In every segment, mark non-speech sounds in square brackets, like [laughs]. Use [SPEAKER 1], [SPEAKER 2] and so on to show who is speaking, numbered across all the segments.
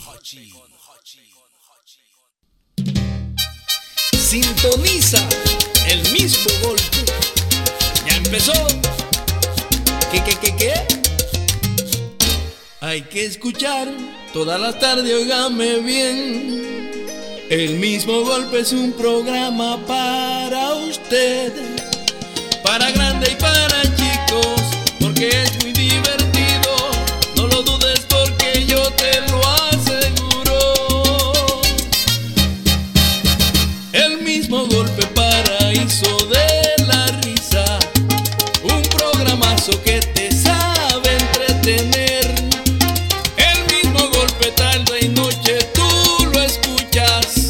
[SPEAKER 1] Sintoniza el mismo golpe. Ya empezó. ¿Qué, qué, qué, qué? Hay que escuchar toda la tarde, óigame bien. El mismo golpe es un programa para usted. Para grande y para chicos, porque es muy divertido. No lo dudes porque yo te lo aseguro. El mismo golpe paraíso de la risa. Un programazo que te sabe entretener. El mismo golpe tarde y noche tú lo escuchas.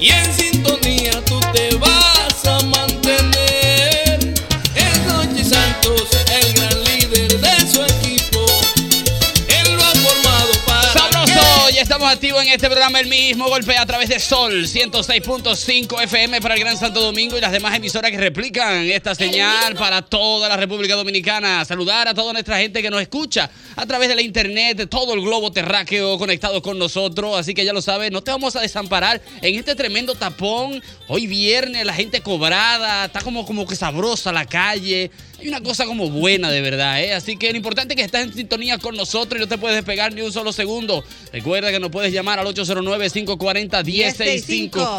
[SPEAKER 1] Y en sintonía tú te vas a mantener. Es Noche Santos, el gran líder de su equipo. Él lo ha formado para.
[SPEAKER 2] Sabroso, ya estamos activos en este programa El mismo golpe a través de Sol 106.5 FM para el Gran Santo Domingo y las demás emisoras que replican esta señal para toda la República Dominicana. Saludar a toda nuestra gente que nos escucha a través de la internet, de todo el globo terráqueo conectado con nosotros. Así que ya lo sabes, no te vamos a desamparar en este tremendo tapón. Hoy viernes, la gente cobrada, está como, como que sabrosa la calle. Hay una cosa como buena de verdad, ¿eh? Así que lo importante es que estás en sintonía con nosotros y no te puedes despegar ni un solo segundo. Recuerda que nos puedes llamar al 809-540-1065.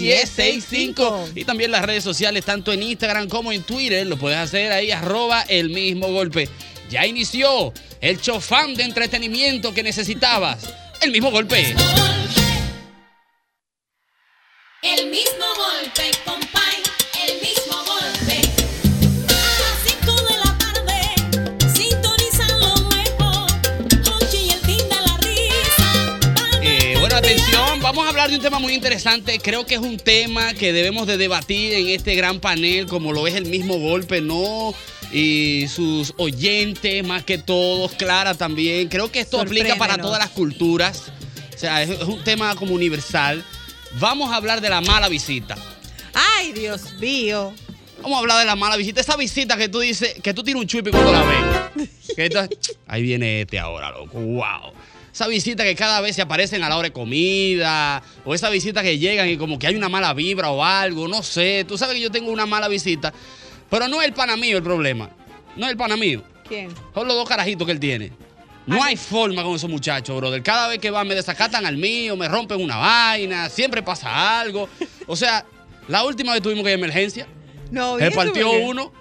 [SPEAKER 2] 809-540-1065. Y también las redes sociales, tanto en Instagram como en Twitter, lo puedes hacer ahí, arroba el mismo golpe. Ya inició el chofán de entretenimiento que necesitabas. El mismo golpe.
[SPEAKER 3] El mismo golpe, compay, el mismo golpe. A las 5 de la tarde, sintonizan lo mejor. Hochi y el fin de la risa.
[SPEAKER 2] Eh, bueno, atención, vamos a hablar de un tema muy interesante. Creo que es un tema que debemos de debatir en este gran panel, como lo es el mismo golpe, ¿no? Y sus oyentes, más que todos, Clara también. Creo que esto aplica para
[SPEAKER 4] Sorpréndenos.
[SPEAKER 2] todas las culturas. O sea, es, es un tema como universal. Vamos a hablar de la mala visita.
[SPEAKER 4] Ay, Dios mío.
[SPEAKER 2] Vamos a hablar de la mala visita. Esa visita que tú dices, que tú tienes un chupi cuando la ves. Que entonces, ahí viene este ahora, loco. Wow. Esa visita que cada vez se aparecen a la hora de comida. O esa visita que llegan y como que hay una mala vibra o algo. No sé. Tú sabes que yo tengo una mala visita. Pero no es el pana mío el problema. No es el pana mío.
[SPEAKER 4] ¿Quién?
[SPEAKER 2] Son los dos carajitos que él tiene. No hay forma con esos muchachos, brother. Cada vez que van me desacatan al mío, me rompen una vaina, siempre pasa algo. O sea, la última vez tuvimos que ir a emergencia.
[SPEAKER 4] No,
[SPEAKER 2] Se
[SPEAKER 4] ¿y
[SPEAKER 2] partió
[SPEAKER 4] tú qué?
[SPEAKER 2] uno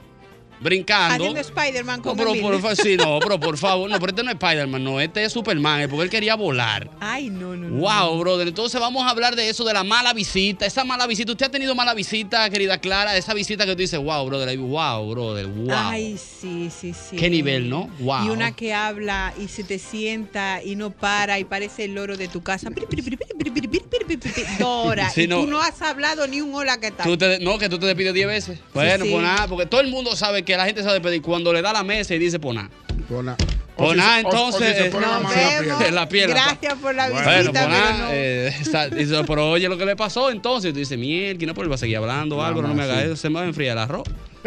[SPEAKER 2] brincando.
[SPEAKER 4] Haciendo Spider-Man
[SPEAKER 2] No,
[SPEAKER 4] con
[SPEAKER 2] pero,
[SPEAKER 4] el
[SPEAKER 2] por,
[SPEAKER 4] mismo.
[SPEAKER 2] fa- sí, no, pero por favor, no, pero este no es Spider-Man, no, este es Superman, es porque él quería volar.
[SPEAKER 4] Ay, no, no. no.
[SPEAKER 2] Wow, brother. Entonces vamos a hablar de eso, de la mala visita. Esa mala visita. ¿Usted ha tenido mala visita, querida Clara? Esa visita que tú dices, wow, brother, wow, brother, wow.
[SPEAKER 4] Ay, sí, sí, sí.
[SPEAKER 2] Qué nivel, ¿no? Wow.
[SPEAKER 4] Y una que habla y se te sienta y no para y parece el loro de tu casa. Piri, piri, piri, piri, piri, piri, piri, piri, piri, Dora.
[SPEAKER 2] [laughs] Sí,
[SPEAKER 4] y
[SPEAKER 2] no.
[SPEAKER 4] tú no has hablado ni un hola que
[SPEAKER 2] Tú
[SPEAKER 4] tal.
[SPEAKER 2] te- no, que tú te despides 10 veces. Bueno,
[SPEAKER 4] sí.
[SPEAKER 2] pues nada, porque todo el mundo sabe que la gente sabe pedir cuando le da la mesa y dice, pues nada.
[SPEAKER 5] Hola.
[SPEAKER 2] Pues nada,
[SPEAKER 5] O si se
[SPEAKER 2] entonces.
[SPEAKER 5] pone la
[SPEAKER 4] Nos
[SPEAKER 5] mano en la
[SPEAKER 4] vemos.
[SPEAKER 5] pierna.
[SPEAKER 2] en [laughs] la pierna.
[SPEAKER 4] Gracias por la
[SPEAKER 5] Bueno,
[SPEAKER 2] Bueno,
[SPEAKER 4] visita,
[SPEAKER 2] pues
[SPEAKER 4] pero
[SPEAKER 2] nada,
[SPEAKER 4] no.
[SPEAKER 2] eh, esa- dice, pero oye lo que le pasó entonces. Y tú dices, miel, que no, pues él va a seguir hablando o algo, no me haga eso, se me va a enfriar el arroz.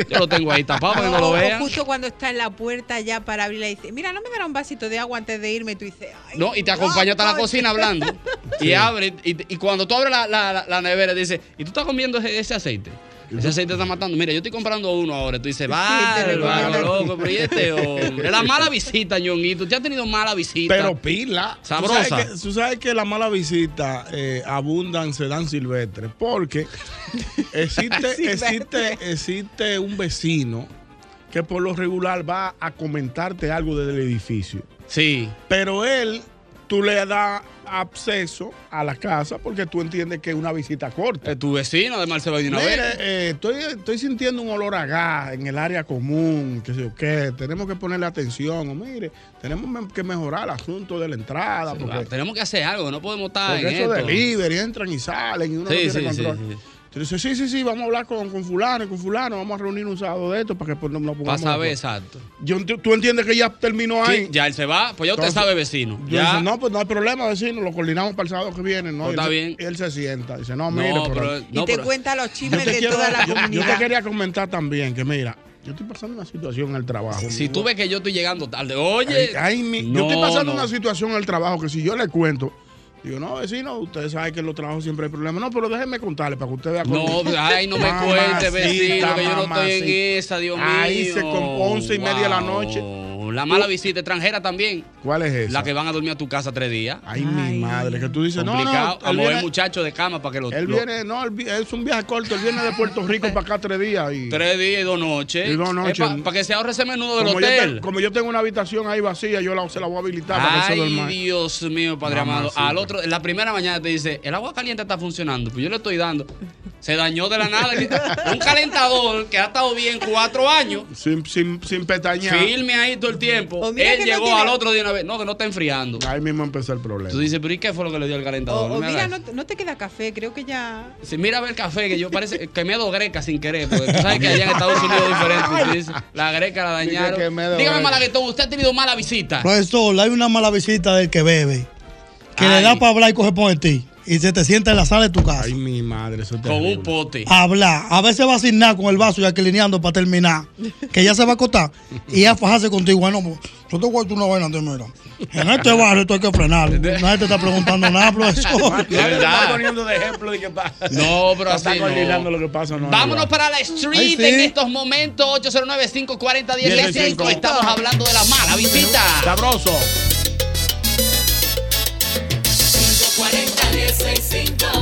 [SPEAKER 2] Yo lo tengo ahí tapado para que no
[SPEAKER 4] O-
[SPEAKER 2] lo
[SPEAKER 4] o
[SPEAKER 2] vean.
[SPEAKER 4] justo cuando está en la puerta ya para abrirla y dice, mira, no me dará un vasito de agua antes de irme. Y tú dices, "Ah, ay,
[SPEAKER 2] No, y te acompaña hasta la
[SPEAKER 4] coño.
[SPEAKER 2] cocina hablando. Y abre, y, y cuando tú abres la, la, la nevera, dice, ¿y tú estás comiendo ese, ese aceite? Ese aceite está matando. Mira, yo estoy comprando uno ahora. Tú dices,
[SPEAKER 4] te
[SPEAKER 2] bárbaro,
[SPEAKER 4] regalo.
[SPEAKER 2] loco, pero y este hombre. La mala visita, Ñonguito. Usted ha tenido mala visita.
[SPEAKER 6] Pero pila.
[SPEAKER 2] Sabrosa.
[SPEAKER 6] Tú sabes que, tú sabes que la mala visita eh, abundan, se dan silvestres.
[SPEAKER 2] [laughs]
[SPEAKER 6] Porque existe, existe, existe un vecino que por lo regular va a comentarte algo desde el edificio.
[SPEAKER 2] Sí.
[SPEAKER 6] Pero él, tú le das acceso a la casa porque tú entiendes que es una visita corta.
[SPEAKER 2] Eh, Tu vecino, además, se va a ir una
[SPEAKER 6] Mire,
[SPEAKER 2] vez.
[SPEAKER 6] eh, estoy, estoy sintiendo un olor a gas en el área común, que sé yo qué, tenemos que ponerle atención, o mire, tenemos me- que mejorar el asunto de la entrada,
[SPEAKER 2] Ah,
[SPEAKER 6] porque,
[SPEAKER 2] Tenemos que hacer algo, no podemos estar en
[SPEAKER 6] porque eso
[SPEAKER 2] esto.
[SPEAKER 6] de líder, entran y salen, y uno
[SPEAKER 2] Sí,
[SPEAKER 6] no tiene
[SPEAKER 2] sí, sí,
[SPEAKER 6] control.
[SPEAKER 2] sí.
[SPEAKER 6] Entonces, sí, sí, sí, vamos a hablar con, con fulano, y con fulano, vamos a reunir un sábado de esto para que pues, no nos pongamos.
[SPEAKER 2] Pasa a ver,
[SPEAKER 6] de acuerdo.
[SPEAKER 2] exacto.
[SPEAKER 6] Yo enti- tú entiendes que ya terminó ahí.
[SPEAKER 2] Sí, Ya él se va, pues ya usted
[SPEAKER 6] Entonces,
[SPEAKER 2] sabe, vecino.
[SPEAKER 6] Yo
[SPEAKER 2] Ya.
[SPEAKER 6] dice, no, pues no hay problema, vecino, lo coordinamos para el sábado que viene. No,
[SPEAKER 2] Pues
[SPEAKER 6] Y él
[SPEAKER 2] está
[SPEAKER 6] se-
[SPEAKER 2] bien.
[SPEAKER 6] y él se sienta, dice,
[SPEAKER 2] No,
[SPEAKER 6] no, mire, pero-
[SPEAKER 2] pero-
[SPEAKER 4] Y
[SPEAKER 2] no,
[SPEAKER 4] te
[SPEAKER 2] pero-
[SPEAKER 4] cuenta los
[SPEAKER 6] yo
[SPEAKER 4] chismes
[SPEAKER 6] te,
[SPEAKER 4] de
[SPEAKER 6] quiero-
[SPEAKER 4] toda la
[SPEAKER 6] yo- yo te
[SPEAKER 4] comunidad.
[SPEAKER 6] quería comentar también que, mira, yo estoy pasando una situación en el trabajo.
[SPEAKER 2] Si
[SPEAKER 6] mi
[SPEAKER 2] tú
[SPEAKER 6] amor.
[SPEAKER 2] ves que yo estoy llegando tarde,
[SPEAKER 6] Ay,
[SPEAKER 2] oye.
[SPEAKER 6] ay, mi-
[SPEAKER 2] No,
[SPEAKER 6] yo estoy pasando
[SPEAKER 2] no.
[SPEAKER 6] una situación en el trabajo que si yo le cuento, digo, no, vecino, ustedes saben que en los trabajos siempre hay problemas. No, pero déjenme contarle para que usted vea
[SPEAKER 2] No,
[SPEAKER 6] cómo-
[SPEAKER 2] ay, no me
[SPEAKER 6] Mamacita,
[SPEAKER 2] cuente, vecino, que yo no estoy en
[SPEAKER 6] mamacita.
[SPEAKER 2] esa, Dios mío.
[SPEAKER 6] Ahí se con once y media de la noche.
[SPEAKER 2] La mala visita extranjera también.
[SPEAKER 6] ¿Cuál es esa?
[SPEAKER 2] La que van a dormir a tu casa tres días.
[SPEAKER 6] Ay, mi madre, que tú dices, no, no,
[SPEAKER 2] Complicado. a
[SPEAKER 6] él
[SPEAKER 2] mover
[SPEAKER 6] viene-
[SPEAKER 2] muchachos de cama para que los.
[SPEAKER 6] Él
[SPEAKER 2] los-
[SPEAKER 6] viene, no, él vi- es un viaje corto, él viene de Puerto Rico para acá tres días. Y
[SPEAKER 2] Tres días y dos noches.
[SPEAKER 6] Y dos noches.
[SPEAKER 2] Para que se ahorre ese menudo del
[SPEAKER 6] como, yo
[SPEAKER 2] hotel.
[SPEAKER 6] te- como yo tengo una habitación ahí vacía, yo la, se la voy a habilitar para que él se duerma.
[SPEAKER 2] Ay,
[SPEAKER 6] ahí.
[SPEAKER 2] Dios mío, Padre amado.
[SPEAKER 6] Mamacita.
[SPEAKER 2] Al otro, en la primera mañana te dice, el agua caliente está funcionando. Pues yo le estoy dando. Se dañó de la
[SPEAKER 6] [laughs]
[SPEAKER 2] nada. Un calentador que ha estado bien cuatro años.
[SPEAKER 6] Sin, sin, sin pestañear.
[SPEAKER 2] Firme ahí todo el tiempo.
[SPEAKER 4] O Oh, mira
[SPEAKER 2] Él
[SPEAKER 4] que no
[SPEAKER 2] llegó
[SPEAKER 4] tiene-
[SPEAKER 2] al otro día una vez. No, que no está enfriando.
[SPEAKER 6] Ahí mismo empezó el problema.
[SPEAKER 2] Tú dices, pero ¿y qué fue lo que le dio el
[SPEAKER 4] O,
[SPEAKER 2] calentador?
[SPEAKER 4] o
[SPEAKER 2] me
[SPEAKER 4] Oh, mira,
[SPEAKER 2] hagas.
[SPEAKER 4] no, te- no te queda café, creo que ya.
[SPEAKER 2] Sí, mira a ver el café, que yo parece que me he dado greca sin querer, porque tú sabes que allá en Estados Unidos es
[SPEAKER 6] [laughs]
[SPEAKER 2] diferente. tú dices, la greca la
[SPEAKER 6] Dije
[SPEAKER 2] dañaron.
[SPEAKER 6] que me he dado
[SPEAKER 2] Dígame,
[SPEAKER 6] greca. Pues
[SPEAKER 2] Malaguetón, usted ha tenido mala
[SPEAKER 6] [laughs]
[SPEAKER 2] visita.
[SPEAKER 7] Profesor, hay una mala visita del que bebe, que le
[SPEAKER 2] Ay.
[SPEAKER 7] da para hablar y coge por ti, y se te sienta en la sala de tu casa.
[SPEAKER 6] Ay, mi madre, eso es
[SPEAKER 2] Con
[SPEAKER 6] terrible.
[SPEAKER 2] un pote.
[SPEAKER 7] A hablar, a veces va a asignar con el vaso y alquilineando para terminar, que ya se va a acostar
[SPEAKER 6] [laughs]
[SPEAKER 7] y a fajarse contigo. Bueno, pues, yo te cuento una vaina, antes, mira. En este barrio esto hay que frenar.
[SPEAKER 6] [laughs]
[SPEAKER 7] Nadie te está preguntando nada, profesor.
[SPEAKER 2] De
[SPEAKER 6] Está
[SPEAKER 2] verdad.
[SPEAKER 6] Ah, poniendo de ejemplo de que pasa. [laughs]
[SPEAKER 2] No, pero
[SPEAKER 6] Está
[SPEAKER 2] así no.
[SPEAKER 6] coordinando lo que pasa. No,
[SPEAKER 2] Vámonos
[SPEAKER 6] Ahí va.
[SPEAKER 2] para la street
[SPEAKER 7] Ay, sí.
[SPEAKER 2] en estos momentos, 809-540-1065. Estamos hablando de la mala visita.
[SPEAKER 6] Sabroso.
[SPEAKER 8] 540-1065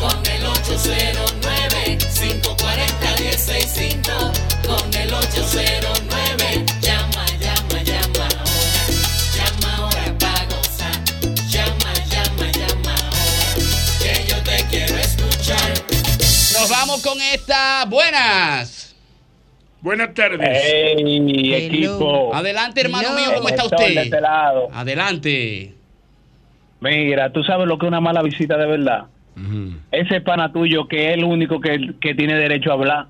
[SPEAKER 8] con el 809. 540-1065 con el 809. Llama, llama, llama ahora. Llama ahora para gozar. Llama, llama, llama ahora. Que yo te quiero escuchar.
[SPEAKER 2] Nos vamos con esta. Buenas.
[SPEAKER 6] Buenas tardes.
[SPEAKER 9] Hey, equipo.
[SPEAKER 2] Adelante, hermano
[SPEAKER 4] No.
[SPEAKER 2] mío, ¿cómo está
[SPEAKER 9] Estoy de
[SPEAKER 2] usted?
[SPEAKER 9] este lado.
[SPEAKER 2] Adelante.
[SPEAKER 9] Mira, tú sabes lo que es una mala visita de verdad. Ese pana tuyo que es el único que, que tiene derecho a hablar.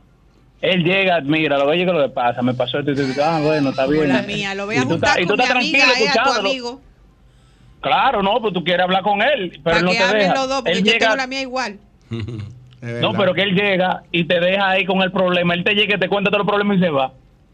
[SPEAKER 9] Él llega, mira, lo oye que lo que pasa, me pasó esto y esto, y esto. ah, bueno, está
[SPEAKER 4] Como
[SPEAKER 9] bien.
[SPEAKER 4] la mía, lo voy a
[SPEAKER 9] Y tú
[SPEAKER 4] juntar
[SPEAKER 9] estás- y tú
[SPEAKER 4] con mi
[SPEAKER 9] estás
[SPEAKER 4] amiga,
[SPEAKER 9] tranquilo
[SPEAKER 4] eh, a tu
[SPEAKER 9] escuchándolo.
[SPEAKER 4] amigo.
[SPEAKER 9] Claro, no, pero tú quieres hablar con él, pero
[SPEAKER 4] Para
[SPEAKER 9] él no
[SPEAKER 4] que
[SPEAKER 9] te
[SPEAKER 4] hablen
[SPEAKER 9] deja.
[SPEAKER 4] los dos, porque yo
[SPEAKER 9] él llega,
[SPEAKER 4] tengo la mía igual.
[SPEAKER 9] no, pero que él llega y te deja ahí con el problema. Él te llega, te cuenta todo el problema y se va.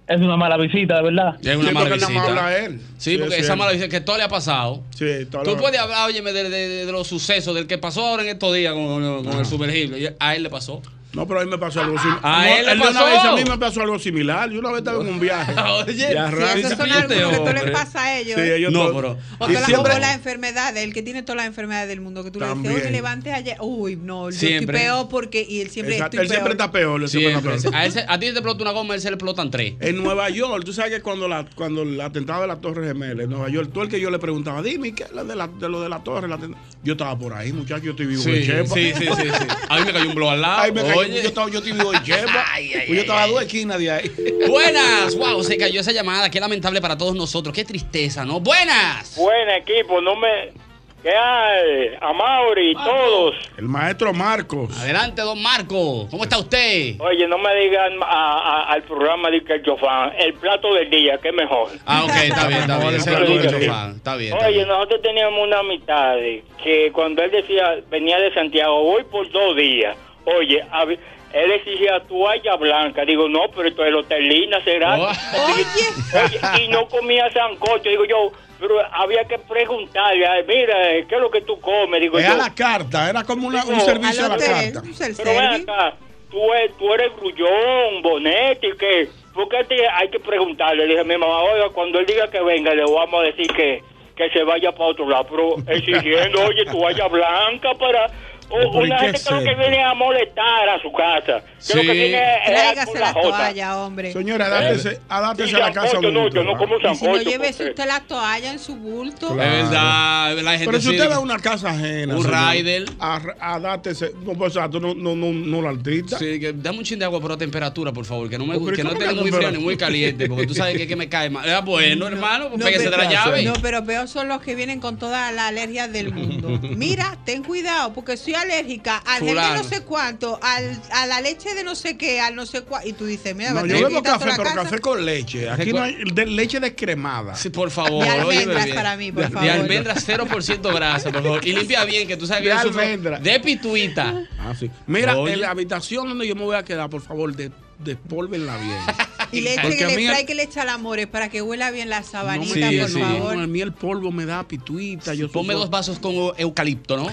[SPEAKER 9] Es una mala visita, de verdad.
[SPEAKER 2] Es una
[SPEAKER 6] Sí,
[SPEAKER 2] mala
[SPEAKER 6] porque nada más habla
[SPEAKER 2] visita.
[SPEAKER 6] él.
[SPEAKER 2] Sí,
[SPEAKER 6] Sí,
[SPEAKER 2] porque
[SPEAKER 6] es
[SPEAKER 2] esa
[SPEAKER 6] él.
[SPEAKER 2] mala visita que todo le ha pasado.
[SPEAKER 6] Sí, todo
[SPEAKER 2] Tú
[SPEAKER 6] lo-
[SPEAKER 2] puedes hablar, óyeme, de, de- de los sucesos, del que pasó ahora en estos días con, con-
[SPEAKER 6] Ah.
[SPEAKER 2] con el sumergible. Y A él le pasó.
[SPEAKER 6] No, pero a mí me pasó algo similar.
[SPEAKER 2] A él le
[SPEAKER 6] Una
[SPEAKER 2] pasó.
[SPEAKER 6] vez a mí me pasó algo similar. Yo una vez estaba en un viaje.
[SPEAKER 2] [laughs] Oye,
[SPEAKER 6] Ya,
[SPEAKER 2] si
[SPEAKER 4] Sí,
[SPEAKER 6] raro.
[SPEAKER 2] eso
[SPEAKER 4] esos
[SPEAKER 2] Dice,
[SPEAKER 4] son
[SPEAKER 2] "Píllate,
[SPEAKER 4] algunos que todo
[SPEAKER 2] hombre".
[SPEAKER 4] le pasa a ellos.
[SPEAKER 6] Sí, ellos
[SPEAKER 2] No,
[SPEAKER 6] todos-
[SPEAKER 2] pero-
[SPEAKER 4] O
[SPEAKER 6] Y
[SPEAKER 4] todas las-
[SPEAKER 6] siempre-
[SPEAKER 4] o las enfermedades, el que tiene todas las enfermedades del mundo, que tú le
[SPEAKER 6] También.
[SPEAKER 4] dices, oye, levante ayer. Uy, no, yo
[SPEAKER 2] Siempre.
[SPEAKER 4] estoy peor porque. Y él siempre,
[SPEAKER 6] Exacto,
[SPEAKER 4] estoy
[SPEAKER 6] él siempre
[SPEAKER 4] peor.
[SPEAKER 6] está peor. él siempre está
[SPEAKER 2] Siempre.
[SPEAKER 6] peor.
[SPEAKER 2] A, él se- a ti te explota una goma, a él se le explotan tres.
[SPEAKER 6] En Nueva York, tú sabes que cuando, la, cuando el atentado de la Torre Gemela, en Nueva York, tú el que yo le preguntaba, dime, ¿qué es la de, la, de lo de la Torre? el atentado?" Yo estaba por ahí, muchacho, yo estoy vivo en Chepa.
[SPEAKER 2] sí. A mí me cayó un blow al lado.
[SPEAKER 6] Ay, me cayó,
[SPEAKER 2] Oye.
[SPEAKER 6] yo, estaba, yo estoy vivo en Chepa.
[SPEAKER 2] [laughs] Ay, ay,
[SPEAKER 6] Pues yo
[SPEAKER 2] ay,
[SPEAKER 6] estaba a
[SPEAKER 2] ay.
[SPEAKER 6] dos esquinas
[SPEAKER 2] [laughs]
[SPEAKER 6] de ahí.
[SPEAKER 2] Buenas. Wow, se cayó esa llamada. Qué lamentable para todos nosotros. Qué tristeza, ¿no? Buenas.
[SPEAKER 10] Buen equipo, no me. ¿Qué hay? A Mauri, todos.
[SPEAKER 6] El maestro Marcos.
[SPEAKER 2] Adelante, don Marco. ¿Cómo está usted?
[SPEAKER 10] Oye, no me digan a- a- al programa de que Chofán, el plato del día, que es mejor.
[SPEAKER 2] Ah, ok, está bien, está
[SPEAKER 6] No,
[SPEAKER 2] bien.
[SPEAKER 6] le
[SPEAKER 2] Ese
[SPEAKER 6] saludo,
[SPEAKER 2] es el
[SPEAKER 6] sí.
[SPEAKER 2] fan. Está bien. está
[SPEAKER 10] Oye,
[SPEAKER 2] bien.
[SPEAKER 10] nosotros teníamos una amistad de que cuando él decía, venía de Santiago, voy por dos días. Oye, a ver, él exigía toalla blanca. Digo, no, pero esto es hotelina, será.
[SPEAKER 2] Oh.
[SPEAKER 10] Oye, y no comía sancocho. Digo yo, pero había que preguntarle, "Ay, mira, eh, ¿qué es lo que tú comes? Digo
[SPEAKER 6] Era
[SPEAKER 10] yo,
[SPEAKER 6] la carta, era como una- un
[SPEAKER 10] Digo,
[SPEAKER 6] servicio a la
[SPEAKER 4] Al hotel,
[SPEAKER 6] carta.
[SPEAKER 4] un self
[SPEAKER 10] pero ven
[SPEAKER 4] service.
[SPEAKER 10] acá, tú, e- tú eres grullón, bonete, y que, ¿por qué te- hay que preguntarle? Le dije a mi mamá, oiga, cuando él diga que venga, le vamos a decir que, que se vaya para otro lado,
[SPEAKER 6] [laughs]
[SPEAKER 10] pero exigiendo, oye, toalla blanca para... o-
[SPEAKER 6] Pero, ¿y
[SPEAKER 10] una
[SPEAKER 6] qué
[SPEAKER 10] gente que lo que
[SPEAKER 6] hacer?
[SPEAKER 10] viene es a molestar a su casa, que lo
[SPEAKER 6] Sí.
[SPEAKER 10] que viene es
[SPEAKER 4] Tráigase
[SPEAKER 10] con
[SPEAKER 4] la
[SPEAKER 10] jota.
[SPEAKER 4] toalla, hombre.
[SPEAKER 6] Señora,
[SPEAKER 9] Eh,
[SPEAKER 6] adáptese, adáptese
[SPEAKER 10] Sí,
[SPEAKER 6] a la casa.
[SPEAKER 10] sancocho, no,
[SPEAKER 6] bonito,
[SPEAKER 10] yo no
[SPEAKER 6] ¿verdad?
[SPEAKER 10] como
[SPEAKER 4] Y si no,
[SPEAKER 10] sancocho.
[SPEAKER 4] llévese
[SPEAKER 10] porque-
[SPEAKER 4] usted la toalla en su bulto.
[SPEAKER 6] Claro.
[SPEAKER 2] Es verdad, la gente
[SPEAKER 6] Pero si usted
[SPEAKER 2] sí-
[SPEAKER 6] va a una casa ajena.
[SPEAKER 2] Un
[SPEAKER 6] señor,
[SPEAKER 2] rider.
[SPEAKER 6] A, a dátese. No, pues, exacto, no, no, no, no la altita.
[SPEAKER 2] Sí, que dame un chin de agua, pero a temperatura, por favor, que no me
[SPEAKER 6] Pero,
[SPEAKER 2] que no
[SPEAKER 6] ¿cómo
[SPEAKER 2] esté
[SPEAKER 6] que
[SPEAKER 2] ni muy frío ni muy caliente, porque tú sabes que, que me cae mal. Ah, bueno, hermano, pues pégase de la llave.
[SPEAKER 4] No, pero peor son los que vienen con todas las alergias del mundo. Mira, ten cuidado, porque soy alérgica al gel de
[SPEAKER 2] Fulano.
[SPEAKER 4] no sé cuánto, al, a la leche de no sé qué, al no sé cuánto. Y tú dices, [laughs] mira,
[SPEAKER 6] No,
[SPEAKER 4] me
[SPEAKER 6] yo
[SPEAKER 4] tengo
[SPEAKER 6] bebo
[SPEAKER 4] que quitar
[SPEAKER 6] café,
[SPEAKER 4] toda
[SPEAKER 6] pero
[SPEAKER 4] la casa.
[SPEAKER 6] café con leche. Aquí no hay de- leche descremada.
[SPEAKER 2] Sí, por favor.
[SPEAKER 4] De
[SPEAKER 2] oye,
[SPEAKER 4] almendras
[SPEAKER 2] bebé.
[SPEAKER 4] para mí, por
[SPEAKER 2] De-
[SPEAKER 4] favor.
[SPEAKER 2] De almendras 0% grasa, por favor. Y limpia bien, que tú sabes que
[SPEAKER 6] De
[SPEAKER 2] yo sufro
[SPEAKER 6] almendra.
[SPEAKER 4] [laughs]
[SPEAKER 2] de pituita.
[SPEAKER 6] Ah, sí. Mira,
[SPEAKER 2] Oye.
[SPEAKER 6] en la habitación donde yo me voy a quedar, por favor, de, despólvenla bien.
[SPEAKER 4] [laughs] Y le echa
[SPEAKER 6] Porque
[SPEAKER 4] que
[SPEAKER 6] a
[SPEAKER 4] le
[SPEAKER 6] mí-
[SPEAKER 4] trae que le echa el amores para que huela bien la
[SPEAKER 6] No me-
[SPEAKER 4] sabanita,
[SPEAKER 2] Sí,
[SPEAKER 4] por
[SPEAKER 2] sí.
[SPEAKER 4] favor. [laughs]
[SPEAKER 6] No, a mí el polvo me da pituita. Yo
[SPEAKER 2] Ponme
[SPEAKER 6] sufro-
[SPEAKER 2] dos vasos con eu- eucalipto, ¿no?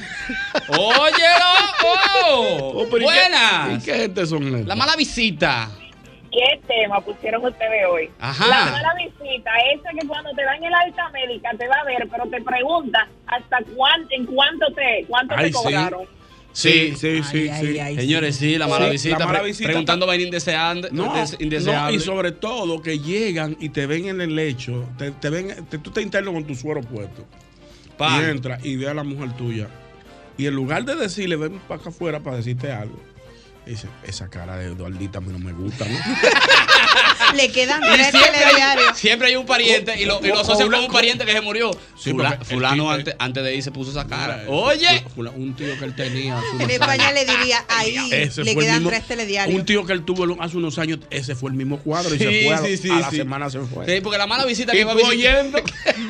[SPEAKER 2] ¡Óyelo!
[SPEAKER 6] Oh,
[SPEAKER 2] ¡Oh!
[SPEAKER 6] pero ¿y qué-
[SPEAKER 2] ¡Buenas!
[SPEAKER 6] ¿Y qué gente son estos?
[SPEAKER 2] La mala visita.
[SPEAKER 3] ¿Qué tema pusieron ustedes hoy?
[SPEAKER 2] Ajá.
[SPEAKER 3] La mala visita, esa que cuando te dan el alta médica te va a ver, pero te pregunta hasta cuánto, en cuánto te, cuánto
[SPEAKER 6] Ay,
[SPEAKER 3] te
[SPEAKER 6] sí.
[SPEAKER 3] cobraron.
[SPEAKER 6] Sí, sí,
[SPEAKER 4] Ay,
[SPEAKER 6] sí,
[SPEAKER 4] ay,
[SPEAKER 6] sí.
[SPEAKER 4] ay,
[SPEAKER 2] Señores, sí, la mala
[SPEAKER 6] Sí,
[SPEAKER 2] visita.
[SPEAKER 6] la mala
[SPEAKER 2] pre-
[SPEAKER 6] visita.
[SPEAKER 2] Preguntando vaina indeseable.
[SPEAKER 6] No,
[SPEAKER 2] indes-
[SPEAKER 6] no,
[SPEAKER 2] indeseable.
[SPEAKER 6] y sobre todo que llegan y te ven en el lecho, te, te ven, te- tú te interno con tu suero puesto.
[SPEAKER 2] Pa.
[SPEAKER 6] Y entra y ve a la mujer tuya. Y en lugar de decirle, ven para acá afuera para decirte algo, dice, esa cara de Eduardita a mí no me gusta, ¿no?
[SPEAKER 4] Le quedan
[SPEAKER 2] Y
[SPEAKER 4] tres
[SPEAKER 2] siempre, hay,
[SPEAKER 4] telediarios.
[SPEAKER 2] siempre hay un pariente y lo, y lo
[SPEAKER 6] O- o
[SPEAKER 2] asocian con
[SPEAKER 6] una-
[SPEAKER 2] un pariente que se murió.
[SPEAKER 6] Sí,
[SPEAKER 2] Fula-
[SPEAKER 6] porque el
[SPEAKER 2] fulano
[SPEAKER 6] tipo-
[SPEAKER 2] antes, antes de ir se puso esa cara.
[SPEAKER 6] Mira,
[SPEAKER 2] Oye,
[SPEAKER 6] fula- Un tío que
[SPEAKER 4] [laughs]
[SPEAKER 6] él tenía. hace unos
[SPEAKER 4] En España
[SPEAKER 6] años.
[SPEAKER 4] le
[SPEAKER 6] [laughs]
[SPEAKER 4] diría, ahí
[SPEAKER 6] Ese
[SPEAKER 4] le
[SPEAKER 6] fue el
[SPEAKER 4] quedan
[SPEAKER 6] mismo-
[SPEAKER 4] tres
[SPEAKER 6] Un
[SPEAKER 4] telediarios.
[SPEAKER 6] tío que él tuvo hace unos años, ese fue el mismo cuadro y se
[SPEAKER 2] Sí,
[SPEAKER 6] fue. a-
[SPEAKER 2] sí, sí,
[SPEAKER 6] a la
[SPEAKER 2] sí.
[SPEAKER 6] semana se fue.
[SPEAKER 2] sí, porque la mala visita
[SPEAKER 6] Y
[SPEAKER 2] que va a [laughs]
[SPEAKER 6] tú
[SPEAKER 2] visitar,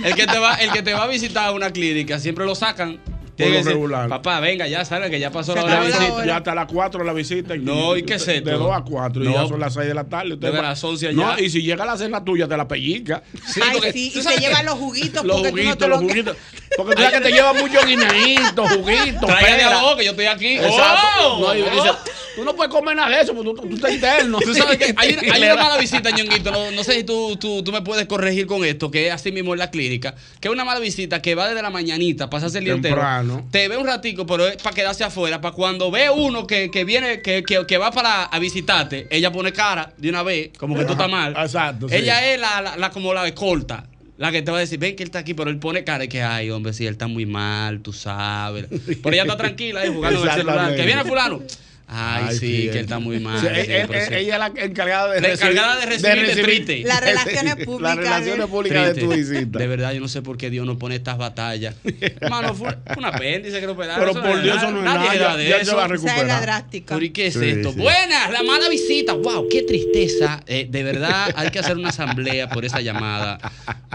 [SPEAKER 2] el que te va, el que te va a visitar a una clínica siempre lo sacan. Tiene
[SPEAKER 6] lo
[SPEAKER 2] que decir,
[SPEAKER 6] regular.
[SPEAKER 2] Papá, venga, ya sale que ya pasó la
[SPEAKER 4] Se
[SPEAKER 2] hora de
[SPEAKER 4] acabó la
[SPEAKER 2] visita.
[SPEAKER 4] hora.
[SPEAKER 6] Ya hasta las 4 la visita.
[SPEAKER 2] No, ¿y qué es
[SPEAKER 6] De-
[SPEAKER 2] esto?
[SPEAKER 6] De 2 a 4 y
[SPEAKER 2] No.
[SPEAKER 6] ya son las 6 de la tarde. Usted
[SPEAKER 2] Desde
[SPEAKER 6] va-
[SPEAKER 2] las 11
[SPEAKER 6] No,
[SPEAKER 2] allá.
[SPEAKER 6] y si llega la cena tuya, te la pellica.
[SPEAKER 2] Sí,
[SPEAKER 4] Ay,
[SPEAKER 2] porque
[SPEAKER 4] sí,
[SPEAKER 2] tú
[SPEAKER 4] y se
[SPEAKER 2] sabes que-
[SPEAKER 4] llevan los juguitos
[SPEAKER 6] Los
[SPEAKER 4] porque tú no
[SPEAKER 6] juguitos,
[SPEAKER 4] te
[SPEAKER 6] los
[SPEAKER 4] lo que- [laughs]
[SPEAKER 6] juguitos. Porque tú sabes que te lleva muchos
[SPEAKER 2] [laughs]
[SPEAKER 6] guineitos, juguitos,
[SPEAKER 2] Tráigale a
[SPEAKER 6] peras.
[SPEAKER 2] vos que yo estoy aquí.
[SPEAKER 6] Exacto.
[SPEAKER 2] ¡Oh!
[SPEAKER 6] No, y uno dice, tú no puedes comer nada de eso, porque tú, tú estás interno.
[SPEAKER 2] Tú sabes que hay una, hay
[SPEAKER 6] [laughs]
[SPEAKER 2] una mala visita, ñonguito. No, no sé si tú, tú, tú me puedes corregir con esto, que es así mismo en la clínica. Que es una mala visita que va desde la mañanita, pasas el día
[SPEAKER 6] Temprano.
[SPEAKER 2] entero. Te ve un ratico, pero es para quedarse afuera. Para cuando ve uno que, que viene, que, que, que va para a visitarte, ella pone cara de una vez, como que tú estás mal.
[SPEAKER 6] Exacto, sí.
[SPEAKER 2] Ella es la, la, la- como la escolta. La que te va a decir, ven que él está aquí, pero él pone cara y que, ay, hombre, si él está muy mal, tú
[SPEAKER 6] [laughs]
[SPEAKER 2] sabes. Pero ella está tranquila ahí jugando en el celular.
[SPEAKER 6] Exactamente.
[SPEAKER 2] Que viene fulano. Ay,
[SPEAKER 6] Ay,
[SPEAKER 2] sí, que él está muy mal.
[SPEAKER 6] Sí,
[SPEAKER 2] que
[SPEAKER 6] eh,
[SPEAKER 2] depresión.
[SPEAKER 6] eh, ella es la encargada de
[SPEAKER 2] La encargada de recibirte triste.
[SPEAKER 4] Las relaciones
[SPEAKER 6] Las
[SPEAKER 4] públicas,
[SPEAKER 6] relaciones
[SPEAKER 4] ¿eh?
[SPEAKER 6] públicas de
[SPEAKER 2] Triste.
[SPEAKER 6] tu visita.
[SPEAKER 2] De verdad, yo no sé por qué Dios no pone estas
[SPEAKER 6] [laughs]
[SPEAKER 2] batallas. Hermano, fue un apéndice que lo operaron.
[SPEAKER 6] Pero
[SPEAKER 2] Eso
[SPEAKER 6] por
[SPEAKER 2] es
[SPEAKER 6] Dios,
[SPEAKER 2] nada,
[SPEAKER 6] eso no es
[SPEAKER 2] nadie
[SPEAKER 6] nada.
[SPEAKER 2] era
[SPEAKER 6] Ya-
[SPEAKER 2] de
[SPEAKER 6] ya
[SPEAKER 2] eso.
[SPEAKER 6] se va a
[SPEAKER 4] Esa es la
[SPEAKER 6] recuperar.
[SPEAKER 4] drástica.
[SPEAKER 2] Pero ¿y qué es
[SPEAKER 6] Sí,
[SPEAKER 2] esto?
[SPEAKER 6] sí.
[SPEAKER 2] Buenas, la mala visita. ¡Wow! ¡Qué tristeza! Eh, de verdad, hay que hacer una asamblea por esa llamada.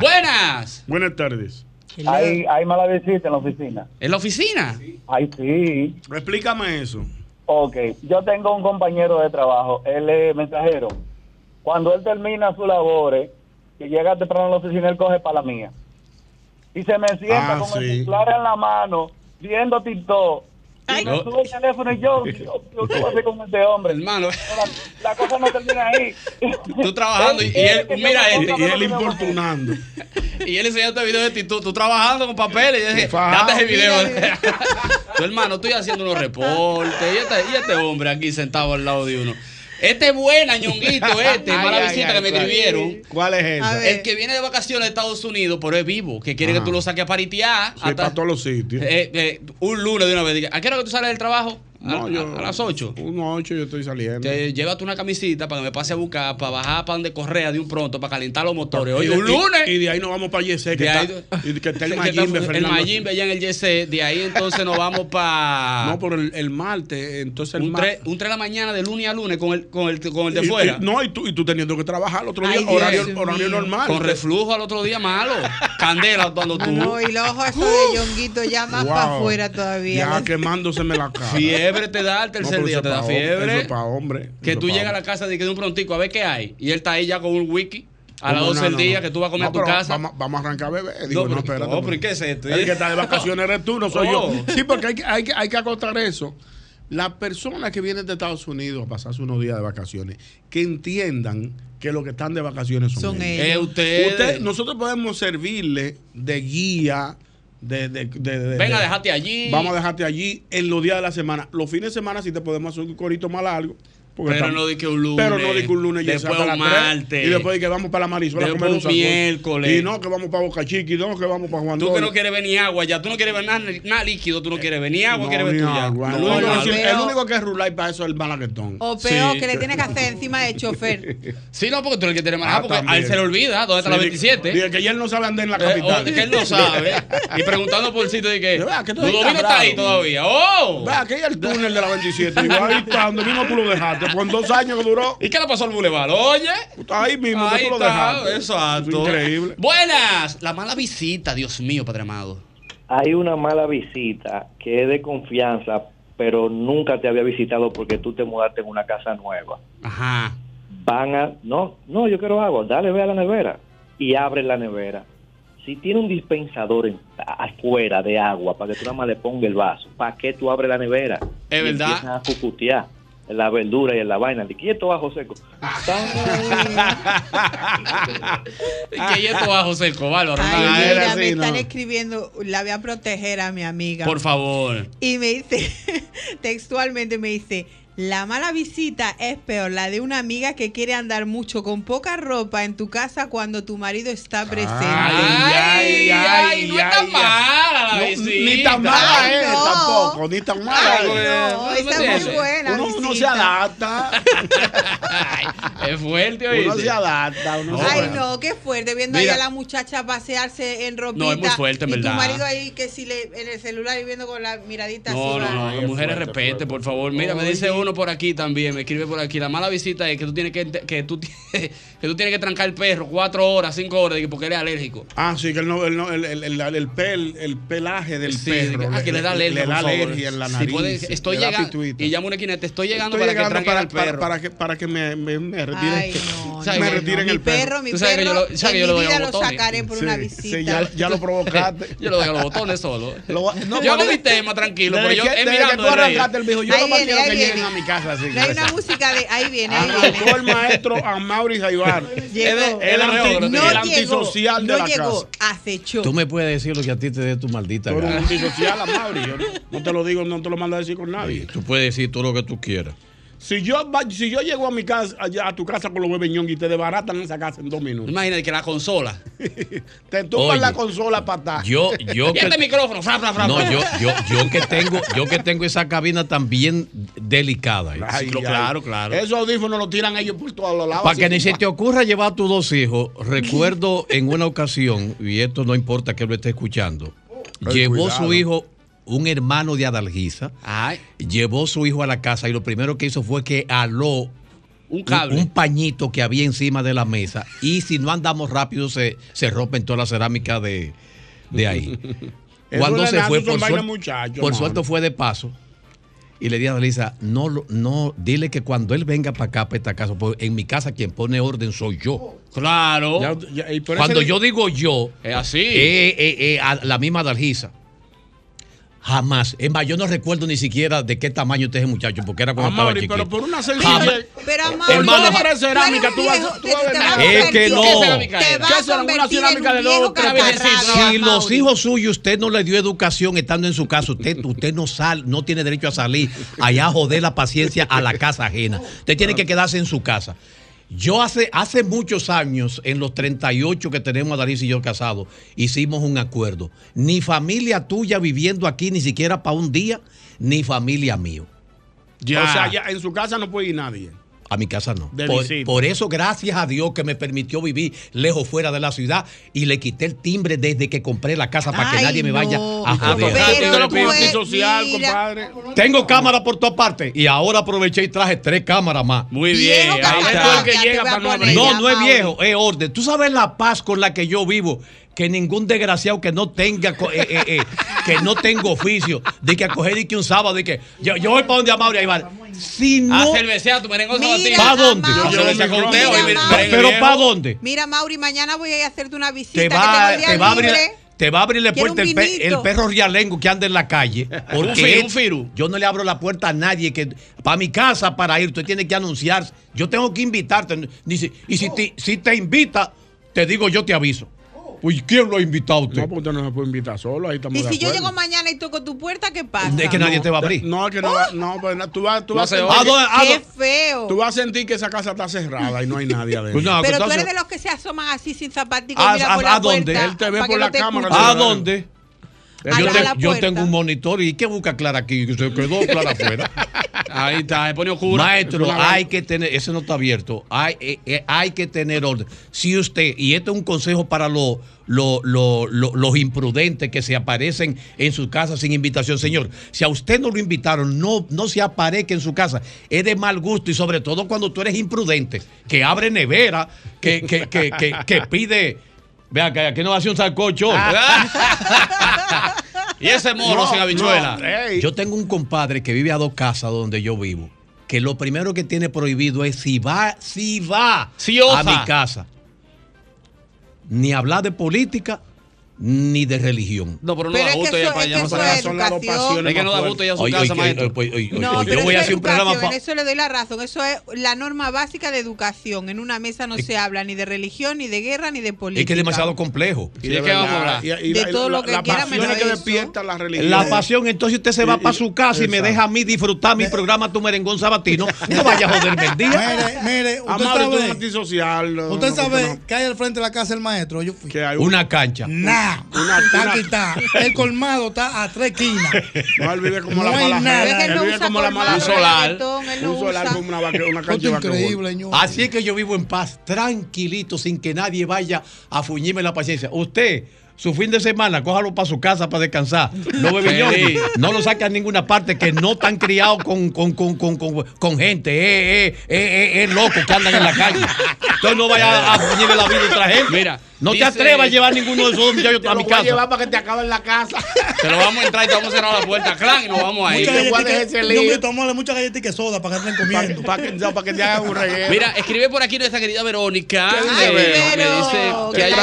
[SPEAKER 2] ¡Buenas!
[SPEAKER 6] Buenas tardes.
[SPEAKER 9] Hay, hay mala visita en la oficina.
[SPEAKER 2] ¿En la oficina?
[SPEAKER 9] Ay, sí.
[SPEAKER 6] Explícame eso.
[SPEAKER 9] Ok, yo tengo un compañero de trabajo, él es mensajero. Cuando él termina sus labores, que llega temprano a la oficina, él coge para la mía. Y se me sienta
[SPEAKER 6] Ah,
[SPEAKER 9] con
[SPEAKER 6] sí.
[SPEAKER 9] el celular en la mano, viendo TikTok.
[SPEAKER 4] Ay.
[SPEAKER 9] Y me
[SPEAKER 2] No.
[SPEAKER 9] sube el teléfono y
[SPEAKER 6] [laughs]
[SPEAKER 9] yo, Dios mío, ¿qué voy a hacer con este hombre?
[SPEAKER 2] Hermano,
[SPEAKER 9] La, la cosa no termina ahí.
[SPEAKER 2] tú trabajando y, y él, mira, este. él,
[SPEAKER 6] Y él importunando.
[SPEAKER 2] y él enseñando videos de ti, tú, tú trabajando con papeles. Y yo dije,
[SPEAKER 6] Fajado.
[SPEAKER 2] date ese video. [laughs] tu hermano, estoy haciendo unos reportes. Y este, y este hombre aquí sentado al lado de uno. Este es buena, ñonguito, este.
[SPEAKER 6] Ay,
[SPEAKER 2] mala
[SPEAKER 6] ay,
[SPEAKER 2] visita
[SPEAKER 6] ay,
[SPEAKER 2] que me
[SPEAKER 6] claro.
[SPEAKER 2] escribieron.
[SPEAKER 6] ¿Cuál es
[SPEAKER 4] A
[SPEAKER 6] esa?
[SPEAKER 4] ver.
[SPEAKER 2] El que viene de vacaciones de Estados Unidos, pero es vivo, que quiere
[SPEAKER 6] Ajá.
[SPEAKER 2] que tú lo saques a paritear.
[SPEAKER 6] Sí,
[SPEAKER 2] hasta-
[SPEAKER 6] para todos los sitios.
[SPEAKER 2] Eh, eh, un lunes de una vez. Diga, ¿A qué hora que tú sales del trabajo? A,
[SPEAKER 6] No,
[SPEAKER 2] a-
[SPEAKER 6] yo-
[SPEAKER 2] a las 8.
[SPEAKER 6] Uno a ocho yo estoy saliendo.
[SPEAKER 2] Te llévate una camisita para que me pase a buscar, para bajar para donde correa de un pronto, para calentar los motores.
[SPEAKER 6] Y
[SPEAKER 2] Oye,
[SPEAKER 6] de-
[SPEAKER 2] un lunes.
[SPEAKER 6] Y, y de ahí nos vamos para Yesé, que,
[SPEAKER 2] De ahí-
[SPEAKER 6] está- y que está
[SPEAKER 2] [laughs]
[SPEAKER 6] el
[SPEAKER 2] que
[SPEAKER 6] Mayimbe,
[SPEAKER 2] está- el
[SPEAKER 6] Fernando.
[SPEAKER 2] Mayimbe allá en el YC. De ahí entonces nos vamos para.
[SPEAKER 6] [laughs] No, por el, el martes, entonces el
[SPEAKER 2] un,
[SPEAKER 6] martes.
[SPEAKER 2] 3, un 3 de la mañana de lunes a lunes con el, con el, con el de
[SPEAKER 6] Y- y-
[SPEAKER 2] fuera.
[SPEAKER 6] no, y tú, y tú teniendo que trabajar el otro
[SPEAKER 4] Ay,
[SPEAKER 6] día,
[SPEAKER 4] Dios
[SPEAKER 6] horario,
[SPEAKER 4] mío.
[SPEAKER 6] horario normal.
[SPEAKER 2] con reflujo al otro día
[SPEAKER 6] [laughs]
[SPEAKER 2] malo. Candela cuando
[SPEAKER 4] No,
[SPEAKER 2] tú.
[SPEAKER 4] Ah,
[SPEAKER 2] Uh,
[SPEAKER 4] no, y los ojos eso de Yonguito ya más
[SPEAKER 6] Wow.
[SPEAKER 4] para afuera todavía.
[SPEAKER 6] Ya
[SPEAKER 4] Los-
[SPEAKER 6] quemándoseme la cara.
[SPEAKER 2] Fiebre te da el
[SPEAKER 6] No,
[SPEAKER 2] tercer
[SPEAKER 6] pero eso
[SPEAKER 2] día, te
[SPEAKER 6] es
[SPEAKER 2] da
[SPEAKER 6] pa' hom- Eso
[SPEAKER 2] fiebre.
[SPEAKER 6] es para hombre.
[SPEAKER 2] Que
[SPEAKER 6] Eso
[SPEAKER 2] tú
[SPEAKER 6] es pa'
[SPEAKER 2] llegas a la
[SPEAKER 6] hombre.
[SPEAKER 2] casa de que de un prontico a ver qué hay. Y él está ahí ya con un wiki a las
[SPEAKER 6] No,
[SPEAKER 2] 12
[SPEAKER 6] no,
[SPEAKER 2] del
[SPEAKER 6] no,
[SPEAKER 2] día
[SPEAKER 6] no.
[SPEAKER 2] que tú vas a comer
[SPEAKER 6] No,
[SPEAKER 2] a tu
[SPEAKER 6] pero
[SPEAKER 2] casa.
[SPEAKER 6] Vamos, vamos a arrancar a beber. Digo, no,
[SPEAKER 2] pero- [laughs]
[SPEAKER 6] espérate.
[SPEAKER 2] no, pero ¿y qué es esto?
[SPEAKER 6] [laughs] El que está de vacaciones eres tú, no soy yo.
[SPEAKER 2] Oh.
[SPEAKER 6] Sí, porque hay que, hay que, hay que acotar eso. las personas que vienen de Estados Unidos a pasarse unos días de vacaciones, que entiendan que los que están de vacaciones son,
[SPEAKER 2] Son ellos. Eh, ustedes.
[SPEAKER 6] Usted- nosotros podemos servirle de guía. De, de- de- de-
[SPEAKER 2] Ven a
[SPEAKER 6] de-
[SPEAKER 2] dejarte allí.
[SPEAKER 6] Vamos a dejarte allí en los días de la semana. Los fines de semana sí te podemos hacer un corito más largo. porque
[SPEAKER 2] Pero
[SPEAKER 6] estamos-
[SPEAKER 2] no di que un lunes.
[SPEAKER 6] Pero no di que un lunes. ya
[SPEAKER 2] Después
[SPEAKER 6] sea hasta
[SPEAKER 2] un
[SPEAKER 6] las tres,
[SPEAKER 2] martes.
[SPEAKER 6] Y después di que vamos para la Marisola a
[SPEAKER 2] Después
[SPEAKER 6] comer
[SPEAKER 2] un
[SPEAKER 6] un sancocho.
[SPEAKER 2] miércoles.
[SPEAKER 6] Y no, que vamos para Boca Chica. Y no, que vamos para Juan
[SPEAKER 2] Tú que
[SPEAKER 6] Dolio.
[SPEAKER 2] no quieres ver ni agua ya, tú no quieres ver nada, nada líquido, tú no quieres ver ni agua,
[SPEAKER 6] No,
[SPEAKER 2] quieres ver
[SPEAKER 6] ni
[SPEAKER 2] tú ya.
[SPEAKER 6] agua. el,
[SPEAKER 2] No,
[SPEAKER 6] único,
[SPEAKER 2] no,
[SPEAKER 6] que-
[SPEAKER 2] no.
[SPEAKER 6] el único que es rular para eso es el malaguetón.
[SPEAKER 4] O peor,
[SPEAKER 2] Sí.
[SPEAKER 4] que le tiene que hacer encima de chofer.
[SPEAKER 2] Sí, no, porque tú eres el que tiene más.
[SPEAKER 6] Ah,
[SPEAKER 2] porque a él
[SPEAKER 6] también.
[SPEAKER 2] se le olvida dónde está la
[SPEAKER 6] Sí,
[SPEAKER 2] 27.
[SPEAKER 6] Dije que ayer no sabe andar en la
[SPEAKER 2] Eh,
[SPEAKER 6] capital.
[SPEAKER 2] o- que él no
[SPEAKER 6] [laughs]
[SPEAKER 2] sabe. y preguntando por el sitio de que.
[SPEAKER 6] verdad, que tú
[SPEAKER 2] Ludovino
[SPEAKER 6] estás
[SPEAKER 2] está ahí
[SPEAKER 6] bravo.
[SPEAKER 2] todavía. ¡Oh!
[SPEAKER 6] Ve, aquí hay el túnel de la 27. Digo, ahí está, donde mismo tú lo dejaste. Con dos años que duró,
[SPEAKER 2] ¿Y qué le pasó al bulevar? Oye.
[SPEAKER 6] ahí mismo que
[SPEAKER 2] Ahí
[SPEAKER 6] tú lo
[SPEAKER 2] está,
[SPEAKER 6] dejaste.
[SPEAKER 2] exacto.
[SPEAKER 6] Es increíble.
[SPEAKER 2] Buenas. La mala visita, Dios mío, Padre amado.
[SPEAKER 9] Hay una mala visita que es de confianza, pero nunca te había visitado porque tú te mudaste en una casa nueva.
[SPEAKER 2] Ajá.
[SPEAKER 9] Van a, no, no, yo quiero agua, dale, ve a la nevera y abre la nevera. Si tiene un dispensador en- a- afuera de agua para que tú nada más le pongas el vaso, ¿para qué tú abres la nevera?
[SPEAKER 2] Es
[SPEAKER 9] Y
[SPEAKER 2] verdad.
[SPEAKER 9] empiezas a cucutear en la verdura y en la vaina. Quieto bajo seco.
[SPEAKER 2] [laughs] que ya esto va José Escobar,
[SPEAKER 4] Ay,
[SPEAKER 2] hermano.
[SPEAKER 4] mira,
[SPEAKER 6] era
[SPEAKER 4] me
[SPEAKER 6] así,
[SPEAKER 4] están
[SPEAKER 6] no.
[SPEAKER 4] escribiendo, la voy a proteger a mi amiga.
[SPEAKER 2] Por favor.
[SPEAKER 4] Y me dice, [laughs] textualmente me dice, la mala visita es peor, la de una amiga que quiere andar mucho con poca ropa en tu casa cuando tu marido está presente.
[SPEAKER 2] Ay, ay, ay, no es tan mala la
[SPEAKER 6] No,
[SPEAKER 2] visita.
[SPEAKER 6] ni tan mala
[SPEAKER 4] Ay,
[SPEAKER 6] es
[SPEAKER 4] no.
[SPEAKER 6] tampoco, ni tan mala
[SPEAKER 2] Ay,
[SPEAKER 6] es.
[SPEAKER 2] no,
[SPEAKER 4] no,
[SPEAKER 2] no
[SPEAKER 4] esa
[SPEAKER 2] me
[SPEAKER 4] es
[SPEAKER 2] dice.
[SPEAKER 4] muy buena.
[SPEAKER 6] Uno, uno se
[SPEAKER 4] visita.
[SPEAKER 6] adapta,
[SPEAKER 2] Ay, es fuerte,
[SPEAKER 6] uno
[SPEAKER 2] oíste.
[SPEAKER 6] se adapta. Uno se
[SPEAKER 4] Ay,
[SPEAKER 6] adapta.
[SPEAKER 4] no, qué fuerte, viendo
[SPEAKER 2] Mira.
[SPEAKER 4] ahí a la muchacha pasearse en ropita.
[SPEAKER 2] No, es muy fuerte, en
[SPEAKER 4] y
[SPEAKER 2] verdad.
[SPEAKER 4] tu marido ahí que si le, en el celular y viendo con la miradita
[SPEAKER 2] No,
[SPEAKER 4] así.
[SPEAKER 2] no, no,
[SPEAKER 6] Ay,
[SPEAKER 2] que
[SPEAKER 6] qué
[SPEAKER 2] mujeres
[SPEAKER 6] fuerte,
[SPEAKER 2] respete,
[SPEAKER 6] fuerte.
[SPEAKER 2] por favor. Mira, me dice uno por aquí también, me escribe por aquí. La mala visita es que tú tienes que, ente- que, tú, tienes- [laughs] que tú tienes que trancar el perro cuatro horas, cinco horas, de que porque eres alérgico.
[SPEAKER 6] Ah, sí, que el, no- el, no- el, el, el, el pel- el pelaje del
[SPEAKER 2] Sí, de que-
[SPEAKER 6] perro.
[SPEAKER 2] ah, que le da alergia.
[SPEAKER 6] Le da
[SPEAKER 2] por favor.
[SPEAKER 6] alergia en la
[SPEAKER 2] Si
[SPEAKER 6] nariz.
[SPEAKER 2] puedes, estoy
[SPEAKER 6] le da
[SPEAKER 2] llegando.
[SPEAKER 6] pituita.
[SPEAKER 2] Y llamo a una esquina, te estoy llegando
[SPEAKER 6] Estoy
[SPEAKER 2] para
[SPEAKER 6] llegando
[SPEAKER 2] que
[SPEAKER 6] para,
[SPEAKER 2] tranquen al
[SPEAKER 6] para-
[SPEAKER 2] perro.
[SPEAKER 6] para que, para que me, me, me retiren, [laughs]
[SPEAKER 4] Ay, no,
[SPEAKER 2] ¿Sabes
[SPEAKER 6] me
[SPEAKER 2] qué?
[SPEAKER 6] retiren
[SPEAKER 4] mi
[SPEAKER 6] el perro.
[SPEAKER 4] mi
[SPEAKER 2] Tú sabes que yo
[SPEAKER 4] perro,
[SPEAKER 2] lo- sabes que
[SPEAKER 4] en mi
[SPEAKER 2] yo lo doy a
[SPEAKER 4] vida
[SPEAKER 2] los
[SPEAKER 4] lo
[SPEAKER 2] botones.
[SPEAKER 4] sacaré por una
[SPEAKER 6] Sí,
[SPEAKER 4] visita.
[SPEAKER 6] sí, ya, ya lo provocaste.
[SPEAKER 2] [laughs] Yo le doy a los botones solo.
[SPEAKER 6] Lo- no,
[SPEAKER 2] yo hago
[SPEAKER 6] cuando-
[SPEAKER 2] mi tema tranquilo,
[SPEAKER 6] Desde
[SPEAKER 2] pero yo
[SPEAKER 6] que-
[SPEAKER 2] es
[SPEAKER 6] desde que
[SPEAKER 2] mirando
[SPEAKER 6] tú
[SPEAKER 2] de reír.
[SPEAKER 6] arrancaste el viejo, yo
[SPEAKER 4] Ahí
[SPEAKER 6] no más
[SPEAKER 4] viene,
[SPEAKER 6] quiero que
[SPEAKER 4] ahí
[SPEAKER 6] lleguen
[SPEAKER 4] viene.
[SPEAKER 6] a mi casa así.
[SPEAKER 4] No hay
[SPEAKER 6] [laughs]
[SPEAKER 4] una música de ahí viene,
[SPEAKER 2] Ah,
[SPEAKER 4] ahí
[SPEAKER 6] Arrancó el
[SPEAKER 4] viene.
[SPEAKER 6] maestro a Mauri Jaibar.
[SPEAKER 4] Llegó.
[SPEAKER 6] El, anti-
[SPEAKER 2] No
[SPEAKER 6] el
[SPEAKER 4] No llegó,
[SPEAKER 6] antisocial de
[SPEAKER 4] no
[SPEAKER 6] la
[SPEAKER 4] llegó,
[SPEAKER 6] casa.
[SPEAKER 4] acechó.
[SPEAKER 11] Tú me puedes decir lo que a ti te dé tu maldita
[SPEAKER 6] Tú eres un
[SPEAKER 11] gana.
[SPEAKER 6] antisocial, Amaury. Yo no, no te lo digo, no te lo mando a decir con nadie.
[SPEAKER 11] Tú puedes decir todo lo que tú quieras.
[SPEAKER 6] Si yo, va- si yo llego a mi casa, allá a tu casa con los bebés ñongos y te desbaratan esa casa en dos minutos,
[SPEAKER 2] Imagínate que la consola.
[SPEAKER 6] te tumban
[SPEAKER 11] Oye.
[SPEAKER 6] la consola para atrás.
[SPEAKER 11] Yo, yo
[SPEAKER 2] Y
[SPEAKER 11] que,
[SPEAKER 2] este micrófono, fra, fra, fra.
[SPEAKER 11] no,
[SPEAKER 2] fra.
[SPEAKER 11] yo, yo, yo que tengo, yo que tengo esa cabina tan bien delicada. ¿eh?
[SPEAKER 6] Ay,
[SPEAKER 2] lo-
[SPEAKER 6] ay.
[SPEAKER 2] claro, claro.
[SPEAKER 6] Esos audífonos los tiran ellos por todos los lados.
[SPEAKER 11] Para
[SPEAKER 6] así.
[SPEAKER 11] que ni se te ocurra llevar a tus dos hijos, recuerdo en una ocasión, y esto no importa que lo esté escuchando,
[SPEAKER 6] Ay,
[SPEAKER 11] llevó
[SPEAKER 6] cuidado.
[SPEAKER 11] su hijo, un hermano de Adalgisa,
[SPEAKER 2] Ay,
[SPEAKER 11] llevó su hijo a la casa y lo primero que hizo fue que aló
[SPEAKER 2] un
[SPEAKER 11] un,
[SPEAKER 2] cable.
[SPEAKER 11] un pañito que había encima de la mesa y si no andamos rápido se, se rompen toda la cerámica de, de ahí.
[SPEAKER 6] Eso
[SPEAKER 11] Cuando
[SPEAKER 6] de
[SPEAKER 11] se
[SPEAKER 6] nada,
[SPEAKER 11] fue,
[SPEAKER 6] eso
[SPEAKER 11] por,
[SPEAKER 6] son vaina
[SPEAKER 11] suer-
[SPEAKER 6] muchacho,
[SPEAKER 11] por
[SPEAKER 6] mano.
[SPEAKER 11] suerte fue de paso. Y le dije a Lisa, no, lo- no, dile que cuando él venga para acá, para esta casa, porque en mi casa quien pone orden soy yo.
[SPEAKER 2] Claro.
[SPEAKER 6] Ya- ya- y por eso
[SPEAKER 11] Cuando
[SPEAKER 6] le-
[SPEAKER 11] yo digo yo,
[SPEAKER 2] Es así.
[SPEAKER 11] eh, eh, eh, a la misma Dalgisa. Jamás. Es más, yo no recuerdo ni siquiera de qué tamaño este muchacho, porque era cuando
[SPEAKER 6] Amaury,
[SPEAKER 11] estaba
[SPEAKER 6] pero
[SPEAKER 11] chiquito.
[SPEAKER 6] por una
[SPEAKER 11] Jamás.
[SPEAKER 6] sencilla.
[SPEAKER 4] Pero amor,
[SPEAKER 11] Hermano,
[SPEAKER 4] tú eres-
[SPEAKER 6] para cerámica,
[SPEAKER 4] tú
[SPEAKER 6] tú vas-
[SPEAKER 4] eres un
[SPEAKER 6] tú
[SPEAKER 4] viejo
[SPEAKER 6] vas a
[SPEAKER 4] que te
[SPEAKER 6] ver-
[SPEAKER 4] vas a
[SPEAKER 11] Es que
[SPEAKER 4] convertir-
[SPEAKER 11] no.
[SPEAKER 4] Te
[SPEAKER 2] ¿Qué
[SPEAKER 4] vas a
[SPEAKER 6] será una
[SPEAKER 4] convertir en
[SPEAKER 6] cerámica
[SPEAKER 4] un
[SPEAKER 6] de dos
[SPEAKER 4] viejo
[SPEAKER 6] o tres
[SPEAKER 4] catarraco,
[SPEAKER 2] veces?
[SPEAKER 11] Si los
[SPEAKER 4] Mauri.
[SPEAKER 11] hijos suyos usted no le dio educación estando en su casa, usted, usted no sal, no tiene derecho a salir allá a joder la paciencia a la casa ajena. Usted tiene que quedarse en su casa. Yo hace, hace muchos años, en los 38 que tenemos a Daris y yo casados, hicimos un acuerdo. Ni familia tuya viviendo aquí, ni siquiera para un día, ni familia mío.
[SPEAKER 6] O sea, ya en su casa no puede ir nadie.
[SPEAKER 11] A mi casa no.
[SPEAKER 6] De
[SPEAKER 11] Por,
[SPEAKER 6] visita.
[SPEAKER 11] por eso, gracias a Dios que me permitió vivir lejos fuera de la ciudad y le quité el timbre desde que compré la casa para que
[SPEAKER 4] Ay,
[SPEAKER 11] nadie me vaya
[SPEAKER 4] no.
[SPEAKER 11] a
[SPEAKER 4] Pero
[SPEAKER 11] joder.
[SPEAKER 6] Usted lo pide
[SPEAKER 4] tú eres-
[SPEAKER 6] antisocial,
[SPEAKER 4] mira,
[SPEAKER 6] compadre.
[SPEAKER 11] Tengo cámara por todas partes y ahora aproveché y traje tres cámaras más.
[SPEAKER 2] Muy bien.
[SPEAKER 4] Viejo
[SPEAKER 2] Ahí
[SPEAKER 4] catarraco,
[SPEAKER 2] está.
[SPEAKER 6] que
[SPEAKER 4] ya te
[SPEAKER 6] llega
[SPEAKER 4] voy a
[SPEAKER 6] para no
[SPEAKER 4] poner
[SPEAKER 11] No,
[SPEAKER 4] ya,
[SPEAKER 11] no es
[SPEAKER 4] Mauri.
[SPEAKER 11] viejo, es orden. Tú sabes la paz con la que yo vivo, que ningún desgraciado que no tenga, co- eh, eh, eh, que no tengo oficio, de que acoger y que un sábado, de que yo, yo voy para donde Amaury ahí va. Si
[SPEAKER 2] A
[SPEAKER 11] no,
[SPEAKER 2] cervecear Ah, tu merengue
[SPEAKER 4] Mira,
[SPEAKER 11] ¿Pa'
[SPEAKER 4] a
[SPEAKER 11] dónde?
[SPEAKER 4] Mauri.
[SPEAKER 2] Yo les saco
[SPEAKER 4] Mira,
[SPEAKER 2] un dedo y me-
[SPEAKER 4] Mauri.
[SPEAKER 11] pero ¿para dónde?
[SPEAKER 4] Mira, Mauri, mañana voy a ir a hacerte una visita.
[SPEAKER 11] te
[SPEAKER 4] que
[SPEAKER 11] va,
[SPEAKER 4] tengo el día
[SPEAKER 11] te va a abrir,
[SPEAKER 4] libre.
[SPEAKER 11] Te va a abrir la
[SPEAKER 4] Quiero
[SPEAKER 11] puerta
[SPEAKER 4] un
[SPEAKER 11] el, pe-
[SPEAKER 4] vinito.
[SPEAKER 11] el perro rialengo que anda en la calle. Porque
[SPEAKER 2] [laughs] Un firu,
[SPEAKER 11] él-
[SPEAKER 2] un firu.
[SPEAKER 11] Yo no le abro la puerta a nadie que para mi casa para ir. Tú tienes que anunciar. Yo tengo que invitarte. Dice, y si te, si te invita, te digo yo te aviso. Uy, ¿quién lo ha invitado a usted?
[SPEAKER 6] No, porque usted no se puede invitar solo, ahí estamos
[SPEAKER 4] Y
[SPEAKER 6] de
[SPEAKER 4] si yo
[SPEAKER 6] acuerdo.
[SPEAKER 4] llego mañana y toco tu puerta, ¿qué pasa?
[SPEAKER 11] Es que nadie te va a abrir.
[SPEAKER 6] No, es que no,
[SPEAKER 4] Oh.
[SPEAKER 6] va- no, pues, no, tú vas, tú
[SPEAKER 11] No
[SPEAKER 6] vas
[SPEAKER 11] se
[SPEAKER 6] a sentir
[SPEAKER 11] oye. ¿A dónde- a
[SPEAKER 4] Qué
[SPEAKER 11] dónde-
[SPEAKER 4] feo.
[SPEAKER 6] Tú vas a sentir que esa casa está cerrada y no hay nadie adentro.
[SPEAKER 11] Pues no,
[SPEAKER 4] Pero tú
[SPEAKER 11] entonces-
[SPEAKER 4] eres de los que se asoman así sin zapaticos.
[SPEAKER 11] ¿A,
[SPEAKER 4] mira por
[SPEAKER 11] Ah, a-
[SPEAKER 4] la
[SPEAKER 11] a dónde?
[SPEAKER 4] puerta, para que no te escuchen.
[SPEAKER 11] ¿A dónde?
[SPEAKER 4] A
[SPEAKER 11] Yo,
[SPEAKER 4] la-
[SPEAKER 11] te-
[SPEAKER 4] a la
[SPEAKER 11] yo
[SPEAKER 4] puerta.
[SPEAKER 11] tengo un monitor y ¿qué busca Clara aquí? Se quedó Clara afuera.
[SPEAKER 2] [laughs] Ahí está, se pone oscuro.
[SPEAKER 11] Maestro, hay que tener, ese no está abierto, hay, eh, eh, hay que tener orden. Si usted, y este es un consejo para los los- los- los- los imprudentes que se aparecen en su casa sin invitación, señor, si a usted no lo invitaron, no, no se aparezca en su casa, es de mal gusto y sobre todo cuando tú eres imprudente, que abre nevera, que, que, que, que, que pide, vea que aquí no hace un [laughs]
[SPEAKER 2] [laughs]
[SPEAKER 11] sacocho.
[SPEAKER 2] Y ese moro sin habichuela.
[SPEAKER 11] Yo tengo un compadre que vive a dos casas donde yo vivo, que lo primero que tiene prohibido es si va, si va
[SPEAKER 2] Si osa.
[SPEAKER 11] a mi casa. Ni hablar de política ni de religión.
[SPEAKER 2] No, pero no
[SPEAKER 4] Pero
[SPEAKER 2] da
[SPEAKER 4] es que
[SPEAKER 2] gusto ya
[SPEAKER 4] eso-
[SPEAKER 2] para
[SPEAKER 4] es
[SPEAKER 2] allá.
[SPEAKER 4] que
[SPEAKER 2] no
[SPEAKER 4] eso
[SPEAKER 2] sabe.
[SPEAKER 4] es
[SPEAKER 2] Son
[SPEAKER 4] educación.
[SPEAKER 2] las dos pasiones Es que no da
[SPEAKER 11] más
[SPEAKER 2] gusto ya a su
[SPEAKER 11] Oye,
[SPEAKER 2] casa,
[SPEAKER 11] oye,
[SPEAKER 2] maestro.
[SPEAKER 11] oye, oye, oye,
[SPEAKER 4] No,
[SPEAKER 11] oye,
[SPEAKER 4] pero
[SPEAKER 11] yo voy a hacer un programa
[SPEAKER 4] educación,
[SPEAKER 11] pa-
[SPEAKER 4] en eso le doy la razón. Eso es la norma básica de educación. En una mesa no se habla ni de religión, ni de guerra, ni de política.
[SPEAKER 11] Es que es demasiado complejo.
[SPEAKER 2] ¿Y de qué vamos a hablar?
[SPEAKER 4] De todo lo que
[SPEAKER 6] la
[SPEAKER 4] quiera
[SPEAKER 6] pasión
[SPEAKER 4] menos
[SPEAKER 6] que
[SPEAKER 4] eso.
[SPEAKER 6] despierta la religión.
[SPEAKER 11] La pasión, entonces usted se va
[SPEAKER 6] Y-
[SPEAKER 11] para su casa y me
[SPEAKER 6] exacto.
[SPEAKER 11] deja a mí disfrutar mi programa Tu Merengón Sabatino. No vaya a joderme el día.
[SPEAKER 7] Mire, mire, usted
[SPEAKER 6] Amable, tú eres
[SPEAKER 7] sabe,
[SPEAKER 6] antisocial. no,
[SPEAKER 7] usted
[SPEAKER 6] no,
[SPEAKER 7] sabe
[SPEAKER 6] no,
[SPEAKER 7] que hay al frente de la casa del maestro. Yo fui.
[SPEAKER 6] que hay un-
[SPEAKER 11] Una cancha.
[SPEAKER 7] Nah,
[SPEAKER 6] Una-
[SPEAKER 7] está
[SPEAKER 6] una-
[SPEAKER 7] quitado. El colmado está a tres esquinas.
[SPEAKER 6] [laughs] No, él vive como la
[SPEAKER 7] No hay
[SPEAKER 6] mala
[SPEAKER 7] nada.
[SPEAKER 6] gente,
[SPEAKER 7] Es que
[SPEAKER 6] Él
[SPEAKER 4] no
[SPEAKER 6] vive
[SPEAKER 4] usa
[SPEAKER 6] como la mala
[SPEAKER 4] colmado,
[SPEAKER 6] gente.
[SPEAKER 4] reggaetón, él no
[SPEAKER 6] Un solar
[SPEAKER 4] usa.
[SPEAKER 6] con una, vaque- una
[SPEAKER 7] Esto
[SPEAKER 6] cancha de
[SPEAKER 7] es
[SPEAKER 6] vaquebol.
[SPEAKER 7] increíble, señor.
[SPEAKER 11] Así es que yo vivo en paz, tranquilito, sin que nadie vaya a fuñirme la paciencia. Usted, su fin de semana, cójalo para su casa para descansar. No bebe
[SPEAKER 2] Sí.
[SPEAKER 11] ñoqui, no lo saque a ninguna parte, que no están criados con, con, con, con, con, con gente, eh, eh, eh, eh, eh, locos que andan en la calle. Entonces no vaya a fuñirme la vida de otra gente.
[SPEAKER 2] Mira,
[SPEAKER 11] no te
[SPEAKER 2] dice-
[SPEAKER 11] atrevas a llevar ninguno de esos dos muchachos a mi
[SPEAKER 6] voy a
[SPEAKER 11] casa.
[SPEAKER 6] para que te acaben la casa.
[SPEAKER 2] Te lo vamos a entrar y te [laughs] vamos a cerrar la puerta. Clan, y nos vamos a ir.
[SPEAKER 7] Muchas
[SPEAKER 6] ¿cuál es
[SPEAKER 7] galletitas,
[SPEAKER 6] ese
[SPEAKER 7] no,
[SPEAKER 6] lío?
[SPEAKER 7] hombre, tomarle muchas galletitas y soda para que estén comiendo.
[SPEAKER 6] Para que, no, pa' que te hagan un reguero.
[SPEAKER 2] Mira, escribe por aquí nuestra querida Verónica.
[SPEAKER 6] ¿Qué dice
[SPEAKER 2] Eh,
[SPEAKER 6] Vero?
[SPEAKER 2] me dice que
[SPEAKER 6] Te
[SPEAKER 2] hay una,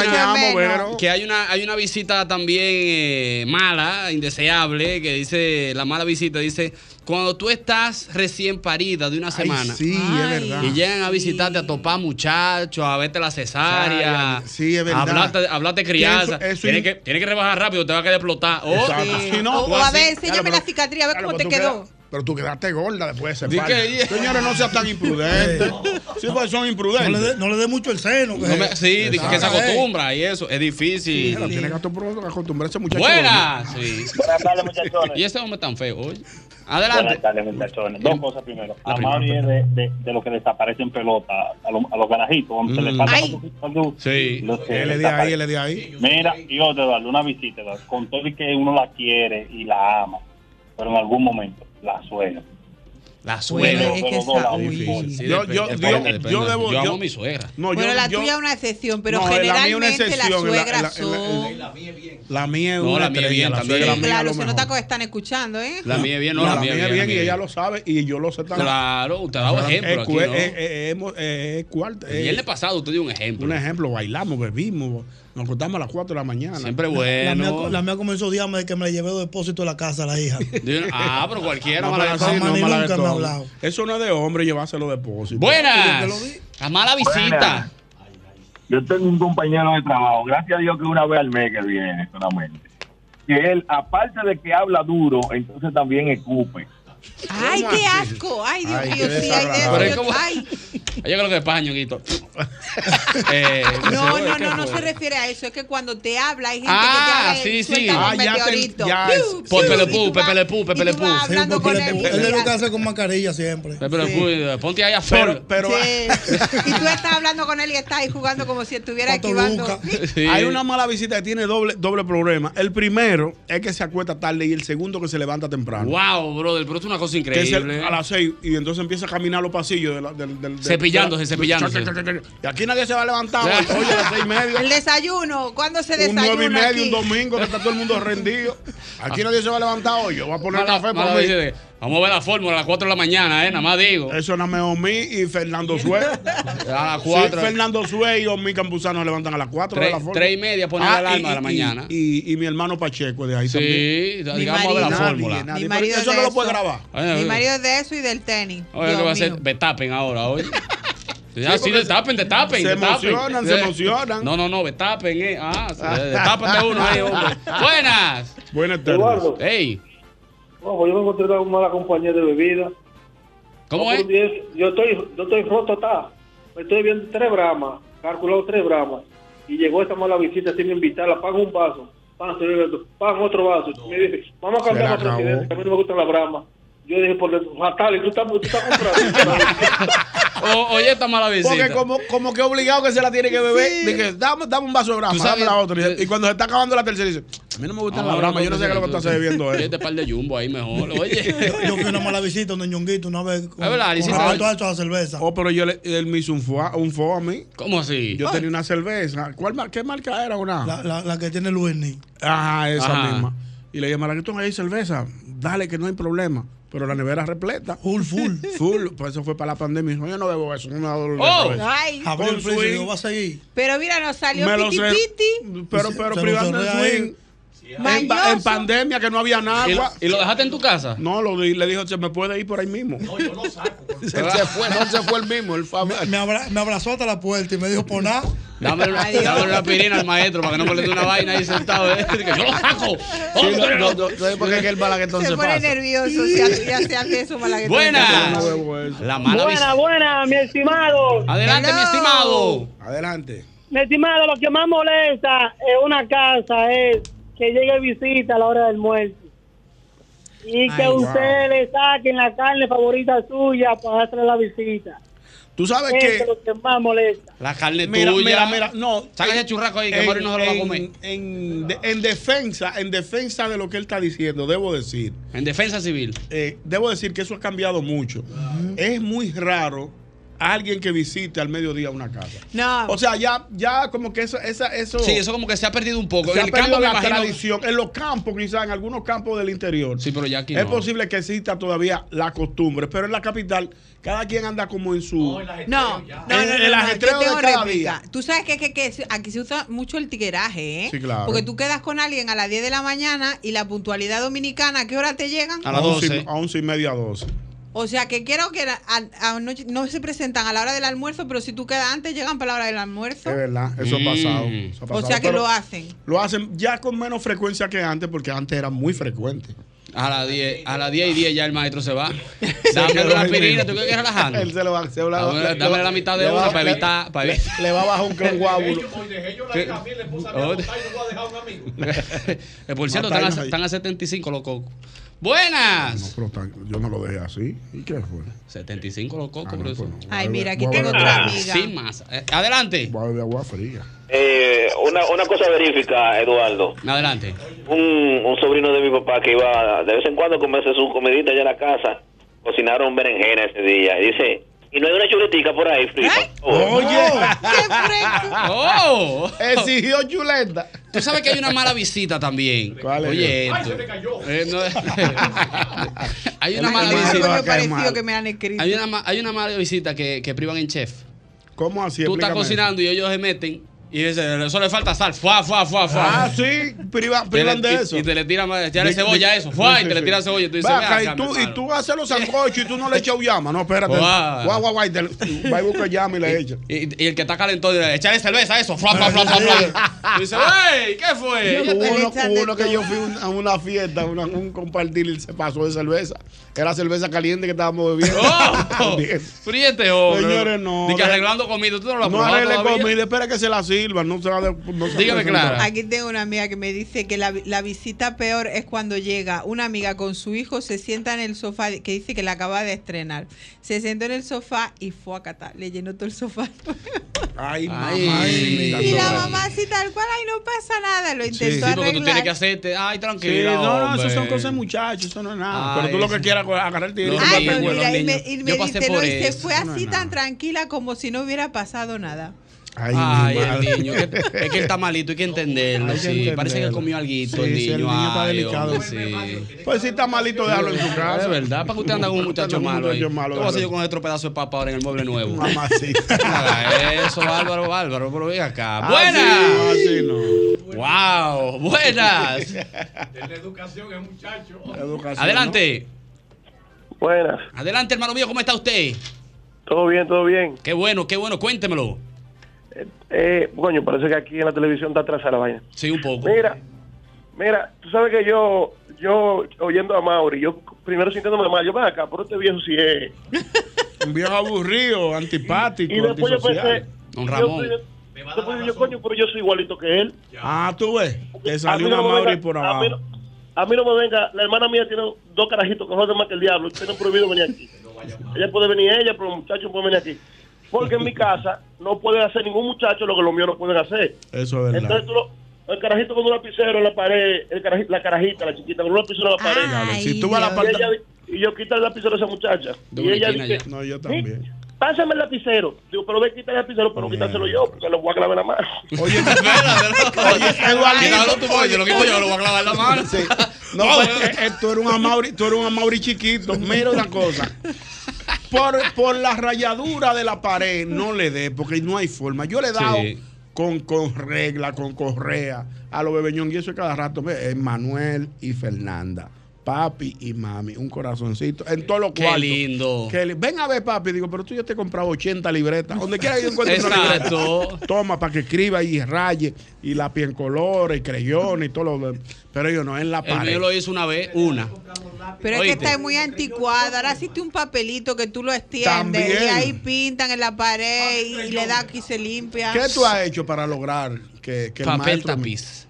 [SPEAKER 4] Vero.
[SPEAKER 6] extrañamos, Vero.
[SPEAKER 2] que hay una, hay una visita también eh, mala, indeseable, que dice, la mala visita dice, cuando tú estás recién parida de una
[SPEAKER 6] Ay,
[SPEAKER 2] semana
[SPEAKER 6] Sí, es
[SPEAKER 4] Ay.
[SPEAKER 6] verdad.
[SPEAKER 2] y llegan a visitarte, a topar muchachos, a verte la cesárea,
[SPEAKER 6] Ay, sí, es verdad.
[SPEAKER 2] a hablarte, a hablarte crianza,
[SPEAKER 6] Que eso- eso
[SPEAKER 2] tienes,
[SPEAKER 6] in-
[SPEAKER 2] que, tienes que rebajar rápido, te va a quedar explotar. Oh,
[SPEAKER 6] Exacto.
[SPEAKER 4] Sí.
[SPEAKER 6] Si no,
[SPEAKER 4] O-
[SPEAKER 6] tú
[SPEAKER 4] o a
[SPEAKER 6] así,
[SPEAKER 4] ver, enséñame
[SPEAKER 6] pero-
[SPEAKER 4] la cicatriz, a ver cómo
[SPEAKER 6] pero
[SPEAKER 4] te
[SPEAKER 6] tú
[SPEAKER 4] quedó.
[SPEAKER 6] queda- [laughs] pero tú quedaste gorda después de
[SPEAKER 2] Di
[SPEAKER 6] ese
[SPEAKER 2] que-
[SPEAKER 6] party. Señores, no seas tan imprudentes. sí, pues son
[SPEAKER 7] No le
[SPEAKER 6] imprudentes.
[SPEAKER 7] dé- No le dé mucho el seno. que-
[SPEAKER 2] no me- sí, di que se
[SPEAKER 7] Exacto.
[SPEAKER 2] acostumbra y eso, es difícil.
[SPEAKER 6] Mira, Tienes que acostumbrarse muchachos.
[SPEAKER 2] Buenas. Sí.
[SPEAKER 9] Buenas tardes, muchachones.
[SPEAKER 2] Y ese hombre tan feo hoy.
[SPEAKER 9] Buenas
[SPEAKER 2] Adelante.
[SPEAKER 9] tardes, muchachones. Dos cosas primero.
[SPEAKER 2] La
[SPEAKER 9] A Mauri es de, de, de lo que desaparece en pelota, a, lo- a los garajitos, donde
[SPEAKER 2] Mm.
[SPEAKER 9] le falta
[SPEAKER 4] Ay.
[SPEAKER 9] salud.
[SPEAKER 2] Sí.
[SPEAKER 9] Los que
[SPEAKER 6] Él le di ahí, él le di ahí.
[SPEAKER 9] Mira, yo te darle una visita, Eduardo, con todo y que uno la quiere y la ama, pero en algún momento la suegra.
[SPEAKER 2] La
[SPEAKER 4] Bueno,
[SPEAKER 2] suegra.
[SPEAKER 4] es
[SPEAKER 9] pero
[SPEAKER 4] que
[SPEAKER 9] no la
[SPEAKER 4] esa-
[SPEAKER 9] uso.
[SPEAKER 4] uy.
[SPEAKER 9] Difícil.
[SPEAKER 2] Sí,
[SPEAKER 6] Yo-
[SPEAKER 2] depende,
[SPEAKER 6] yo-
[SPEAKER 2] depende,
[SPEAKER 6] yo-
[SPEAKER 2] depende.
[SPEAKER 6] yo debo-
[SPEAKER 2] amo
[SPEAKER 6] yo-
[SPEAKER 2] a mi suegra.
[SPEAKER 6] No,
[SPEAKER 4] Bueno,
[SPEAKER 6] yo-
[SPEAKER 4] la
[SPEAKER 6] yo-
[SPEAKER 4] tuya es una excepción, pero
[SPEAKER 6] No, la mía es una
[SPEAKER 4] generalmente las
[SPEAKER 6] excepción, la- la-
[SPEAKER 4] suegras
[SPEAKER 6] la-
[SPEAKER 4] son...
[SPEAKER 6] la- La mía es
[SPEAKER 2] No,
[SPEAKER 6] una
[SPEAKER 2] la mía
[SPEAKER 6] estrella,
[SPEAKER 2] bien,
[SPEAKER 6] la
[SPEAKER 2] también.
[SPEAKER 6] suegra
[SPEAKER 2] Sí,
[SPEAKER 6] mía es
[SPEAKER 4] claro,
[SPEAKER 6] lo
[SPEAKER 4] si no
[SPEAKER 6] mejor.
[SPEAKER 4] tacos están escuchando, ¿eh?
[SPEAKER 2] La mía bien, no,
[SPEAKER 6] No,
[SPEAKER 2] la, mía bien. la
[SPEAKER 6] y
[SPEAKER 2] mía
[SPEAKER 6] ella
[SPEAKER 2] bien.
[SPEAKER 6] lo sabe y yo lo sé también.
[SPEAKER 2] Claro, usted ha dado ejemplo
[SPEAKER 6] Es
[SPEAKER 2] aquí,
[SPEAKER 6] cu-
[SPEAKER 2] ¿no?
[SPEAKER 6] es- es- hemos- eh, es cuarta-
[SPEAKER 2] El
[SPEAKER 6] eh,
[SPEAKER 2] viernes pasado usted dio un ejemplo.
[SPEAKER 6] Un ejemplo, bailamos, bebimos, nos contamos a las 4 de la mañana.
[SPEAKER 2] Siempre
[SPEAKER 7] La mía,
[SPEAKER 2] bueno.
[SPEAKER 7] la mía comenzó odiarme de que me la llevé de depósito de la casa a la hija.
[SPEAKER 2] Yo- Ah,
[SPEAKER 6] [laughs]
[SPEAKER 2] pero cualquiera.
[SPEAKER 6] No,
[SPEAKER 2] mala
[SPEAKER 6] para
[SPEAKER 2] vecina.
[SPEAKER 6] decir, no,
[SPEAKER 7] Mamá, ni
[SPEAKER 6] mala
[SPEAKER 7] nunca
[SPEAKER 6] de
[SPEAKER 7] me ha
[SPEAKER 6] todo.
[SPEAKER 7] hablado.
[SPEAKER 6] Eso no es de hombre llevárselo de depósito.
[SPEAKER 2] Buenas. La mala visita.
[SPEAKER 9] Yo tengo un compañero de trabajo, gracias a Dios que una vez al mes que viene solamente. Que él, aparte de que habla duro, entonces también escupe.
[SPEAKER 4] ¡Ay,
[SPEAKER 6] ¿Cómo
[SPEAKER 4] qué
[SPEAKER 6] así?
[SPEAKER 4] asco! ¡Ay, Dios
[SPEAKER 6] Ay,
[SPEAKER 4] mío!
[SPEAKER 6] qué
[SPEAKER 4] Sí, hay de eso.
[SPEAKER 2] Pero es
[SPEAKER 4] Yo-
[SPEAKER 2] como-
[SPEAKER 6] [laughs]
[SPEAKER 4] ay.
[SPEAKER 2] Yo creo que es paño, Guito. Eh,
[SPEAKER 4] No,
[SPEAKER 2] se-
[SPEAKER 4] no,
[SPEAKER 2] ¿qué
[SPEAKER 4] no, no
[SPEAKER 2] fue?
[SPEAKER 4] se refiere a eso. Es que cuando te habla hay gente
[SPEAKER 2] Ah,
[SPEAKER 4] que te habla
[SPEAKER 2] sí,
[SPEAKER 4] y
[SPEAKER 2] sí.
[SPEAKER 4] suelta como
[SPEAKER 2] Ah,
[SPEAKER 6] ya te-
[SPEAKER 4] meteorito.
[SPEAKER 6] ya
[SPEAKER 4] Piu,
[SPEAKER 6] es-
[SPEAKER 4] piu,
[SPEAKER 2] Por
[SPEAKER 4] y
[SPEAKER 2] Pelepú,
[SPEAKER 4] tú vas-
[SPEAKER 2] Pelepú,
[SPEAKER 4] y tú vas
[SPEAKER 2] Pelepú. Sí,
[SPEAKER 4] hablando con él.
[SPEAKER 7] él
[SPEAKER 4] [laughs]
[SPEAKER 7] es lo que hace con mascarilla siempre.
[SPEAKER 2] Pero, pero,
[SPEAKER 4] Sí.
[SPEAKER 2] cuida, ponte ahí a
[SPEAKER 6] Pero,
[SPEAKER 2] full.
[SPEAKER 6] pero
[SPEAKER 4] Sí. Y tú estás hablando con él y estás ahí jugando como si estuviera
[SPEAKER 7] Pato
[SPEAKER 4] esquivando.
[SPEAKER 7] Luca.
[SPEAKER 2] Sí.
[SPEAKER 6] hay una mala visita que tiene doble, doble problema. El primero es que se acuesta tarde y el segundo que se levanta temprano.
[SPEAKER 2] Wow, brother, pero es una cosa
[SPEAKER 6] Que es el-
[SPEAKER 2] increíble. ¿eh?
[SPEAKER 6] a las 6 y entonces empieza a caminar los pasillos de la- del, del- del-
[SPEAKER 2] Cepillándose,
[SPEAKER 6] de la-
[SPEAKER 2] cepillándose.
[SPEAKER 6] Y aquí nadie se va a
[SPEAKER 2] [laughs]
[SPEAKER 6] levantar hoy, hoy a las seis y media.
[SPEAKER 4] El desayuno, ¿cuándo se
[SPEAKER 6] Un
[SPEAKER 4] desayuna?
[SPEAKER 6] nueve y medio,
[SPEAKER 4] aquí?
[SPEAKER 6] un domingo, que está todo el mundo rendido. Aquí nadie se va a levantar hoy. Yo voy a poner
[SPEAKER 2] Ah. Mala-
[SPEAKER 6] café
[SPEAKER 2] mala
[SPEAKER 6] para mí.
[SPEAKER 2] visita. Vamos a ver la fórmula a las 4 de la mañana, ¿eh? Nada más digo.
[SPEAKER 6] Eso nada más Omi y Fernando Sue.
[SPEAKER 2] A las 4.
[SPEAKER 6] Fernando Sue y Omi Campuzano se levantan a las 4 de
[SPEAKER 2] Tres-
[SPEAKER 6] la forma.
[SPEAKER 2] tres y media ponen la alarma de la mañana.
[SPEAKER 6] Ah, Y, y mi hermano Pacheco de ahí
[SPEAKER 2] Sí,
[SPEAKER 6] también.
[SPEAKER 2] digamos, a ver la fórmula.
[SPEAKER 6] Nadie,
[SPEAKER 4] Mi
[SPEAKER 6] pero
[SPEAKER 4] marido
[SPEAKER 6] eso
[SPEAKER 4] de
[SPEAKER 6] no lo
[SPEAKER 4] eso.
[SPEAKER 6] puede grabar.
[SPEAKER 2] Oye,
[SPEAKER 4] Mi
[SPEAKER 2] oye.
[SPEAKER 4] marido es de eso y del tenis.
[SPEAKER 2] Oye, lo que va
[SPEAKER 4] Dios
[SPEAKER 2] a hacer,
[SPEAKER 4] mío.
[SPEAKER 2] destapen ahora,
[SPEAKER 4] [laughs]
[SPEAKER 2] oye. Ya,
[SPEAKER 4] Sí,
[SPEAKER 2] sí,
[SPEAKER 4] porque
[SPEAKER 2] destapen, destapen.
[SPEAKER 6] se
[SPEAKER 2] destapen.
[SPEAKER 6] emocionan, se
[SPEAKER 2] Eh,
[SPEAKER 6] emocionan.
[SPEAKER 2] No, no, no, destapen, eh. Ah, sí, eh, destápate uno ahí,
[SPEAKER 6] [laughs]
[SPEAKER 2] hombre. Buenas.
[SPEAKER 6] Buenas
[SPEAKER 12] tardes. Eduardo.
[SPEAKER 2] Ey,
[SPEAKER 12] Ojo, pues yo me encontré una mala compañía de bebida. pues,
[SPEAKER 2] ¿Cómo
[SPEAKER 12] es? Yo estoy, yo estoy roto, está. Me estoy viendo tres bramas, calculado tres bramas. Y llegó esa mala visita sin invitarla, paga un vaso, pan, se bebe otro, pan otro vaso. Me dice, vamos a
[SPEAKER 6] Se
[SPEAKER 12] cambiar
[SPEAKER 6] la
[SPEAKER 12] la
[SPEAKER 6] acabó.
[SPEAKER 12] presidencia, a mí no me gustan las bramas. Yo dije, por Natalia, tú estás, tú estás comprando.
[SPEAKER 2] oye, esta mala
[SPEAKER 6] Porque como, como que obligado que se la tiene que beber.
[SPEAKER 2] Sí.
[SPEAKER 6] Dije, dame, dame un vaso de brama,
[SPEAKER 2] Tú sabes- eh, Ah,
[SPEAKER 6] dame la otra. Y- Y cuando se está acabando la tercera, dice, a mí no me gusta la brama, yo no sé qué es lo que tú estás bebiendo. eh.
[SPEAKER 2] Este par de jumbo ahí mejor, oye.
[SPEAKER 6] [laughs]
[SPEAKER 7] Yo, yo fui a una mala visita donde Ñonguito una vez. Con,
[SPEAKER 6] Es verdad, le
[SPEAKER 7] con
[SPEAKER 6] hiciste-
[SPEAKER 7] respecto a eso, a la cerveza.
[SPEAKER 6] Oh, pero yo le- él me hizo un fo, un fo a mí.
[SPEAKER 2] ¿Cómo así?
[SPEAKER 6] Yo tenía una cerveza. ¿Cuál, mar- ¿Qué marca era una?
[SPEAKER 7] La, la- la que tiene Luisni.
[SPEAKER 6] Ajá, esa
[SPEAKER 7] Ajá.
[SPEAKER 6] misma. Y le dije, Malaguitón, hay cerveza. Dale, que no hay problema. Pero la nevera repleta.
[SPEAKER 7] Full, full.
[SPEAKER 6] [laughs] Full. Pues eso fue para la pandemia. Y dijo, yo no bebo eso, no me da dolor de
[SPEAKER 4] Oh.
[SPEAKER 6] cabeza.
[SPEAKER 4] Ay.
[SPEAKER 7] Abrió el
[SPEAKER 6] Con
[SPEAKER 7] freezer y digo,
[SPEAKER 6] swing.
[SPEAKER 7] va a seguir.
[SPEAKER 4] Pero mira, nos salió
[SPEAKER 6] Me lo
[SPEAKER 4] piti
[SPEAKER 6] cer-
[SPEAKER 4] piti.
[SPEAKER 6] Pero, pero privando el swing. En, pa- en pandemia que no había nada.
[SPEAKER 2] ¿Y lo- y lo dejaste en tu casa?
[SPEAKER 6] No, lo di- le dijo, se me puede ir por ahí mismo. No, yo lo saco. se,
[SPEAKER 2] favor.
[SPEAKER 6] se fue, no se fue el mismo, el favor.
[SPEAKER 7] Me, abra- me abrazó hasta la puerta y me dijo, por nada.
[SPEAKER 2] Dame una, dame una pirina al maestro para que no le dé una vaina ahí sentado. ¿eh? Que yo lo saco. Hombre,
[SPEAKER 6] no, no, no sé por qué que el malaguetón
[SPEAKER 4] Se
[SPEAKER 6] se
[SPEAKER 4] pone
[SPEAKER 6] pasa.
[SPEAKER 4] nervioso. si hace- Ya se hace eso, malaguetón.
[SPEAKER 2] Buenas. La mala
[SPEAKER 3] Buena,
[SPEAKER 2] visita.
[SPEAKER 3] buena, mi estimado.
[SPEAKER 2] Adelante, mi estimado.
[SPEAKER 6] Adelante.
[SPEAKER 3] Mi estimado, lo que más molesta en una casa es que llegue visita a la hora del muerto. Y que
[SPEAKER 6] Ay, wow.
[SPEAKER 3] usted le saquen la carne favorita suya para hacerle la visita.
[SPEAKER 6] Tú sabes
[SPEAKER 3] Eso
[SPEAKER 6] que-
[SPEAKER 3] es lo que más molesta.
[SPEAKER 2] La carne
[SPEAKER 6] Mira,
[SPEAKER 2] tuya.
[SPEAKER 6] mira, mira, no.
[SPEAKER 2] Saca ese
[SPEAKER 6] en-
[SPEAKER 2] churrasco ahí que Mario no se lo va a comer.
[SPEAKER 6] En, de- en defensa, en defensa de lo que él está diciendo, debo decir. Eh,
[SPEAKER 2] En defensa civil.
[SPEAKER 6] debo decir que eso ha cambiado mucho. Es muy raro alguien que visite al mediodía una casa.
[SPEAKER 4] No.
[SPEAKER 6] O sea, ya, ya como que eso, esa, eso.
[SPEAKER 2] Sí, eso como que se ha perdido un poco.
[SPEAKER 6] Se
[SPEAKER 2] en
[SPEAKER 6] ha
[SPEAKER 2] el
[SPEAKER 6] perdido
[SPEAKER 2] campo me
[SPEAKER 6] la
[SPEAKER 2] imagino.
[SPEAKER 6] tradición. En los campos, quizás, en algunos campos del interior.
[SPEAKER 2] Sí, pero ya aquí
[SPEAKER 6] es
[SPEAKER 2] no.
[SPEAKER 6] posible que exista todavía la costumbre, pero en la capital cada quien anda como en su...
[SPEAKER 4] No, no, no,
[SPEAKER 6] El-
[SPEAKER 4] no,
[SPEAKER 6] el
[SPEAKER 4] no,
[SPEAKER 6] ajetreo
[SPEAKER 4] yo tengo
[SPEAKER 6] de cada
[SPEAKER 4] réplica.
[SPEAKER 6] día.
[SPEAKER 4] Tú sabes que, que- que aquí se usa mucho el tigueraje, ¿eh?
[SPEAKER 6] Sí, claro.
[SPEAKER 4] Porque tú quedas con alguien a las 10 de la mañana y la puntualidad dominicana, ¿a qué hora te llegan?
[SPEAKER 6] A las 11, y- a 11 y media, 12.
[SPEAKER 4] O sea, que quiero que la- a- a- no, no se presentan a la hora del almuerzo, pero si tú quedas antes, llegan para la hora del almuerzo.
[SPEAKER 6] Es verdad, eso ha
[SPEAKER 2] Mm.
[SPEAKER 6] pasado. eso ha
[SPEAKER 4] O
[SPEAKER 6] pasado,
[SPEAKER 4] sea, que
[SPEAKER 6] pero
[SPEAKER 4] lo hacen.
[SPEAKER 6] Lo hacen ya con menos frecuencia que antes, porque antes era muy frecuente.
[SPEAKER 2] A las 10, a las 10 y 10 ya el maestro se va. Dame
[SPEAKER 6] quedó
[SPEAKER 2] una
[SPEAKER 6] ahí
[SPEAKER 2] pirina,
[SPEAKER 6] mismo.
[SPEAKER 2] tú crees que relajando.
[SPEAKER 6] Él se lo va, se lo va-
[SPEAKER 2] Dame-
[SPEAKER 6] le- le
[SPEAKER 2] dame
[SPEAKER 6] va-
[SPEAKER 2] la mitad de
[SPEAKER 6] le va-
[SPEAKER 2] hora para
[SPEAKER 6] le-
[SPEAKER 2] evitar- para
[SPEAKER 6] le,
[SPEAKER 2] evitar.
[SPEAKER 6] le va a bajar un
[SPEAKER 2] [laughs]
[SPEAKER 6] coágulo.
[SPEAKER 2] [laughs] Eh, Por cierto, están a,
[SPEAKER 6] Matarnos ahí.
[SPEAKER 2] están a 75 los cocos. Buenas.
[SPEAKER 6] Pero tan- yo no lo dejé así. ¿Y qué fue? Ah, pues
[SPEAKER 2] 75 los cocos, por eso.
[SPEAKER 4] Ay, mira, aquí
[SPEAKER 6] voy a
[SPEAKER 4] tengo
[SPEAKER 6] beber
[SPEAKER 4] otra
[SPEAKER 6] agua.
[SPEAKER 4] amiga.
[SPEAKER 2] Sin más. Eh, Adelante.
[SPEAKER 6] Voy a beber agua fría.
[SPEAKER 12] Eh, una, una cosa verifica, Eduardo.
[SPEAKER 2] Adelante.
[SPEAKER 12] Un, un sobrino de mi papá que iba de vez en cuando a comerse su comidita allá en la casa, cocinaron berenjena ese día. Y dice, ¿y no hay una chuletica por ahí, primo?
[SPEAKER 6] Oye,
[SPEAKER 2] [laughs] ¡Oh!
[SPEAKER 6] exigió chuleta.
[SPEAKER 2] Tú sabes que hay una mala visita también.
[SPEAKER 6] es?
[SPEAKER 2] Oye,
[SPEAKER 6] Ay,
[SPEAKER 2] esto.
[SPEAKER 6] se me cayó.
[SPEAKER 2] Eh,
[SPEAKER 6] [laughs]
[SPEAKER 2] no- hay una
[SPEAKER 4] Ay,
[SPEAKER 2] mala
[SPEAKER 4] mira, algo
[SPEAKER 2] visita.
[SPEAKER 4] me pareció que me han escrito.
[SPEAKER 2] Hay una, ma- hay una mala visita que, que privan en chef.
[SPEAKER 6] ¿Cómo así?
[SPEAKER 2] Tú estás
[SPEAKER 6] Explícame
[SPEAKER 2] cocinando y ellos se meten y dicen, eso le falta sal. Fuá, fuá, fuá,
[SPEAKER 6] eso.
[SPEAKER 2] fuá.
[SPEAKER 6] Ah, sí, privan,
[SPEAKER 2] Te le-
[SPEAKER 6] privan de
[SPEAKER 2] y-
[SPEAKER 6] eso.
[SPEAKER 2] Y te le tiran más- tírale
[SPEAKER 6] Di-
[SPEAKER 2] cebolla a
[SPEAKER 6] di-
[SPEAKER 2] eso. Fuá, y
[SPEAKER 6] sí,
[SPEAKER 2] te le
[SPEAKER 6] sí.
[SPEAKER 2] tiran cebolla. Y tú dices,
[SPEAKER 6] Ve
[SPEAKER 2] "Ven
[SPEAKER 6] acá,
[SPEAKER 2] acá,
[SPEAKER 6] y,
[SPEAKER 2] mi
[SPEAKER 6] tú, y
[SPEAKER 2] hermano".
[SPEAKER 6] tú haces los sancochos y tú no le echas llama. No, espérate.
[SPEAKER 2] Guau.
[SPEAKER 6] Guau, guau, guau. y te- Va y busca llama y le echa.
[SPEAKER 2] Y, y el que está calentado, dice, echarle cerveza a eso. Fuá, fuá, fuá, fuá,
[SPEAKER 6] [laughs]
[SPEAKER 2] fuá. Y dice, ¡Ey! ¿Qué fue?
[SPEAKER 6] Hubo
[SPEAKER 2] Ya te-
[SPEAKER 6] uno, hubo uno que yo fui un- a una fiesta, una- un compartir y se pasó de cerveza. Era cerveza caliente que estábamos bebiendo. [laughs]
[SPEAKER 2] ¡Oh! Pero y este hombre.
[SPEAKER 6] Señores, no.
[SPEAKER 2] Di que arreglando comida, tú no lo has
[SPEAKER 6] No
[SPEAKER 2] probado
[SPEAKER 6] arregle
[SPEAKER 2] todavía?
[SPEAKER 6] comida, espera que se la sirvan. No se va de, no se
[SPEAKER 2] Dígame,
[SPEAKER 6] va a
[SPEAKER 2] Clara.
[SPEAKER 4] Aquí tengo una amiga que me dice que la, la visita peor es cuando llega una amiga con su hijo, se sienta en el sofá, que dice que la acaba de estrenar. Se sentó en el sofá y fue a catar, le llenó todo el sofá.
[SPEAKER 6] Ay, mamá.
[SPEAKER 2] Ay,
[SPEAKER 6] Ay,
[SPEAKER 4] y
[SPEAKER 6] mi
[SPEAKER 4] la
[SPEAKER 6] amor.
[SPEAKER 4] mamá así tal cual, ay, no pasa nada, lo
[SPEAKER 2] Sí, sí,
[SPEAKER 4] intentó
[SPEAKER 2] porque tú tienes
[SPEAKER 4] arreglar.
[SPEAKER 2] que hacerte. Ay,
[SPEAKER 6] Sí,
[SPEAKER 2] tranquilo.
[SPEAKER 6] no, no, eso son
[SPEAKER 2] hombre.
[SPEAKER 6] cosas de muchachos, eso no es nada.
[SPEAKER 2] Ay,
[SPEAKER 6] Pero tú lo que
[SPEAKER 2] sí.
[SPEAKER 6] quieras pues, agarrar el dinero
[SPEAKER 2] Los
[SPEAKER 6] y
[SPEAKER 4] Ay,
[SPEAKER 6] te
[SPEAKER 4] pero
[SPEAKER 2] niños,
[SPEAKER 6] devuelves.
[SPEAKER 4] mira,
[SPEAKER 2] los
[SPEAKER 4] y me,
[SPEAKER 2] niños.
[SPEAKER 4] y me
[SPEAKER 2] Yo pasé
[SPEAKER 4] dice, no,
[SPEAKER 2] por
[SPEAKER 4] y se
[SPEAKER 2] eso.
[SPEAKER 4] fue
[SPEAKER 6] No
[SPEAKER 4] así
[SPEAKER 6] es nada.
[SPEAKER 4] tan tranquila como si no hubiera pasado nada.
[SPEAKER 6] Ay,
[SPEAKER 2] Ay,
[SPEAKER 6] mi
[SPEAKER 2] el
[SPEAKER 6] madre.
[SPEAKER 2] niño. que- es que él está malito, hay que entenderlo.
[SPEAKER 6] Hay que
[SPEAKER 2] sí. Parece que
[SPEAKER 6] entenderlo.
[SPEAKER 2] comió alguito
[SPEAKER 6] Sí,
[SPEAKER 2] el niño.
[SPEAKER 6] sí, el niño está
[SPEAKER 2] Ay,
[SPEAKER 6] delicado.
[SPEAKER 2] hombre, sí.
[SPEAKER 6] Pues si está malito, déjalo en su casa.
[SPEAKER 2] Es verdad, para que usted anda con un muchacho malo. ahí. ¿Qué voy a hacer yo con otro pedazo de papa ahora en el mueble nuevo?
[SPEAKER 6] [laughs]
[SPEAKER 2] [laughs] Nada, eso, Álvaro, Álvaro, pero ven acá.
[SPEAKER 6] Ah,
[SPEAKER 2] ¡Buenas!
[SPEAKER 6] sí,
[SPEAKER 2] ¡Wow! ¡Buenas!
[SPEAKER 6] Educación,
[SPEAKER 2] Adelante.
[SPEAKER 9] Buenas.
[SPEAKER 2] Adelante, hermano mío, ¿cómo está usted?
[SPEAKER 9] Todo bien, todo bien.
[SPEAKER 2] Qué bueno, qué bueno, cuéntemelo.
[SPEAKER 9] Eh, coño, parece que aquí en la televisión está atrasada la vaina.
[SPEAKER 2] Sí, un poco.
[SPEAKER 9] [laughs] Mira, mira, tú sabes que yo, yo oyendo a Mauri, yo primero sintiéndome mal, yo ven acá, pero este viejo sí es.
[SPEAKER 6] Un viejo aburrido, antipático,
[SPEAKER 9] Y después yo
[SPEAKER 6] antisocial.
[SPEAKER 9] pensé, yo soy- después yo, coño, pero yo soy igualito que él.
[SPEAKER 6] Ah, tú ves, te salió
[SPEAKER 9] mí no
[SPEAKER 6] una
[SPEAKER 9] me
[SPEAKER 6] Mauri
[SPEAKER 9] venga-
[SPEAKER 6] por
[SPEAKER 9] a
[SPEAKER 6] abajo.
[SPEAKER 9] mí no- A mí no me venga, la hermana mía tiene dos carajitos que joden más que el diablo, tienen prohibido venir aquí. Ella puede venir ella, pero los muchachos no pueden venir aquí. Porque en mi casa no pueden hacer ningún muchacho lo que los míos no pueden hacer.
[SPEAKER 6] Eso es verdad.
[SPEAKER 9] Entonces tú lo- el carajito con un lapicero en la pared, el caraji- la carajita, la chiquita, con un lapicero en la pared.
[SPEAKER 6] Ay, Si tú vas a la
[SPEAKER 9] y,
[SPEAKER 6] parte-
[SPEAKER 9] ella di- y yo quito el lapicero a esa muchacha. Y ella dice,
[SPEAKER 6] No, yo también.
[SPEAKER 9] pásame el lapicero. Digo, pero ve, quita el lapicero, pero quítaselo yo, porque lo voy a clavar en la mano.
[SPEAKER 6] Oye,
[SPEAKER 2] Oye, Quítalo tú, oye, lo quito yo, lo voy a clavar en la mano.
[SPEAKER 6] Sí. No, pues, eh, eh, tú eres un Amauri, tú eres un Amauri chiquito. Mira una cosa. Por, por la rayadura de la pared, no le dé, porque no hay forma. Yo le he dado
[SPEAKER 2] Sí.
[SPEAKER 6] con, con regla, con correa, a los bebeñón y eso es cada rato. Ve, Es Manuel y Fernanda. Papi y mami, un corazoncito en todos los
[SPEAKER 2] Qué
[SPEAKER 6] cuartos.
[SPEAKER 2] lindo.
[SPEAKER 6] Qué li- Ven a ver, papi. Digo, pero tú ya te he comprado 80 libretas. Donde quiera que yo encuentre una
[SPEAKER 2] Exacto.
[SPEAKER 6] libreta. Toma, para que escriba y raye, y lápiz en colores, y creyones y todo lo Pero yo no, en la
[SPEAKER 2] El
[SPEAKER 6] pared.
[SPEAKER 2] mío lo hizo una vez, una.
[SPEAKER 4] Pero es que
[SPEAKER 6] Oíste.
[SPEAKER 4] está muy anticuado. Ahora existe un papelito que tú lo extiendes
[SPEAKER 6] También.
[SPEAKER 4] y ahí pintan en la pared y, y le da aquí y se limpia.
[SPEAKER 6] ¿Qué tú has hecho para lograr que, que
[SPEAKER 2] Papel
[SPEAKER 6] tapiz.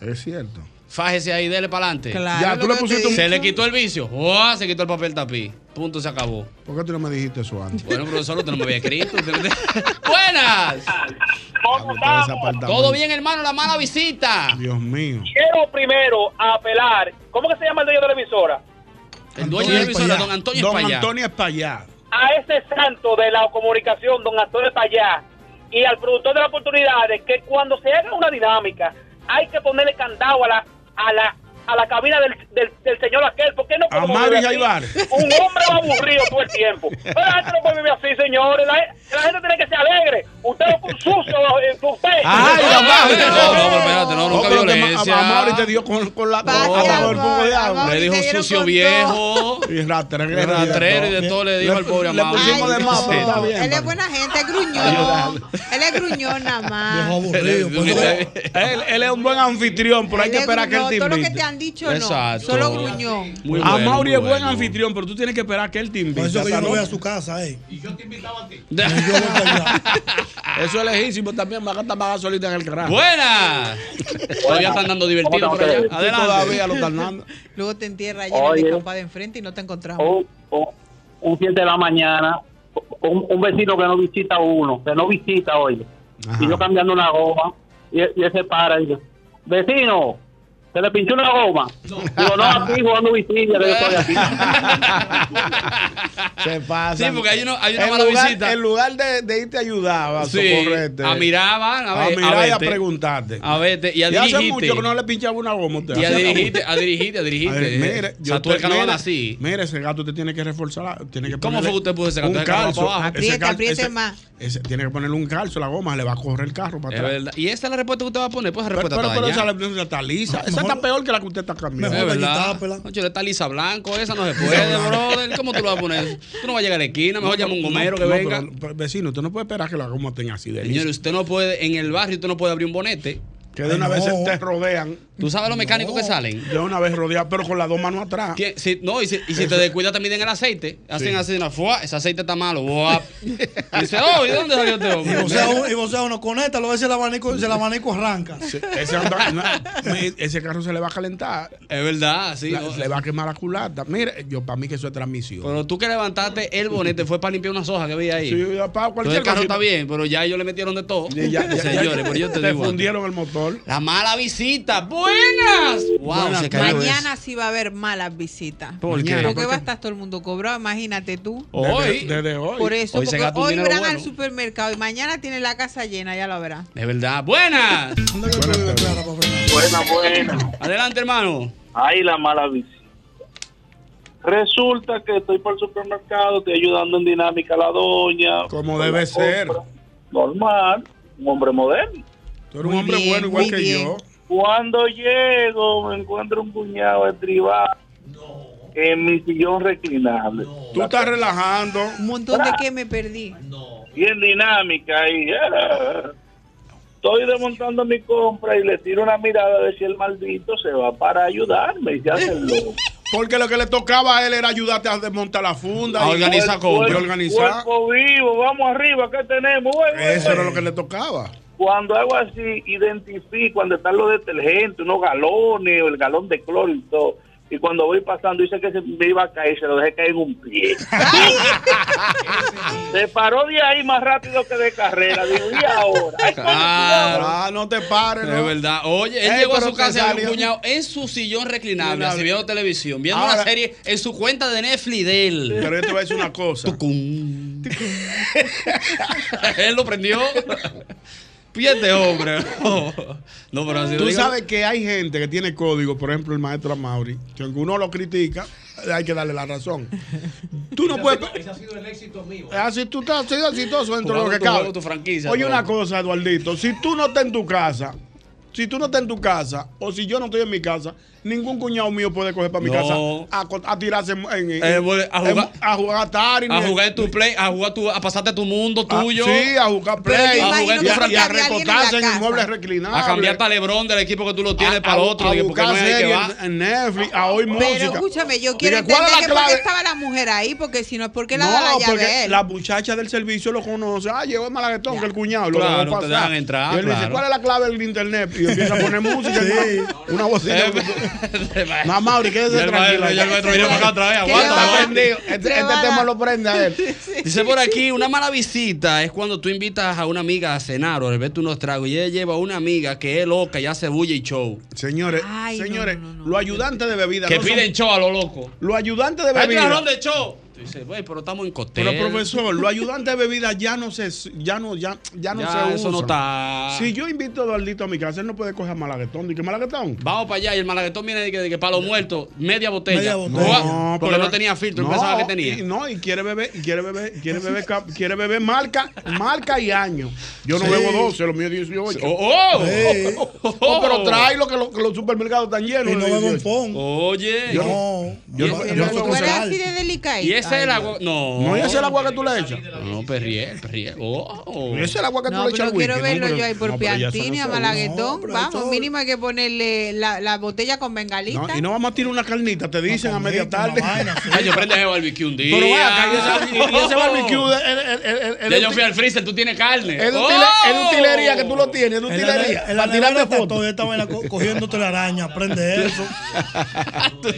[SPEAKER 6] Es cierto.
[SPEAKER 2] Fájese ahí, dele para adelante.
[SPEAKER 6] Claro, Ya, tú lo le que te pusiste un-
[SPEAKER 2] Se le quitó el vicio. ¡Guau! Oh, se quitó el papel tapiz. Punto, se acabó.
[SPEAKER 6] ¿Por qué tú no me dijiste eso antes?
[SPEAKER 2] Bueno, profesor, usted no me había escrito. Usted no te- [laughs] ¡Buenas!
[SPEAKER 6] Ah, pues,
[SPEAKER 2] ¿Todo bien, hermano? La mala visita.
[SPEAKER 6] Dios mío.
[SPEAKER 13] [laughs] Quiero primero apelar. ¿Cómo que se llama el dueño de la emisora?
[SPEAKER 2] El dueño de la
[SPEAKER 6] Antonio
[SPEAKER 2] emisora,
[SPEAKER 6] Espaillat.
[SPEAKER 2] don Antonio
[SPEAKER 6] Don
[SPEAKER 2] Espaillat.
[SPEAKER 6] Antonio Espaillat.
[SPEAKER 13] A ese santo de la comunicación, don Antonio Payá, y al productor de las oportunidades, que cuando se haga una dinámica, hay que ponerle candado a la, a la, a la cabina del, del, del señor aquel. ¿Por qué no podemos
[SPEAKER 6] Amaro y
[SPEAKER 13] vivir así?
[SPEAKER 6] Jaibar.
[SPEAKER 13] Un hombre aburrido todo el tiempo. Pero la gente no puede vivir así, señores. La, la gente tiene que ser alegre. Usted es un sucio. [laughs] eh, Usted.
[SPEAKER 2] ¡Ay, papá! No, no, pero espérate, no, nunca
[SPEAKER 6] pero te-
[SPEAKER 2] violencia.
[SPEAKER 6] a- a Mauri te dio con, con la
[SPEAKER 2] Vaya,
[SPEAKER 6] con el poco de agua.
[SPEAKER 2] Mauri, Le dijo te dieron sucio con viejo.
[SPEAKER 6] Y ratrero.
[SPEAKER 2] Y ratrero y de todo le dijo al pobre
[SPEAKER 6] Le
[SPEAKER 2] Mauri.
[SPEAKER 6] pusimos de
[SPEAKER 2] Ay,
[SPEAKER 6] más, pero
[SPEAKER 2] no.
[SPEAKER 6] está bien.
[SPEAKER 4] Él es buena gente, es gruñón. Él es gruñón nada más.
[SPEAKER 6] él, él es un buen anfitrión, pero hay
[SPEAKER 4] Él
[SPEAKER 6] que
[SPEAKER 4] es
[SPEAKER 6] esperar que él
[SPEAKER 4] gruñón,
[SPEAKER 6] te
[SPEAKER 4] todo lo
[SPEAKER 6] invite.
[SPEAKER 4] que te han dicho, no. Exacto. Solo gruñón.
[SPEAKER 7] Muy
[SPEAKER 6] a
[SPEAKER 7] bueno,
[SPEAKER 6] Mauri
[SPEAKER 7] muy
[SPEAKER 6] es buen
[SPEAKER 7] bueno.
[SPEAKER 6] anfitrión, pero tú tienes que esperar que él te invite.
[SPEAKER 7] Por eso que yo
[SPEAKER 6] hasta
[SPEAKER 7] no voy
[SPEAKER 6] luego.
[SPEAKER 7] a su casa, eh.
[SPEAKER 6] Eso es lejísimo también, me gasta más gasolina en el carajo.
[SPEAKER 2] ¡Buenas! Todavía están dando divertido por allá. Adelante.
[SPEAKER 6] Todavía lo están dando.
[SPEAKER 4] [laughs] Luego te entierra allá en
[SPEAKER 13] Oye.
[SPEAKER 4] el descampado de enfrente y no te encontramos.
[SPEAKER 9] Oh.
[SPEAKER 13] un, un- un 7 de la mañana, un, un vecino que no visita a uno, que no visita, oye, y yo cambiando una goma, y, él- y él se para y dice, vecino, se le pinchó una goma. Digo, no, aquí jugando visita, que yo estoy aquí.
[SPEAKER 6] [laughs] Se pasa.
[SPEAKER 2] Sí, porque hay uno- hay una
[SPEAKER 6] en
[SPEAKER 2] mala
[SPEAKER 6] lugar,
[SPEAKER 2] visita.
[SPEAKER 6] En lugar de, de irte a ayudar, a
[SPEAKER 2] Sí,
[SPEAKER 6] socorrerte.
[SPEAKER 2] a mirar van, a ver,
[SPEAKER 6] A mirar
[SPEAKER 2] a
[SPEAKER 6] y a
[SPEAKER 2] verte.
[SPEAKER 6] preguntarte.
[SPEAKER 2] A verte, y a
[SPEAKER 6] Y hace
[SPEAKER 2] dirigirte.
[SPEAKER 6] mucho que no le pinchaba una goma a usted.
[SPEAKER 2] Y a
[SPEAKER 6] Hace mucho.
[SPEAKER 2] dirigirte, a dirigirte, a
[SPEAKER 6] A
[SPEAKER 2] dirigirte.
[SPEAKER 6] ver, mire,
[SPEAKER 2] Eh, o sea,
[SPEAKER 6] yo
[SPEAKER 2] tú el
[SPEAKER 6] estoy-
[SPEAKER 2] carnaval
[SPEAKER 6] mira,
[SPEAKER 2] así.
[SPEAKER 6] Mira, ese gato te tiene que reforzar. Tiene que
[SPEAKER 2] ¿Cómo fue que usted puso ese gato?
[SPEAKER 6] Un
[SPEAKER 2] ¿Ese carro va
[SPEAKER 6] calzo.
[SPEAKER 2] para abajo?
[SPEAKER 6] Ese
[SPEAKER 2] Apriete,
[SPEAKER 6] cal-
[SPEAKER 2] apriete
[SPEAKER 6] ese-
[SPEAKER 2] más.
[SPEAKER 6] ese- tiene que ponerle un calzo a la goma, le va a correr el carro para
[SPEAKER 2] Es
[SPEAKER 6] atrás.
[SPEAKER 2] verdad. Y esa es la respuesta que usted va a poner. Pues esa
[SPEAKER 6] Pero,
[SPEAKER 2] respuesta
[SPEAKER 6] pero,
[SPEAKER 2] está
[SPEAKER 6] pero esa,
[SPEAKER 2] dañada.
[SPEAKER 6] la- está lisa. Esa está peor que la que usted está cambiando.
[SPEAKER 2] Es verdad. Concho, está lisa blanco, esa no se puede, brother. ¿Cómo tú la vas a poner? Tú no vas a llegar a la esquina, mejor llama a un gomero que
[SPEAKER 6] No,
[SPEAKER 2] venga.
[SPEAKER 6] pero, pero, vecino, usted no puede esperar que la goma tenga así de lisa.
[SPEAKER 2] Señor, usted no puede, en el barrio, usted no puede abrir un bonete.
[SPEAKER 6] Que de una vez se te rodean.
[SPEAKER 2] ¿Tú sabes los mecánicos que salen?
[SPEAKER 6] De una vez rodeado, pero con las dos manos atrás.
[SPEAKER 2] Que si- no, y si, y si te descuidas te miden el aceite. Hacen
[SPEAKER 6] Sí.
[SPEAKER 2] así una fuá, ese aceite está malo. Buap. Y dice, oh, ¿y de dónde salió este
[SPEAKER 7] Y
[SPEAKER 2] hombre?
[SPEAKER 7] vos sea, un- y vos sea uno conecta, lo ves y el abanico, y el abanico arranca.
[SPEAKER 6] Ese, anda- no, me- ese carro se le va a calentar.
[SPEAKER 2] Es verdad, sí.
[SPEAKER 6] La-
[SPEAKER 2] no.
[SPEAKER 6] se le va a quemar la culata. Mire, yo para mí que eso es transmisión.
[SPEAKER 2] Pero tú que levantaste el bonete fue para limpiar unas hojas que había ahí.
[SPEAKER 6] Sí, ya, pa'
[SPEAKER 2] Entonces
[SPEAKER 6] cualquier
[SPEAKER 2] el carro
[SPEAKER 6] cosita.
[SPEAKER 2] está bien, pero ya ellos le metieron de todo.
[SPEAKER 6] Y ya- ya- ya-
[SPEAKER 2] Señores, pero yo te digo. algo.
[SPEAKER 6] fundieron el motor. Castrol.
[SPEAKER 2] La mala visita. Buenas. Wow,
[SPEAKER 4] Bueno,
[SPEAKER 2] se cayó
[SPEAKER 4] mañana sí va a haber malas visitas.
[SPEAKER 2] ¿Por qué?
[SPEAKER 4] Porque
[SPEAKER 2] ¿Por
[SPEAKER 4] va a estar todo el mundo cobrado, imagínate tú.
[SPEAKER 2] Hoy.
[SPEAKER 6] Desde, desde hoy.
[SPEAKER 4] Por eso,
[SPEAKER 2] Hoy se
[SPEAKER 4] porque
[SPEAKER 2] gasta un
[SPEAKER 4] hoy
[SPEAKER 2] dinero
[SPEAKER 4] van
[SPEAKER 2] bueno.
[SPEAKER 4] al supermercado y mañana tienen la casa llena, ya lo verás.
[SPEAKER 2] De verdad. Buenas.
[SPEAKER 9] Buena, buena.
[SPEAKER 2] Adelante, hermano.
[SPEAKER 9] Ay, la mala bici. Resulta que estoy por el supermercado, estoy ayudando en dinámica a la doña.
[SPEAKER 6] Como
[SPEAKER 9] Con
[SPEAKER 6] debe
[SPEAKER 9] la
[SPEAKER 6] ser.
[SPEAKER 9] compra. Normal, un hombre moderno.
[SPEAKER 6] Tú eres un hombre bueno igual que yo.
[SPEAKER 9] Cuando llego, me encuentro un cuñado estribado en mi sillón reclinable.
[SPEAKER 6] Tú estás relajando.
[SPEAKER 4] Un montón de que me perdí.
[SPEAKER 9] bien dinámica y ah, estoy desmontando mi compra y le tiro una mirada de si el maldito se va para ayudarme y se hace
[SPEAKER 4] [laughs]
[SPEAKER 9] el loco.
[SPEAKER 6] Porque lo que le tocaba a él era ayudarte a desmontar la funda.
[SPEAKER 9] A
[SPEAKER 6] y-
[SPEAKER 9] organizar compras.
[SPEAKER 6] Y organizar.
[SPEAKER 9] Cuerpo vivo, vamos arriba, ¿qué tenemos? Voy, voy,
[SPEAKER 6] Eso
[SPEAKER 9] voy.
[SPEAKER 6] era lo que le tocaba.
[SPEAKER 9] Cuando hago así, identifico cuando están los detergentes, unos galones o el galón de cloro y todo. Y cuando voy pasando, dice que se me iba a caer, se lo dejé caer en un pie. se paró de ahí más rápido que de carrera. Digo, y ahora. Ay, coño,
[SPEAKER 2] Ah,
[SPEAKER 6] no te pares.
[SPEAKER 2] De verdad. Oye, él
[SPEAKER 9] Ey,
[SPEAKER 2] llegó a
[SPEAKER 9] pero
[SPEAKER 2] su
[SPEAKER 9] te
[SPEAKER 2] casa y había
[SPEAKER 9] salió.
[SPEAKER 2] un cuñado en su sillón reclinable,
[SPEAKER 6] Reclinable.
[SPEAKER 2] así viendo televisión, viendo
[SPEAKER 6] Ahora-
[SPEAKER 2] una serie en su cuenta de Netflix de él.
[SPEAKER 6] Pero yo te voy a decir una cosa.
[SPEAKER 2] [laughs] él lo prendió. Fíjate, hombre. No, pero así
[SPEAKER 6] Tú
[SPEAKER 2] digo-
[SPEAKER 6] sabes que hay gente que tiene código, por ejemplo, el maestro Amauri, que aunque uno lo critica, hay que darle la razón. Tú [laughs] no puedes.
[SPEAKER 11] Ese ha sido el éxito mío.
[SPEAKER 6] Así Ah, tú estás has sido exitoso dentro de lo
[SPEAKER 2] Jugando
[SPEAKER 6] que
[SPEAKER 2] tu
[SPEAKER 6] cabe.
[SPEAKER 2] juego, tu franquicia,
[SPEAKER 6] Oye,
[SPEAKER 2] todo.
[SPEAKER 6] una cosa, Eduardito. Si tú no estás en tu casa, si tú no estás en tu casa, o si yo no estoy en mi casa, ningún cuñado mío puede coger para mi
[SPEAKER 2] No.
[SPEAKER 6] casa a co- a, tirarse en, en- en-
[SPEAKER 2] Eh, bueno, a
[SPEAKER 6] en-
[SPEAKER 2] jugar-
[SPEAKER 6] a jugar Atari.
[SPEAKER 2] A
[SPEAKER 6] ni-
[SPEAKER 2] jugar tu play, a jugar tu, a pasarte tu mundo
[SPEAKER 6] Ah,
[SPEAKER 2] tuyo.
[SPEAKER 6] sí, a jugar play,
[SPEAKER 2] a jugar tu
[SPEAKER 6] y a, y a
[SPEAKER 2] franquicia.
[SPEAKER 6] recotarse en inmuebles reclinables.
[SPEAKER 2] A cambiarte a Lebrón del equipo que tú lo tienes
[SPEAKER 6] a-
[SPEAKER 2] para otro.
[SPEAKER 6] a
[SPEAKER 2] dije, porque
[SPEAKER 6] buscar
[SPEAKER 2] no es ahí que
[SPEAKER 6] series
[SPEAKER 2] va.
[SPEAKER 6] en, en Netflix, a oír música.
[SPEAKER 4] Pero escúchame, yo quiero
[SPEAKER 6] Dije, ¿cuál
[SPEAKER 4] entender
[SPEAKER 6] es
[SPEAKER 4] que
[SPEAKER 6] la
[SPEAKER 4] por qué
[SPEAKER 6] clave?
[SPEAKER 4] estaba la mujer ahí, porque si no es porque la da
[SPEAKER 6] No,
[SPEAKER 4] la llave a
[SPEAKER 6] porque
[SPEAKER 4] él.
[SPEAKER 6] la muchacha del servicio lo conoce. Ah, llegó el malaguetón, que el cuñado lo
[SPEAKER 2] Claro,
[SPEAKER 6] dejó
[SPEAKER 2] te
[SPEAKER 6] pasar.
[SPEAKER 2] dejan entrar,
[SPEAKER 6] Y él dice,
[SPEAKER 2] claro.
[SPEAKER 6] ¿cuál es la clave del internet? Y empieza a poner música. y
[SPEAKER 2] [laughs]
[SPEAKER 6] Una bocina. Mamá, Mauri,
[SPEAKER 2] Ya
[SPEAKER 6] quédese
[SPEAKER 2] el
[SPEAKER 6] tranquilo.
[SPEAKER 2] maestro- ya el maestro viene para acá otra vez,
[SPEAKER 6] Que
[SPEAKER 2] aguanta,
[SPEAKER 6] le va a dar-
[SPEAKER 2] aguanta.
[SPEAKER 6] Este, este
[SPEAKER 2] Le va a dar-
[SPEAKER 6] tema lo
[SPEAKER 4] [laughs]
[SPEAKER 6] prende a él.
[SPEAKER 2] Dice por aquí, una mala visita es cuando tú invitas a una amiga a cenar o le ves unos tragos y ella lleva a una amiga que es loca y hace bulla y show.
[SPEAKER 6] Señores, señores, los ayudantes de bebida.
[SPEAKER 2] Que
[SPEAKER 6] no son-
[SPEAKER 2] piden show a lo loco.
[SPEAKER 6] Los ayudantes de
[SPEAKER 2] Hay un
[SPEAKER 6] bebida.
[SPEAKER 2] jarrón de show. Tú dices, güey, pero estamos en costel.
[SPEAKER 6] Pero profesor, los ayudantes de bebida ya no se ya no ya, ya no
[SPEAKER 2] Ya,
[SPEAKER 6] se
[SPEAKER 2] eso no
[SPEAKER 6] usan.
[SPEAKER 2] está.
[SPEAKER 6] Si yo invito a Eduardito a mi casa, él no puede coger a malaguetón. Dice, malaguetón?
[SPEAKER 2] [laughs] Vamos para allá y el malaguetón viene de que, de que palo muerto, media botella.
[SPEAKER 6] Media botella.
[SPEAKER 2] Guau, porque
[SPEAKER 6] pero-
[SPEAKER 2] no tenía filtro,
[SPEAKER 6] no,
[SPEAKER 2] pensaba que tenía.
[SPEAKER 6] Y, no, y quiere beber, y quiere beber, y quiere beber, cap- quiere beber marca, marca y año. Yo no
[SPEAKER 2] Sí.
[SPEAKER 6] bebo 12, lo mío es 18.
[SPEAKER 2] Oh, oh.
[SPEAKER 6] Sí.
[SPEAKER 2] Oh,
[SPEAKER 6] Oh, pero trae lo que, lo- que los supermercados están llenos.
[SPEAKER 7] Y no
[SPEAKER 6] de
[SPEAKER 7] bebo
[SPEAKER 6] 18.
[SPEAKER 2] Oye.
[SPEAKER 6] Yo
[SPEAKER 7] no.
[SPEAKER 6] Yo no, yo no
[SPEAKER 4] Tú eres así de delicado.
[SPEAKER 2] Y ese es el agua. No.
[SPEAKER 6] No, y ese es el agua que tú le echas.
[SPEAKER 2] No, perriel, perriel. Oh.
[SPEAKER 6] Ese es el agua que
[SPEAKER 4] No,
[SPEAKER 6] tú le
[SPEAKER 4] pero
[SPEAKER 6] echas al
[SPEAKER 4] quiero
[SPEAKER 6] whisky,
[SPEAKER 4] verlo
[SPEAKER 6] ¿no?
[SPEAKER 4] yo ahí por
[SPEAKER 6] No, pero ya eso no
[SPEAKER 4] Piantini,
[SPEAKER 6] se
[SPEAKER 4] a
[SPEAKER 6] usa.
[SPEAKER 4] Malaguetón. Vamos, mínimo hay que ponerle la, la botella con bengalita.
[SPEAKER 6] No, y no vamos a tirar una carnita, te dicen a media tarde. [laughs]
[SPEAKER 2] Ay, yo prendí ese barbecue un día.
[SPEAKER 6] Pero ven acá, y ese- y ese barbecue de-
[SPEAKER 2] Ya yo fui al freezer, tú tienes carne.
[SPEAKER 6] Es de
[SPEAKER 2] Oh.
[SPEAKER 6] utile- es de utilería que tú lo tienes, es de
[SPEAKER 7] En la-
[SPEAKER 6] utilería.
[SPEAKER 7] en la
[SPEAKER 6] Para tirarte
[SPEAKER 7] nevera está
[SPEAKER 6] fotos.
[SPEAKER 7] todo, esta vaina co- cogiéndote la araña, prende eso.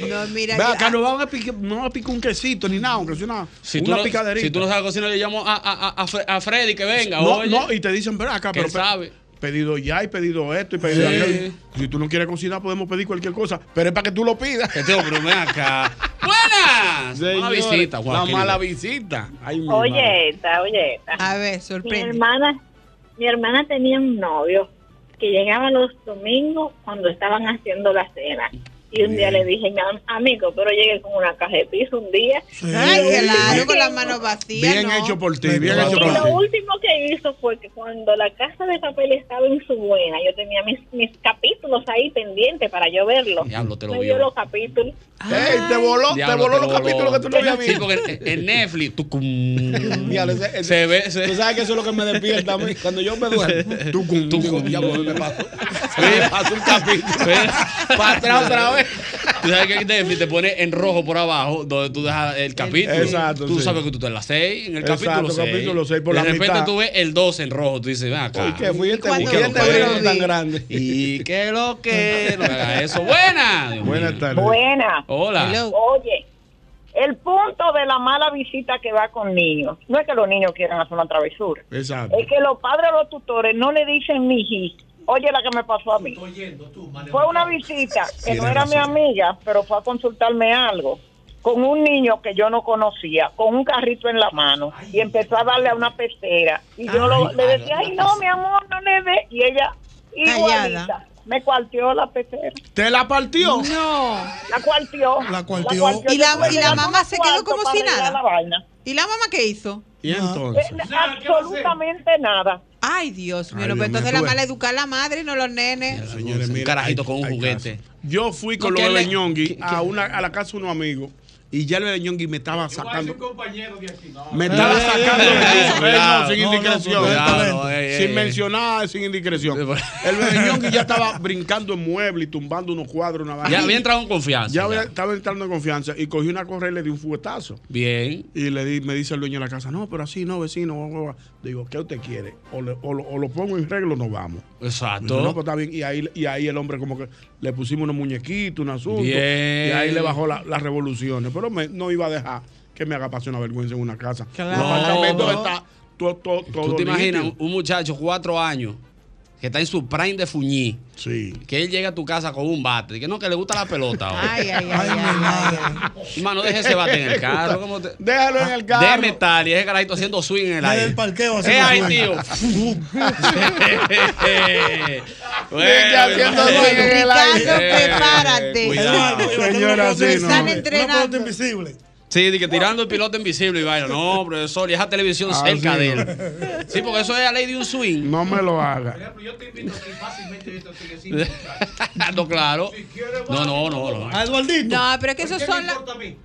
[SPEAKER 4] No, mira,
[SPEAKER 6] Ve
[SPEAKER 4] yo-
[SPEAKER 6] acá, no vamos a picar, no vamos a picar un quesito ni nada, aunque sea una,
[SPEAKER 2] Si tú,
[SPEAKER 6] una
[SPEAKER 2] no,
[SPEAKER 6] picaderita.
[SPEAKER 2] si tú no sabes cocinar, le llamo a, a, a- a, Fre- a Freddy que venga.
[SPEAKER 6] No,
[SPEAKER 2] oye.
[SPEAKER 6] no, y te dicen, pero acá,
[SPEAKER 2] Que
[SPEAKER 6] pero pe-
[SPEAKER 2] sabe.
[SPEAKER 6] pedido ya y pedido esto y pedido
[SPEAKER 2] Sí.
[SPEAKER 6] aquello. Si tú no quieres cocinar, podemos pedir cualquier cosa, pero es para que tú lo pidas.
[SPEAKER 2] Este hombre, ven acá. [laughs] ¡Buenas!
[SPEAKER 6] Señores,
[SPEAKER 2] visita, Juan,
[SPEAKER 6] La
[SPEAKER 2] qué
[SPEAKER 6] mala
[SPEAKER 2] lindo.
[SPEAKER 6] visita. Ay, mi madre.
[SPEAKER 3] Oye, esta, oye. esta.
[SPEAKER 4] A ver, sorprende.
[SPEAKER 3] Mi hermana, mi hermana tenía un novio que llegaba los domingos cuando estaban haciendo la cena. Y un día
[SPEAKER 4] Bien.
[SPEAKER 3] le dije, "Mi am- amigo, pero llegué con una caja de piso un día.
[SPEAKER 4] Ay,
[SPEAKER 3] Y lo
[SPEAKER 4] claro,
[SPEAKER 3] último
[SPEAKER 4] con las manos vacías.
[SPEAKER 6] Bien
[SPEAKER 4] no.
[SPEAKER 6] hecho por ti, bien hecho
[SPEAKER 3] Y
[SPEAKER 6] por
[SPEAKER 3] lo
[SPEAKER 6] ti.
[SPEAKER 3] último que hizo fue que cuando la casa de papel estaba en su buena, yo tenía mis, mis capítulos ahí pendientes para yo verlos.
[SPEAKER 2] Diablo, te lo
[SPEAKER 3] Me
[SPEAKER 2] vio.
[SPEAKER 3] dio los capítulos.
[SPEAKER 6] Ey, te voló, te
[SPEAKER 2] Diablo,
[SPEAKER 6] voló
[SPEAKER 2] te
[SPEAKER 6] los capítulos que tú no habías
[SPEAKER 2] Sí,
[SPEAKER 6] visto.
[SPEAKER 2] porque en- en Netflix, tú cum.
[SPEAKER 6] [laughs] Diablo, ese- ese-
[SPEAKER 2] se ve, se
[SPEAKER 6] Tú sabes que eso es lo que me despierta a mí. Cuando yo
[SPEAKER 2] [laughs]
[SPEAKER 6] me duermo, tú cum, digo, diablo, me pasó. [laughs] Me pasó un capítulo. Para atrás otra vez.
[SPEAKER 2] Tú sabes que Netflix te pone en rojo por abajo donde tú dejas el capítulo.
[SPEAKER 6] Exacto,
[SPEAKER 2] Tú
[SPEAKER 6] sí.
[SPEAKER 2] sabes que tú estás en la 6, en el
[SPEAKER 6] Exacto,
[SPEAKER 2] capítulo 6.
[SPEAKER 6] capítulo seis, por
[SPEAKER 2] de
[SPEAKER 6] la
[SPEAKER 2] repente
[SPEAKER 6] mitad.
[SPEAKER 2] tú ves el 2 en rojo. Tú dices, ven acá.
[SPEAKER 6] ¿Y qué? Fui este
[SPEAKER 2] ¿Y
[SPEAKER 6] ¿Quién
[SPEAKER 2] qué lo
[SPEAKER 6] te abrió
[SPEAKER 2] parió?
[SPEAKER 6] tan grande?
[SPEAKER 2] ¿Y qué lo
[SPEAKER 6] [laughs]
[SPEAKER 2] que? No me hagas eso. Buena. Dios
[SPEAKER 6] Buenas
[SPEAKER 2] mío.
[SPEAKER 6] tardes.
[SPEAKER 3] Buena.
[SPEAKER 2] Hola. Hello.
[SPEAKER 3] Oye, el punto de la mala visita que va con niños, no es que los niños quieran hacer una travesura,
[SPEAKER 6] Exacto.
[SPEAKER 3] es que los padres o los tutores no le dicen miji Oye, la que me pasó a mí. Fue una visita que no era mi amiga, pero fue a consultarme algo con un niño que yo no conocía, con un carrito en la mano, y empezó a darle a una pecera. Y yo lo-
[SPEAKER 13] Ay,
[SPEAKER 3] le
[SPEAKER 13] ay,
[SPEAKER 3] decía,
[SPEAKER 13] ay,
[SPEAKER 3] ay, no, mi amor, no le dé. Y ella, igualita, me cuarteó la pecera.
[SPEAKER 6] ¿Te la partió?
[SPEAKER 4] No.
[SPEAKER 3] La cuarteó.
[SPEAKER 7] La
[SPEAKER 3] cuarteó.
[SPEAKER 4] Y la,
[SPEAKER 3] Yo
[SPEAKER 4] y la
[SPEAKER 3] tuve
[SPEAKER 4] mamá se quedó
[SPEAKER 3] cuarto
[SPEAKER 4] como
[SPEAKER 3] para
[SPEAKER 4] si
[SPEAKER 3] arreglar
[SPEAKER 4] nada.
[SPEAKER 3] la vaina.
[SPEAKER 4] ¿Y la mamá qué hizo?
[SPEAKER 6] ¿Y entonces?
[SPEAKER 3] Eh, absolutamente nada.
[SPEAKER 4] Ay, Dios mío.
[SPEAKER 6] Ay,
[SPEAKER 4] no,
[SPEAKER 6] Dios
[SPEAKER 4] pero entonces
[SPEAKER 6] mío,
[SPEAKER 4] la
[SPEAKER 6] tú ves.
[SPEAKER 4] mala educar la madre, no los nenes.
[SPEAKER 6] Señores,
[SPEAKER 2] Un
[SPEAKER 6] mira,
[SPEAKER 2] carajito
[SPEAKER 6] hay-
[SPEAKER 2] con un
[SPEAKER 6] hay
[SPEAKER 2] juguete.
[SPEAKER 6] casos. Yo fui con
[SPEAKER 2] No,
[SPEAKER 6] los
[SPEAKER 2] que
[SPEAKER 6] de
[SPEAKER 2] le-
[SPEAKER 6] Ñongui a, una, a la casa de unos amigos y ya el de Ñongui me estaba sacando. Me estaba
[SPEAKER 14] Eh,
[SPEAKER 6] sacando
[SPEAKER 14] eh,
[SPEAKER 6] de
[SPEAKER 14] eh,
[SPEAKER 6] piso. Eh, no,
[SPEAKER 14] cuidado.
[SPEAKER 6] sin
[SPEAKER 14] No, no,
[SPEAKER 6] indiscreción.
[SPEAKER 14] cuidado, eh, eh, eh.
[SPEAKER 6] sin mencionar, sin indiscreción. El de Ñongui ya estaba brincando en muebles y tumbando unos cuadros, una vaina.
[SPEAKER 2] Ya había entrado en confianza.
[SPEAKER 6] Ya
[SPEAKER 2] ya.
[SPEAKER 6] había- estaba entrando en confianza y cogí una correa y le di un fuetazo.
[SPEAKER 2] Bien.
[SPEAKER 6] Y le di, me dice el dueño de la casa, no, pero así no, vecino. guau, guau, guau". Digo, ¿qué usted quiere? O, le- o lo, o lo pongo en reglo o nos vamos.
[SPEAKER 2] Exacto.
[SPEAKER 6] No, pues está bien. Y ahí, y ahí el hombre como que le pusimos unos muñequitos, un asunto.
[SPEAKER 2] Bien.
[SPEAKER 6] Y ahí le bajó la- las revoluciones. Pero me- no iba a dejar que me haga pasar una vergüenza en una casa.
[SPEAKER 2] Claro.
[SPEAKER 6] El apartamento
[SPEAKER 2] No.
[SPEAKER 6] está todo, todo,
[SPEAKER 2] ¿Tú
[SPEAKER 6] todo
[SPEAKER 2] te imaginas un,
[SPEAKER 6] limpio.
[SPEAKER 2] un muchacho, cuatro años, que está en su prime de fuñí? Que él llega a tu casa con un bate. Que no, que le gusta la pelota.
[SPEAKER 4] Ay, ay, ay.
[SPEAKER 2] Mano, deje Ah, ese bate
[SPEAKER 6] [laughs]
[SPEAKER 2] en el carro. ¿cómo te-
[SPEAKER 6] Déjalo en el carro.
[SPEAKER 2] De metal y ese carajito haciendo swing en el
[SPEAKER 7] Desde
[SPEAKER 2] aire.
[SPEAKER 7] el parqueo
[SPEAKER 2] ¡Eh,
[SPEAKER 7] haciendo
[SPEAKER 2] ay,
[SPEAKER 7] swing. [laughs]
[SPEAKER 2] tío! Eh,
[SPEAKER 7] haciendo swing en el aire.
[SPEAKER 4] prepárate.
[SPEAKER 2] Señora,
[SPEAKER 4] Están entrenando.
[SPEAKER 7] invisible.
[SPEAKER 2] Sí, de que tirando el piloto invisible y vaina. No, profesor, y esa televisión
[SPEAKER 6] Ah,
[SPEAKER 2] cerca
[SPEAKER 6] sí,
[SPEAKER 2] de
[SPEAKER 6] no.
[SPEAKER 2] él. Sí, porque eso es la ley de un swing.
[SPEAKER 6] No me lo haga.
[SPEAKER 2] [laughs] no, claro. No, no, no. no.
[SPEAKER 7] A Eduardito.
[SPEAKER 4] No, pero es que esos son las.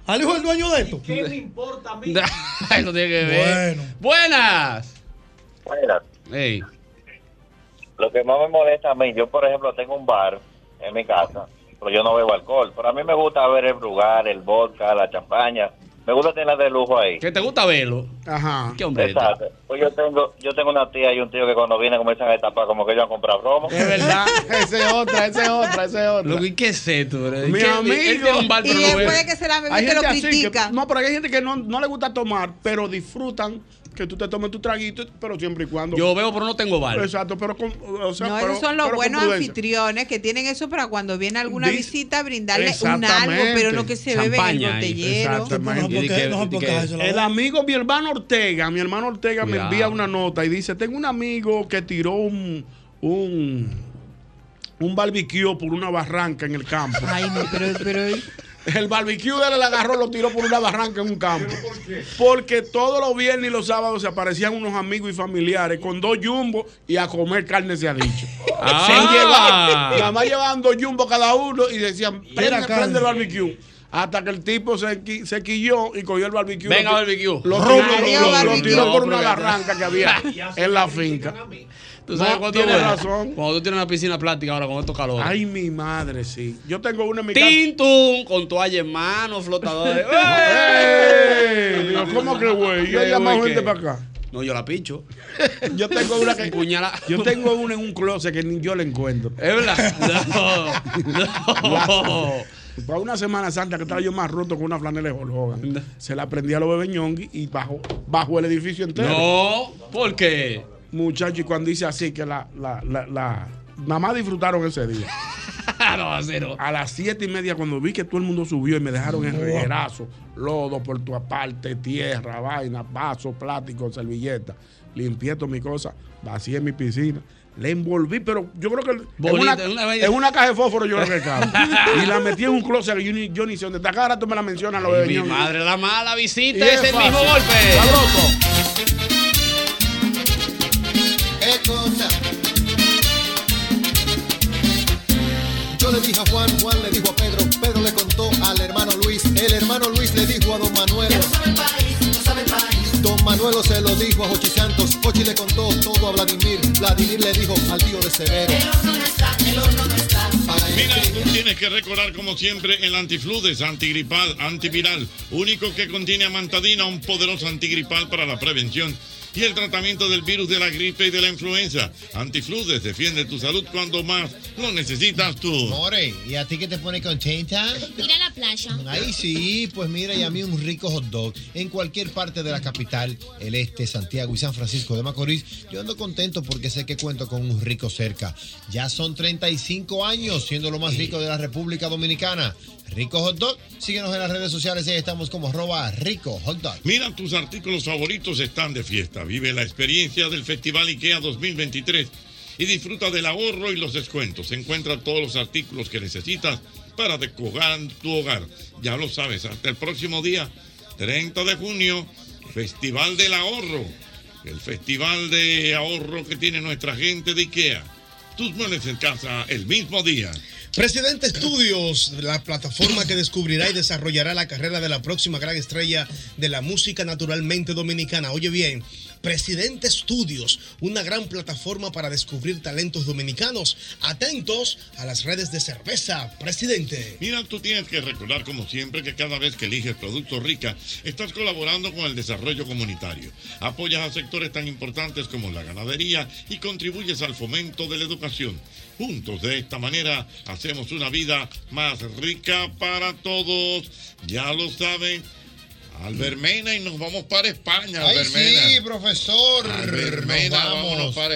[SPEAKER 7] Al hijo del dueño de esto.
[SPEAKER 4] ¿Qué me importa a mí?
[SPEAKER 2] [laughs] Ay, no tiene que ver. Buenas.
[SPEAKER 15] Buenas.
[SPEAKER 2] Ey.
[SPEAKER 15] Lo que más me molesta a mí, yo por ejemplo tengo un bar en mi casa, pero yo no bebo alcohol. Pero a mí me gusta ver el brugal, el vodka, la champaña. Me gusta tener de lujo ahí.
[SPEAKER 2] ¿Qué te gusta verlo?
[SPEAKER 6] Ajá.
[SPEAKER 2] ¿Qué hombre? este?
[SPEAKER 15] Exacto. Pues yo tengo, yo tengo una tía y un tío que cuando vienen comienzan a tapar como que ellos han comprado romo.
[SPEAKER 6] Es verdad. Esa es otra, esa es otra, esa es otra.
[SPEAKER 2] Loco, ¿y qué es esto, bro?
[SPEAKER 6] Mi
[SPEAKER 2] ¿Qué-
[SPEAKER 6] amigo.
[SPEAKER 2] él tiene un bar, pero no bebe.
[SPEAKER 6] Hay gente así que- no, pero hay gente que no, no le gusta tomar, pero disfrutan que tú te tomes tu traguito, pero siempre y cuando.
[SPEAKER 2] Yo veo, pero no tengo bar.
[SPEAKER 6] Exacto, pero con. O sea,
[SPEAKER 4] No,
[SPEAKER 6] pero-
[SPEAKER 4] esos son los
[SPEAKER 6] pero con
[SPEAKER 4] buenos
[SPEAKER 6] prudencia.
[SPEAKER 4] anfitriones que tienen eso para cuando viene alguna
[SPEAKER 6] Dice-
[SPEAKER 4] visita brindarle un algo, pero no que se bebe en el
[SPEAKER 6] Champaña ahí.
[SPEAKER 4] botellero.
[SPEAKER 6] Exactamente.
[SPEAKER 7] No, porque- no, porque eso lo-
[SPEAKER 6] El amigo, mi hermano Ortega, mi hermano Ortega
[SPEAKER 2] Cuidado.
[SPEAKER 6] me envía una nota y dice, tengo un amigo que tiró un, un, un barbecue por una barranca en el campo.
[SPEAKER 4] Ay, no, pero...
[SPEAKER 6] [laughs] El barbecue de él le agarró, lo tiró por una barranca en un campo. Porque todos los viernes y los sábados se aparecían unos amigos y familiares con dos jumbos y a comer carne se ha dicho.
[SPEAKER 2] Ah.
[SPEAKER 6] Se llevaban, nada más llevaban dos jumbos cada uno y decían,
[SPEAKER 7] era
[SPEAKER 6] prende,
[SPEAKER 7] carne.
[SPEAKER 6] prende el barbecue. Hasta que el tipo se, qui- se quilló y cogió el barbecue.
[SPEAKER 2] Venga,
[SPEAKER 6] Lo-
[SPEAKER 2] barbecue.
[SPEAKER 6] Lo,
[SPEAKER 2] Rumbo,
[SPEAKER 6] tiró-
[SPEAKER 2] Adiós,
[SPEAKER 6] lo- lo
[SPEAKER 2] barbecue.
[SPEAKER 6] tiró por una
[SPEAKER 2] No, pero-
[SPEAKER 6] barranca que había en la finca.
[SPEAKER 2] ¿Tú sabes
[SPEAKER 6] No,
[SPEAKER 2] cuánto
[SPEAKER 6] tienes
[SPEAKER 2] huele?
[SPEAKER 6] razón.
[SPEAKER 2] Cuando tú tienes una piscina plástica ahora con estos calores.
[SPEAKER 6] Ay, mi madre, sí. Yo tengo una en mi casa.
[SPEAKER 2] Tintum, con toalla en mano,
[SPEAKER 6] [laughs]
[SPEAKER 2] flotadores.
[SPEAKER 6] ¡Eh! ¡Ey! Digo, ¿Cómo que güey? Yo
[SPEAKER 2] ¿Qué
[SPEAKER 6] llamo
[SPEAKER 2] güey
[SPEAKER 6] gente
[SPEAKER 2] qué?
[SPEAKER 6] para acá.
[SPEAKER 2] No, yo la picho.
[SPEAKER 6] Yo tengo una que.
[SPEAKER 2] Puñala.
[SPEAKER 6] Yo tengo una en un closet que ni yo la encuentro.
[SPEAKER 2] Es verdad. No. No.
[SPEAKER 6] Para una Semana Santa que estaba yo más roto con una flanela de Hulk Hogan. Se la prendí a los bebés ñongui y bajó, bajó el edificio entero.
[SPEAKER 2] No, ¿por qué?
[SPEAKER 6] Muchacho, y cuando dice así que la, la, la, la- nada más disfrutaron ese día.
[SPEAKER 2] [laughs] no, cero.
[SPEAKER 6] A las siete y media, cuando vi que todo el mundo subió y me dejaron en
[SPEAKER 2] Wow.
[SPEAKER 6] reguerazo, lodo por tu aparte, tierra, vaina, vaso, plástico, servilleta, limpié todas mis cosas, vacié mi piscina, le envolví, pero yo creo que en
[SPEAKER 2] Bolita,
[SPEAKER 6] una-
[SPEAKER 2] en
[SPEAKER 6] en,
[SPEAKER 2] una
[SPEAKER 6] una,
[SPEAKER 2] vaina.
[SPEAKER 6] caja de fósforo yo creo que
[SPEAKER 2] [laughs]
[SPEAKER 6] cabe. y la metí en un closet que yo ni, yo ni sé dónde está. Ahora tú me la mencionas, lo
[SPEAKER 2] Mi madre, la mala visita
[SPEAKER 6] Y
[SPEAKER 2] es
[SPEAKER 6] es
[SPEAKER 2] el mismo
[SPEAKER 6] fácil.
[SPEAKER 2] golpe.
[SPEAKER 6] Sabroso.
[SPEAKER 16] ¿Qué cosa? Yo le dije a Juan, Juan le dijo a Pedro, Pedro le contó al hermano Luis, el hermano Luis le dijo a don Manuel. Don Manuelo se lo dijo a Jochi Santos, Jochi le contó todo a Vladimir, Vladimir le dijo al tío de Severo.
[SPEAKER 17] Mira, tú tienes que recordar como siempre el antifludes, antigripal, antiviral, único que contiene amantadina, un poderoso antigripal para la prevención y el tratamiento del virus de la gripe y de la influenza. Antifludes defiende tu salud cuando más lo necesitas tú.
[SPEAKER 16] More, ¿y a ti qué te pone contenta?
[SPEAKER 18] Ir a la playa.
[SPEAKER 16] Ahí sí, pues mira, y a mí un rico hot dog. En cualquier parte de la capital, el este, Santiago y San Francisco de Macorís, yo ando contento porque sé que cuento con un rico cerca. Ya son 35 años siendo lo más rico de la República Dominicana. Rico Hot Dog, síguenos en las redes sociales, ahí estamos como arroba rico hot dog.
[SPEAKER 17] Mira, tus artículos favoritos están de fiesta. Vive la experiencia del Festival IKEA 2023 y disfruta del ahorro y los descuentos. Encuentra todos los artículos que necesitas para decorar tu hogar. Ya lo sabes, hasta el próximo día, 30 de junio, Festival del Ahorro. El festival de ahorro que tiene nuestra gente de IKEA. Tus muebles en casa el mismo día.
[SPEAKER 19] Presidente Studios, la plataforma que descubrirá y desarrollará la carrera de la próxima gran estrella de la música naturalmente dominicana. Oye bien, Presidente Studios, una gran plataforma para descubrir talentos dominicanos. Atentos a las redes de cerveza, presidente.
[SPEAKER 17] Mira, tú tienes que recordar, como siempre, que cada vez que eliges Productos Rica, estás colaborando con el desarrollo comunitario. Apoyas a sectores tan importantes como la ganadería y contribuyes al fomento de la educación. Juntos, de esta manera, hacemos una vida más rica para todos. Ya lo saben. Albermena y nos vamos para España,
[SPEAKER 16] Ay,
[SPEAKER 17] Albermena.
[SPEAKER 16] sí, profesor.
[SPEAKER 17] Albermena,
[SPEAKER 16] Nos vamos.
[SPEAKER 17] vámonos para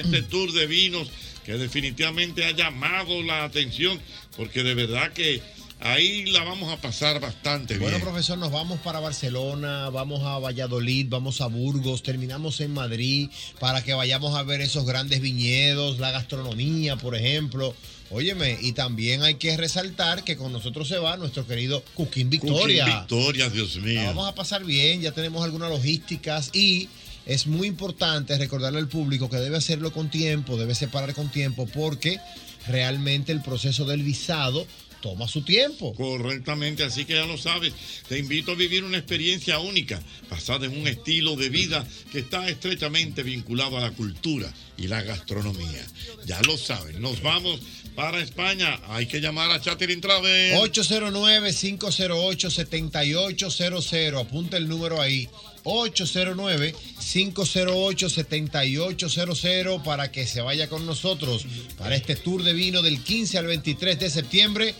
[SPEAKER 16] Mm.
[SPEAKER 17] este tour de vinos que definitivamente ha llamado la atención, porque de verdad que ahí la vamos a pasar bastante
[SPEAKER 16] Bueno,
[SPEAKER 17] bien.
[SPEAKER 16] profesor, nos vamos para Barcelona, vamos a Valladolid, vamos a Burgos, terminamos en Madrid para que vayamos a ver esos grandes viñedos, la gastronomía, por ejemplo. Óyeme, y también hay que resaltar que con nosotros se va nuestro querido Cuquín Victoria.
[SPEAKER 17] Cooking Victoria, Dios mío.
[SPEAKER 16] La vamos a pasar bien, ya tenemos algunas logísticas y es muy importante recordarle al público que debe hacerlo con tiempo, debe separar con tiempo porque realmente el proceso del visado toma su tiempo.
[SPEAKER 17] Correctamente, así que ya lo sabes. Te invito a vivir una experiencia única, basada en un estilo de vida que está estrechamente vinculado a la cultura y la gastronomía. Ya lo saben, nos vamos para España. Hay que llamar a Chatterin Travel.
[SPEAKER 16] 809-508-7800. Apunta el número ahí. 809-508-7800 para que se vaya con nosotros para este tour de vino del 15 al 23 de septiembre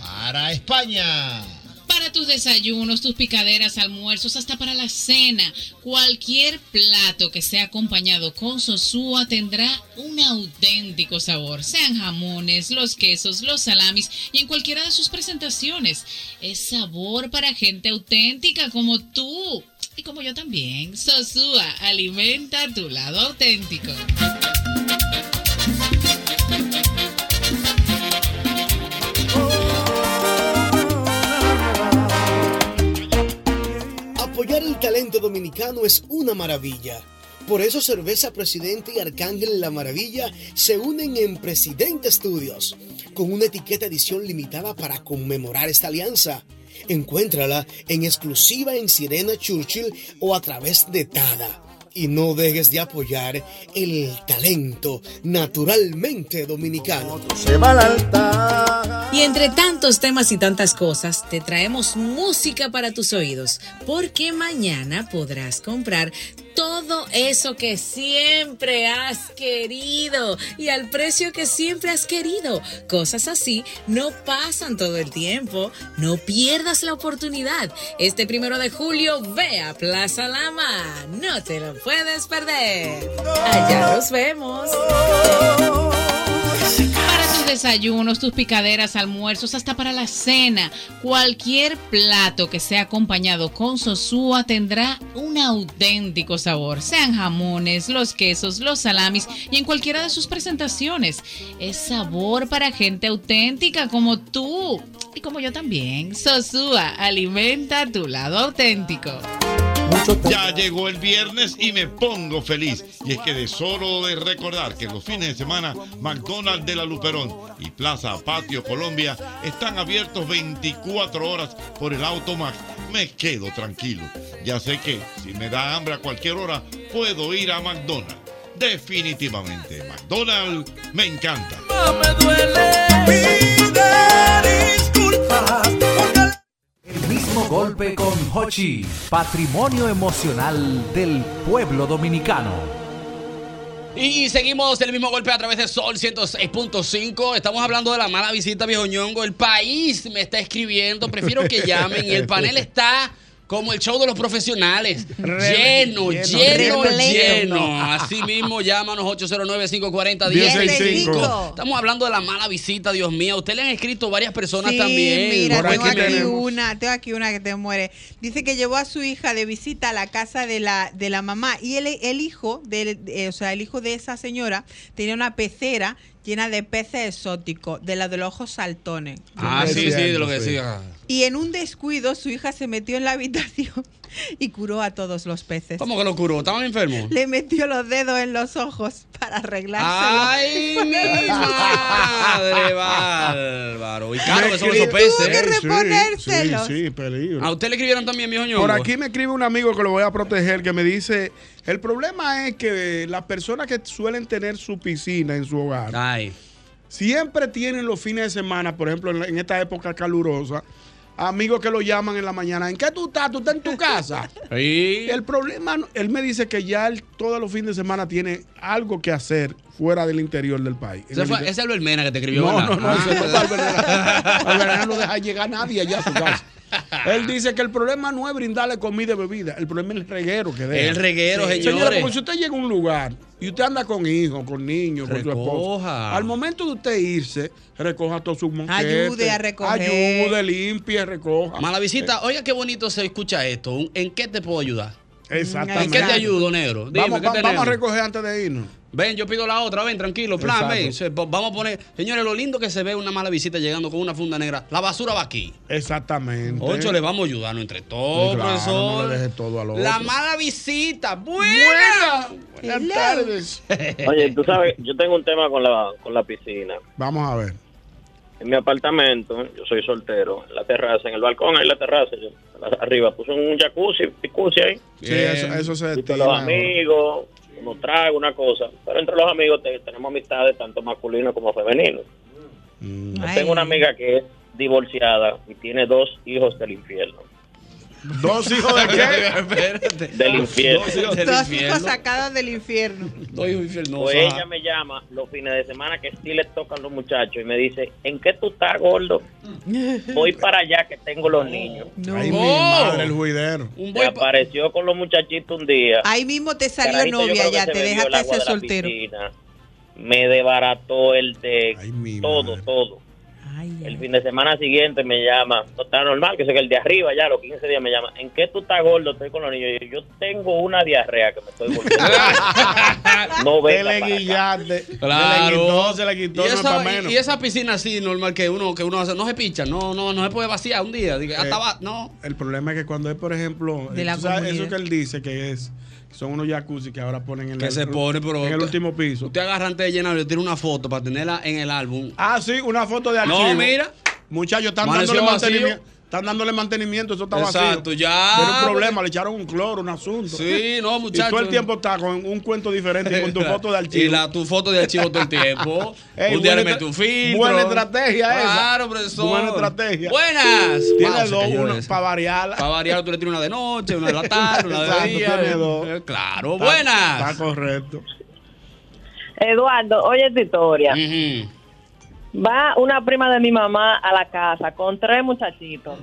[SPEAKER 16] para España.
[SPEAKER 20] Para tus desayunos, tus picaderas, almuerzos, hasta para la cena, cualquier plato que sea acompañado con sosúa tendrá un auténtico sabor. Sean jamones, los quesos, los salamis y en cualquiera de sus presentaciones. Es sabor para gente auténtica como tú y como yo también. Sosúa, alimenta tu lado auténtico.
[SPEAKER 21] Apoyar el talento dominicano es una maravilla. Por eso Cerveza Presidente y Arcángel La Maravilla se unen en Presidente Studios, con una etiqueta edición limitada para conmemorar esta alianza. Encuéntrala en exclusiva en Sirena Churchill o a través de Tada. Y no dejes de apoyar el talento naturalmente dominicano.
[SPEAKER 22] Y entre tantos temas y tantas cosas, te traemos música para tus oídos, porque mañana podrás comprar todo eso que siempre has querido y al precio que siempre has querido. Cosas así no pasan todo el tiempo. No pierdas la oportunidad. Este primero de julio, ve a Plaza Lama. No te lo puedes perder. Allá nos vemos.
[SPEAKER 20] Para tus desayunos, tus picaderas, almuerzos, hasta para la cena, cualquier plato que sea acompañado con sosúa tendrá un auténtico sabor. Sean jamones, los quesos, los salamis y en cualquiera de sus presentaciones. Es sabor para gente auténtica como tú y como yo también. Sosúa, alimenta tu lado auténtico.
[SPEAKER 17] Ya llegó el viernes y me pongo feliz. Y es que de solo de recordar que los fines de semana McDonald's de la Luperón y Plaza Patio Colombia están abiertos 24 horas por el Automax. Me quedo tranquilo. Ya sé que si me da hambre a cualquier hora puedo ir a McDonald's. Definitivamente, McDonald's me encanta.
[SPEAKER 1] Ah, El mismo
[SPEAKER 23] golpe con Hochi, patrimonio emocional del pueblo dominicano.
[SPEAKER 2] Y seguimos el mismo golpe a través de Sol 106.5. Estamos hablando de la mala visita, viejo ñongo. El país me está escribiendo. Prefiero que llamen. Y el panel está como el show de
[SPEAKER 4] [laughs]
[SPEAKER 2] los profesionales.
[SPEAKER 13] Re-
[SPEAKER 2] lleno,
[SPEAKER 13] lleno,
[SPEAKER 2] lleno, lleno.
[SPEAKER 13] repleto.
[SPEAKER 2] Así mismo, llámanos 809-540-1065.
[SPEAKER 13] 1065.
[SPEAKER 2] Estamos hablando de la mala visita, Dios mío. A Usted le han escrito varias personas
[SPEAKER 4] Sí,
[SPEAKER 2] también.
[SPEAKER 4] Mira, tengo aquí
[SPEAKER 2] Cuénteme.
[SPEAKER 4] una, tengo aquí una que te muere. Dice que llevó a su hija de visita a la casa de la, de la mamá y el, el hijo del, eh, o sea, el hijo de esa señora tenía una pecera llena de peces exóticos, de la de los ojos saltones.
[SPEAKER 2] Ah, sí, sí, de lo que
[SPEAKER 13] Sí.
[SPEAKER 2] decía.
[SPEAKER 4] Y en un descuido su hija se metió en la habitación [laughs] y curó a todos los peces.
[SPEAKER 2] ¿Cómo que lo curó?
[SPEAKER 4] [laughs]
[SPEAKER 2] ¿Estaban enfermos?
[SPEAKER 4] Le metió los dedos en los ojos para arreglárselo. [laughs]
[SPEAKER 2] ¡Ay, mi madre, bárbaro! Y claro que son esos
[SPEAKER 6] Escribe-
[SPEAKER 2] peces.
[SPEAKER 6] Tuvo que
[SPEAKER 2] ¿eh?
[SPEAKER 6] reponérselos. Sí, sí,
[SPEAKER 2] A usted le escribieron también, viejo ñongo.
[SPEAKER 6] Por aquí me escribe un amigo que lo voy a proteger que me dice, el problema es que las personas que suelen tener su piscina en su hogar, siempre tienen los fines de semana, por ejemplo, en, la- en esta época calurosa, amigos que lo llaman en la mañana, ¿en qué tú estás? ¿Tú estás en
[SPEAKER 2] [laughs]
[SPEAKER 6] tu casa? El problema, no- él me dice que ya él todos los fines de semana tiene algo que hacer fuera del interior del país. En
[SPEAKER 2] Ese
[SPEAKER 6] el
[SPEAKER 2] fue,
[SPEAKER 6] inter-
[SPEAKER 2] ese es Albert Mena que te escribió.
[SPEAKER 6] no,
[SPEAKER 2] ¿verdad?
[SPEAKER 6] no, no,
[SPEAKER 2] Ah.
[SPEAKER 6] ese no es Albert Mena. Albert Mena no deja llegar a nadie allá a
[SPEAKER 2] [laughs]
[SPEAKER 6] su casa. Él dice que el problema no es brindarle comida y bebida, el problema es el reguero que deja.
[SPEAKER 2] El reguero, señores.
[SPEAKER 6] porque si usted llega a un lugar y usted anda con hijos, con niños, con su esposa,
[SPEAKER 2] Recoja.
[SPEAKER 6] al momento de usted irse, recoja todos sus monquetes.
[SPEAKER 2] Ayude a recoger.
[SPEAKER 6] Ayude, limpie,
[SPEAKER 2] [laughs]
[SPEAKER 6] recoja.
[SPEAKER 2] Mala visita. Oiga, qué bonito se escucha esto. Un- ¿En qué te puedo ayudar?
[SPEAKER 6] Exactamente.
[SPEAKER 2] ¿En qué te ayudo, negro? Dime,
[SPEAKER 6] vamos,
[SPEAKER 2] ¿qué
[SPEAKER 6] va- vamos
[SPEAKER 2] tenemos?
[SPEAKER 6] a recoger antes de irnos.
[SPEAKER 2] Ven, yo pido la otra, ven, tranquilo, plan,
[SPEAKER 6] Exacto.
[SPEAKER 2] ven. Se- po- Vamos a poner, señores, lo lindo que se ve una mala visita llegando con una funda negra. La basura va aquí.
[SPEAKER 6] Exactamente.
[SPEAKER 2] Ocho, le vamos a ayudarnos entre todos,
[SPEAKER 6] Claro,
[SPEAKER 2] profesor.
[SPEAKER 6] no le deje todo al
[SPEAKER 2] la
[SPEAKER 6] otro.
[SPEAKER 2] mala visita. Buena.
[SPEAKER 6] Buenas tardes.
[SPEAKER 24] [laughs] Oye,
[SPEAKER 4] [laughs]
[SPEAKER 24] tú sabes, yo tengo un tema con la, con la piscina.
[SPEAKER 6] Vamos a ver.
[SPEAKER 24] En mi apartamento, yo soy soltero, en la terraza, en el balcón, ahí en la terraza, yo, arriba, puse un jacuzzi, jacuzzi ahí.
[SPEAKER 6] Sí, eso, eso se
[SPEAKER 24] Entre
[SPEAKER 6] detiene.
[SPEAKER 24] los
[SPEAKER 6] ahora.
[SPEAKER 24] amigos, uno trago, una cosa. Pero entre los amigos te- tenemos amistades tanto masculinas como femeninas. Yo Tengo una amiga que es divorciada y tiene dos hijos del infierno.
[SPEAKER 6] ¿Dos hijos de
[SPEAKER 2] qué?
[SPEAKER 24] [laughs] Del infierno.
[SPEAKER 4] Dos hijos sacados del infierno.
[SPEAKER 24] Pues ella me llama los fines de semana que sí le tocan los muchachos y me dice, ¿en qué tú estás, gordo? Voy para allá que tengo los niños.
[SPEAKER 6] Ay, mi madre, el juidero.
[SPEAKER 24] Se apareció con los muchachitos un día.
[SPEAKER 4] Ahí mismo te salió
[SPEAKER 24] Carajito, yo
[SPEAKER 4] novia
[SPEAKER 24] creo que
[SPEAKER 4] ya,
[SPEAKER 24] se
[SPEAKER 4] te
[SPEAKER 24] bebió el
[SPEAKER 4] dejaste
[SPEAKER 24] agua
[SPEAKER 4] hacer
[SPEAKER 24] de la
[SPEAKER 4] soltero.
[SPEAKER 24] piscina. Me debarató el de todo, todo. el fin de semana siguiente me llama, no está normal, que sé que el de arriba ya, los 15 días me llama, ¿en qué tú estás gordo? Estoy con los niños. Y Yo, yo tengo una diarrea que me estoy volviendo.
[SPEAKER 2] [laughs]
[SPEAKER 24] no
[SPEAKER 6] Te
[SPEAKER 24] venga
[SPEAKER 6] le
[SPEAKER 24] para acá.
[SPEAKER 6] guillaste. Se le
[SPEAKER 2] Claro.
[SPEAKER 6] quitó, se le quitó,
[SPEAKER 2] y,
[SPEAKER 6] no está
[SPEAKER 2] esa, y-
[SPEAKER 6] menos.
[SPEAKER 2] y esa piscina así normal que uno que uno hace, no se picha, no no no se puede vaciar un día, diga, hasta
[SPEAKER 6] Eh,
[SPEAKER 2] va- no.
[SPEAKER 6] El problema es que cuando es, por ejemplo, eh,
[SPEAKER 2] De la
[SPEAKER 6] tú sabes, eso
[SPEAKER 2] comunidad.
[SPEAKER 6] que él dice que es son unos jacuzzi que ahora ponen en,
[SPEAKER 2] Que
[SPEAKER 6] el,
[SPEAKER 2] se pone, pero
[SPEAKER 6] en el
[SPEAKER 2] usted-
[SPEAKER 6] último piso.
[SPEAKER 2] Usted agarra antes de llenar, le tira una foto para tenerla en el álbum.
[SPEAKER 6] Ah, sí, una foto de
[SPEAKER 2] No,
[SPEAKER 6] archivo.
[SPEAKER 2] mira.
[SPEAKER 6] Muchachos, están
[SPEAKER 2] Amaneció
[SPEAKER 6] dándole
[SPEAKER 2] vacío.
[SPEAKER 6] mantenimiento. Están dándole mantenimiento, eso está vacío.
[SPEAKER 2] Exacto, ya.
[SPEAKER 6] Tiene un problema, le echaron un cloro, un asunto.
[SPEAKER 2] Sí, no,
[SPEAKER 6] [laughs] Y todo
[SPEAKER 2] muchachos.
[SPEAKER 6] el tiempo está con un cuento diferente
[SPEAKER 2] [laughs]
[SPEAKER 6] y con tu foto de archivo.
[SPEAKER 2] Y la, tu foto de archivo todo el tiempo.
[SPEAKER 6] [laughs] Ey,
[SPEAKER 2] un día le
[SPEAKER 6] buena
[SPEAKER 2] meto un
[SPEAKER 6] estra-
[SPEAKER 2] filtro.
[SPEAKER 6] Buena estrategia esa.
[SPEAKER 2] Claro, profesor.
[SPEAKER 6] Buena estrategia.
[SPEAKER 2] Buenas.
[SPEAKER 6] Tiene
[SPEAKER 2] Wow, se
[SPEAKER 6] dos,
[SPEAKER 2] cayó
[SPEAKER 6] una
[SPEAKER 2] esa.
[SPEAKER 6] para variar.
[SPEAKER 2] Para variar, tú le tiras una de noche, una de la tarde, una
[SPEAKER 6] Exacto,
[SPEAKER 2] de día.
[SPEAKER 6] tiene
[SPEAKER 2] eh, [laughs]
[SPEAKER 6] dos.
[SPEAKER 2] eh, Claro,
[SPEAKER 6] Está-
[SPEAKER 2] buenas.
[SPEAKER 6] Está correcto.
[SPEAKER 3] Eduardo, oye tu historia. Va una prima de mi mamá a la casa con tres muchachitos.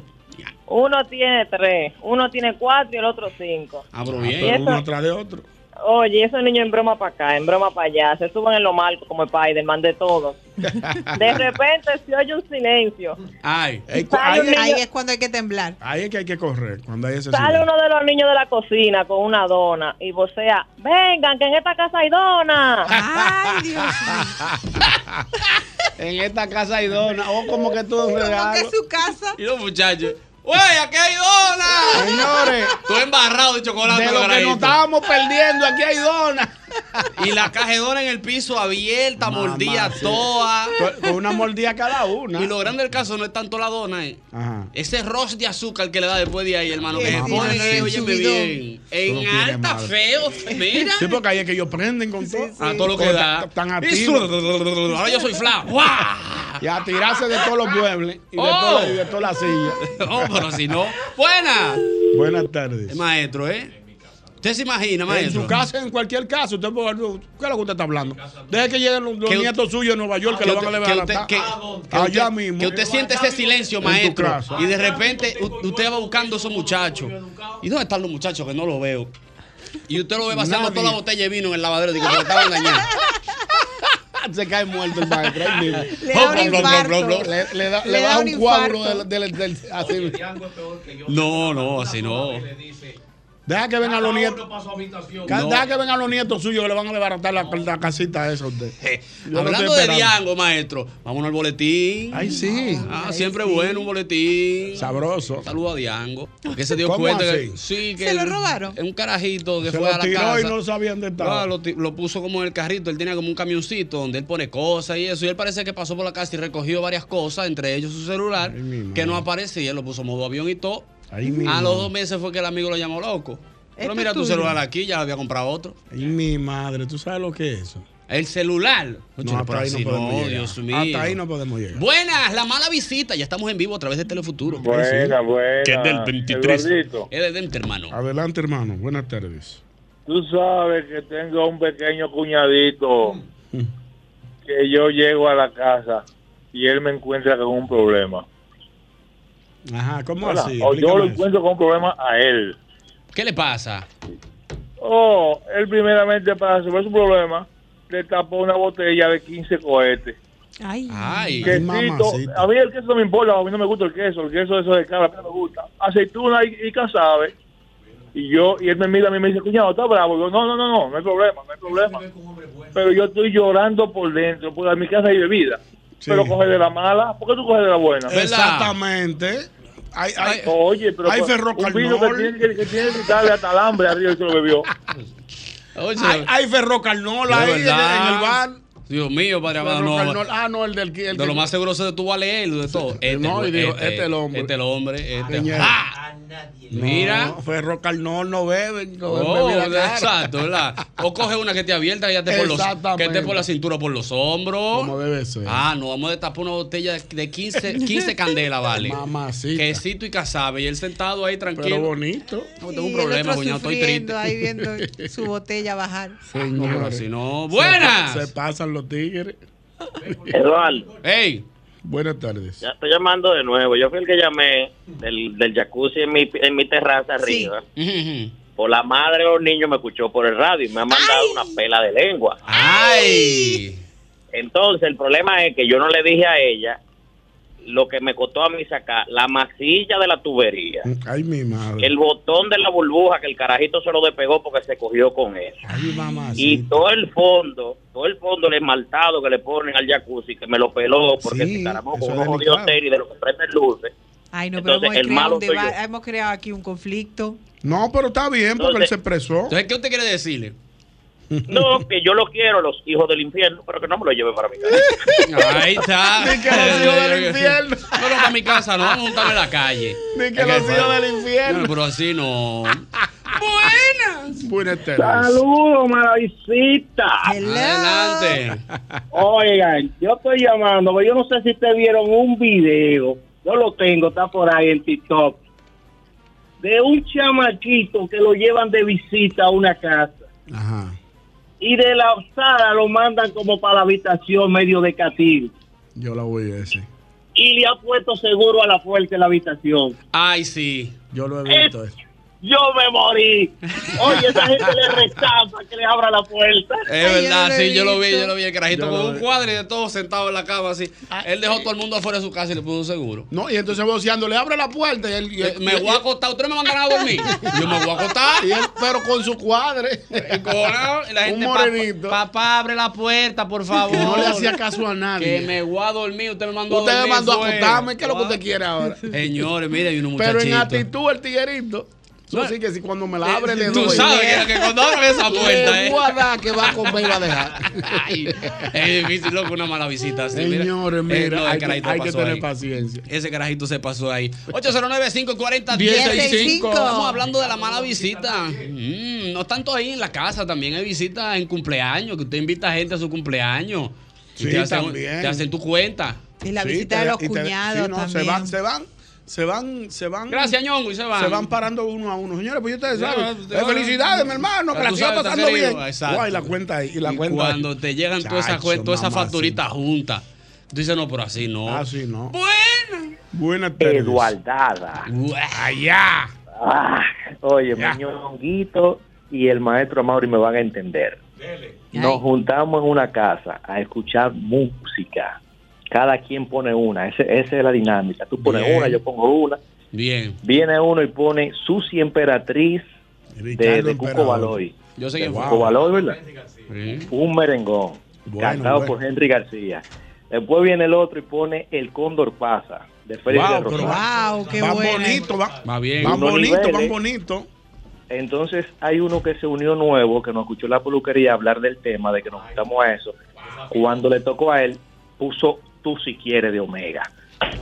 [SPEAKER 3] Uno tiene tres, uno tiene cuatro y el otro cinco.
[SPEAKER 2] Ah,
[SPEAKER 6] Abro
[SPEAKER 3] bien.
[SPEAKER 6] Ah, Pero
[SPEAKER 3] Eso-
[SPEAKER 6] uno tras de otro.
[SPEAKER 3] Oye, esos niños en broma para acá, en broma para allá, se suben en lo marco como Spider-Man de todo. De repente se oye un silencio.
[SPEAKER 2] Ay,
[SPEAKER 6] Ey, cu-
[SPEAKER 3] Sale
[SPEAKER 6] ahí,
[SPEAKER 3] un niño-
[SPEAKER 6] ahí es,
[SPEAKER 3] cuando hay que temblar.
[SPEAKER 6] ahí es que hay que correr. Cuando hay ese
[SPEAKER 3] Sale
[SPEAKER 6] silencio.
[SPEAKER 3] uno de los niños de la cocina con una dona y vocea, vengan, que en esta casa hay dona. Ay, Dios
[SPEAKER 6] En esta casa hay dona. O como que todo un regalo.
[SPEAKER 4] su casa.
[SPEAKER 2] Y los muchachos. ¡Wey, aquí hay dona!
[SPEAKER 6] Señores.
[SPEAKER 2] Tú embarrado de chocolate.
[SPEAKER 6] De lo que
[SPEAKER 2] Margarito.
[SPEAKER 6] nos estábamos perdiendo, aquí hay dona.
[SPEAKER 2] [laughs] Y la cajedora en el piso abierta, mordida
[SPEAKER 6] sí.
[SPEAKER 2] toda.
[SPEAKER 6] Con- con una mordida cada una.
[SPEAKER 2] Y lo grande del caso no es tanto la dona, eh. Ese rush de azúcar que le da después de ahí, hermano. Que
[SPEAKER 6] Sí,
[SPEAKER 2] se
[SPEAKER 6] sí,
[SPEAKER 2] pone,
[SPEAKER 6] sí,
[SPEAKER 2] eh,
[SPEAKER 6] el
[SPEAKER 2] óyeme
[SPEAKER 6] subidón.
[SPEAKER 2] bien.
[SPEAKER 6] Todo
[SPEAKER 2] En
[SPEAKER 6] tiene
[SPEAKER 2] alta,
[SPEAKER 6] madre.
[SPEAKER 2] feo, mira.
[SPEAKER 6] Sí, porque ahí es que ellos prenden con todo.
[SPEAKER 2] A todo lo que
[SPEAKER 6] Como
[SPEAKER 2] da.
[SPEAKER 6] tan- Tan
[SPEAKER 2] Y su-
[SPEAKER 6] activos. [laughs]
[SPEAKER 2] Ahora yo soy fla. ¡Guau!
[SPEAKER 6] Y a tirarse de todos los muebles y de
[SPEAKER 2] Oh.
[SPEAKER 6] todas y de todas las
[SPEAKER 2] [laughs]
[SPEAKER 6] sillas.
[SPEAKER 2] Oh, pero si no. Buena.
[SPEAKER 6] Buenas tardes.
[SPEAKER 2] Maestro, ¿eh? Usted se imagina,
[SPEAKER 6] En
[SPEAKER 2] maestro.
[SPEAKER 6] su casa, en cualquier caso, usted puede, ¿qué es lo que usted está hablando? Deje que lleguen los, los
[SPEAKER 2] Que usted-
[SPEAKER 6] nietos suyos a Nueva York que,
[SPEAKER 2] Que
[SPEAKER 6] le van a
[SPEAKER 2] usted-
[SPEAKER 6] levantar.
[SPEAKER 2] que usted- que- que
[SPEAKER 6] Allá
[SPEAKER 2] usted-
[SPEAKER 6] mismo.
[SPEAKER 2] Que usted siente ese silencio,
[SPEAKER 6] En tu
[SPEAKER 2] maestro.
[SPEAKER 6] casa.
[SPEAKER 2] Y de repente u- usted va buscando esos muchachos. ¿Y dónde están los muchachos que no los veo? Y usted lo ve vaciando
[SPEAKER 6] Nadie.
[SPEAKER 2] toda la botella de vino en el lavadero. Digo, pero estaba engañado.
[SPEAKER 6] [laughs] Se cae muerto el maestro. ahí mismo.
[SPEAKER 2] Le da un Blom, blom, blom, blom, blom. infarto.
[SPEAKER 6] Le- le da-
[SPEAKER 2] Le
[SPEAKER 6] le
[SPEAKER 2] da
[SPEAKER 6] baja
[SPEAKER 2] un
[SPEAKER 6] un cuadro
[SPEAKER 2] infarto.
[SPEAKER 6] del. del- del- así.
[SPEAKER 2] No, no, así no.
[SPEAKER 6] Deja que
[SPEAKER 2] Ah,
[SPEAKER 6] vengan los nietos. Ca-
[SPEAKER 2] No.
[SPEAKER 6] Deja que vengan los nietos suyos que le van a levantar la, la casita esa a usted. Yo lo
[SPEAKER 2] Eh, Hablando
[SPEAKER 6] estoy
[SPEAKER 2] de
[SPEAKER 6] esperando.
[SPEAKER 2] Diango, maestro, vámonos al boletín. Ay,
[SPEAKER 6] sí.
[SPEAKER 2] Ah, siempre bueno un boletín.
[SPEAKER 6] Sabroso.
[SPEAKER 2] Saludo a Diango. Que se dio
[SPEAKER 6] ¿Cómo
[SPEAKER 2] cuenta
[SPEAKER 6] así?
[SPEAKER 2] que, sí, que
[SPEAKER 6] ¿Se lo robaron?
[SPEAKER 2] Es un carajito que
[SPEAKER 6] Se
[SPEAKER 2] fue
[SPEAKER 6] lo
[SPEAKER 2] a la
[SPEAKER 6] tiró
[SPEAKER 2] casa.
[SPEAKER 6] y no sabían dónde estaba.
[SPEAKER 2] Ah, lo, ti- lo puso como en el carrito. Él tenía como un camioncito donde él pone cosas y eso. Y él parece que pasó por la casa y recogió varias cosas, entre ellos su celular, que no aparecía. Y él lo puso en modo avión y todo.
[SPEAKER 6] mi
[SPEAKER 2] a
[SPEAKER 6] madre.
[SPEAKER 2] los dos meses fue que el amigo lo llamó loco. Pero
[SPEAKER 6] Este
[SPEAKER 2] mira
[SPEAKER 6] es
[SPEAKER 2] tu
[SPEAKER 6] tuyo.
[SPEAKER 2] celular aquí, ya lo había comprado otro.
[SPEAKER 6] Ay, mi madre, ¿tú sabes lo que es eso?
[SPEAKER 2] El celular. Oye,
[SPEAKER 6] No,
[SPEAKER 2] pero
[SPEAKER 6] hasta ahí
[SPEAKER 2] así
[SPEAKER 6] no podemos
[SPEAKER 2] no,
[SPEAKER 6] llegar.
[SPEAKER 2] Dios mío.
[SPEAKER 6] Hasta ahí no podemos llegar.
[SPEAKER 2] Buenas, la mala visita. Ya estamos en vivo a través de Telefuturo.
[SPEAKER 6] Buena,
[SPEAKER 2] buena.
[SPEAKER 6] buena.
[SPEAKER 2] Que es del 23.
[SPEAKER 6] Eduardito.
[SPEAKER 2] Es del 20, hermano.
[SPEAKER 6] Adelante, hermano. Buenas tardes.
[SPEAKER 25] Tú sabes que tengo un pequeño cuñadito que yo llego a la casa y él me encuentra con un problema.
[SPEAKER 6] Ajá, ¿cómo
[SPEAKER 25] Hola,
[SPEAKER 6] así?
[SPEAKER 9] Oh,
[SPEAKER 25] O yo
[SPEAKER 6] Explícame
[SPEAKER 25] lo
[SPEAKER 6] eso.
[SPEAKER 25] encuentro con un problema a él.
[SPEAKER 2] ¿Qué le pasa?
[SPEAKER 25] Oh, él primeramente para resolver su problema le tapó una botella de 15 cohetes.
[SPEAKER 4] Ay.
[SPEAKER 25] Quesito. A mí el queso no me importa, a mí no me gusta el queso, el queso de eso de cabra, a mí no me gusta. Aceituna y, y casabe. Y yo, y él me mira a mí y me dice, cuñado, está bravo. Yo, no, no, no, no, no hay problema, no hay problema. Pero yo estoy llorando por dentro, porque a mi casa hay bebida. Pero coge de la mala, ¿por qué tú coges de la buena?
[SPEAKER 6] Exactamente. Hay, hay,
[SPEAKER 25] Oye, pero
[SPEAKER 6] hay
[SPEAKER 25] pues, un vino que tiene
[SPEAKER 6] ferrocarnol.
[SPEAKER 25] que, que tiene que darle hasta alambre arriba y se lo bebió.
[SPEAKER 6] Hay, hay ferrocarnol ahí
[SPEAKER 2] De
[SPEAKER 6] en el en el
[SPEAKER 2] verdad.
[SPEAKER 6] bar.
[SPEAKER 2] Dios mío, padre amado.
[SPEAKER 6] Ferrocarnol.
[SPEAKER 2] No,
[SPEAKER 6] Ah, no, el del. El
[SPEAKER 2] de lo
[SPEAKER 6] que-
[SPEAKER 2] más seguro se tú vas a leer, de todo. Este,
[SPEAKER 6] No, y digo, este es el hombre.
[SPEAKER 2] Este el hombre. Este.
[SPEAKER 6] Señor.
[SPEAKER 2] ¡Ah!
[SPEAKER 6] No,
[SPEAKER 2] Mira.
[SPEAKER 6] Ferrocarnol no beben. No
[SPEAKER 2] Oh,
[SPEAKER 6] beben bebida cara.
[SPEAKER 2] exacto, ¿verdad? O coge una que te abierta y ya te por los, que
[SPEAKER 6] Exactamente.
[SPEAKER 2] esté por la cintura, por los hombros. Ah, no, vamos a tapar una botella de- de 15, 15 candelas, vale. Quesito y casabe. Y él sentado ahí tranquilo.
[SPEAKER 6] Pero bonito.
[SPEAKER 2] No tengo
[SPEAKER 4] Y
[SPEAKER 2] un
[SPEAKER 4] el
[SPEAKER 2] problema,
[SPEAKER 4] otro
[SPEAKER 2] cuñado, estoy
[SPEAKER 4] sufriendo
[SPEAKER 2] triste.
[SPEAKER 4] Ahí [laughs]
[SPEAKER 2] [laughs]
[SPEAKER 4] viendo su botella bajar.
[SPEAKER 2] No, pero si no.
[SPEAKER 6] Se-
[SPEAKER 2] ¡Buenas!
[SPEAKER 6] Se, pasan los tigres.
[SPEAKER 24] Eduardo.
[SPEAKER 2] ¡Ey!
[SPEAKER 6] Buenas tardes.
[SPEAKER 24] Ya estoy llamando de nuevo. Yo fui el que llamé del, del jacuzzi en mi, en mi terraza arriba. Por la madre de los niños me escuchó por el radio y me ha mandado una pela de lengua.
[SPEAKER 2] ¡Ay!
[SPEAKER 24] Entonces, el problema es que yo no le dije a ella lo que me costó a mí sacar la masilla de la tubería,
[SPEAKER 6] Ay, mi madre.
[SPEAKER 24] el botón de la burbuja que el carajito se lo despegó porque se cogió con eso.
[SPEAKER 6] Ay, mamá.
[SPEAKER 24] Y todo el fondo, todo el fondo el esmaltado que le ponen al jacuzzi, que me lo peló porque se encaramó
[SPEAKER 4] eso
[SPEAKER 24] con
[SPEAKER 4] es
[SPEAKER 24] unos
[SPEAKER 4] delicado.
[SPEAKER 24] jodidos tenis de los que prenden luces.
[SPEAKER 4] Ay, no, pero
[SPEAKER 24] Entonces,
[SPEAKER 4] hemos,
[SPEAKER 24] el
[SPEAKER 4] creado
[SPEAKER 24] malo
[SPEAKER 4] un
[SPEAKER 24] soy yo.
[SPEAKER 4] deba- hemos creado aquí un conflicto.
[SPEAKER 6] No, pero está bien porque él
[SPEAKER 24] Entonces-
[SPEAKER 6] se expresó.
[SPEAKER 2] Entonces, ¿qué usted quiere decirle?
[SPEAKER 24] No, que yo los quiero, los hijos del infierno, pero que no me lo lleve para mi casa.
[SPEAKER 2] Ahí
[SPEAKER 24] [laughs]
[SPEAKER 6] [laughs]
[SPEAKER 2] está. [laughs]
[SPEAKER 24] Ni que los hijos del infierno.
[SPEAKER 2] No, no, para mi casa, no, vamos a juntarme en la calle.
[SPEAKER 6] [laughs] Ni
[SPEAKER 24] que los hijos del infierno.
[SPEAKER 2] No, pero así no.
[SPEAKER 6] Buenas. Buenas tardes.
[SPEAKER 13] Saludos, maravicita.
[SPEAKER 2] Adelante.
[SPEAKER 13] Oigan, yo estoy llamando, pero yo no sé si ustedes vieron un video. Yo lo tengo, está por ahí en TikTok. De un chamaquito que lo llevan de visita a una casa. Y de la sala lo mandan como para la habitación medio de castigo.
[SPEAKER 6] Yo la voy a decir.
[SPEAKER 13] Y le ha puesto seguro a la puerta de la habitación.
[SPEAKER 2] Ay, sí.
[SPEAKER 6] Yo lo he visto. eso.
[SPEAKER 13] Yo me
[SPEAKER 2] [laughs]
[SPEAKER 13] morí. Oye, esa gente le rechaza que le abra la puerta.
[SPEAKER 2] Es verdad, sí, yo lo vi, yo lo vi, el carajito
[SPEAKER 6] Yo
[SPEAKER 2] con
[SPEAKER 6] lo
[SPEAKER 2] un
[SPEAKER 6] vi.
[SPEAKER 2] cuadro y de todo sentado en la cama así. Él dejó todo el mundo afuera de su casa y le puso un seguro.
[SPEAKER 6] No, y entonces voceando, le abre la puerta y él. y él-
[SPEAKER 2] Eh, me voy a acostar, ustedes me mandarán a dormir. Yo me voy a acostar.
[SPEAKER 6] Y él, pero con su cuadre.
[SPEAKER 2] Encojonado, y la gente,
[SPEAKER 6] un morenito.
[SPEAKER 2] "Papá, Papá, abre la puerta, por favor.
[SPEAKER 6] No le hacía caso a nadie.
[SPEAKER 2] Que me voy a dormir, usted me mandó
[SPEAKER 6] Usted
[SPEAKER 2] a
[SPEAKER 6] me
[SPEAKER 2] dormir.
[SPEAKER 6] mandó a
[SPEAKER 2] fue.
[SPEAKER 6] acostarme. ¿Qué es lo que usted quiere ahora?
[SPEAKER 2] Señores, mire, hay unos
[SPEAKER 6] Pero
[SPEAKER 2] muchachitos.
[SPEAKER 6] en actitud el tiguerito. Eso
[SPEAKER 2] No.
[SPEAKER 6] sí que si cuando me la abre le
[SPEAKER 2] Tú
[SPEAKER 6] doy.
[SPEAKER 2] sabes que lo que cuando abre esa puerta,
[SPEAKER 6] Le
[SPEAKER 2] eh.
[SPEAKER 6] voy a dar que va a comer y va a dejar.
[SPEAKER 2] Es difícil, loco, una mala visita. así,
[SPEAKER 6] Señores,
[SPEAKER 2] mira, Eh,
[SPEAKER 6] mira,
[SPEAKER 2] no, el
[SPEAKER 6] hay que-
[SPEAKER 2] carajito
[SPEAKER 6] hay que
[SPEAKER 2] pasó
[SPEAKER 6] tener
[SPEAKER 2] ahí.
[SPEAKER 6] paciencia.
[SPEAKER 2] Ese carajito se pasó ahí. 809-540-165.
[SPEAKER 6] 1065.
[SPEAKER 2] Estamos hablando de la mala visita. Mm, no tanto ahí en la casa, también hay visitas en cumpleaños, que usted invita a gente a su cumpleaños. Y
[SPEAKER 6] Sí,
[SPEAKER 2] te, hacen,
[SPEAKER 6] también.
[SPEAKER 2] te hacen tu cuenta.
[SPEAKER 4] Y la
[SPEAKER 6] Sí,
[SPEAKER 4] visita
[SPEAKER 6] te-
[SPEAKER 4] de los
[SPEAKER 6] y te-
[SPEAKER 4] cuñados
[SPEAKER 6] sí, no,
[SPEAKER 4] también.
[SPEAKER 6] Se van, se van. Se van, se van.
[SPEAKER 2] Gracias, Ñongo, y se van.
[SPEAKER 6] Se van parando uno a uno. Señores, pues ustedes
[SPEAKER 2] Ya,
[SPEAKER 6] saben.
[SPEAKER 2] ya,
[SPEAKER 6] Eh, felicidades,
[SPEAKER 2] ya.
[SPEAKER 6] mi hermano, que
[SPEAKER 2] Ya
[SPEAKER 6] la
[SPEAKER 2] tú
[SPEAKER 6] siga
[SPEAKER 2] sabes, está
[SPEAKER 6] pasando
[SPEAKER 2] serio,
[SPEAKER 6] bien.
[SPEAKER 2] exacto.
[SPEAKER 6] Guay, la cuenta ahí. Y la
[SPEAKER 2] Y
[SPEAKER 6] cuenta
[SPEAKER 2] cuando
[SPEAKER 6] ahí.
[SPEAKER 2] te llegan todas esas
[SPEAKER 6] Chacho,
[SPEAKER 2] cuentas, todas esas
[SPEAKER 6] mamá,
[SPEAKER 2] facturitas juntas, tú dices, no, pero así no. Pues,
[SPEAKER 6] Así Ah, no.
[SPEAKER 2] Bueno.
[SPEAKER 6] Buenas tardes.
[SPEAKER 15] Eduardada.
[SPEAKER 6] Allá.
[SPEAKER 15] Ah, oye, Muñonguito y el maestro Mauri me van a entender. Nos juntamos en una casa a escuchar música. Cada quien pone una. Ese- esa es la dinámica. Tú pones
[SPEAKER 2] Bien.
[SPEAKER 15] una, yo pongo una.
[SPEAKER 2] Bien.
[SPEAKER 15] Viene uno y pone Susi Emperatriz de, de Cuco
[SPEAKER 2] Emperador.
[SPEAKER 15] Baloy.
[SPEAKER 2] Yo sé
[SPEAKER 15] De
[SPEAKER 2] quién fue.
[SPEAKER 15] Cuco Baloy, ¿verdad? Un merengón.
[SPEAKER 2] Bueno,
[SPEAKER 15] cantado
[SPEAKER 2] bueno.
[SPEAKER 15] por Henry García. Después viene el otro y pone El Cóndor Pasa de Félix
[SPEAKER 2] Wow,
[SPEAKER 15] de
[SPEAKER 2] pero-
[SPEAKER 15] Rosario.
[SPEAKER 4] Wow, qué
[SPEAKER 6] Van
[SPEAKER 4] bueno.
[SPEAKER 6] bonito, van,
[SPEAKER 2] Va bien.
[SPEAKER 15] Unos
[SPEAKER 6] van bonito, van
[SPEAKER 15] niveles.
[SPEAKER 6] bonito.
[SPEAKER 15] Entonces hay uno que se unió nuevo, que nos escuchó en la peluquería hablar del tema, de que nos juntamos a eso. Cuando le tocó a él, puso tú si quieres de Omega.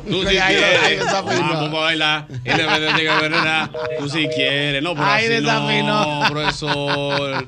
[SPEAKER 2] Tú si
[SPEAKER 15] Ahí va, ahí
[SPEAKER 2] quieres,
[SPEAKER 15] desafinó.
[SPEAKER 2] vamos a bailar. Y le voy a decir que verdad, Tú si quieres, no, pero
[SPEAKER 15] Ahí
[SPEAKER 2] así no,
[SPEAKER 15] desafinó.
[SPEAKER 2] profesor.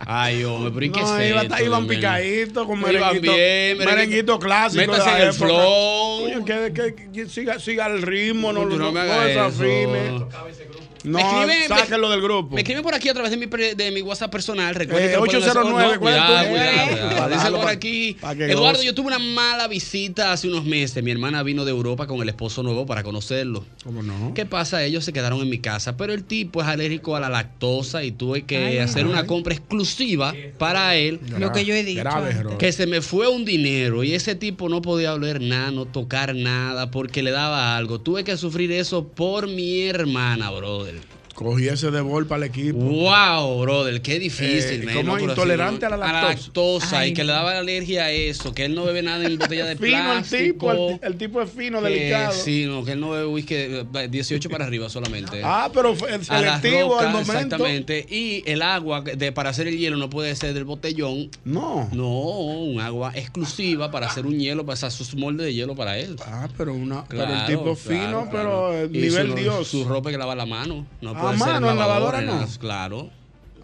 [SPEAKER 2] Ay, hombre, pero ¿y qué
[SPEAKER 6] No,
[SPEAKER 2] es
[SPEAKER 6] iba-
[SPEAKER 2] esto,
[SPEAKER 6] iban
[SPEAKER 2] Dios mío?
[SPEAKER 6] picaditos con
[SPEAKER 2] Iban
[SPEAKER 6] merenguito,
[SPEAKER 2] bien, merenguito.
[SPEAKER 6] merenguito clásico. de
[SPEAKER 2] Métase
[SPEAKER 6] la
[SPEAKER 2] en el
[SPEAKER 6] época.
[SPEAKER 2] flow.
[SPEAKER 6] Oye, que, que- que siga, siga el ritmo, no,
[SPEAKER 2] Tú
[SPEAKER 6] no,
[SPEAKER 2] no me
[SPEAKER 6] no
[SPEAKER 2] hagas eso.
[SPEAKER 6] desafine. No,
[SPEAKER 2] Me escribe-
[SPEAKER 6] sáquenlo del grupo.
[SPEAKER 2] Me escribe por aquí a través de mi, pre- de mi WhatsApp personal. Recuerden
[SPEAKER 6] Eh,
[SPEAKER 2] que lo pueden hacer-
[SPEAKER 6] 809,
[SPEAKER 2] no,
[SPEAKER 6] ¿cuál es tu-
[SPEAKER 2] cuidado,
[SPEAKER 6] eh?
[SPEAKER 2] cuidado, cuidado. Dice
[SPEAKER 6] Dalo
[SPEAKER 2] por
[SPEAKER 6] pa-
[SPEAKER 2] aquí.
[SPEAKER 6] pa' que
[SPEAKER 2] Eduardo,
[SPEAKER 6] goce.
[SPEAKER 2] yo tuve una mala visita hace unos meses. Mi hermana vino de Europa con el esposo nuevo para conocerlo.
[SPEAKER 6] ¿Cómo no?
[SPEAKER 2] ¿Qué pasa? Ellos se quedaron en mi casa, pero el tipo es alérgico a la lactosa y tuve que
[SPEAKER 4] Ay,
[SPEAKER 2] hacer
[SPEAKER 4] ay.
[SPEAKER 2] una compra exclusiva para él.
[SPEAKER 4] Lo que yo he dicho Grave antes. error.
[SPEAKER 2] Que se me fue un dinero y ese tipo no podía oler nada, no tocar nada porque le daba algo. Tuve que sufrir eso por mi hermana, brother.
[SPEAKER 6] Cogí ese de bol para el equipo.
[SPEAKER 2] Wow, brother, qué difícil.
[SPEAKER 6] Eh,
[SPEAKER 2] man,
[SPEAKER 6] como
[SPEAKER 2] no, pero así
[SPEAKER 6] intolerante
[SPEAKER 2] no-
[SPEAKER 6] a la lactosa.
[SPEAKER 2] lactosa
[SPEAKER 6] Ay,
[SPEAKER 2] y que le daba alergia a eso, que él no bebe nada en botella de
[SPEAKER 6] [laughs] Fino el
[SPEAKER 2] plástico.
[SPEAKER 6] tipo, el, el tipo es fino,
[SPEAKER 2] que
[SPEAKER 6] delicado.
[SPEAKER 2] Sí, no, que él no bebe whisky eh, 18 para arriba solamente.
[SPEAKER 6] Ah, pero fue el
[SPEAKER 2] A las
[SPEAKER 6] selectivo al
[SPEAKER 2] rocas,
[SPEAKER 6] momento.
[SPEAKER 2] Exactamente. Y el agua de, para hacer el hielo no puede ser del botellón.
[SPEAKER 6] No.
[SPEAKER 2] No, un agua exclusiva para hacer un hielo, para hacer sus moldes de hielo para él.
[SPEAKER 6] Ah, pero una.
[SPEAKER 2] Claro,
[SPEAKER 6] pero el tipo fino,
[SPEAKER 2] claro,
[SPEAKER 6] pero
[SPEAKER 2] claro.
[SPEAKER 6] el
[SPEAKER 2] Y
[SPEAKER 6] nivel
[SPEAKER 2] su,
[SPEAKER 6] Dios.
[SPEAKER 2] Su ropa hay que lava la mano. No
[SPEAKER 6] Ah,
[SPEAKER 2] puede ser
[SPEAKER 6] mano, en lavadora no.
[SPEAKER 2] nada, Claro.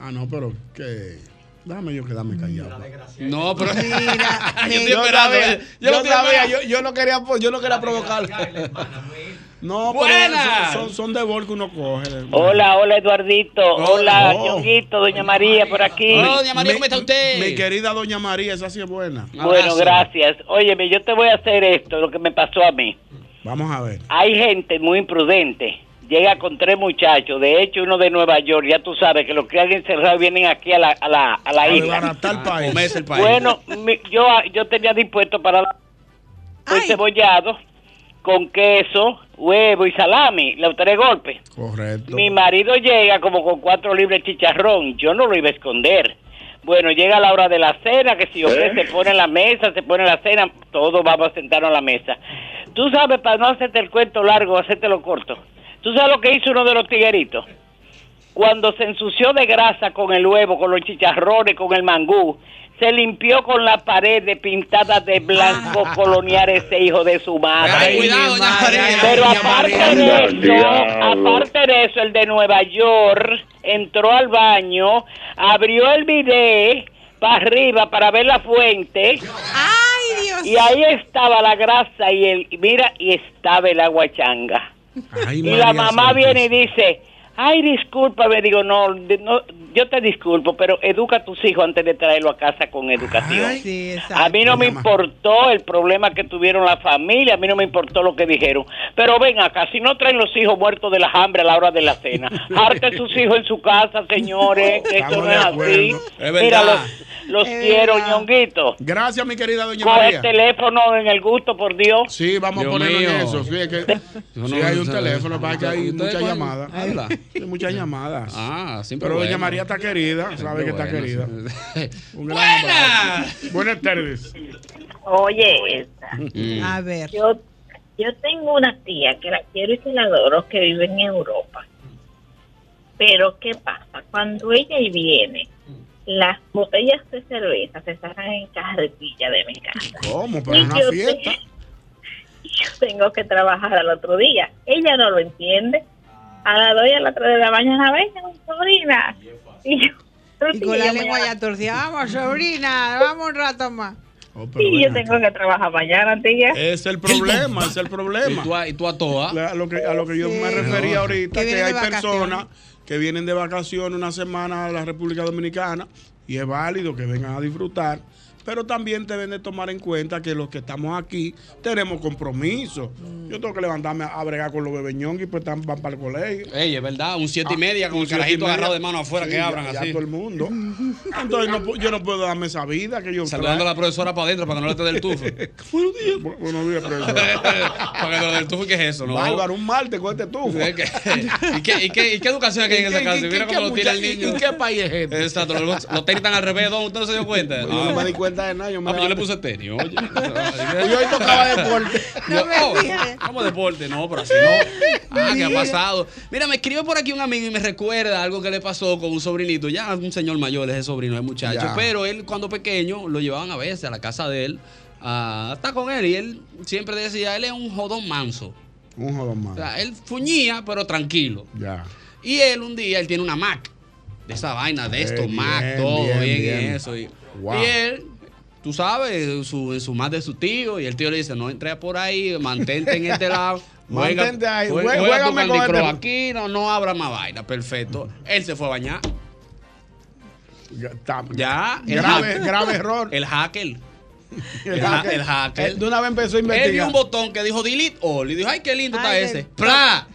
[SPEAKER 6] Ah, no, pero que. Déjame yo quedarme callado.
[SPEAKER 2] No, pero.
[SPEAKER 6] Mira,
[SPEAKER 2] [laughs] Yo estoy
[SPEAKER 6] yo
[SPEAKER 2] esperando,
[SPEAKER 6] sabía,
[SPEAKER 2] eh.
[SPEAKER 6] yo
[SPEAKER 2] Yo estoy
[SPEAKER 6] sabía,
[SPEAKER 2] esperando.
[SPEAKER 6] yo, yo no quería, yo no quería provocar. No, pero
[SPEAKER 2] Buenas.
[SPEAKER 6] son, son- son de bol que uno coge.
[SPEAKER 26] Hola, hola Eduardito, hola
[SPEAKER 6] Oh.
[SPEAKER 26] Ñonguito, Doña María por aquí.
[SPEAKER 6] Mi- Mi querida Doña María, esa sí es buena.
[SPEAKER 26] Bueno, gracias. Óyeme, yo te voy a hacer esto, lo que me pasó a mí.
[SPEAKER 6] Vamos a ver.
[SPEAKER 26] Hay gente muy imprudente, llega con tres muchachos, de hecho uno de Nueva York, ya tú sabes que los que han encerrado vienen aquí a la, a la, a la
[SPEAKER 6] A
[SPEAKER 26] isla.
[SPEAKER 6] desbaratar el país.
[SPEAKER 26] Bueno, mi- yo, yo tenía dispuesto para la... Fue cebollado con queso, huevo y salami, los tres golpes.
[SPEAKER 6] Correcto.
[SPEAKER 26] Mi marido llega como con cuatro libres de chicharrón. Yo no lo iba a esconder. Bueno, llega la hora de la cena, que si yo qué,
[SPEAKER 27] ¿Eh?
[SPEAKER 26] se pone la mesa, se pone la cena, todos vamos a sentarnos a la mesa. Tú sabes, para no hacerte el cuento largo, hacértelo corto. Tú sabes lo que hizo uno de los tigueritos. Cuando se ensució de grasa con el huevo, con los chicharrones, con el mangú, se limpió con la pared de pintada de blanco colonial ese hijo de su madre. Pero aparte de eso, aparte de eso, el de Nueva York entró al baño, abrió el bidet para arriba para ver la fuente.
[SPEAKER 4] Ah.
[SPEAKER 26] ¡Ay, Dios! Y ahí estaba la grasa y el y mira y estaba el aguachanga. Y la mamá viene y dice, ay, discúlpame, digo, no, de- no, yo te disculpo, pero educa a tus hijos antes de traerlo a casa con educación. a mí no me importó el problema que tuvieron la familia, a mí no me importó lo que dijeron. Pero ven acá, si no traen los hijos muertos de la hambre a la hora de la
[SPEAKER 6] [laughs]
[SPEAKER 26] cena, harte sus hijos en su casa, señores, que esto
[SPEAKER 6] Estamos
[SPEAKER 26] no
[SPEAKER 6] de
[SPEAKER 26] es así.
[SPEAKER 6] acuerdo. Es
[SPEAKER 26] Mira,
[SPEAKER 6] verdad.
[SPEAKER 26] los, los quiero, ñonguito.
[SPEAKER 6] Gracias, mi querida Doña
[SPEAKER 26] Coge
[SPEAKER 6] María.
[SPEAKER 26] el teléfono en el gusto, por Dios.
[SPEAKER 6] Sí, vamos a
[SPEAKER 26] Dios
[SPEAKER 6] ponerlo en
[SPEAKER 26] mío.
[SPEAKER 6] eso. Sí, es
[SPEAKER 26] [laughs]
[SPEAKER 6] que,
[SPEAKER 26] Yo
[SPEAKER 6] sí,
[SPEAKER 26] no-
[SPEAKER 6] hay un
[SPEAKER 26] ¿sabe?
[SPEAKER 6] teléfono, para que hay
[SPEAKER 26] ¿Ustedes
[SPEAKER 6] muchas
[SPEAKER 26] cuál?
[SPEAKER 6] llamadas.
[SPEAKER 26] Habla.
[SPEAKER 6] Hay muchas llamadas.
[SPEAKER 2] Ah, sin
[SPEAKER 6] Pero Doña
[SPEAKER 2] problema.
[SPEAKER 6] María está querida, sabe que está
[SPEAKER 2] bueno,
[SPEAKER 6] querida.
[SPEAKER 26] ¡Buenas!
[SPEAKER 6] Ah. Buenas tardes.
[SPEAKER 3] Oye, esta.
[SPEAKER 4] Mm. A ver.
[SPEAKER 3] Yo, yo tengo una tía que la quiero y que la adoro, que vive en Europa. Pero, ¿qué pasa? Cuando ella viene, las botellas de cerveza se sacan en carretilla de mi casa.
[SPEAKER 6] ¿Cómo?
[SPEAKER 3] Y
[SPEAKER 6] Para una
[SPEAKER 3] yo
[SPEAKER 6] fiesta.
[SPEAKER 3] [laughs] Yo tengo que trabajar al otro día. Ella no lo entiende.
[SPEAKER 6] Ah.
[SPEAKER 3] A las 2 y a las 3 de la mañana, venga, sobrina. Y yo-
[SPEAKER 4] Y con la
[SPEAKER 3] yo me
[SPEAKER 4] lengua ya torcida. Vamos, sobrina, vamos un rato más.
[SPEAKER 26] Oh,
[SPEAKER 18] Y yo tengo que trabajar mañana, tía.
[SPEAKER 6] Es el problema, es el problema.
[SPEAKER 2] Y tú a, y tú a toa.
[SPEAKER 6] La- A lo que, a lo que yo me
[SPEAKER 2] Sí.
[SPEAKER 6] refería
[SPEAKER 2] No. Que
[SPEAKER 6] ahorita, que,
[SPEAKER 2] vienen
[SPEAKER 6] hay
[SPEAKER 2] de vacaciones.
[SPEAKER 6] personas que vienen de vacaciones una semana a la República Dominicana y es válido que vengan a disfrutar, pero también deben de tomar en cuenta que los que estamos aquí tenemos compromisos.
[SPEAKER 2] Mm.
[SPEAKER 6] Yo tengo que levantarme a, a bregar con los bebeñongos y pues están, van para el colegio.
[SPEAKER 2] [laughs] Ey, es verdad, un siete y
[SPEAKER 6] Ah,
[SPEAKER 2] media con
[SPEAKER 6] un
[SPEAKER 2] el
[SPEAKER 6] siete y
[SPEAKER 2] carajito
[SPEAKER 6] media.
[SPEAKER 2] agarrado de mano afuera
[SPEAKER 6] Sí,
[SPEAKER 2] que
[SPEAKER 6] ya-
[SPEAKER 2] abran
[SPEAKER 6] ya
[SPEAKER 2] así.
[SPEAKER 6] todo el mundo. Entonces no pu- yo no puedo darme esa vida que yo
[SPEAKER 2] Saludando a
[SPEAKER 6] traigo.
[SPEAKER 2] la profesora para adentro para que no le te dé el tufo.
[SPEAKER 6] [laughs] Buenos días. Bu- Buenos días, profesor.
[SPEAKER 2] [laughs] para que no le dé el tufo, ¿qué es eso? No?
[SPEAKER 6] Bárbaro, un martes con este tufo.
[SPEAKER 2] ¿Y qué, y qué, y qué educación hay que hay en
[SPEAKER 6] ¿Y qué-
[SPEAKER 2] esa casa?
[SPEAKER 6] qué-
[SPEAKER 2] Mira
[SPEAKER 6] qué
[SPEAKER 2] cómo lo tira el
[SPEAKER 6] muchacho-
[SPEAKER 2] niño.
[SPEAKER 6] y qué país es
[SPEAKER 2] [laughs]
[SPEAKER 6] este?
[SPEAKER 2] Exacto, los, los tenis están al revés, don. ¿Usted no se dio cuenta?
[SPEAKER 6] Yo no me di cuenta de nada. Yo, me
[SPEAKER 2] Ah, pues yo le
[SPEAKER 6] levanté.
[SPEAKER 2] puse tenis, oye.
[SPEAKER 6] Pues yo hoy tocaba
[SPEAKER 2] [laughs]
[SPEAKER 6] deporte.
[SPEAKER 2] Yo,
[SPEAKER 6] No me
[SPEAKER 2] oh,
[SPEAKER 6] fijé.
[SPEAKER 2] ¿Cómo deporte? No, pero así no. [laughs]
[SPEAKER 28] [laughs]
[SPEAKER 2] Ah, ¿qué ha pasado? Mira, me escribe por aquí un amigo y me recuerda algo que le pasó con un sobrinito. Ya un señor mayor es el sobrino, es muchacho.
[SPEAKER 11] Ya.
[SPEAKER 2] Pero él, cuando pequeño, lo llevaban a veces a la casa de él. a estar con él y él siempre decía, él es un jodón manso.
[SPEAKER 6] Un jodón más.
[SPEAKER 2] O sea, él fuñía, pero tranquilo.
[SPEAKER 6] Ya.
[SPEAKER 2] Y él un día, él tiene una Mac. De esa vaina, de esto,
[SPEAKER 6] Eh, bien,
[SPEAKER 2] Mac, todo
[SPEAKER 6] bien,
[SPEAKER 2] bien, y
[SPEAKER 6] bien.
[SPEAKER 2] eso. Y,
[SPEAKER 6] Wow.
[SPEAKER 2] y él, tú sabes, su, su más de su tío. Y el tío le dice, no entres por ahí, mantente en este
[SPEAKER 6] [laughs]
[SPEAKER 2] lado. Juega,
[SPEAKER 6] Mantente ahí,
[SPEAKER 2] jue-
[SPEAKER 6] jue-
[SPEAKER 2] juega tu
[SPEAKER 6] juégame con
[SPEAKER 2] Candy Crush
[SPEAKER 6] este-
[SPEAKER 2] aquí, no, no abra más vaina. Perfecto. Él se fue a bañar.
[SPEAKER 6] Ya, está.
[SPEAKER 2] Ya. el
[SPEAKER 6] Grave-
[SPEAKER 2] hack-
[SPEAKER 6] grave error.
[SPEAKER 2] El hacker. El,
[SPEAKER 6] [laughs] El
[SPEAKER 2] ha-
[SPEAKER 6] hacker. Eh,
[SPEAKER 2] el hacker.
[SPEAKER 6] Él de una vez empezó a
[SPEAKER 2] Él vio
[SPEAKER 6] investigar.
[SPEAKER 2] un botón que dijo delete all. Y dijo, ay, qué lindo está
[SPEAKER 6] Ay,
[SPEAKER 2] ese.
[SPEAKER 6] el-
[SPEAKER 2] ¡Pra!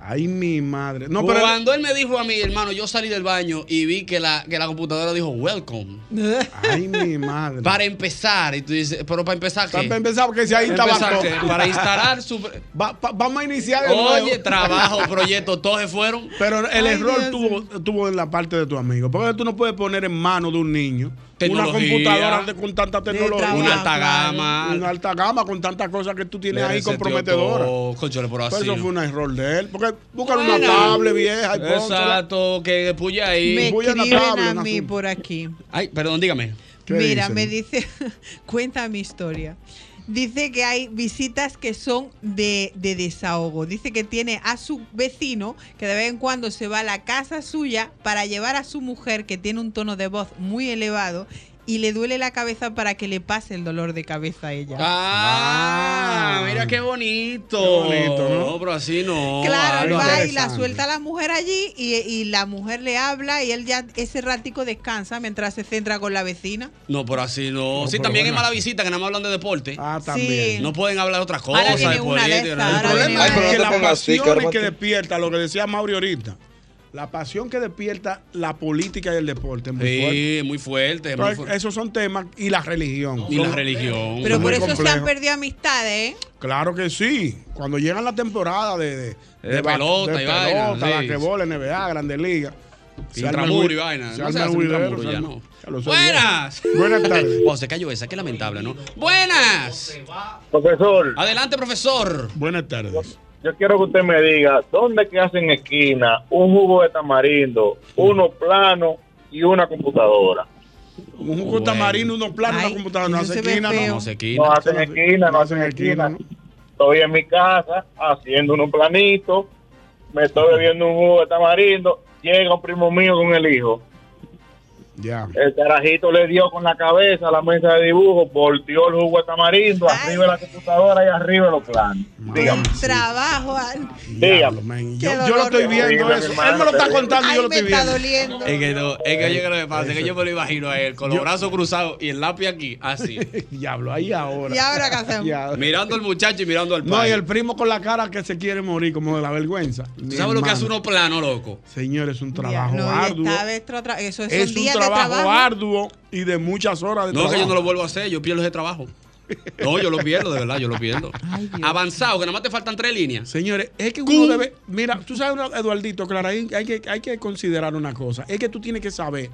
[SPEAKER 6] Ay, mi madre. No, pero.
[SPEAKER 2] Cuando él me dijo a mí, hermano, yo salí del baño y vi que la, que la computadora dijo welcome.
[SPEAKER 6] [laughs] Ay, mi madre.
[SPEAKER 2] Para empezar, y tú dices, pero para empezar, ¿qué?
[SPEAKER 6] Para empezar, porque si ahí estaba
[SPEAKER 2] Empezar,
[SPEAKER 6] todo.
[SPEAKER 2] ¿qué? Para instalar su.
[SPEAKER 6] [laughs] Va- pa- vamos a iniciar el
[SPEAKER 2] Oye,
[SPEAKER 6] [laughs]
[SPEAKER 2] trabajo, proyecto, todos se fueron.
[SPEAKER 6] Pero el error tuvo, tuvo en la parte de tu amigo. Porque tú no puedes poner en manos de un niño
[SPEAKER 2] Tecnología.
[SPEAKER 6] una computadora de- con tanta tecnología.
[SPEAKER 2] trabajo, Una alta claro. gama.
[SPEAKER 6] Una alta gama con tantas cosas que tú tienes
[SPEAKER 2] Le
[SPEAKER 6] ahí
[SPEAKER 2] reseteó
[SPEAKER 6] comprometedoras.
[SPEAKER 2] todo, cónchale, pero
[SPEAKER 6] Pero
[SPEAKER 2] así
[SPEAKER 6] Pues eso
[SPEAKER 2] no.
[SPEAKER 6] fue un error de él. Porque buscan una
[SPEAKER 2] Bueno.
[SPEAKER 6] tablet vieja y pónsela.
[SPEAKER 2] Exacto, que puya ahí.
[SPEAKER 4] Me
[SPEAKER 2] Puya en la
[SPEAKER 4] escriben
[SPEAKER 2] tablet,
[SPEAKER 4] a
[SPEAKER 2] en
[SPEAKER 4] mí
[SPEAKER 2] azul.
[SPEAKER 4] por aquí.
[SPEAKER 2] Ay, perdón, dígame.
[SPEAKER 4] Mira, me dice, [laughs] cuenta mi historia. Dice que hay visitas que son de, de desahogo. Dice que tiene a su vecino que de vez en cuando se va a la casa suya para llevar a su mujer que tiene un tono de voz muy elevado y le duele la cabeza para que le pase el dolor de cabeza a ella.
[SPEAKER 2] Ah, mira qué bonito.
[SPEAKER 4] Qué bonito, ¿no?
[SPEAKER 2] pero así no.
[SPEAKER 4] Claro, él
[SPEAKER 2] Álvaro.
[SPEAKER 4] va y la suelta a la mujer allí y, y la mujer le habla y él ya ese ratico descansa mientras se centra con la vecina.
[SPEAKER 2] No, pero así no. sí,
[SPEAKER 6] pero
[SPEAKER 2] también
[SPEAKER 6] bueno.
[SPEAKER 2] es mala visita que nada más hablan de deporte. Ah,
[SPEAKER 4] también. Sí.
[SPEAKER 2] No pueden hablar otras cosas.
[SPEAKER 4] Ahora viene una de
[SPEAKER 2] política,
[SPEAKER 4] esas,
[SPEAKER 2] nada.
[SPEAKER 6] El problema es que la pasión
[SPEAKER 2] Carmen.
[SPEAKER 6] que despierta, lo que decía Mauri ahorita, la pasión que despierta la política y el deporte es muy fuerte.
[SPEAKER 2] Sí, muy fuerte. muy
[SPEAKER 6] Entonces,
[SPEAKER 2] fuerte.
[SPEAKER 6] esos son temas y la religión.
[SPEAKER 2] Y la religión.
[SPEAKER 4] Pero
[SPEAKER 6] Muy
[SPEAKER 4] por eso se han
[SPEAKER 6] complejo.
[SPEAKER 4] perdido amistades, ¿eh?
[SPEAKER 6] Claro que sí. Cuando llegan la temporada de, de,
[SPEAKER 2] De pelota y vaina, sí.
[SPEAKER 6] la que bola, NBA, Grande Liga.
[SPEAKER 2] Sí,
[SPEAKER 6] arma el
[SPEAKER 2] intramuro
[SPEAKER 6] hui-
[SPEAKER 2] y vaina.
[SPEAKER 6] se
[SPEAKER 2] No
[SPEAKER 6] arma
[SPEAKER 2] se
[SPEAKER 6] el
[SPEAKER 2] hace un
[SPEAKER 6] juidero,
[SPEAKER 2] intramuro,
[SPEAKER 6] se
[SPEAKER 2] ya
[SPEAKER 6] arma-
[SPEAKER 2] no.
[SPEAKER 6] ya lo sé
[SPEAKER 2] Buenas. [laughs]
[SPEAKER 6] Buenas tardes.
[SPEAKER 2] Oh, se cayó esa, qué lamentable, ¿no? Buenas.
[SPEAKER 25] Profesor.
[SPEAKER 2] Adelante, profesor.
[SPEAKER 6] Buenas tardes.
[SPEAKER 25] Yo quiero que usted me diga, ¿dónde que hacen esquina un jugo de tamarindo, uno plano y una computadora?
[SPEAKER 6] bien. Un jugo tamarindo, unos planos, una computadora, no hace esquina, no.
[SPEAKER 2] No se
[SPEAKER 25] No hacen esquina, no hacen esquina. Estoy en mi casa haciendo unos planitos, me estoy bebiendo un jugo de tamarindo, llega un primo mío con el hijo.
[SPEAKER 6] Ya.
[SPEAKER 25] El carajito le dio con la cabeza a la mesa de dibujo, volteó el jugo de tamarindo, arriba de la computadora y arriba los planos. Dígame.
[SPEAKER 4] Trabajo. al-
[SPEAKER 25] Dígame.
[SPEAKER 6] Yo, yo lo estoy viendo eso. Él me lo está contando y yo lo estoy viendo. Eh,
[SPEAKER 4] doliendo.
[SPEAKER 2] Es que, no, es que yo creo que pasa, es que yo me lo imagino a él con los brazos cruzados y el lápiz aquí, así.
[SPEAKER 6] [laughs] Diablo, ahí ahora.
[SPEAKER 4] ¿Y ahora qué hacemos?
[SPEAKER 6] Y ahora.
[SPEAKER 2] Mirando al muchacho y mirando al
[SPEAKER 6] No, y
[SPEAKER 2] padre.
[SPEAKER 6] el primo con la cara que se quiere morir, como de la vergüenza. Mi
[SPEAKER 2] ¿Tú sabes lo que
[SPEAKER 6] hermano.
[SPEAKER 2] hace uno plano, loco?
[SPEAKER 6] Señor, es un trabajo
[SPEAKER 4] No, y
[SPEAKER 6] arduo.
[SPEAKER 4] está de tra- tra-
[SPEAKER 2] Pues
[SPEAKER 4] eso son
[SPEAKER 6] Es un
[SPEAKER 4] días de
[SPEAKER 6] trabajo,
[SPEAKER 4] trabajo.
[SPEAKER 6] arduo y de muchas horas de
[SPEAKER 2] No, que
[SPEAKER 6] trabajo.
[SPEAKER 2] yo no lo vuelvo a hacer, yo pierdo ese trabajo. No, yo lo pierdo, de verdad, yo lo [laughs] pierdo. Avanzado, que nada más te faltan tres líneas.
[SPEAKER 6] Señores, es que uno debe. Mira, tú sabes, una- Eduardito, Clara, hay hay que, hay que considerar una cosa. Es que tú tienes que saber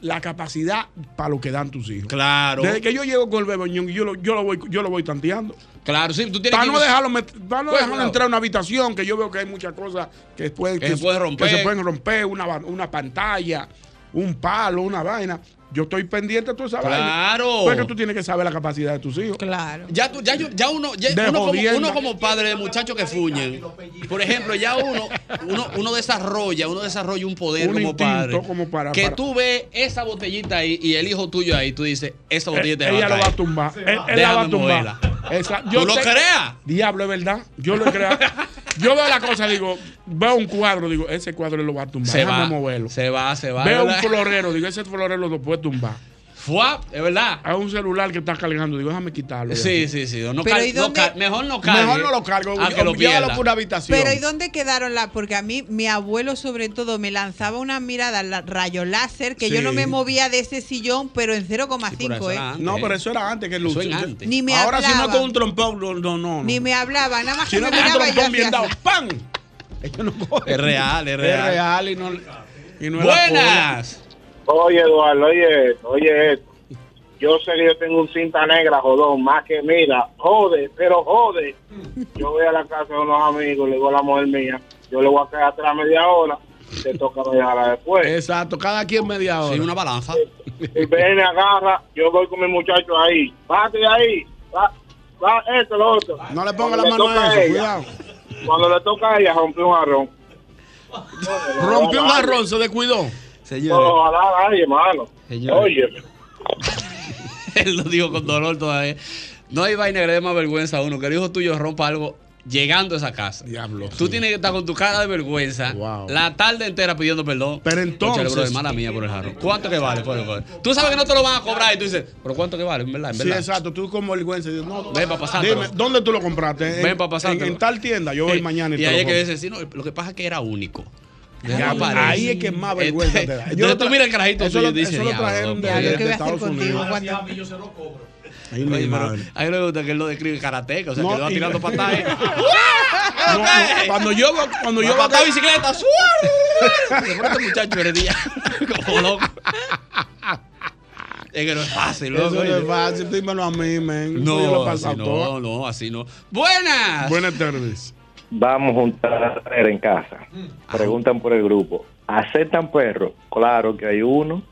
[SPEAKER 6] la capacidad para lo que dan tus hijos.
[SPEAKER 2] Claro.
[SPEAKER 6] Desde que yo llego con el bebeñón, yo lo, yo lo voy, yo lo voy tanteando.
[SPEAKER 2] Claro, sí, tú tienes
[SPEAKER 6] Para
[SPEAKER 2] que-
[SPEAKER 6] no dejarlo, met- para no
[SPEAKER 2] Pues,
[SPEAKER 6] dejarlo
[SPEAKER 2] claro.
[SPEAKER 6] entrar a una habitación, que yo veo que hay muchas cosas que, pueden-
[SPEAKER 2] Que se puede romper.
[SPEAKER 6] que se pueden romper, una, va- una pantalla, un palo, una vaina. Yo estoy pendiente de toda esa vaina.
[SPEAKER 2] Claro.
[SPEAKER 6] Porque tú tienes que saber la capacidad de tus hijos.
[SPEAKER 4] Claro.
[SPEAKER 2] Ya, tú, ya, yo- ya uno, ya
[SPEAKER 6] De
[SPEAKER 2] uno, como,
[SPEAKER 6] jodienda.
[SPEAKER 2] uno como padre de muchachos que fuñen, por ejemplo, ya uno, uno, uno desarrolla, uno desarrolla un poder
[SPEAKER 6] Un
[SPEAKER 2] como
[SPEAKER 6] instinto
[SPEAKER 2] padre.
[SPEAKER 6] como para-
[SPEAKER 2] que
[SPEAKER 6] para-
[SPEAKER 2] tú ves esa botellita ahí y el hijo tuyo ahí, tú dices, esa
[SPEAKER 6] Eh,
[SPEAKER 2] botellita
[SPEAKER 6] ella lo va a
[SPEAKER 2] caer.
[SPEAKER 6] tumbar. Él, él la
[SPEAKER 2] Déjame
[SPEAKER 6] va a tumbar.
[SPEAKER 2] moverla.
[SPEAKER 6] Esa-
[SPEAKER 2] ¿Tú lo creas?
[SPEAKER 6] Diablo, es verdad. Yo lo creo. Yo veo la cosa, digo, veo un cuadro, digo, ese cuadro él lo va a tumbar.
[SPEAKER 2] Se
[SPEAKER 6] Déjame
[SPEAKER 2] va,
[SPEAKER 6] moverlo.
[SPEAKER 2] se va, se va. [laughs]
[SPEAKER 6] veo un
[SPEAKER 2] ¿verdad?
[SPEAKER 6] florero, digo, ese florero lo puede tumbar.
[SPEAKER 2] Fuap, es verdad.
[SPEAKER 6] Hay un celular que está cargando, digo, déjame quitarlo.
[SPEAKER 2] Sí, sí, sí. No Pero, car- ¿y no dónde- car- mejor no cargue.
[SPEAKER 6] Mejor no lo cargo.
[SPEAKER 2] A que lo
[SPEAKER 6] llévalo
[SPEAKER 2] pierda.
[SPEAKER 6] por una habitación.
[SPEAKER 4] Pero ¿y dónde quedaron las? Porque a mí, mi abuelo sobre todo, me lanzaba una mirada la- rayo láser que yo
[SPEAKER 6] Sí.
[SPEAKER 4] no me movía de ese sillón, pero en
[SPEAKER 6] Por eso
[SPEAKER 4] 0,5, ¿eh?
[SPEAKER 6] era antes. No, pero eso era antes que
[SPEAKER 2] Eso
[SPEAKER 6] Lucho.
[SPEAKER 2] en antes.
[SPEAKER 4] Ni me
[SPEAKER 6] Ahora, si no
[SPEAKER 4] hablaba.
[SPEAKER 6] con un trompón, no, no. no.
[SPEAKER 4] Ni me hablaba, nada más
[SPEAKER 6] Si
[SPEAKER 4] que
[SPEAKER 6] no
[SPEAKER 4] me
[SPEAKER 6] con un
[SPEAKER 4] miraba y yo
[SPEAKER 6] trompón
[SPEAKER 4] hacía
[SPEAKER 6] bien dado,
[SPEAKER 4] así.
[SPEAKER 6] ¡pam! Ellos no cogen.
[SPEAKER 2] Es real, es real.
[SPEAKER 6] Es real y no, y no es la
[SPEAKER 2] Buenas.
[SPEAKER 25] Oye, Eduardo, oye, esto, oye esto. Yo sé que yo tengo un cinta negra, jodón, más que mira, jode, pero jode. Yo voy a la casa de unos amigos, le digo a la mujer mía, yo le voy a quedar atrás media hora, te toca media hora después.
[SPEAKER 6] Exacto, cada quien media hora.
[SPEAKER 2] Sí, una balanza.
[SPEAKER 25] Y viene, agarra, yo voy con mi muchacho ahí, bate ahí, va, va esto, lo otro.
[SPEAKER 6] No le ponga
[SPEAKER 25] Cuando
[SPEAKER 6] la mano
[SPEAKER 25] toca
[SPEAKER 6] a eso, cuidado.
[SPEAKER 25] Cuando le toca a ella, rompió un jarrón.
[SPEAKER 6] Rompió un jarrón, se descuidó.
[SPEAKER 25] No, ojalá nadie, hermano.
[SPEAKER 2] Señores.
[SPEAKER 25] Oye,
[SPEAKER 2] [laughs] Él lo digo con dolor todavía. No hay vaina que le dé más vergüenza a uno. Que el hijo tuyo rompa algo llegando a esa casa.
[SPEAKER 6] Diablo.
[SPEAKER 2] Tú tienes que estar con tu cara de vergüenza la tarde entera pidiendo perdón. Pero
[SPEAKER 6] entonces-
[SPEAKER 2] hermana mía por el jarro. ¿Cuánto que vale? Por favor? Tú sabes que no te lo van a cobrar y tú dices, pero ¿cuánto que vale? En verdad, en
[SPEAKER 6] Sí,
[SPEAKER 2] verdad.
[SPEAKER 6] exacto. Tú como vergüenza. dices, No,
[SPEAKER 2] Ven pa' pasártelo.
[SPEAKER 6] Dime, ¿dónde tú lo compraste? En-
[SPEAKER 2] Ven para pasar.
[SPEAKER 6] En, en
[SPEAKER 2] [laughs]
[SPEAKER 6] tal tienda. Yo voy mañana y,
[SPEAKER 2] Y
[SPEAKER 6] te
[SPEAKER 2] ahí
[SPEAKER 6] lo
[SPEAKER 2] es que
[SPEAKER 6] compro.
[SPEAKER 2] dices, sí, no, lo que pasa es que era único. Este,
[SPEAKER 6] Ya,
[SPEAKER 2] No aparece.
[SPEAKER 6] ahí es que más vergüenza te da.
[SPEAKER 2] Entonces
[SPEAKER 6] lo
[SPEAKER 2] tú
[SPEAKER 6] tra-
[SPEAKER 2] miras el carajito
[SPEAKER 6] eso
[SPEAKER 2] tuyo
[SPEAKER 6] lo-
[SPEAKER 2] y dices,
[SPEAKER 6] eso lo trajeron de, de- de Estados Unidos. Ay, mi
[SPEAKER 2] Oye, pero
[SPEAKER 6] madre.
[SPEAKER 2] a él le gusta que él lo describe karateca, o sea,
[SPEAKER 6] No,
[SPEAKER 2] que le va
[SPEAKER 6] y- [laughs]
[SPEAKER 4] [laughs]
[SPEAKER 2] tirando patadas.
[SPEAKER 6] No, no, cuando yo veo- cuando yo
[SPEAKER 2] va
[SPEAKER 6] veo
[SPEAKER 2] a
[SPEAKER 6] que-
[SPEAKER 2] bicicleta, ¡suave! Se pone este muchacho heredía como loco. Es que no es fácil, loco.
[SPEAKER 6] Eso no es fácil, dímelo a mí, men.
[SPEAKER 2] No,
[SPEAKER 6] Yo lo he
[SPEAKER 2] así
[SPEAKER 6] pasado
[SPEAKER 2] no,
[SPEAKER 6] todo.
[SPEAKER 2] no, así no. Buenas.
[SPEAKER 6] Buenas tardes.
[SPEAKER 15] Vamos a juntar perros en casa. Preguntan por el grupo. ¿Aceptan perros? Claro que hay uno,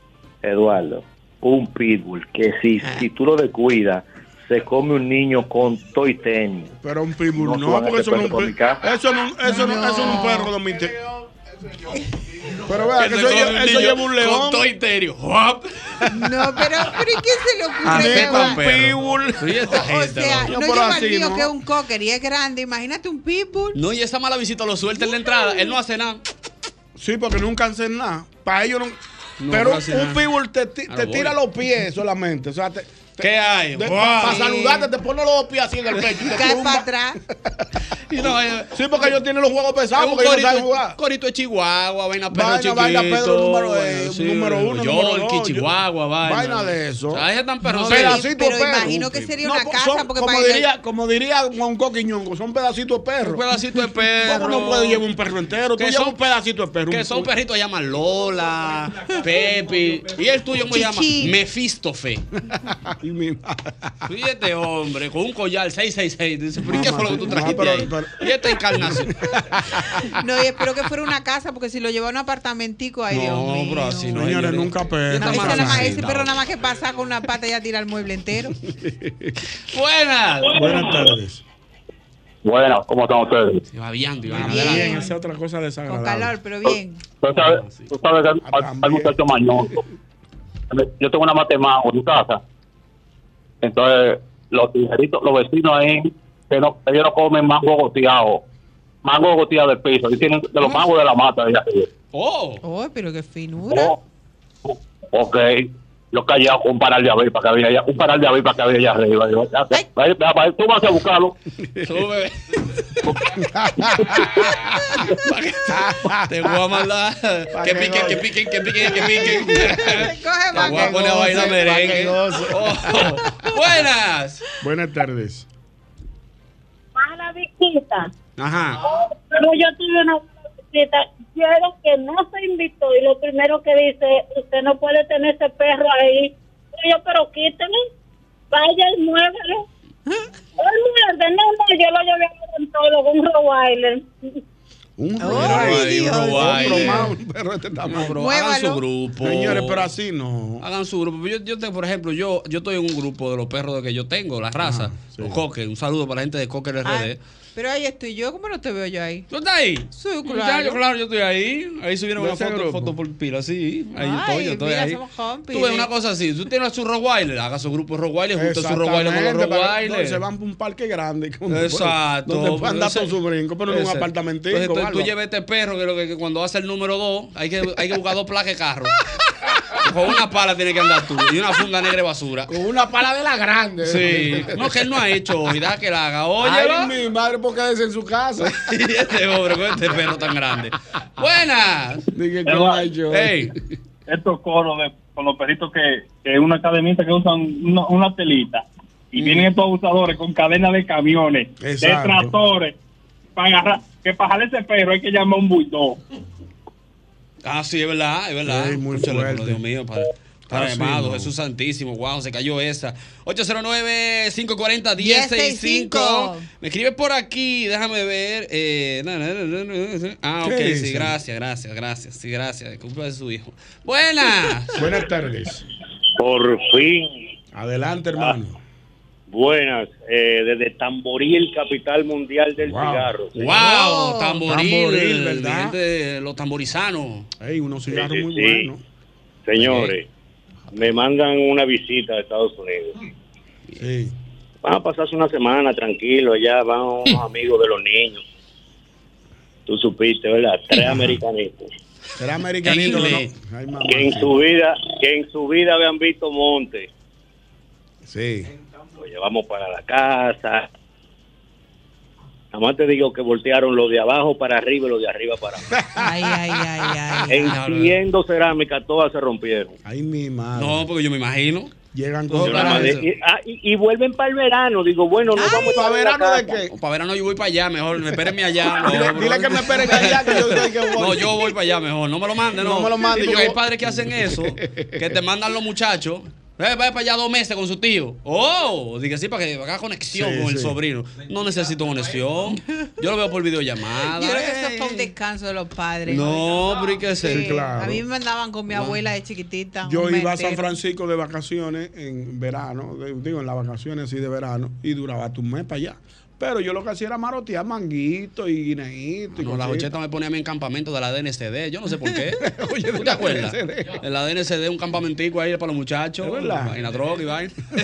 [SPEAKER 15] Eduardo, un pitbull que si,
[SPEAKER 2] Ah.
[SPEAKER 15] si tú lo descuidas, se come un niño con toiteño.
[SPEAKER 6] Pero un pitbull
[SPEAKER 15] No
[SPEAKER 6] no,
[SPEAKER 15] suban
[SPEAKER 6] porque
[SPEAKER 15] este
[SPEAKER 6] eso no es
[SPEAKER 15] perro
[SPEAKER 6] un
[SPEAKER 15] por mi
[SPEAKER 6] perro.
[SPEAKER 15] casa.
[SPEAKER 6] Eso no, eso no, eso no es un perro doméstico. Pero vea,
[SPEAKER 2] Que
[SPEAKER 6] que
[SPEAKER 2] se
[SPEAKER 6] eso,
[SPEAKER 2] come
[SPEAKER 6] lleva-
[SPEAKER 2] un
[SPEAKER 6] eso
[SPEAKER 2] niño
[SPEAKER 6] lleva un león.
[SPEAKER 2] con todo interio. ¡Juap!
[SPEAKER 4] No, pero, pero ¿y qué se le ocurre?
[SPEAKER 2] Acepta un
[SPEAKER 4] llevar?
[SPEAKER 2] pitbull. Oye, esta
[SPEAKER 4] O
[SPEAKER 2] gente,
[SPEAKER 4] sea,
[SPEAKER 2] loco.
[SPEAKER 4] no lleva al mío que es un cocker y es grande. Imagínate un pitbull.
[SPEAKER 2] No, y esa mala visita lo suelta en la entrada. Él no hace nada.
[SPEAKER 6] Sí, porque nunca hacen nada. Para ellos no.
[SPEAKER 2] No,
[SPEAKER 6] pero
[SPEAKER 2] no hacen
[SPEAKER 6] un
[SPEAKER 2] nada.
[SPEAKER 6] pitbull te, ti-
[SPEAKER 2] A
[SPEAKER 6] te
[SPEAKER 2] lo
[SPEAKER 6] tira
[SPEAKER 2] voy.
[SPEAKER 6] los pies solamente. O sea, te, te-
[SPEAKER 2] ¿Qué hay?
[SPEAKER 6] de-
[SPEAKER 2] Guau.
[SPEAKER 6] Para
[SPEAKER 2] Sí.
[SPEAKER 6] saludarte, te pone los pies así en el pecho.
[SPEAKER 4] [laughs]
[SPEAKER 6] y te
[SPEAKER 2] Cae
[SPEAKER 6] tumba.
[SPEAKER 2] pa'
[SPEAKER 6] [laughs]
[SPEAKER 2] Y no, eh,
[SPEAKER 6] Sí, porque ellos tienen los juegos pesados.
[SPEAKER 2] Es un
[SPEAKER 6] Porque ellos no saben
[SPEAKER 2] corito,
[SPEAKER 6] jugar.
[SPEAKER 2] corito de Chihuahua, vaina perro
[SPEAKER 6] Ah. Vaina,
[SPEAKER 2] chiquito.
[SPEAKER 6] vaina, Pedro número, eh,
[SPEAKER 2] sí,
[SPEAKER 6] número uno, número
[SPEAKER 2] Yorkie,
[SPEAKER 6] dos, yo-
[SPEAKER 2] Chihuahua, vaina.
[SPEAKER 6] vaina de eso.
[SPEAKER 2] O sea, ellos están perros.
[SPEAKER 6] No, pedacito
[SPEAKER 4] pero
[SPEAKER 6] de perro.
[SPEAKER 4] imagino que sería
[SPEAKER 6] No,
[SPEAKER 4] una
[SPEAKER 6] po-
[SPEAKER 4] casa,
[SPEAKER 6] son-
[SPEAKER 4] porque
[SPEAKER 6] como
[SPEAKER 4] para-
[SPEAKER 6] diría, como diría Juan Coquiñongo, son pedacitos de perro.
[SPEAKER 2] Un pedacito
[SPEAKER 6] [laughs]
[SPEAKER 2] de perro.
[SPEAKER 6] ¿Cómo no puede llevar un perro entero? Tú
[SPEAKER 2] Que
[SPEAKER 6] llevas
[SPEAKER 2] son-
[SPEAKER 6] un pedacito de perro.
[SPEAKER 2] Que
[SPEAKER 6] un-
[SPEAKER 2] son
[SPEAKER 6] un-
[SPEAKER 2] perritos que llaman Lola, Pepe. Y el tuyo me llama
[SPEAKER 6] Chichi.
[SPEAKER 2] Mefístofe.
[SPEAKER 6] Ay, [laughs] mi
[SPEAKER 2] Y este hombre con un collar 666. Dice, ¿pero y qué fue lo que tú
[SPEAKER 6] Mamá,
[SPEAKER 2] trajiste
[SPEAKER 6] pero-
[SPEAKER 2] ahí? Y esta encarnación.
[SPEAKER 4] No, y espero que fuera una casa, porque si lo lleva a un apartamentico, ahí Dios mío.
[SPEAKER 2] pero así no.
[SPEAKER 6] Señores, nunca perro.
[SPEAKER 4] Ese, nada más- ese perro nada más que pasa con una pata ya tira el mueble entero.
[SPEAKER 2] [laughs] Buenas.
[SPEAKER 6] Buenas tardes.
[SPEAKER 9] Bueno, ¿cómo están ustedes?
[SPEAKER 2] Se va viando, Iván.
[SPEAKER 6] Bien, esa es otra cosa desagradable.
[SPEAKER 4] Calor, pero bien.
[SPEAKER 9] Tú sabes, tú sabes que hay, hay muchachos mañosos. Yo tengo una matemática en casa. Entonces, los tijeritos, los vecinos ahí, que no, ellos no comen mango goteado. Mango goteado del piso. Ellos tienen de los mangos de la mata. ahí arriba.
[SPEAKER 2] Oh.
[SPEAKER 4] Oh, pero qué finura.
[SPEAKER 6] Oh.
[SPEAKER 9] Ok. Yo callado un paral de abril para que había allá, un paral de abril para que había allá arriba. Yo, ya, ya, ya, ya, ya, tú vas a buscarlo.
[SPEAKER 2] [laughs] Sube. Te voy a mandar. Que piquen, que piquen, que piquen, que piquen.
[SPEAKER 4] [laughs] Coge
[SPEAKER 2] Te voy a poner a bailar merengue. Oh, Buenas.
[SPEAKER 6] Buenas tardes.
[SPEAKER 3] Más la visita.
[SPEAKER 2] Ajá.
[SPEAKER 3] Pero yo tuve una visita. Quiero que no se invitó. Y lo primero que dice, usted no puede tener ese perro ahí. Y yo, pero quítale. Vaya y muévelo. Él muerde. No, no, yo lo llevé a un odontólogo, un Rottweiler.
[SPEAKER 6] Un
[SPEAKER 8] Ay,
[SPEAKER 6] perro ahí,
[SPEAKER 8] Dios.
[SPEAKER 6] otro
[SPEAKER 8] Ay,
[SPEAKER 6] más,
[SPEAKER 8] eh.
[SPEAKER 6] un perro de este tamaño.
[SPEAKER 2] Pero hagan su grupo.
[SPEAKER 6] Señores, pero así no.
[SPEAKER 2] Hagan su grupo. Yo, yo te- por ejemplo, yo, yo estoy en un grupo de los perros que yo tengo, la raza,
[SPEAKER 6] Ah,
[SPEAKER 2] los coques. Un saludo para la gente de Cocker RD.
[SPEAKER 4] Pero ahí estoy yo, ¿cómo no te veo yo ahí?
[SPEAKER 2] ¿Tú estás ahí?
[SPEAKER 4] Sí,
[SPEAKER 2] Ya,
[SPEAKER 4] Ah. claro.
[SPEAKER 2] yo, claro, yo estoy ahí. Ahí subieron
[SPEAKER 4] ¿De
[SPEAKER 2] una
[SPEAKER 4] ese
[SPEAKER 2] foto,
[SPEAKER 4] grupo?
[SPEAKER 2] foto por pila, sí. Ahí
[SPEAKER 4] Ay,
[SPEAKER 2] estoy, yo estoy
[SPEAKER 4] mira,
[SPEAKER 2] ahí.
[SPEAKER 4] somos compis.
[SPEAKER 2] Tú ves una cosa así, tú tienes a su Rottweiler, haga su grupo de Rottweiler, junto a su Rottweiler con los
[SPEAKER 6] Exactamente, para que-
[SPEAKER 2] Rottweiler.
[SPEAKER 6] Se van para un parque grande. que uno-
[SPEAKER 2] Exacto.
[SPEAKER 6] Donde puedan dar
[SPEAKER 2] Entonces-
[SPEAKER 6] con su brinco, pero en un
[SPEAKER 2] Exacto.
[SPEAKER 6] apartamentico.
[SPEAKER 2] Entonces, tú, tú
[SPEAKER 6] algo.
[SPEAKER 2] llevas este perro que, lo que, que cuando hace el número 2 hay que, hay que buscar dos placas de carro. [laughs] Con una pala tiene que andar tú y una funda negra de basura.
[SPEAKER 7] Con una pala de la grande.
[SPEAKER 2] Sí. [laughs] No, que él no ha hecho hoy, da que la haga. Oye,
[SPEAKER 7] Ay, mi madre, porque es en su casa.
[SPEAKER 2] [laughs] y este pobre con este perro tan grande. Buenas.
[SPEAKER 7] Dije,
[SPEAKER 2] Ey.
[SPEAKER 29] Estos coros de, con los perritos que, que es una academista que usan una, una telita.
[SPEAKER 6] Mm.
[SPEAKER 29] Y vienen estos abusadores con cadenas de camiones,
[SPEAKER 8] Exacto.
[SPEAKER 29] de tractores, para agarrar. Que para jalar ese perro hay que llamar a un bulldog.
[SPEAKER 2] Ah, sí, es verdad, es verdad.
[SPEAKER 29] Sí, muy
[SPEAKER 2] Escúchale,
[SPEAKER 29] fuerte.
[SPEAKER 2] Dios mío, padre. Padre
[SPEAKER 29] Así
[SPEAKER 2] amado,
[SPEAKER 29] no.
[SPEAKER 2] Jesús Santísimo, wow, se cayó esa. 809-540-1065. Me escribe por aquí, déjame ver. eh, na, na, na, na, na, na. Ah,
[SPEAKER 6] ¿Qué
[SPEAKER 2] ok, sí,
[SPEAKER 6] dicen?
[SPEAKER 2] gracias, gracias, gracias, sí, gracias. de Culpa de su hijo. Buenas.
[SPEAKER 6] Buenas tardes.
[SPEAKER 15] Por fin.
[SPEAKER 6] Adelante, hermano.
[SPEAKER 2] Ah.
[SPEAKER 15] Buenas. eh, desde Tamboril, capital mundial del cigarro. Oh.
[SPEAKER 2] Wow, tamboril,
[SPEAKER 15] Tamboril,
[SPEAKER 2] ¿verdad? los tamborizanos.
[SPEAKER 6] Ey, unos
[SPEAKER 15] cigarros Sí, sí, muy sí. buenos. Señores, me mandan una visita a Estados Unidos. Van a pasarse una semana tranquilo allá, van unos amigos de los niños. Tú supiste, ¿verdad? Tres americanitos.
[SPEAKER 6] Será americanito,
[SPEAKER 15] En
[SPEAKER 6] ¿no?
[SPEAKER 15] inglés.
[SPEAKER 6] Ay, mamá.
[SPEAKER 15] Que en su vida, que en su vida habían visto monte.
[SPEAKER 6] Sí.
[SPEAKER 15] Lo llevamos para la casa. Nada más te digo que voltearon lo de abajo para arriba y lo de arriba
[SPEAKER 2] [laughs]
[SPEAKER 15] para abajo.
[SPEAKER 4] Ay, ay, ay, ay.
[SPEAKER 15] Enciendo cerámica, todas se rompieron.
[SPEAKER 6] Ay, mi madre.
[SPEAKER 2] No, porque yo me imagino.
[SPEAKER 6] Llegan
[SPEAKER 15] Yo nada más de- y, ah, y- y vuelven para el verano. Digo, bueno, no vamos
[SPEAKER 2] ¿Para
[SPEAKER 15] estar en la
[SPEAKER 2] verano de
[SPEAKER 15] casa.
[SPEAKER 2] qué? Para verano yo voy para allá, mejor. Espérenme
[SPEAKER 15] [laughs]
[SPEAKER 2] allá. No,
[SPEAKER 15] Dile-
[SPEAKER 2] bro.
[SPEAKER 15] dile que me esperen allá, que yo sé que voy.
[SPEAKER 2] No, yo voy para allá mejor. No me lo manden, no.
[SPEAKER 15] No me lo mande,
[SPEAKER 2] Porque
[SPEAKER 15] yo-
[SPEAKER 2] hay padres que hacen eso, que te mandan los muchachos. Ve, ve para allá dos meses con su tío. Oh, dije sí, para que haga conexión
[SPEAKER 15] Sí,
[SPEAKER 2] con el
[SPEAKER 15] sí.
[SPEAKER 2] sobrino. No necesito conexión. Yo lo veo
[SPEAKER 4] [laughs]
[SPEAKER 2] por videollamada.
[SPEAKER 4] Yo creo que eso fue un descanso de los padres.
[SPEAKER 2] No, pero hay que ser.
[SPEAKER 4] Sí, A mí me mandaban con mi abuela de chiquitita.
[SPEAKER 6] Yo
[SPEAKER 4] un
[SPEAKER 6] iba a
[SPEAKER 4] metero.
[SPEAKER 6] San Francisco de vacaciones en verano, de- digo, en las vacaciones así de verano, y duraba hasta un mes para allá. Pero yo lo que hacía era marotear manguito y guineíto. y
[SPEAKER 2] No, la
[SPEAKER 6] cositas.
[SPEAKER 2] Jocheta me ponía a mí en campamento de la DNCD. Yo no sé por
[SPEAKER 6] [laughs]
[SPEAKER 2] qué. ¿Tú te acuerdas? En la DNCD, un campamentico ahí para los muchachos. En la droga y
[SPEAKER 6] [laughs]
[SPEAKER 2] vaina. Y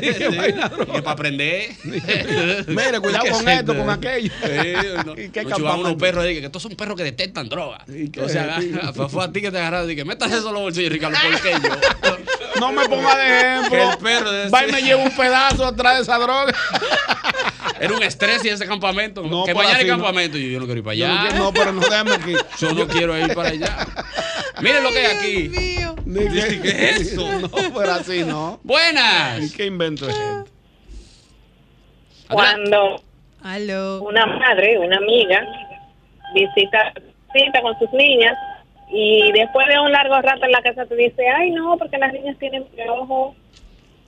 [SPEAKER 2] que para aprender.
[SPEAKER 6] Mire,
[SPEAKER 2] [laughs]
[SPEAKER 6] cuidado con esto, con aquello.
[SPEAKER 2] y
[SPEAKER 6] [laughs]
[SPEAKER 2] que
[SPEAKER 6] ¿Y qué
[SPEAKER 2] no, chupaban unos
[SPEAKER 6] campamento?
[SPEAKER 2] perros ahí, que estos son perros que detectan droga.
[SPEAKER 6] qué?
[SPEAKER 2] Entonces,
[SPEAKER 6] [laughs]
[SPEAKER 2] agarra- [laughs] fue, fue a ti que te agarraron y dije, métase eso en los bolsillos, Ricardo, ¿por qué yo?
[SPEAKER 6] [laughs] No me
[SPEAKER 2] [laughs]
[SPEAKER 6] ponga de ejemplo.
[SPEAKER 2] El perro de
[SPEAKER 6] Va y me lleva un pedazo atrás de
[SPEAKER 2] [laughs]
[SPEAKER 6] esa droga.
[SPEAKER 2] Era un estrés y ese campamento.
[SPEAKER 6] No,
[SPEAKER 2] que
[SPEAKER 6] por
[SPEAKER 2] mañana
[SPEAKER 6] así
[SPEAKER 2] el
[SPEAKER 6] no.
[SPEAKER 2] campamento. Y yo, yo no quiero ir para
[SPEAKER 6] Yo no
[SPEAKER 2] allá.
[SPEAKER 6] quiero- no, pero no déjame aquí.
[SPEAKER 2] [laughs] Yo no quiero ir para allá. Miren lo que hay aquí. Dice, ¿Qué es eso?
[SPEAKER 6] No, pero así no.
[SPEAKER 2] Buenas.
[SPEAKER 6] ¿Qué invento es este?
[SPEAKER 18] cuando una madre, una amiga, visita, visita con sus niñas y después de un largo rato en la casa te dice, ay no, porque las niñas tienen piojo,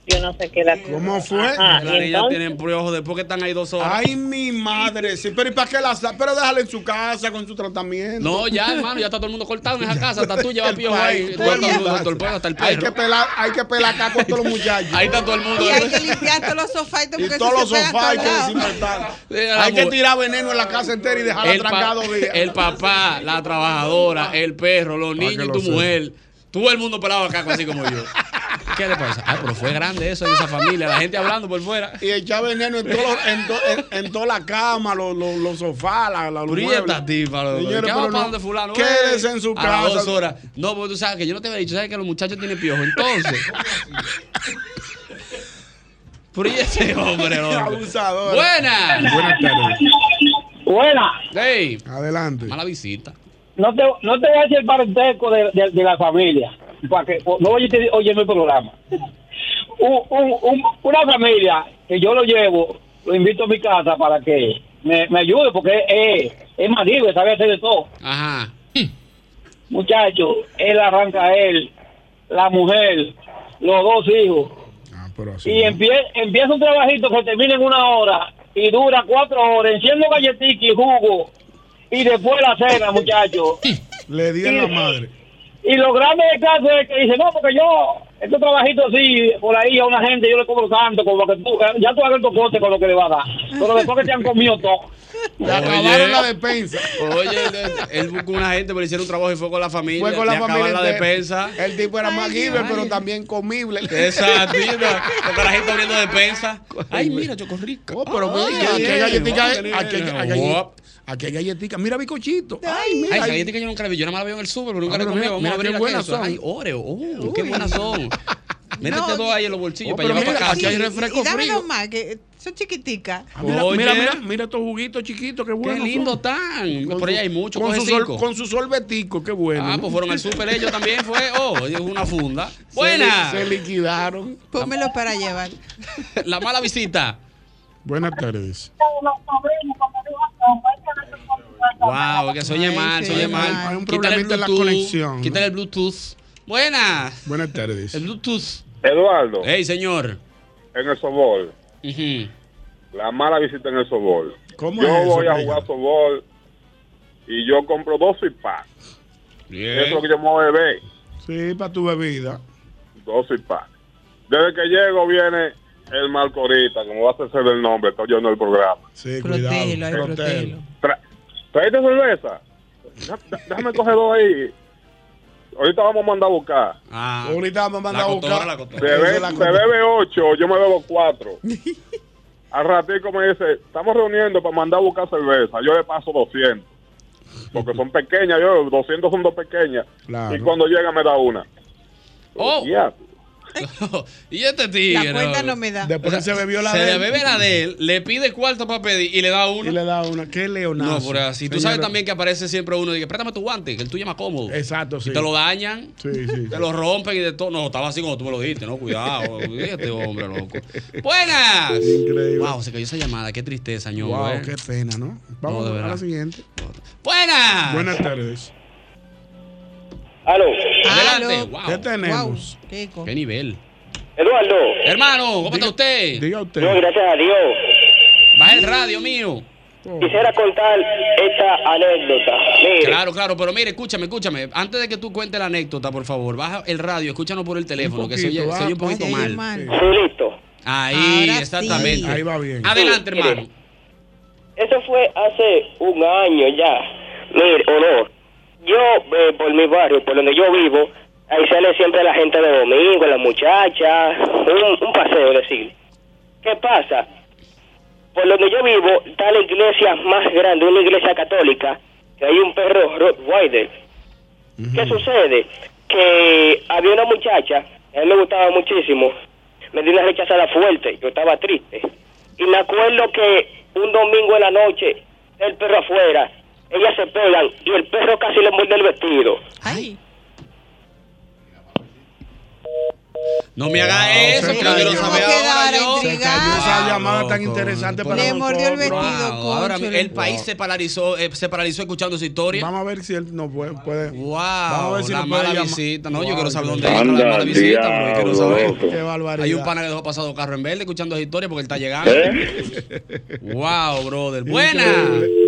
[SPEAKER 18] yo no sé qué edad.
[SPEAKER 6] ¿Cómo fue?
[SPEAKER 18] Ajá,
[SPEAKER 2] Las niñas tienen piojo después que están ahí dos horas.
[SPEAKER 6] Ah, Ay, mi madre. Sí, pero ¿y para qué la sa- Pero déjala en su casa con su tratamiento.
[SPEAKER 2] No, ya, hermano,
[SPEAKER 6] [laughs]
[SPEAKER 2] ya está todo el mundo cortado en esa casa. Hasta tú llevas
[SPEAKER 6] El
[SPEAKER 2] piojo
[SPEAKER 6] país,
[SPEAKER 2] ahí.
[SPEAKER 6] todo
[SPEAKER 2] Todo
[SPEAKER 6] el
[SPEAKER 2] el mundo,
[SPEAKER 6] mundo.
[SPEAKER 2] todo el pueblo, hasta el
[SPEAKER 6] Hay
[SPEAKER 2] perro.
[SPEAKER 6] que pelar, hay que pelar acá con
[SPEAKER 2] [laughs]
[SPEAKER 6] todos los muchachos.
[SPEAKER 2] Ahí está todo el mundo.
[SPEAKER 4] Y hay que limpiar todos los sofás y todo,
[SPEAKER 6] Y
[SPEAKER 4] porque
[SPEAKER 6] todos
[SPEAKER 4] eso
[SPEAKER 6] los
[SPEAKER 4] se pega a
[SPEAKER 6] sofás hay que
[SPEAKER 4] lados.
[SPEAKER 6] desinfectar.
[SPEAKER 2] a la
[SPEAKER 6] Hay que
[SPEAKER 2] mujer.
[SPEAKER 6] tirar veneno en la casa entera y dejarla
[SPEAKER 2] el, pa-
[SPEAKER 6] trancada dos días.
[SPEAKER 2] el papá, la [laughs] trabajadora, el perro, los niños y tu mujer. Todo el mundo pelado acá, así como yo. ¿Qué le pasa? Ah, pero fue grande eso de esa familia. La gente hablando por fuera.
[SPEAKER 6] Y echar veneno en, todo- en to- en- en toda la cama, los, los, los sofás, la, la, los
[SPEAKER 2] Pero y
[SPEAKER 6] muebles.
[SPEAKER 2] esta tipa, loco?
[SPEAKER 6] Señores,
[SPEAKER 2] ¿Qué vamos
[SPEAKER 6] pero
[SPEAKER 2] para
[SPEAKER 6] no-
[SPEAKER 2] donde fulano?
[SPEAKER 6] Quédese
[SPEAKER 2] Eh,
[SPEAKER 6] en su
[SPEAKER 2] a las
[SPEAKER 6] casa.
[SPEAKER 2] dos horas. No, porque tú sabes que yo no te había dicho, sabes que los muchachos tienen piojo.
[SPEAKER 6] [laughs]
[SPEAKER 2] Entonces. Pero y ese hombre, loco?
[SPEAKER 6] Abusador.
[SPEAKER 2] Buenas.
[SPEAKER 6] Buenas tardes.
[SPEAKER 2] Buenas. Hey.
[SPEAKER 6] Adelante.
[SPEAKER 2] Mala visita.
[SPEAKER 29] No te, no te voy a decir el parentesco de, de- de la familia. Para que, no oye, te- oye mi programa. Un- un- un- una familia que yo lo llevo, lo invito a mi casa para que me, me ayude, porque es, es marido, sabe hacer de todo.
[SPEAKER 2] Ajá.
[SPEAKER 29] Muchacho, él arranca a él, la mujer, los dos hijos. y empie- empieza un trabajito que termina en una hora y dura cuatro horas, enciendo galletitas y jugo
[SPEAKER 30] y después la
[SPEAKER 6] [laughs]
[SPEAKER 30] cena, muchachos.
[SPEAKER 6] Le di en la madre.
[SPEAKER 30] Y lo grande del caso es que dice, no, porque yo, estos trabajitos así, por ahí a una gente yo le cobro tanto, como que tú, ya tú hagas el cocote con lo que le vas a dar. Pero después que te han comido todo.
[SPEAKER 2] Le
[SPEAKER 28] acabaron la despensa.
[SPEAKER 2] Oye, él buscó una gente, pero le hicieron un trabajo y fue con la familia.
[SPEAKER 28] Fue con la
[SPEAKER 2] le acabaron
[SPEAKER 28] familia
[SPEAKER 2] la
[SPEAKER 28] entera.
[SPEAKER 2] despensa.
[SPEAKER 28] El tipo era más pero también comible.
[SPEAKER 2] Exacto,
[SPEAKER 6] [laughs]
[SPEAKER 2] y una- porque la gente abriendo despensa. Ay, mira, choco rica.
[SPEAKER 28] Oh, pero
[SPEAKER 2] Ay,
[SPEAKER 28] mira, aquí hay galletica, eh,
[SPEAKER 2] ay,
[SPEAKER 28] aquí hay-
[SPEAKER 2] ay,
[SPEAKER 28] aquí hay-
[SPEAKER 2] guap.
[SPEAKER 28] aquí hay galletica. Mira, bicochito. Ay,
[SPEAKER 2] Ay,
[SPEAKER 28] mira.
[SPEAKER 2] esa galletica yo nunca la vi. Yo nada más la veo en el súper, pero nunca
[SPEAKER 28] Ah,
[SPEAKER 2] la he
[SPEAKER 28] pero
[SPEAKER 2] comido.
[SPEAKER 28] mira,
[SPEAKER 2] Vamos a abrir
[SPEAKER 28] mira qué
[SPEAKER 2] la
[SPEAKER 28] buenas
[SPEAKER 2] queso.
[SPEAKER 28] son.
[SPEAKER 2] Ay, Oreo. Oh, qué
[SPEAKER 28] Uy.
[SPEAKER 2] buenas son. Métete
[SPEAKER 4] No,
[SPEAKER 2] dos ahí en los bolsillos
[SPEAKER 28] Oh,
[SPEAKER 2] para
[SPEAKER 28] pero
[SPEAKER 2] llevar para
[SPEAKER 28] mira,
[SPEAKER 2] casa.
[SPEAKER 28] aquí hay refresco
[SPEAKER 4] y dame
[SPEAKER 28] frío.
[SPEAKER 4] dos más, que son chiquiticas.
[SPEAKER 28] Ah, Mira,
[SPEAKER 2] Oye.
[SPEAKER 28] mira, mira, mira estos juguitos chiquitos, qué bueno.
[SPEAKER 2] lindo están. Por ahí hay mucho,
[SPEAKER 28] Con
[SPEAKER 2] coge
[SPEAKER 28] su, sol-
[SPEAKER 2] cinco.
[SPEAKER 28] con su sorbetico, qué bueno.
[SPEAKER 2] Ah, pues fueron al súper ellos también. Fue, oh, es una funda.
[SPEAKER 28] Se-
[SPEAKER 2] Buena.
[SPEAKER 28] Se, liquidaron.
[SPEAKER 4] Pónmelo para llevar.
[SPEAKER 2] La mala visita.
[SPEAKER 6] Buenas tardes.
[SPEAKER 2] Wow, que se oye mal, se oye mal.
[SPEAKER 6] Hay un
[SPEAKER 2] Quítale el
[SPEAKER 6] problemita en la
[SPEAKER 2] Bluetooth,
[SPEAKER 6] conexión.
[SPEAKER 2] Quítale el Bluetooth. Buenas.
[SPEAKER 6] Buenas tardes.
[SPEAKER 2] El Bluetooth.
[SPEAKER 9] Eduardo.
[SPEAKER 2] Hey, señor.
[SPEAKER 9] En el sobol. La mala visita en el sobol.
[SPEAKER 6] ¿Cómo
[SPEAKER 9] yo
[SPEAKER 6] es eso,
[SPEAKER 9] voy a
[SPEAKER 6] amigo?
[SPEAKER 9] jugar sobol y yo compro dos six pack.
[SPEAKER 6] Bien.
[SPEAKER 9] Eso es lo que yo me voy a beber.
[SPEAKER 6] Sí, para tu bebida.
[SPEAKER 9] Dos six pack. Desde que llego viene el Marcorita, como va a ser el nombre, está oyendo el programa.
[SPEAKER 6] Sí,
[SPEAKER 9] Protégelo,
[SPEAKER 6] cuidado. protégelo.
[SPEAKER 9] ¿Traíste cerveza? Da- da- Déjame coger dos ahí. Ahorita vamos a mandar a buscar.
[SPEAKER 28] Ahorita vamos a mandar a buscar.
[SPEAKER 9] Se, be- se bebe 8, yo me bebo
[SPEAKER 28] [laughs]
[SPEAKER 9] 4. Al ratico me dice, estamos reuniendo para mandar a buscar cerveza. Yo le paso 200. Porque son pequeñas, yo 200 son dos pequeñas.
[SPEAKER 6] Claro.
[SPEAKER 9] Y cuando llega me da una.
[SPEAKER 2] Oh.
[SPEAKER 9] Ya.
[SPEAKER 2] Y este tigre.
[SPEAKER 4] La cuenta no me da.
[SPEAKER 6] Después que se bebió la
[SPEAKER 2] se
[SPEAKER 6] de
[SPEAKER 2] le
[SPEAKER 6] él.
[SPEAKER 2] bebe la de él, le pide cuarto para pedir y le da
[SPEAKER 6] Y
[SPEAKER 2] uno.
[SPEAKER 6] le da una. Qué leonazo.
[SPEAKER 2] No, por así. Tú
[SPEAKER 6] Señora-
[SPEAKER 2] sabes también que aparece siempre uno y dice, préstame tu guante, que el tuyo es más cómodo.
[SPEAKER 6] Exacto, sí.
[SPEAKER 2] Y te lo dañan,
[SPEAKER 6] Sí, sí.
[SPEAKER 2] te lo rompen y de todo. No, estaba así como tú me lo dijiste, no, cuidado. [laughs] este hombre, loco. Buenas.
[SPEAKER 6] Increíble.
[SPEAKER 2] Wow, se cayó esa llamada, qué tristeza, ño.
[SPEAKER 6] Wow, qué pena, ¿no?
[SPEAKER 2] No,
[SPEAKER 6] Vamos
[SPEAKER 2] de
[SPEAKER 6] a la
[SPEAKER 2] verdad. Ah.
[SPEAKER 6] siguiente.
[SPEAKER 2] Buenas.
[SPEAKER 6] Buenas tardes.
[SPEAKER 2] Aló. Adelante.
[SPEAKER 6] Aló.
[SPEAKER 2] Wow.
[SPEAKER 6] ¿Qué tenemos?
[SPEAKER 4] Qué co-
[SPEAKER 2] Qué nivel.
[SPEAKER 13] Eduardo.
[SPEAKER 2] Hermano, ¿cómo está usted?
[SPEAKER 6] Diga usted.
[SPEAKER 13] No, gracias a Dios.
[SPEAKER 2] Baja el radio mío.
[SPEAKER 13] Quisiera contar esta anécdota. Mire,
[SPEAKER 2] Claro, claro, pero mire, escúchame, escúchame. Antes de que tú cuentes la anécdota, por favor, baja el radio, escúchanos por el teléfono, que se
[SPEAKER 13] poquito,
[SPEAKER 2] oye, se
[SPEAKER 13] ah,
[SPEAKER 2] oye un poquito
[SPEAKER 13] se oye
[SPEAKER 2] mal.
[SPEAKER 13] mal.
[SPEAKER 2] Ahí,
[SPEAKER 13] Ahora
[SPEAKER 2] exactamente.
[SPEAKER 13] sí. Ahí
[SPEAKER 6] va bien.
[SPEAKER 2] Adelante,
[SPEAKER 13] Sí,
[SPEAKER 2] hermano.
[SPEAKER 13] eso fue hace un año ya. Mire, o no. Yo, eh, por mi barrio, por donde yo vivo, ahí sale siempre la gente de domingo, las muchachas, un, un paseo, decir. ¿Qué pasa? Por donde yo vivo, está la iglesia más grande, una iglesia católica, que hay un perro Rottweiler. ¿Qué sucede? Que había una muchacha, a él me gustaba muchísimo, me dio una rechazada fuerte, yo estaba triste. Y me acuerdo que un domingo en la noche, el perro afuera, ellas se pegan y el perro casi le muerde el vestido.
[SPEAKER 2] No me haga
[SPEAKER 6] Oh,
[SPEAKER 2] eso, que yo lo sabe ahora yo.
[SPEAKER 6] Esa
[SPEAKER 2] Wow,
[SPEAKER 6] llamada tan
[SPEAKER 2] loco.
[SPEAKER 6] interesante para nosotros.
[SPEAKER 2] Wow, Ahora el país se paralizó, eh, se paralizó escuchando su historia.
[SPEAKER 6] Vamos a ver si él no puede. puede.
[SPEAKER 2] Wow,
[SPEAKER 6] Vamos a ver si
[SPEAKER 2] la
[SPEAKER 6] nos puede
[SPEAKER 2] mala
[SPEAKER 6] llamar.
[SPEAKER 2] visita. No, yo quiero saber dónde
[SPEAKER 6] Anda,
[SPEAKER 2] entra la mala visita,
[SPEAKER 6] diablo,
[SPEAKER 2] pero yo quiero saber.
[SPEAKER 6] loco. Qué barbaridad.
[SPEAKER 2] Hay un pana que dejó pasado carro en verde escuchando esa historia porque él está llegando.
[SPEAKER 6] ¿Eh?
[SPEAKER 2] Wow, brother. Buenas.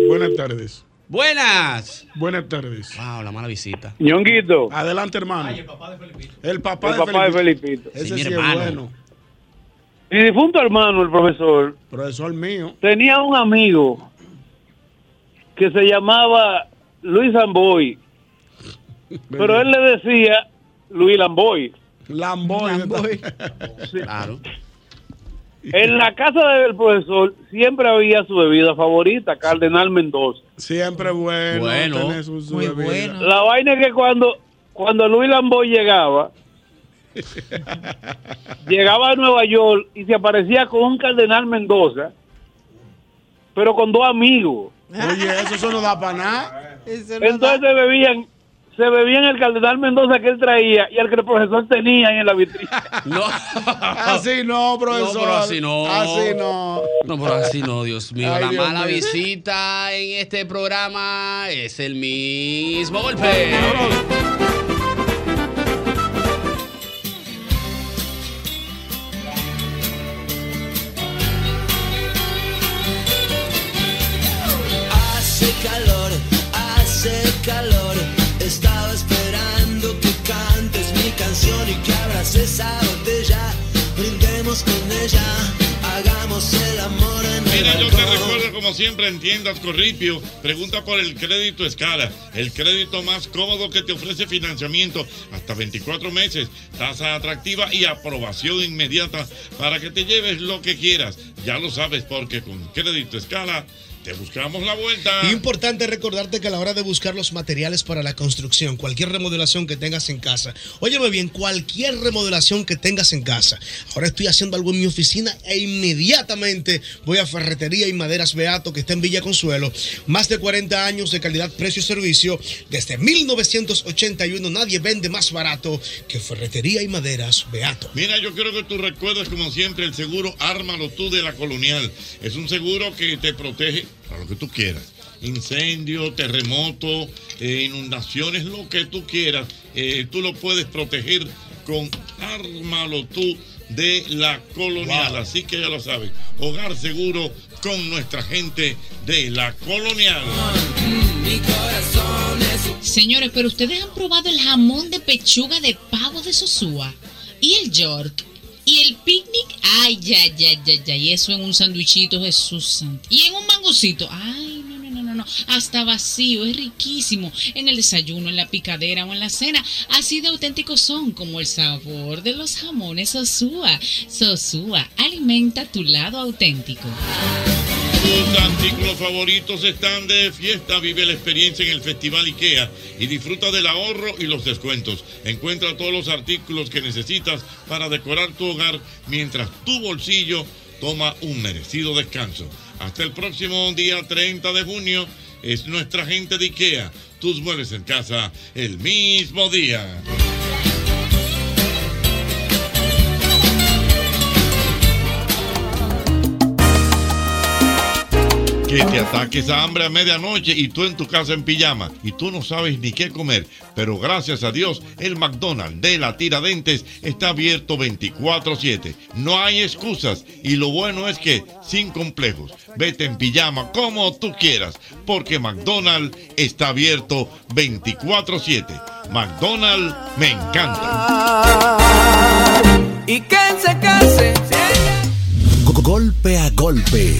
[SPEAKER 6] Buenas tardes.
[SPEAKER 2] Buenas.
[SPEAKER 6] Buenas tardes.
[SPEAKER 2] Wow, la mala visita.
[SPEAKER 6] Ñonguito. Adelante, hermano. el papá
[SPEAKER 2] El
[SPEAKER 6] de Felipito.
[SPEAKER 2] papá de
[SPEAKER 9] Felipito.
[SPEAKER 6] Ese
[SPEAKER 2] Sí, mi
[SPEAKER 6] sí es
[SPEAKER 2] hermano.
[SPEAKER 6] bueno.
[SPEAKER 9] Mi difunto hermano, el profesor,
[SPEAKER 6] Profesor mío.
[SPEAKER 9] tenía un amigo que se llamaba Luis Amboy. Pero él le decía Luis Lamboy.
[SPEAKER 6] Lamboy. [laughs]
[SPEAKER 2] Claro.
[SPEAKER 9] En la casa del profesor siempre había su bebida favorita, Cardenal Mendoza.
[SPEAKER 6] Siempre bueno. tener su- su bebida.
[SPEAKER 9] La vaina es que cuando, cuando Luis Lamboy llegaba, llegaba a Nueva York y se aparecía con un Cardenal Mendoza, pero con dos amigos.
[SPEAKER 6] Oye, eso, eso no da para nada.
[SPEAKER 9] Entonces se bebían, se bebían el Cardenal Mendoza que él traía y el que el profesor tenía ahí en la
[SPEAKER 6] [laughs]
[SPEAKER 9] vitrina.
[SPEAKER 2] No.
[SPEAKER 6] Así no, profesor.
[SPEAKER 2] No, pero así no.
[SPEAKER 6] Así no.
[SPEAKER 2] No, pero así no, Dios mío.
[SPEAKER 6] Ay,
[SPEAKER 2] la
[SPEAKER 6] Dios
[SPEAKER 2] mala
[SPEAKER 6] mío.
[SPEAKER 2] visita en este programa es el mismo golpe.
[SPEAKER 8] Hace calor Bebamos esa botella, brindemos con ella, hagamos el amor en el
[SPEAKER 17] Mira, yo te
[SPEAKER 8] balcón.
[SPEAKER 17] recuerdo como siempre en tiendas Corripio, pregunta por el crédito Escala, el crédito más cómodo que te ofrece financiamiento hasta 24 meses, tasa atractiva y aprobación inmediata para que te lleves lo que quieras. Ya lo sabes porque con crédito Escala te buscamos la vuelta.
[SPEAKER 21] Importante recordarte que a la hora de buscar los materiales para la construcción, cualquier remodelación que tengas en casa, óyeme bien, cualquier remodelación que tengas en casa. Ahora estoy haciendo algo en mi oficina e inmediatamente voy a Ferretería y Maderas Beato, que está en Villa Consuelo. Más de 40 años de calidad, precio y servicio. Desde 1981 nadie vende más barato que Ferretería y Maderas Beato.
[SPEAKER 17] Mira, yo quiero que tú recuerdes, como siempre, el seguro Ármalo tú de la Colonial. Es un seguro que te protege para lo que tú quieras. Incendio, terremoto, eh, inundaciones, lo que tú quieras. eh, tú lo puedes proteger con Ármalo tú de la Colonial. Así que ya lo sabes. Hogar seguro con nuestra gente de la Colonial.
[SPEAKER 20] Señores, pero ustedes han probado el jamón de pechuga de pavo de Sosúa y el York y el picnic. Ay, ya, ya, ya, ya. Y eso en un sandwichito, Jesús santo. Y en un mangocito. Ay, no, no, no, no, no. Hasta vacío, es riquísimo. En el desayuno, en la picadera o en la cena. Así de auténticos son como el sabor de los jamones Sosúa. Sosúa, alimenta tu lado auténtico.
[SPEAKER 17] Tus artículos favoritos están de fiesta. Vive la experiencia en el Festival IKEA y disfruta del ahorro y los descuentos. Encuentra todos los artículos que necesitas para decorar tu hogar mientras tu bolsillo toma un merecido descanso. Hasta el próximo día 30 de junio es nuestra gente de IKEA. Tus muebles en casa el mismo día. Que te ataques a hambre a medianoche y tú en tu casa en pijama y tú no sabes ni qué comer. Pero gracias a Dios, el McDonald's de la Tiradentes está abierto 24-7. No hay excusas y lo bueno es que, sin complejos, vete en pijama como tú quieras, porque McDonald's está abierto 24-7. McDonald's me encanta.
[SPEAKER 8] Y quien se case,
[SPEAKER 23] Go- Golpe a golpe.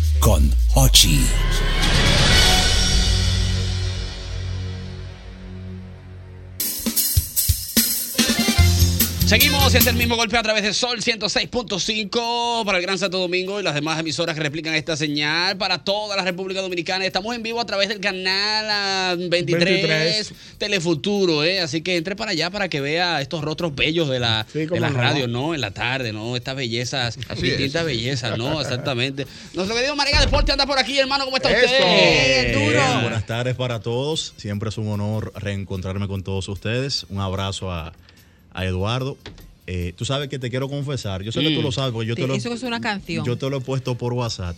[SPEAKER 23] con Hochi.
[SPEAKER 2] Seguimos, es el mismo golpe a través de Sol 106.5 para el Gran Santo Domingo y las demás emisoras que replican esta señal para toda la República Dominicana. Estamos en vivo a través del canal ah, 23,
[SPEAKER 6] 23.
[SPEAKER 2] Telefuturo, ¿eh? así que entre para allá para que vea estos rostros bellos de la, de la
[SPEAKER 6] no.
[SPEAKER 2] radio, ¿no? En la tarde, ¿no? Estas bellezas,
[SPEAKER 6] Así es.
[SPEAKER 2] distintas bellezas, ¿no? Exactamente. Nuestro querido Marega Deporte anda por aquí, hermano, ¿cómo está usted?
[SPEAKER 31] Eh, buenas tardes para todos. Siempre es un honor reencontrarme con todos ustedes. Un abrazo a, a Eduardo. Eh, tú sabes que te quiero confesar. Yo sé que tú
[SPEAKER 4] Mm.
[SPEAKER 31] lo sabes, porque yo te,
[SPEAKER 4] Te-
[SPEAKER 31] lo,
[SPEAKER 4] eso es una canción.
[SPEAKER 31] yo te lo he puesto por WhatsApp.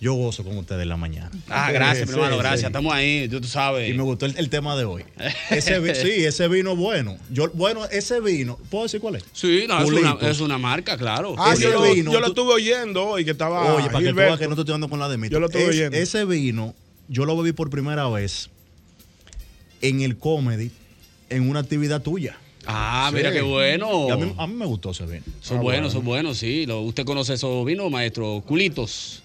[SPEAKER 31] Yo gozo con ustedes en la mañana.
[SPEAKER 2] Ah, gracias, mi
[SPEAKER 31] Sí,
[SPEAKER 2] hermano,
[SPEAKER 31] sí.
[SPEAKER 2] gracias. Estamos ahí, tú, tú sabes.
[SPEAKER 31] Y me gustó el, el tema de hoy. Ese
[SPEAKER 2] [laughs]
[SPEAKER 31] vi- sí, ese vino bueno. Yo, bueno, ese vino, ¿puedo decir cuál es?
[SPEAKER 2] Sí, no, es, una,
[SPEAKER 31] Pulitos.
[SPEAKER 2] es una marca, claro.
[SPEAKER 31] Ah,
[SPEAKER 2] Pulitos.
[SPEAKER 31] yo lo-
[SPEAKER 2] Pulitos.
[SPEAKER 31] yo lo
[SPEAKER 6] Estuve oyendo hoy que estaba.
[SPEAKER 31] Oye, para que tú
[SPEAKER 6] Ah, Gilberto.
[SPEAKER 31] veas que no te estoy dando con la de mí.
[SPEAKER 6] Yo lo estuve oyendo.
[SPEAKER 31] Ese vino, yo lo bebí por primera vez en el comedy, en una actividad tuya.
[SPEAKER 2] Ah, mira qué bueno.
[SPEAKER 31] Y A mí, a mí me gustó ese vino.
[SPEAKER 6] Ah,
[SPEAKER 2] Son buenos, son buenos, sí. Lo- ¿Usted conoce esos vinos, maestro? Culitos.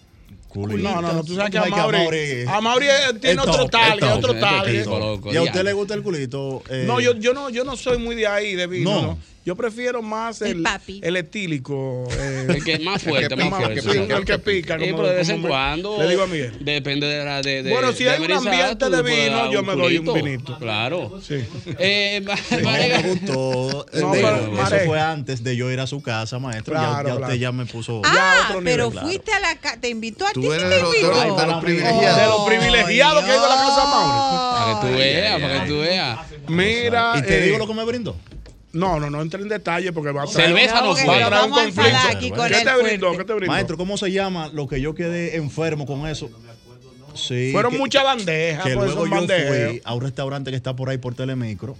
[SPEAKER 31] Culitos.
[SPEAKER 6] No, no, no, tú sabes que
[SPEAKER 31] Ay, que a
[SPEAKER 6] Amaury-
[SPEAKER 31] Amaury-
[SPEAKER 6] Amaury, eh, tiene
[SPEAKER 31] El
[SPEAKER 6] otro
[SPEAKER 31] top,
[SPEAKER 6] target,
[SPEAKER 31] el top.
[SPEAKER 6] otro
[SPEAKER 31] El
[SPEAKER 6] target.
[SPEAKER 31] top.
[SPEAKER 6] Loco,
[SPEAKER 31] ¿Y a
[SPEAKER 6] ya.
[SPEAKER 31] usted le gusta el culito? Eh,
[SPEAKER 6] No, yo, yo no, yo no soy muy de ahí, de vino.
[SPEAKER 31] No.
[SPEAKER 6] no. Yo prefiero más el, el, etílico. eh,
[SPEAKER 2] El que es más fuerte,
[SPEAKER 6] [laughs] el que
[SPEAKER 2] más fuerte.
[SPEAKER 6] pica,
[SPEAKER 2] exacto.
[SPEAKER 6] El que pica.
[SPEAKER 2] Sí,
[SPEAKER 6] como-
[SPEAKER 2] pero de vez en
[SPEAKER 6] como me-
[SPEAKER 2] cuando.
[SPEAKER 6] Le digo a Miguel.
[SPEAKER 2] Depende de la. De, de-
[SPEAKER 6] Bueno, si
[SPEAKER 2] de
[SPEAKER 6] hay un
[SPEAKER 2] Amerizada,
[SPEAKER 6] ambiente
[SPEAKER 2] tú
[SPEAKER 6] de
[SPEAKER 2] le puedes
[SPEAKER 6] vino,
[SPEAKER 2] dar
[SPEAKER 6] yo me doy un
[SPEAKER 2] culito.
[SPEAKER 6] vinito.
[SPEAKER 2] Claro.
[SPEAKER 6] Sí.
[SPEAKER 2] Eh, ma-
[SPEAKER 31] me gustó. eh,
[SPEAKER 2] No,
[SPEAKER 31] De-
[SPEAKER 2] pero,
[SPEAKER 31] eso
[SPEAKER 2] Marega.
[SPEAKER 31] fue antes de yo ir a su casa, maestro. Ya-
[SPEAKER 6] Claro,
[SPEAKER 31] ya, usted
[SPEAKER 6] claro.
[SPEAKER 31] ya me puso.
[SPEAKER 4] Ah, pero
[SPEAKER 31] Claro.
[SPEAKER 4] fuiste a la casa, te invitó a ti.
[SPEAKER 31] Tú
[SPEAKER 4] sí
[SPEAKER 31] eres
[SPEAKER 4] te
[SPEAKER 31] de los- de los-
[SPEAKER 4] invitó.
[SPEAKER 31] de los privilegiados.
[SPEAKER 6] De los privilegiados que ha ido a la casa de Mauri.
[SPEAKER 2] Para que tú veas, para que tú veas.
[SPEAKER 6] Mira,
[SPEAKER 31] Y te
[SPEAKER 6] eh,
[SPEAKER 31] digo lo que me brindó.
[SPEAKER 6] No, no, no entre en detalle porque va a traer,
[SPEAKER 31] Cerveza no fue.
[SPEAKER 6] va a traer un
[SPEAKER 31] Vamos a enfadar
[SPEAKER 6] conflicto.
[SPEAKER 31] aquí con
[SPEAKER 6] ¿Qué
[SPEAKER 31] el
[SPEAKER 6] te brindó?
[SPEAKER 31] fuerte.
[SPEAKER 6] ¿Qué te brindó?
[SPEAKER 31] Maestro, ¿cómo se llama lo que yo quedé enfermo con eso? Sí,
[SPEAKER 6] Fueron
[SPEAKER 31] que-
[SPEAKER 6] muchas [laughs] bandejas,
[SPEAKER 31] Que
[SPEAKER 6] pues,
[SPEAKER 31] luego
[SPEAKER 6] son
[SPEAKER 31] yo
[SPEAKER 6] bandejeos.
[SPEAKER 31] fui a un restaurante que está por ahí por Telemicro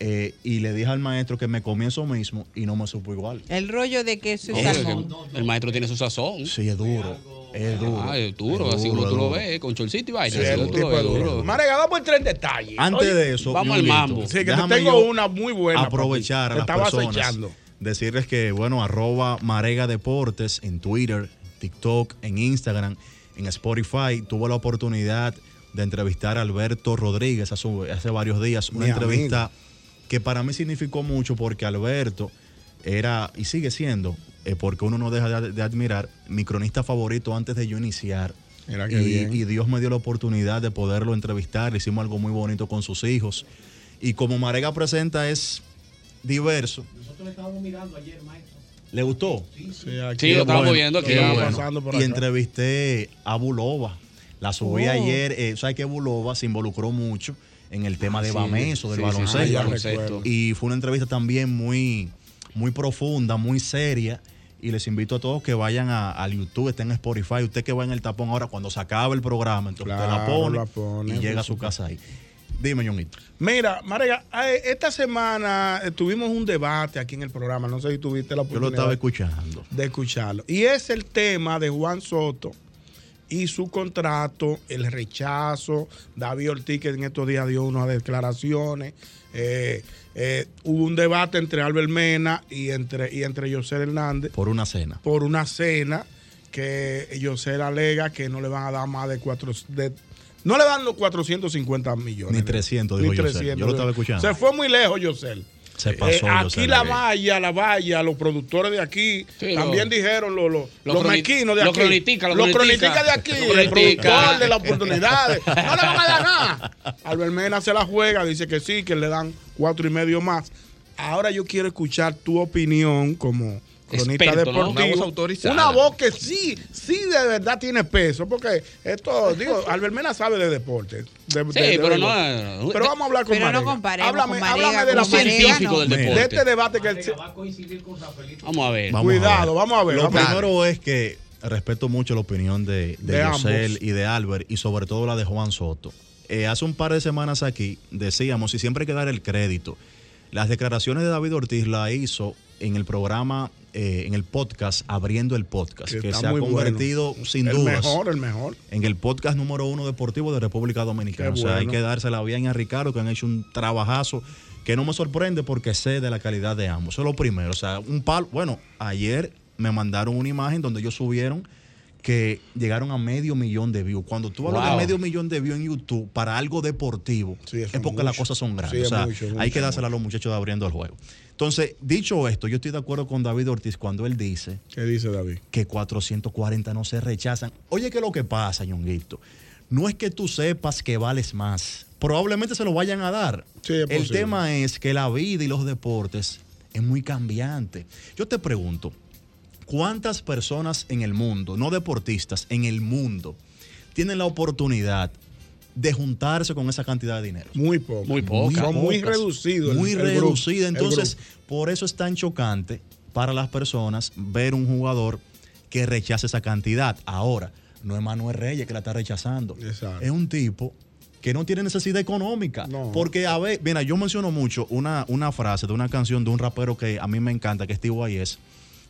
[SPEAKER 31] eh, y le dije al maestro que me comí eso mismo y no me supo igual.
[SPEAKER 4] El rollo de queso y
[SPEAKER 31] No,
[SPEAKER 4] salmón.
[SPEAKER 2] El maestro tiene su sazón.
[SPEAKER 31] Sí, es duro. Es duro.
[SPEAKER 2] Ah, es duro, así como tú lo ves, con chorcito y vaina.
[SPEAKER 31] Sí,
[SPEAKER 2] así
[SPEAKER 31] es
[SPEAKER 2] como
[SPEAKER 31] un
[SPEAKER 2] tú lo
[SPEAKER 31] tipo
[SPEAKER 2] ves,
[SPEAKER 31] de duro.
[SPEAKER 2] duro.
[SPEAKER 6] Marega, vamos a entrar en detalle.
[SPEAKER 31] Antes
[SPEAKER 6] Oye,
[SPEAKER 31] de eso,
[SPEAKER 6] vamos al
[SPEAKER 31] Yulito,
[SPEAKER 6] mambo. Sí, que te
[SPEAKER 31] déjame
[SPEAKER 6] tengo
[SPEAKER 31] yo
[SPEAKER 6] una muy buena.
[SPEAKER 31] Aprovechar a
[SPEAKER 6] papi.
[SPEAKER 31] las
[SPEAKER 6] Te estaba
[SPEAKER 31] personas.
[SPEAKER 6] acechando.
[SPEAKER 31] Decirles que, bueno, arroba Marega Deportes en Twitter, TikTok, en Instagram, en Spotify. Tuve la oportunidad de entrevistar a Alberto Rodríguez hace, hace varios días. Una
[SPEAKER 6] Mi
[SPEAKER 31] entrevista que para mí significó mucho porque Alberto era y sigue siendo, eh, porque uno no deja de, de admirar, mi cronista favorito antes de yo iniciar.
[SPEAKER 6] Mira
[SPEAKER 31] Y,
[SPEAKER 6] qué bien.
[SPEAKER 31] y Dios me dio la oportunidad de poderlo entrevistar. Hicimos algo muy bonito con sus hijos. Y como Marega presenta es diverso.
[SPEAKER 20] Nosotros le estábamos mirando ayer, maestro.
[SPEAKER 31] ¿Le gustó?
[SPEAKER 6] Sí, aquí
[SPEAKER 31] Qué
[SPEAKER 6] lo estamos
[SPEAKER 31] bueno,
[SPEAKER 6] viendo, aquí
[SPEAKER 31] qué
[SPEAKER 6] estamos
[SPEAKER 31] bueno.
[SPEAKER 6] pasando por
[SPEAKER 31] Y
[SPEAKER 6] acá.
[SPEAKER 31] entrevisté a Bulova. La subí
[SPEAKER 6] Oh.
[SPEAKER 31] ayer. Eh, ¿Sabes que Bulova se involucró mucho en el tema
[SPEAKER 6] Ah,
[SPEAKER 31] de
[SPEAKER 6] sí,
[SPEAKER 31] Bameso, del
[SPEAKER 6] sí, sí,
[SPEAKER 31] baloncesto?
[SPEAKER 6] sí, ya recuerdo.
[SPEAKER 31] y fue una entrevista también muy, muy profunda, muy seria. Y les invito a todos que vayan a- al YouTube, estén en Spotify. Usted que va en el tapón ahora, cuando se acaba el programa, entonces usted la
[SPEAKER 6] Claro,
[SPEAKER 31] pone,
[SPEAKER 6] la pone,
[SPEAKER 31] y llega
[SPEAKER 6] por
[SPEAKER 31] a su casa ahí. Dime, Ñonguito.
[SPEAKER 6] Mira, Marega, eh, esta semana eh, tuvimos un debate aquí en el programa. No sé si tuviste
[SPEAKER 31] Yo lo
[SPEAKER 6] la oportunidad.
[SPEAKER 31] estaba escuchando.
[SPEAKER 6] de escucharlo. Y es el tema de Juan Soto y su contrato, el rechazo. David Ortiz, que en estos días dio unas declaraciones. Eh, eh, hubo un debate entre Albert Mena y entre, y entre José Hernández
[SPEAKER 31] Por una cena.
[SPEAKER 6] por una cena que José alega que no le van a dar más de cuatro. de- no le dan los 450 millones.
[SPEAKER 31] Ni 300,
[SPEAKER 6] Ni
[SPEAKER 31] dijo Yosel.
[SPEAKER 6] 300.
[SPEAKER 31] Yo lo estaba escuchando.
[SPEAKER 6] Se fue muy lejos, José.
[SPEAKER 31] Se pasó,
[SPEAKER 6] Eh, aquí
[SPEAKER 31] Yosel,
[SPEAKER 6] la
[SPEAKER 31] ahí.
[SPEAKER 6] valla, la valla, los productores de aquí
[SPEAKER 31] Sí,
[SPEAKER 6] también
[SPEAKER 31] lo-
[SPEAKER 6] dijeron lo- lo-
[SPEAKER 31] lo
[SPEAKER 6] los
[SPEAKER 31] croni-
[SPEAKER 6] mequinos de
[SPEAKER 31] lo
[SPEAKER 6] aquí.
[SPEAKER 31] cronistica, lo
[SPEAKER 6] los
[SPEAKER 31] cronistica.
[SPEAKER 6] cronistas de aquí,
[SPEAKER 31] Lo
[SPEAKER 6] el
[SPEAKER 31] cronistica.
[SPEAKER 6] productor de las oportunidades. No le van a dar nada. Albert Mena se la juega, dice que sí, que le dan cuatro y medio más. Ahora yo quiero escuchar tu opinión como cronista
[SPEAKER 32] Experto, ¿no?
[SPEAKER 6] deportivo.
[SPEAKER 32] Una voz autorizada.
[SPEAKER 6] Una voz que sí, sí de verdad tiene peso, porque esto, digo, Albert Mena sabe de deporte. de- de-
[SPEAKER 2] Sí,
[SPEAKER 6] de-
[SPEAKER 2] pero
[SPEAKER 6] de-
[SPEAKER 2] no-
[SPEAKER 6] Pero vamos a hablar con
[SPEAKER 4] Pero no
[SPEAKER 6] Marega.
[SPEAKER 4] comparemos
[SPEAKER 6] háblame,
[SPEAKER 4] con Marega,
[SPEAKER 6] háblame de la
[SPEAKER 4] con Marega,
[SPEAKER 2] Científico no. del
[SPEAKER 6] De
[SPEAKER 2] deporte.
[SPEAKER 6] este debate que él se-
[SPEAKER 2] Vamos a ver.
[SPEAKER 6] Cuidado, vamos a ver,
[SPEAKER 31] Lo
[SPEAKER 6] vamos a ver.
[SPEAKER 31] primero es que respeto mucho la opinión de, de,
[SPEAKER 6] De
[SPEAKER 31] Yosel
[SPEAKER 6] ambos.
[SPEAKER 31] y de Albert y sobre todo la de Juan Soto. Eh, hace un par de semanas aquí decíamos, y siempre hay que dar el crédito, las declaraciones de David Ortiz la hizo en el programa, eh, en el podcast, abriendo el podcast, que,
[SPEAKER 6] está
[SPEAKER 31] se ha
[SPEAKER 6] muy bueno.
[SPEAKER 31] convertido sin
[SPEAKER 6] el
[SPEAKER 31] dudas
[SPEAKER 6] mejor, el mejor.
[SPEAKER 31] en el podcast número uno deportivo de República Dominicana.
[SPEAKER 6] Qué
[SPEAKER 31] O sea, hay
[SPEAKER 6] bueno.
[SPEAKER 31] que dársela bien a Ricardo, que han hecho un trabajazo que no me sorprende porque sé de la calidad de ambos. Eso es lo primero. O sea, un palo. Bueno, ayer me mandaron una imagen donde ellos subieron que llegaron a medio millón de views. Cuando tú hablas
[SPEAKER 6] Wow.
[SPEAKER 31] de medio millón de views en YouTube para algo deportivo, es porque
[SPEAKER 6] mucho.
[SPEAKER 31] las cosas son grandes.
[SPEAKER 6] Sí, es
[SPEAKER 31] o sea,
[SPEAKER 6] mucho,
[SPEAKER 31] hay
[SPEAKER 6] mucho,
[SPEAKER 31] que dársela a los muchachos de abriendo el juego. Entonces, dicho esto, yo estoy de acuerdo con David Ortiz cuando él dice
[SPEAKER 6] ¿Qué dice David?
[SPEAKER 31] que 440 no se rechazan. Oye, ¿qué es lo que pasa, Ñonguito? No es que tú sepas que vales más. Probablemente se lo vayan a dar. el
[SPEAKER 6] posible.
[SPEAKER 31] tema es que la vida y los deportes es muy cambiante. Yo te pregunto, ¿cuántas personas en el mundo, no deportistas, en el mundo, tienen la oportunidad de juntarse con esa cantidad de dinero?
[SPEAKER 6] Muy poco.
[SPEAKER 31] Muy
[SPEAKER 6] poca. Son muy
[SPEAKER 31] pocas.
[SPEAKER 6] reducido el-
[SPEAKER 31] Muy
[SPEAKER 6] el grupo,
[SPEAKER 31] reducida.
[SPEAKER 6] el
[SPEAKER 31] Entonces, por eso es tan chocante para las personas ver un jugador que rechace esa cantidad. Ahora, no es Manuel Reyes que la está rechazando. Es un tipo que no tiene necesidad económica. Porque, a ver, mira, yo menciono mucho una, una frase de una canción de un rapero que a mí me encanta, que es Steve Ayes,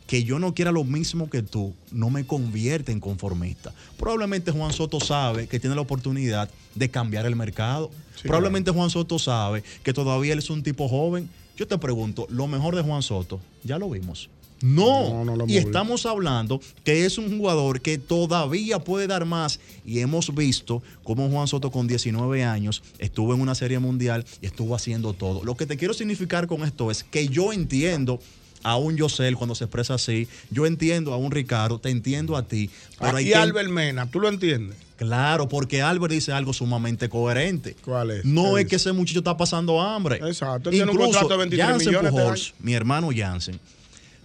[SPEAKER 31] que yo no quiera lo mismo que tú, no me convierte en conformista. Probablemente Juan Soto sabe que tiene la oportunidad de cambiar el mercado. Probablemente Juan Soto sabe que todavía él es un tipo joven. Yo te pregunto, lo mejor de Juan Soto, ya lo vimos. No,
[SPEAKER 6] lo
[SPEAKER 31] y
[SPEAKER 6] hemos
[SPEAKER 31] estamos hablando que es un jugador que todavía puede dar más y hemos visto cómo Juan Soto con 19 años estuvo en una serie mundial y estuvo haciendo todo. Lo que te quiero significar con esto es que yo entiendo a un Yosel cuando se expresa así, yo entiendo a un Ricardo, te entiendo a ti.
[SPEAKER 6] Ah, y Albert Mena, ¿tú lo entiendes?
[SPEAKER 31] Claro, porque Albert dice algo sumamente coherente.
[SPEAKER 6] ¿Cuál es?
[SPEAKER 31] No
[SPEAKER 6] ¿Qué
[SPEAKER 31] es que ese muchacho está pasando hambre. Exacto,
[SPEAKER 6] él tiene un contrato de 23 millones este año.
[SPEAKER 31] mi hermano Jansen,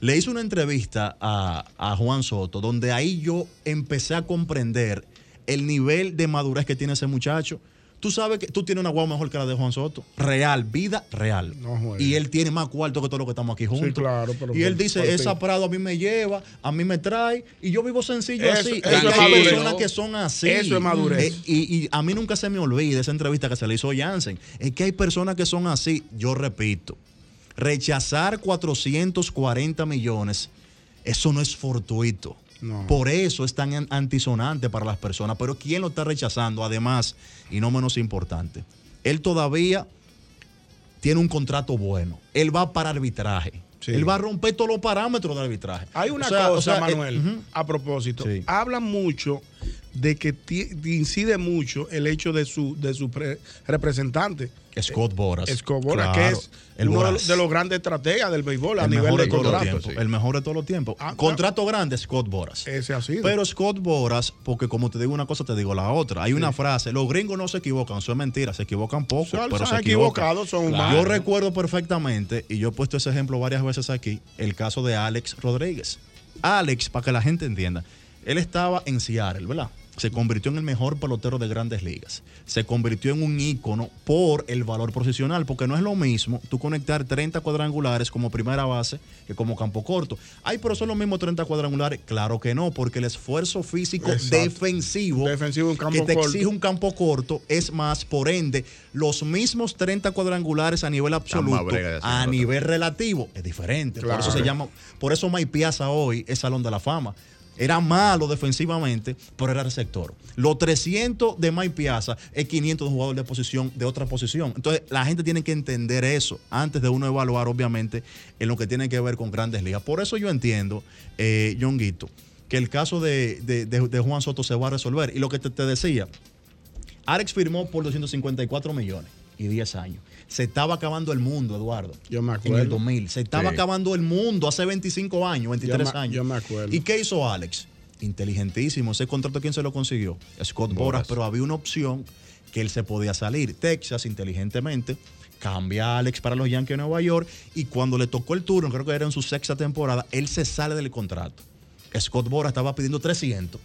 [SPEAKER 31] le hizo una entrevista a, a Juan Soto, donde ahí yo empecé a comprender el nivel de madurez que tiene ese muchacho. Tú Tú sabes que tú tienes una guagua mejor que la de Juan Soto. Real, vida real. y él tiene más cuarto que todos los que estamos aquí juntos.
[SPEAKER 6] claro, pero
[SPEAKER 31] y él
[SPEAKER 6] por-
[SPEAKER 31] dice,
[SPEAKER 6] por ti.
[SPEAKER 31] esa Prado a mí me lleva, a mí me trae, y yo vivo sencillo
[SPEAKER 6] Eso-
[SPEAKER 31] así.
[SPEAKER 6] eso
[SPEAKER 31] Hay
[SPEAKER 6] es madurez.
[SPEAKER 31] personas que son así.
[SPEAKER 6] Eso es madurez.
[SPEAKER 31] Eh, y, y a mí nunca se me olvida esa entrevista que se le hizo a Jansen. Es que hay personas que son así. Yo repito, rechazar 440 millones, eso no es fortuito.
[SPEAKER 6] Mm.
[SPEAKER 31] Por eso es tan an- antisonante para las personas. Pero ¿quién lo está rechazando? Además, y no menos importante, él todavía tiene un contrato bueno. Él va para arbitraje. Él va a romper todos los parámetros de arbitraje.
[SPEAKER 6] Hay una
[SPEAKER 31] O sea,
[SPEAKER 6] cosa,
[SPEAKER 31] o sea, eh,
[SPEAKER 6] Manuel,
[SPEAKER 31] ujú.
[SPEAKER 6] a propósito. Hablan mucho de que ti- incide mucho el hecho de su, de su pre- representante.
[SPEAKER 31] Scott Boras.
[SPEAKER 6] Scott Boras,
[SPEAKER 31] Claro,
[SPEAKER 6] que es
[SPEAKER 31] el
[SPEAKER 6] uno de
[SPEAKER 31] Boras.
[SPEAKER 6] los- de los grandes estrategas del béisbol a
[SPEAKER 31] el
[SPEAKER 6] nivel
[SPEAKER 31] mejor
[SPEAKER 6] de
[SPEAKER 31] de todos los
[SPEAKER 6] contrato.
[SPEAKER 31] tiempos, El mejor de todos los tiempos. contrato grande, Scott Boras.
[SPEAKER 6] Ah, Ese ha sido.
[SPEAKER 31] Pero Scott Boras, porque como te digo una cosa, te digo la otra. Hay una frase, los gringos no se equivocan, eso es mentira, se equivocan poco,
[SPEAKER 6] Son-
[SPEAKER 31] pero
[SPEAKER 6] son
[SPEAKER 31] se equivocan.
[SPEAKER 6] equivocados, son
[SPEAKER 31] Claro.
[SPEAKER 6] humanos.
[SPEAKER 31] Yo recuerdo perfectamente, y yo he puesto ese ejemplo varias veces aquí, el caso de Alex Rodríguez. Alex, para que la gente entienda, él estaba en Seattle, ¿verdad? Se convirtió en el mejor pelotero de grandes ligas. Se convirtió en un ícono por el valor posicional, porque no es lo mismo tú conectar 30 cuadrangulares como primera base que como campo corto. ¿Hay pero son los mismos 30 cuadrangulares? Claro que no, porque el esfuerzo físico
[SPEAKER 6] Exacto.
[SPEAKER 31] defensivo, que
[SPEAKER 6] campo
[SPEAKER 31] te
[SPEAKER 6] corto.
[SPEAKER 31] exige un campo corto es más, por ende, los mismos 30 cuadrangulares a nivel absoluto,
[SPEAKER 32] brega de hacer
[SPEAKER 31] a
[SPEAKER 32] pelota.
[SPEAKER 31] nivel relativo, es diferente.
[SPEAKER 32] Claro.
[SPEAKER 31] Por eso se llama, por eso Mike Piazza hoy es Salón de la Fama. Era malo defensivamente, pero era receptor. Los 300 de Mike Piazza es 500 de un jugador de posición, de otra posición. Entonces, la gente tiene que entender eso antes de uno evaluar, obviamente, en lo que tiene que ver con grandes ligas. Por eso yo entiendo, eh, John Guito, que el caso de, de- de- de Juan Soto se va a resolver. Y lo que te, te decía, Alex firmó por 254 millones y 10 años. Se estaba acabando el mundo, Eduardo. Yo me
[SPEAKER 6] acuerdo.
[SPEAKER 31] En el 2000. Se estaba
[SPEAKER 6] Sí.
[SPEAKER 31] acabando el mundo hace 25 años, 23
[SPEAKER 6] Yo me-
[SPEAKER 31] años.
[SPEAKER 6] yo me acuerdo.
[SPEAKER 31] ¿Y qué hizo Alex? Inteligentísimo. Ese contrato, ¿quién se lo consiguió? Scott Boras, pero había una opción que él se podía salir. Texas, inteligentemente, cambia a Alex para los Yankees de Nueva York y cuando le tocó el turno, creo que era en su sexta temporada, él se sale del contrato. Scott Boras estaba pidiendo 300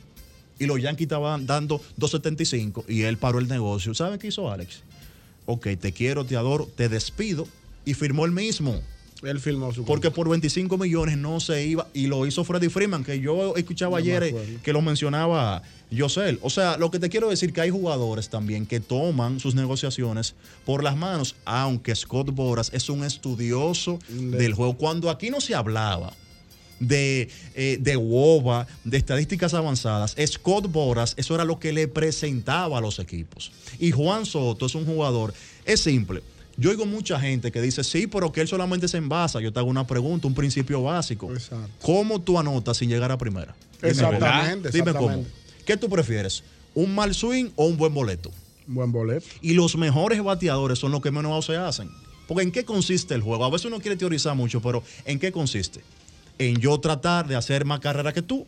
[SPEAKER 31] y los Yankees estaban dando 275 y él paró el negocio. ¿Saben qué hizo Alex? Ok, te quiero, te adoro, te despido y firmó el mismo.
[SPEAKER 6] Él firmó su
[SPEAKER 31] Porque por 25 millones no se iba y lo hizo Freddy Freeman, que yo escuchaba
[SPEAKER 6] Yo me
[SPEAKER 31] ayer eh,
[SPEAKER 6] acuerdo.
[SPEAKER 31] que lo mencionaba Josel. O sea, lo que te quiero decir que hay jugadores también que toman sus negociaciones por las manos, aunque Scott Boras es un estudioso del juego. Cuando aquí no se hablaba de, eh, de WOBA, de estadísticas avanzadas. Scott Boras, eso era lo que le presentaba a los equipos. Y Juan Soto es un jugador, es simple. Yo oigo mucha gente que dice, sí, pero que él solamente se envasa. Yo te hago una pregunta, un principio básico. ¿Cómo tú anotas sin llegar a primera? Dime cómo.
[SPEAKER 6] Exactamente,
[SPEAKER 31] Dime cómo.
[SPEAKER 6] exactamente.
[SPEAKER 31] ¿Qué tú prefieres? ¿Un mal swing o un buen boleto?
[SPEAKER 6] Buen boleto.
[SPEAKER 31] Y los mejores bateadores son los que menos se hacen. Porque ¿en qué consiste el juego? A veces uno quiere teorizar mucho, pero ¿en qué consiste? En yo tratar de hacer más carrera que tú,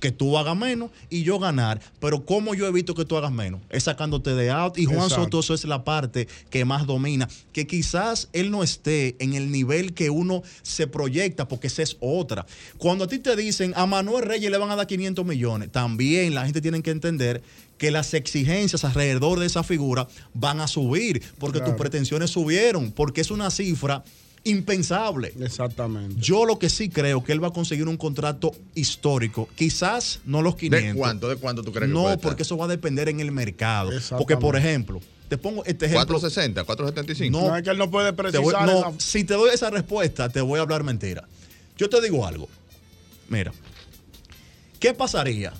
[SPEAKER 31] que tú hagas menos y yo ganar. Pero ¿cómo yo evito que tú hagas menos? Es sacándote de out. Y Juan
[SPEAKER 6] Exacto.
[SPEAKER 31] Soto, eso es la parte que más domina. Que quizás él no esté en el nivel que uno se proyecta, porque esa es otra. Cuando a ti te dicen a Manuel Reyes le van a dar 500 millones, también la gente tiene que entender que las exigencias alrededor de esa figura van a subir, porque tus pretensiones subieron, porque es una cifra impensable.
[SPEAKER 6] Exactamente.
[SPEAKER 31] Yo lo que sí creo que él va a conseguir un contrato histórico, quizás no los 500.
[SPEAKER 32] cuánto? ¿De cuánto tú crees que
[SPEAKER 31] No,
[SPEAKER 32] puede estar?
[SPEAKER 31] porque eso va a depender en el mercado. Porque por ejemplo, te pongo este ejemplo.
[SPEAKER 32] 460, 475.
[SPEAKER 31] No,
[SPEAKER 32] No, es que él no puede
[SPEAKER 31] te voy-
[SPEAKER 32] precisar
[SPEAKER 31] no,
[SPEAKER 32] esa-
[SPEAKER 31] si te doy esa respuesta, te voy a hablar mentira. Yo te digo algo. Mira, ¿qué pasaría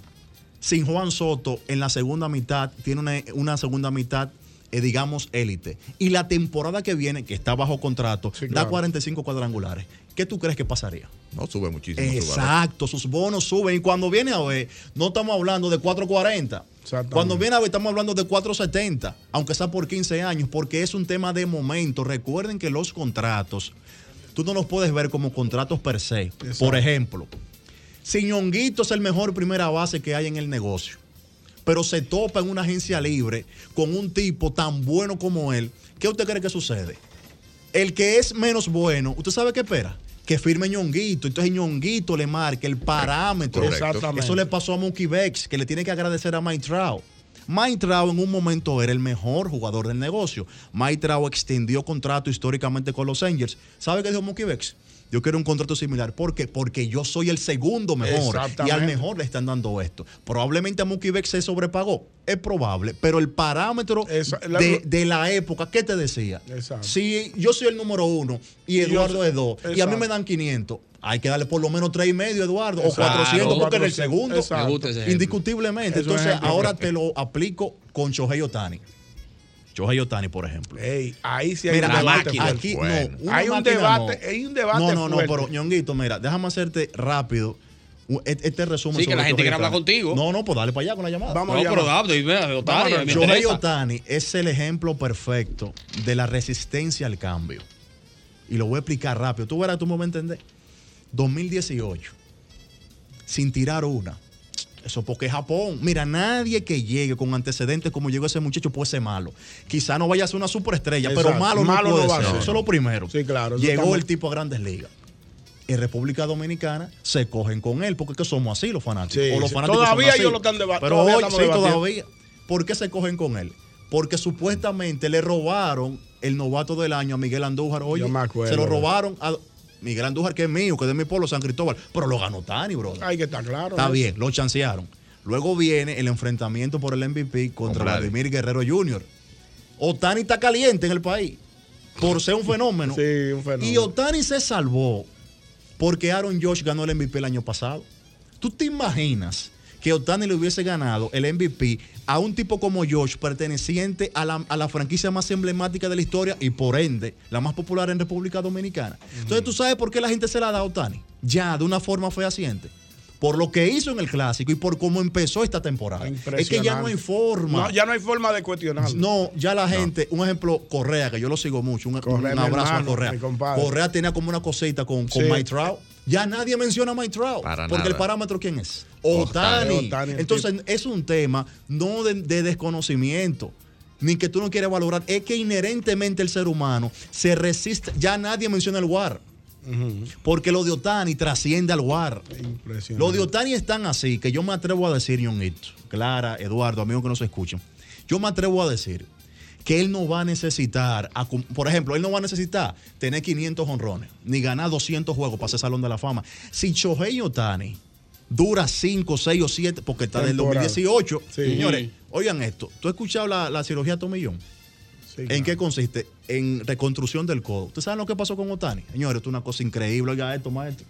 [SPEAKER 31] sin Juan Soto en la segunda mitad? Tiene una, una segunda mitad, eh, digamos, élite. Y la temporada que viene, que está bajo contrato, da
[SPEAKER 32] claro.
[SPEAKER 31] 45 cuadrangulares. ¿Qué tú crees que pasaría?
[SPEAKER 32] No, sube muchísimo. su valor.
[SPEAKER 31] Exacto, sus bonos suben. Y cuando viene a ver, no estamos hablando de 440. Cuando viene a ver, estamos hablando de 470, aunque sea por 15 años, porque es un tema de momento. Recuerden que los contratos, tú no los puedes ver como contratos per se. Por ejemplo, si Ñonguito es el mejor primera base que hay en el negocio, pero se topa en una agencia libre con un tipo tan bueno como él, ¿qué usted cree que sucede? El que es menos bueno, ¿usted sabe qué espera? Que firme Ñonguito. Entonces Ñonguito le marca el parámetro.
[SPEAKER 6] Correcto. Exactamente.
[SPEAKER 31] Eso le pasó a Mookie Bex, que le tiene que agradecer a Mike Trout. Mike Trout en un momento era el mejor jugador del negocio. Mike Trout extendió contrato históricamente con los Angels. ¿Sabe qué dijo Mookie Bex? Yo quiero un contrato similar. ¿Por qué? Porque yo soy el segundo mejor. Y al
[SPEAKER 6] Exactamente.
[SPEAKER 31] mejor le están dando esto. Probablemente a Mookie Beck se sobrepagó. Es probable. Pero el parámetro
[SPEAKER 6] la-
[SPEAKER 31] de, de la época, ¿qué te decía? Si yo soy el número uno y
[SPEAKER 6] Y
[SPEAKER 31] Eduardo
[SPEAKER 6] yo-
[SPEAKER 31] es dos, y a mí
[SPEAKER 6] Exacto.
[SPEAKER 31] me dan 500, hay que darle por lo menos tres y medio, Eduardo, o
[SPEAKER 6] Exacto.
[SPEAKER 31] 400, porque eres el
[SPEAKER 6] 400,
[SPEAKER 31] segundo.
[SPEAKER 6] exacto. Me gusta ese ejemplo.
[SPEAKER 31] Indiscutiblemente.
[SPEAKER 6] Es un
[SPEAKER 31] Entonces,
[SPEAKER 6] ejemplo
[SPEAKER 31] ahora
[SPEAKER 6] perfecto.
[SPEAKER 31] te lo aplico con Shohei Otani. Shohei Otani, por ejemplo.
[SPEAKER 6] ahí sí hay
[SPEAKER 31] Mira,
[SPEAKER 6] un debate.
[SPEAKER 31] aquí,
[SPEAKER 6] fuerte.
[SPEAKER 31] aquí no, una
[SPEAKER 6] hay un
[SPEAKER 31] máquina
[SPEAKER 6] debate,
[SPEAKER 31] no.
[SPEAKER 6] hay un debate.
[SPEAKER 31] No, no, no,
[SPEAKER 6] fuerte.
[SPEAKER 31] pero ñonguito, mira, déjame hacerte rápido u- e- este resumen.
[SPEAKER 2] Sí, que
[SPEAKER 31] sobre
[SPEAKER 2] la gente
[SPEAKER 31] Shohei
[SPEAKER 2] quiere hablar
[SPEAKER 31] Ohtani.
[SPEAKER 2] contigo.
[SPEAKER 31] No, no, pues dale para allá con la llamada.
[SPEAKER 2] no, pero da, y vea, de Otani, me
[SPEAKER 31] Shohei
[SPEAKER 2] interesa.
[SPEAKER 31] Otani es el ejemplo perfecto de la resistencia al cambio. Y lo voy a explicar rápido. Tú verás, tú me vas a entender. 2018, sin tirar una. Eso porque es Japón. Mira, nadie que llegue con antecedentes como llegó ese muchacho puede ser malo. Quizá no vaya a ser una superestrella, pero
[SPEAKER 6] Exacto.
[SPEAKER 31] malo,
[SPEAKER 6] Malo
[SPEAKER 31] no puede
[SPEAKER 6] no va a
[SPEAKER 31] ser.
[SPEAKER 6] ser.
[SPEAKER 31] Eso es lo primero.
[SPEAKER 6] Sí, claro. eso
[SPEAKER 31] Llegó
[SPEAKER 6] estamos-
[SPEAKER 31] el tipo a grandes ligas. En República Dominicana se cogen con él porque es que somos así los fanáticos.
[SPEAKER 6] Sí,
[SPEAKER 31] o los
[SPEAKER 6] sí.
[SPEAKER 31] fanáticos son
[SPEAKER 6] Todavía
[SPEAKER 31] así.
[SPEAKER 6] ellos lo están deba-
[SPEAKER 31] Pero
[SPEAKER 6] todavía
[SPEAKER 31] hoy,
[SPEAKER 6] estamos
[SPEAKER 31] sí,
[SPEAKER 6] debatiendo.
[SPEAKER 31] todavía. ¿Por qué se cogen con él? Porque supuestamente le robaron el novato del año a Miguel Andújar. Oye,
[SPEAKER 6] Yo me acuerdo,
[SPEAKER 31] se lo
[SPEAKER 6] bro.
[SPEAKER 31] robaron a Miguel Andújar, que es mío, que es de mi pueblo, San Cristóbal. Pero lo ganó Tani, bro.
[SPEAKER 6] Hay que estar claro.
[SPEAKER 31] Está
[SPEAKER 6] ¿no?
[SPEAKER 31] bien, lo chancearon. Luego viene el enfrentamiento por el MVP contra Vladimir Guerrero Jr. Otani está caliente en el país por ser un fenómeno. Y Otani se salvó porque Aaron Josh ganó el MVP el año pasado. ¿Tú te imaginas que Otani le hubiese ganado el MVP a un tipo como Josh, perteneciente a la, a la franquicia más emblemática de la historia y por ende la más popular en República Dominicana? Entonces, ¿tú sabes por qué la gente se la da a Otani? Ya, de una forma fehaciente. Por lo que hizo en el clásico y por cómo empezó esta temporada. Es que ya no hay forma.
[SPEAKER 6] No, ya no hay forma de cuestionarlo.
[SPEAKER 31] No, ya la gente, un ejemplo, Correa, que yo lo sigo mucho, un,
[SPEAKER 6] Correa,
[SPEAKER 31] un
[SPEAKER 6] mi
[SPEAKER 31] abrazo
[SPEAKER 6] hermano,
[SPEAKER 31] a Correa.
[SPEAKER 6] mi compadre.
[SPEAKER 31] Correa tenía como una cosita con, con
[SPEAKER 6] Sí.
[SPEAKER 31] Mike Trout. Ya nadie menciona a Mike Trout.
[SPEAKER 6] Para
[SPEAKER 31] porque
[SPEAKER 6] nada.
[SPEAKER 31] el parámetro, ¿quién es?
[SPEAKER 6] Ohtani.
[SPEAKER 31] Otani.
[SPEAKER 6] Ohtani, el
[SPEAKER 31] Entonces, es un tema no de, de desconocimiento. Ni que tú no quieres valorar, es que inherentemente el ser humano se resiste. Ya nadie menciona el WAR, porque lo de Otani trasciende al WAR. Lo de Otani es tan así que yo me atrevo a decir, Ñonguito, Clara, Eduardo, amigos que nos escuchan, yo me atrevo a decir que él no va a necesitar, a cum- por ejemplo, él no va a necesitar tener 500 honrones ni ganar 200 juegos para ser Salón de la Fama. Si Shohei Otani dura 5, 6 o 7, porque está del
[SPEAKER 6] Temporada.
[SPEAKER 31] 2018,
[SPEAKER 6] Sí.
[SPEAKER 31] señores, oigan esto, ¿tú has escuchado la, la cirugía Tomillón? ¿En qué consiste? En reconstrucción del codo. ¿Ustedes saben lo que pasó con Otani? Señores, esto es una cosa increíble. Oiga esto, maestro.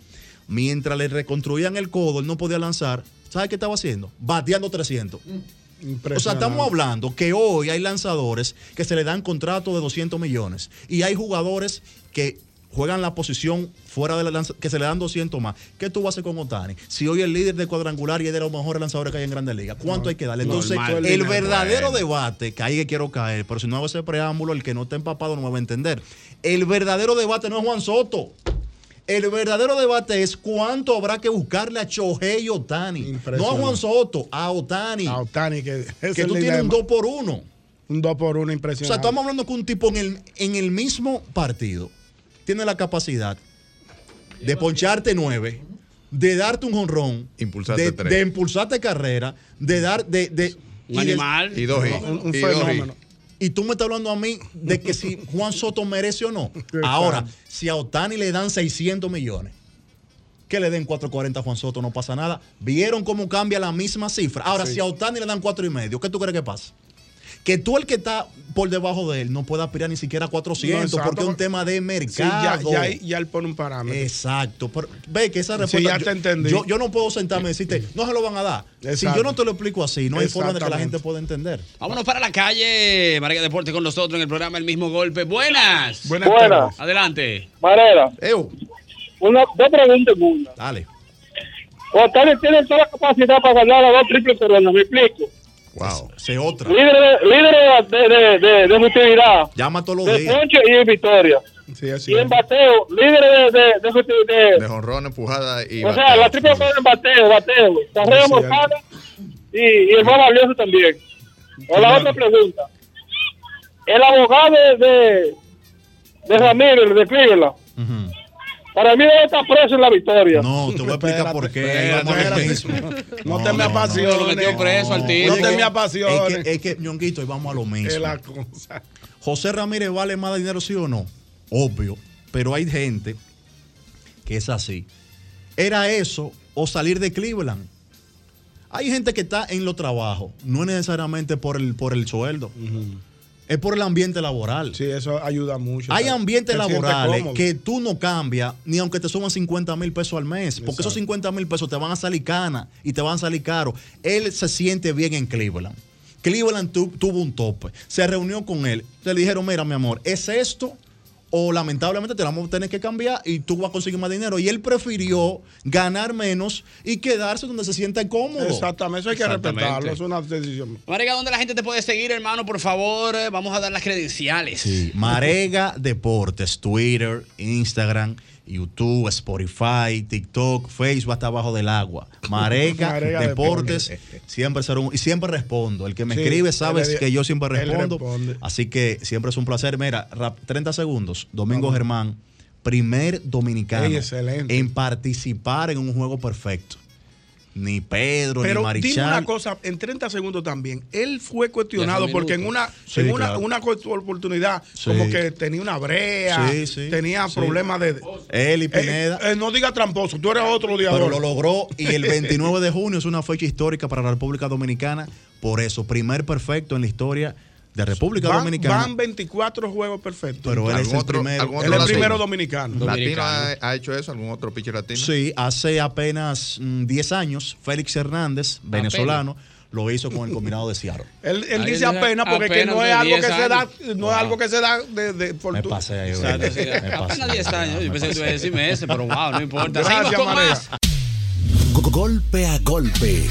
[SPEAKER 31] Mientras le reconstruían el codo, él no podía lanzar. ¿Sabe qué estaba haciendo? Bateando 300. O sea, estamos hablando que hoy hay lanzadores que se le dan contratos de 200 millones y hay jugadores que juegan la posición fuera de la lanza, que se le dan 200 más. ¿Qué tú vas a hacer con Otani? Si hoy es líder de cuadrangular y es de los mejores lanzadores que hay en Grandes Ligas, ¿cuánto hay que darle? Entonces,
[SPEAKER 6] normal.
[SPEAKER 31] el
[SPEAKER 6] Bueno.
[SPEAKER 31] verdadero debate, que ahí que quiero caer, pero si no hago ese preámbulo, el que no está empapado no me va a entender. El verdadero debate no es Juan Soto. El verdadero debate es cuánto habrá que buscarle a Chohei Otani. No a Juan Soto, a Otani. A
[SPEAKER 6] Otani, que,
[SPEAKER 31] que tú tienes un 2 por 1.
[SPEAKER 6] Un 2 por 1
[SPEAKER 31] o sea,
[SPEAKER 6] impresionante.
[SPEAKER 31] estamos hablando que un tipo en el, en el mismo partido tiene la capacidad de poncharte nueve, de darte un jonrón,
[SPEAKER 32] Impulsarte
[SPEAKER 31] de,
[SPEAKER 32] tres.
[SPEAKER 31] de impulsarte carrera, de dar de, de-
[SPEAKER 32] Un
[SPEAKER 31] de-
[SPEAKER 32] animal. Y dos hits. Un- un Y dos fenómeno. hits.
[SPEAKER 31] Y tú me estás hablando a mí de que si Juan Soto merece o no. Ahora, si a Otani le dan 600 millones, que le den 440 a Juan Soto, no pasa nada. Vieron cómo cambia la misma cifra. Ahora,
[SPEAKER 6] Sí.
[SPEAKER 31] si a Otani le dan cuatro y medio, ¿qué tú crees que pasa? Que tú, el que está por debajo de él, no puede aspirar ni siquiera a 400
[SPEAKER 6] No, exacto,
[SPEAKER 31] porque es un
[SPEAKER 6] porque-
[SPEAKER 31] tema de
[SPEAKER 6] Sí, ya,
[SPEAKER 31] mercado.
[SPEAKER 6] ya, ahí-
[SPEAKER 31] Ah,
[SPEAKER 6] ya él pone un parámetro.
[SPEAKER 31] Exacto. Pero ve que esa
[SPEAKER 6] Sí,
[SPEAKER 31] respuesta.
[SPEAKER 6] ya te
[SPEAKER 31] yo-
[SPEAKER 6] entendí.
[SPEAKER 31] Yo, yo no puedo sentarme y decirte, no se lo van a dar. Si
[SPEAKER 6] Exacto.
[SPEAKER 31] yo no te lo explico así, no hay forma de que la
[SPEAKER 6] Exactamente.
[SPEAKER 31] gente pueda entender.
[SPEAKER 2] Vámonos para la calle, María Deporte con nosotros en el programa El mismo golpe. Buenas.
[SPEAKER 31] Buenas
[SPEAKER 24] Buenas. tardes.
[SPEAKER 2] Adelante.
[SPEAKER 24] Manera. Una, dos preguntas una.
[SPEAKER 31] Dale.
[SPEAKER 24] Otani tiene toda la capacidad para ganar a dos triples peruanos, me explico.
[SPEAKER 31] Wow. Se otra.
[SPEAKER 24] Líder, de- líder de, de, de, de utilidad.
[SPEAKER 31] Llama todos los
[SPEAKER 24] de
[SPEAKER 31] días.
[SPEAKER 24] ponche y de victoria.
[SPEAKER 6] Sí, así
[SPEAKER 24] Y en bateo, líder de... de, de, justi- de-
[SPEAKER 32] De jonrón, empujada y
[SPEAKER 24] o sea,
[SPEAKER 32] bateo.
[SPEAKER 24] la triple corona en bateo, bateo.
[SPEAKER 32] Así
[SPEAKER 24] Carrera
[SPEAKER 32] es.
[SPEAKER 24] mortada y, y el más valioso también. O la otra pregunta. El abogado de, de, de Ramírez, de Cleveland, Para mí debe estar preso en la victoria.
[SPEAKER 31] No, te voy a explicar por qué. Vamos a lo mismo.
[SPEAKER 6] No te me apasiones.
[SPEAKER 31] no.
[SPEAKER 6] Lo metió preso al tipo.
[SPEAKER 31] Oye,
[SPEAKER 6] No te me
[SPEAKER 31] es
[SPEAKER 6] apasiones.
[SPEAKER 31] que- Es que, ñonguito, y vamos a lo mismo.
[SPEAKER 6] Es la cosa.
[SPEAKER 31] José Ramírez vale más dinero, sí o no. Obvio. Pero hay gente que es así. Era eso o salir de Cleveland. Hay gente que está en los trabajos, no es necesariamente por el, por el sueldo. Es por el ambiente laboral.
[SPEAKER 6] Sí, eso ayuda mucho.
[SPEAKER 31] Hay ambientes
[SPEAKER 6] Te sientes
[SPEAKER 31] laborales
[SPEAKER 6] cómodo.
[SPEAKER 31] que tú no cambias, ni aunque te suman 50 mil pesos al mes, porque esos 50 mil pesos te van a salir cana y te van a salir caro. Él se siente bien en Cleveland. Cleveland tu- tuvo un tope. Se reunió con él. Le dijeron, mira, mi amor, ¿es esto? O lamentablemente te la vamos a tener que cambiar y tú vas a conseguir más dinero. Y él prefirió ganar menos y quedarse donde se siente cómodo.
[SPEAKER 6] Exactamente, eso hay que
[SPEAKER 31] Exactamente.
[SPEAKER 6] respetarlo. Es una decisión.
[SPEAKER 2] Marega, ¿dónde la gente te puede seguir, hermano? Por favor, eh, vamos a dar las credenciales.
[SPEAKER 31] Sí, Marega Deportes, Twitter, Instagram, YouTube, Spotify, TikTok, Facebook hasta abajo del agua. Marega,
[SPEAKER 6] Marega
[SPEAKER 31] Deportes, siempre será un- y siempre respondo. El que me
[SPEAKER 6] Sí,
[SPEAKER 31] escribe
[SPEAKER 6] él
[SPEAKER 31] sabes
[SPEAKER 6] le-
[SPEAKER 31] que yo siempre
[SPEAKER 6] él
[SPEAKER 31] respondo.
[SPEAKER 6] responde.
[SPEAKER 31] Así que siempre es un placer. Mira, rap- 30 segundos. Domingo Germán, primer dominicano
[SPEAKER 6] Ey, excelente.
[SPEAKER 31] en participar en un juego perfecto. Ni Pedro,
[SPEAKER 6] Pero
[SPEAKER 31] ni
[SPEAKER 6] dime una
[SPEAKER 31] Marichal.
[SPEAKER 6] cosa, en 30 segundos también. Él fue cuestionado
[SPEAKER 31] Ya son
[SPEAKER 6] porque en
[SPEAKER 31] minutos.
[SPEAKER 6] una,
[SPEAKER 31] Sí,
[SPEAKER 6] en una,
[SPEAKER 31] claro.
[SPEAKER 6] una co- oportunidad,
[SPEAKER 31] Sí.
[SPEAKER 6] como que tenía una brea,
[SPEAKER 31] Sí, sí,
[SPEAKER 6] tenía
[SPEAKER 31] sí.
[SPEAKER 6] problemas de.
[SPEAKER 31] Él y
[SPEAKER 6] Eh,
[SPEAKER 31] Pineda.
[SPEAKER 6] eh, no diga tramposo, tú eres otro odiador.
[SPEAKER 31] Pero lo logró y
[SPEAKER 6] [laughs]
[SPEAKER 31] el 29 de junio es una fecha histórica para la República Dominicana. Por eso, primer perfecto en la historia de República
[SPEAKER 6] van,
[SPEAKER 31] Dominicana.
[SPEAKER 6] van 24 juegos perfectos.
[SPEAKER 31] Pero él es el primero.
[SPEAKER 6] Él es el primero dominicano.
[SPEAKER 31] Dominicano.
[SPEAKER 32] ¿Latino ha, ha hecho eso? ¿Algún otro pitcher latino?
[SPEAKER 31] Sí, hace apenas mm, 10 años, Félix Hernández, venezolano, lo hizo con el combinado de Seattle.
[SPEAKER 6] Él, él
[SPEAKER 31] Ahí
[SPEAKER 6] dice
[SPEAKER 31] dice
[SPEAKER 6] apenas porque es que
[SPEAKER 31] apenas
[SPEAKER 6] no es
[SPEAKER 31] de
[SPEAKER 6] algo que
[SPEAKER 31] 10
[SPEAKER 6] se da,
[SPEAKER 31] años.
[SPEAKER 6] no
[SPEAKER 31] Wow.
[SPEAKER 6] es algo que se da de, de
[SPEAKER 31] Me
[SPEAKER 6] fortuna.
[SPEAKER 31] pasé ahí,
[SPEAKER 6] Exacto,
[SPEAKER 31] ¿verdad?
[SPEAKER 6] sí.
[SPEAKER 2] [laughs]
[SPEAKER 31] Me pasé.
[SPEAKER 2] Apenas 10 años. Yo pensé que tú ibas a decirme ese, pero wow, no importa.
[SPEAKER 33] Gracias,
[SPEAKER 2] Seguimos con
[SPEAKER 33] Marea.
[SPEAKER 2] más.
[SPEAKER 33] Go- Golpe a golpe.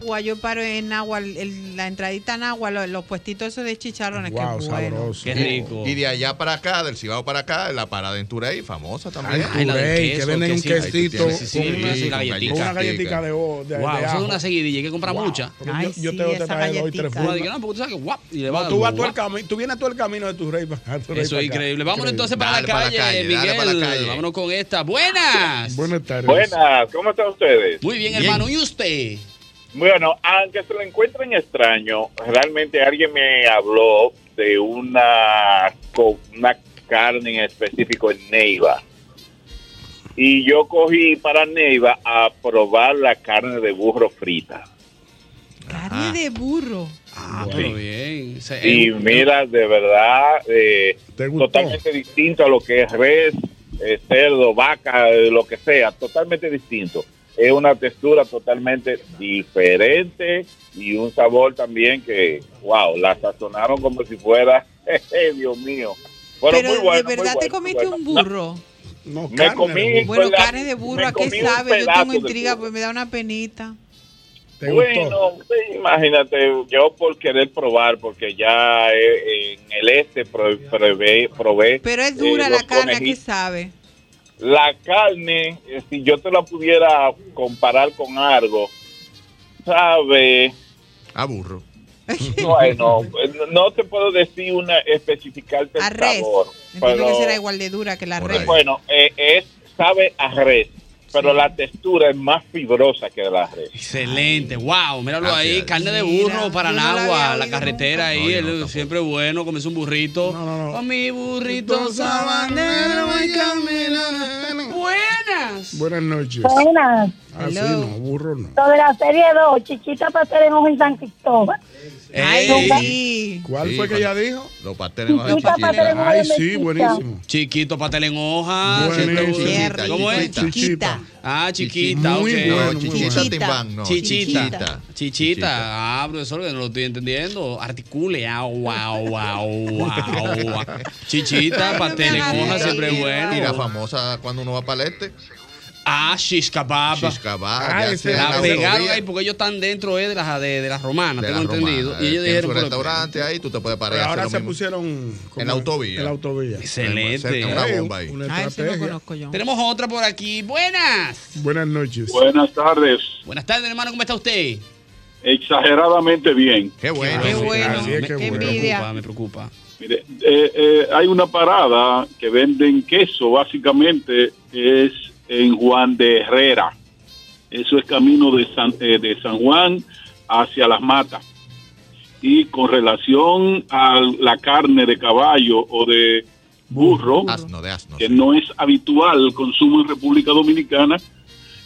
[SPEAKER 4] Agua, yo paro en agua, la entradita en agua, los, los puestitos esos de chicharrones, que bueno.
[SPEAKER 2] Qué rico.
[SPEAKER 32] Y de allá para acá, del Cibao para acá, la parada en Turey, famosa también.
[SPEAKER 6] Ay, Ay, la del Turey, queso, que venden un quesito
[SPEAKER 32] Ahí tú tienes,
[SPEAKER 6] con-
[SPEAKER 32] sí,
[SPEAKER 6] con-
[SPEAKER 32] sí,
[SPEAKER 6] con una galletica de o- de-
[SPEAKER 2] Wow,
[SPEAKER 6] de
[SPEAKER 2] eso es
[SPEAKER 6] ajo.
[SPEAKER 2] una seguidilla. Hay que comprar
[SPEAKER 6] Wow,
[SPEAKER 2] muchas.
[SPEAKER 6] porque yo- Ay, yo sí, tengo que esa traer hoy tres galletita.
[SPEAKER 2] Bueno,
[SPEAKER 6] fundas.
[SPEAKER 2] digo, no, porque tú sabes que guap. Y le va
[SPEAKER 6] No,
[SPEAKER 2] a
[SPEAKER 6] tú, vas
[SPEAKER 2] guap.
[SPEAKER 6] todo el cami- tú vienes todo el camino de tu rey para tu rey
[SPEAKER 2] Eso
[SPEAKER 6] para
[SPEAKER 2] es
[SPEAKER 6] acá.
[SPEAKER 2] increíble. Vámonos
[SPEAKER 6] Increíble.
[SPEAKER 2] entonces para la, calle, Miguel. Vámonos con esta. Buenas.
[SPEAKER 6] Buenas tardes.
[SPEAKER 10] Buenas, ¿cómo están ustedes?
[SPEAKER 2] Muy bien, hermano. ¿Y usted?
[SPEAKER 10] Bueno, aunque se lo encuentren extraño, realmente alguien me habló de una, co- una carne en específico en Neiva. Y yo cogí para Neiva a probar la carne de burro frita.
[SPEAKER 4] Carne de burro.
[SPEAKER 2] Ah, pero bien. Se-
[SPEAKER 10] Y
[SPEAKER 2] es un-
[SPEAKER 10] mira, de verdad, eh, totalmente distinto a lo que es res, eh, cerdo, vaca, eh, lo que sea, totalmente distinto. Es una textura totalmente diferente y un sabor también que, wow, la sazonaron como si fuera, [laughs] jeje, Dios mío. Fueron
[SPEAKER 4] Pero
[SPEAKER 10] muy bueno,
[SPEAKER 4] de
[SPEAKER 10] muy
[SPEAKER 4] verdad te
[SPEAKER 10] bueno, muy
[SPEAKER 4] comiste
[SPEAKER 10] bueno.
[SPEAKER 4] un burro.
[SPEAKER 10] Me carne de comí, burro.
[SPEAKER 4] Bueno,
[SPEAKER 10] ¿verdad?
[SPEAKER 4] carne de burro,
[SPEAKER 10] Me
[SPEAKER 4] ¿a qué
[SPEAKER 10] comí un
[SPEAKER 4] sabe? Yo
[SPEAKER 10] pedazo
[SPEAKER 4] tengo
[SPEAKER 10] de
[SPEAKER 4] intriga, pues me da una penita.
[SPEAKER 10] Bueno, sí, imagínate, yo por querer probar, porque ya eh, en el este pro- probé, probé.
[SPEAKER 4] Pero es
[SPEAKER 10] eh,
[SPEAKER 4] dura
[SPEAKER 10] los
[SPEAKER 4] la carne, ¿a qué
[SPEAKER 10] conejitos.
[SPEAKER 4] sabe?
[SPEAKER 10] La carne, eh, si yo te la pudiera comparar con algo, sabe... A burro. Bueno, eh, no- [laughs] no te puedo decir una, especificarte
[SPEAKER 4] A
[SPEAKER 10] el
[SPEAKER 4] res.
[SPEAKER 10] sabor.
[SPEAKER 4] Entiendo que
[SPEAKER 10] pero-
[SPEAKER 4] será igual de dura que la res.
[SPEAKER 10] bueno, eh, es, sabe a res, pero la textura es más fibrosa que la res.
[SPEAKER 2] Excelente, wow, míralo ahí, carne de burro, Paranagua, la carretera ahí, él siempre bueno, comes un burrito. Con mi burrito sabanero voy caminando.
[SPEAKER 4] buenas.
[SPEAKER 6] Buenas noches.
[SPEAKER 3] Buenas.
[SPEAKER 6] Así
[SPEAKER 3] Hello.
[SPEAKER 6] no, burro no.
[SPEAKER 3] Sobre la serie 2, Chichita Pastelemos en San Cristóbal.
[SPEAKER 6] ¿Cuál fue que ella dijo?
[SPEAKER 32] Los pasteles más
[SPEAKER 3] Chiquita, pasteles en hoja de mezquita.
[SPEAKER 2] Chiquito patel en
[SPEAKER 6] Ah,
[SPEAKER 2] hoja.
[SPEAKER 32] Buenísimo.
[SPEAKER 2] ¿cierto?
[SPEAKER 32] Chiquita,
[SPEAKER 2] ¿Cómo es?
[SPEAKER 32] chiquita. Chiquita.
[SPEAKER 2] Ah, chiquita.
[SPEAKER 32] Muy
[SPEAKER 2] ok.
[SPEAKER 32] bueno, No, muy chichita bueno. timbán, no,
[SPEAKER 2] Chichita.
[SPEAKER 32] chichita.
[SPEAKER 2] Chichita. Ah, profesor, que no lo estoy entendiendo. Articule. ah, Au, wow,
[SPEAKER 32] [laughs]
[SPEAKER 2] wow, wow. Chichita, pastel en hoja, siempre es bueno.
[SPEAKER 32] Y la famosa cuando uno va para el este.
[SPEAKER 2] Ah, Shishkababa.
[SPEAKER 6] Ah,
[SPEAKER 32] Shishkababa. ya sea en
[SPEAKER 2] la pegaron
[SPEAKER 32] autovía,
[SPEAKER 2] ahí porque ellos están dentro eh, de las de, de las romanas,
[SPEAKER 32] de
[SPEAKER 2] tengo
[SPEAKER 32] la romana,
[SPEAKER 2] entendido.
[SPEAKER 32] eh,
[SPEAKER 2] y ellos
[SPEAKER 32] tiene
[SPEAKER 2] dijeron
[SPEAKER 32] su
[SPEAKER 2] pero-
[SPEAKER 32] restaurante ahí, tú te puedes parar y
[SPEAKER 6] Pero
[SPEAKER 32] hacer
[SPEAKER 6] ahora
[SPEAKER 32] lo
[SPEAKER 6] se
[SPEAKER 32] mismo.
[SPEAKER 6] pusieron. como
[SPEAKER 32] En la autovía.
[SPEAKER 6] En la autovía.
[SPEAKER 32] Excelente. Una bomba ahí.
[SPEAKER 6] Una
[SPEAKER 2] Ah, ese no
[SPEAKER 6] estrategia.
[SPEAKER 2] conozco yo. Tenemos otra por aquí. Buenas.
[SPEAKER 6] Buenas noches.
[SPEAKER 11] Buenas tardes.
[SPEAKER 2] Buenas tardes, hermano. ¿Cómo está usted?
[SPEAKER 11] Exageradamente bien.
[SPEAKER 32] Qué bueno.
[SPEAKER 2] Qué bueno.
[SPEAKER 11] Así es,
[SPEAKER 2] Me-
[SPEAKER 11] qué
[SPEAKER 2] me
[SPEAKER 11] bueno.
[SPEAKER 2] preocupa, me preocupa.
[SPEAKER 11] Mire, eh, eh, hay una parada que venden queso, básicamente es en Juan de Herrera. Eso es camino de San, eh, de San Juan hacia Las Matas. Y con relación a la carne de caballo o de burro, que no es habitual el consumo en República Dominicana,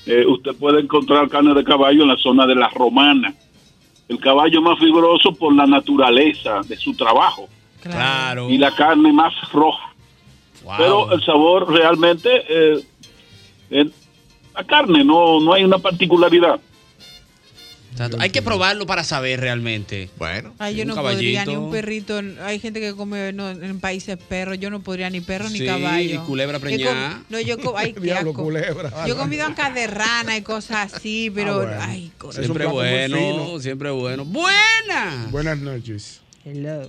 [SPEAKER 11] eh, usted puede encontrar carne de caballo en la zona de la Romana. El caballo más fibroso por la naturaleza de su trabajo
[SPEAKER 2] Claro.
[SPEAKER 11] y la carne más roja. Pero el sabor realmente, eh, el- la carne, no, no hay una particularidad.
[SPEAKER 2] Exacto. Hay que probarlo para saber realmente.
[SPEAKER 32] Bueno.
[SPEAKER 4] Ay, yo no podría ni un perrito. Hay gente que come no, en países perros. Yo no podría ni perro ni
[SPEAKER 2] Sí,
[SPEAKER 4] caballo.
[SPEAKER 2] y culebra
[SPEAKER 4] He
[SPEAKER 2] preñada.
[SPEAKER 4] com- No, yo co- ay, qué
[SPEAKER 2] Diablo,
[SPEAKER 4] asco.
[SPEAKER 2] culebra.
[SPEAKER 4] Yo he comido ancas de rana y cosas así, pero
[SPEAKER 6] Ah, bueno.
[SPEAKER 4] ay,
[SPEAKER 2] Siempre
[SPEAKER 6] Eso es un plato muy
[SPEAKER 2] bueno, siempre bueno. Buena.
[SPEAKER 6] Buenas noches.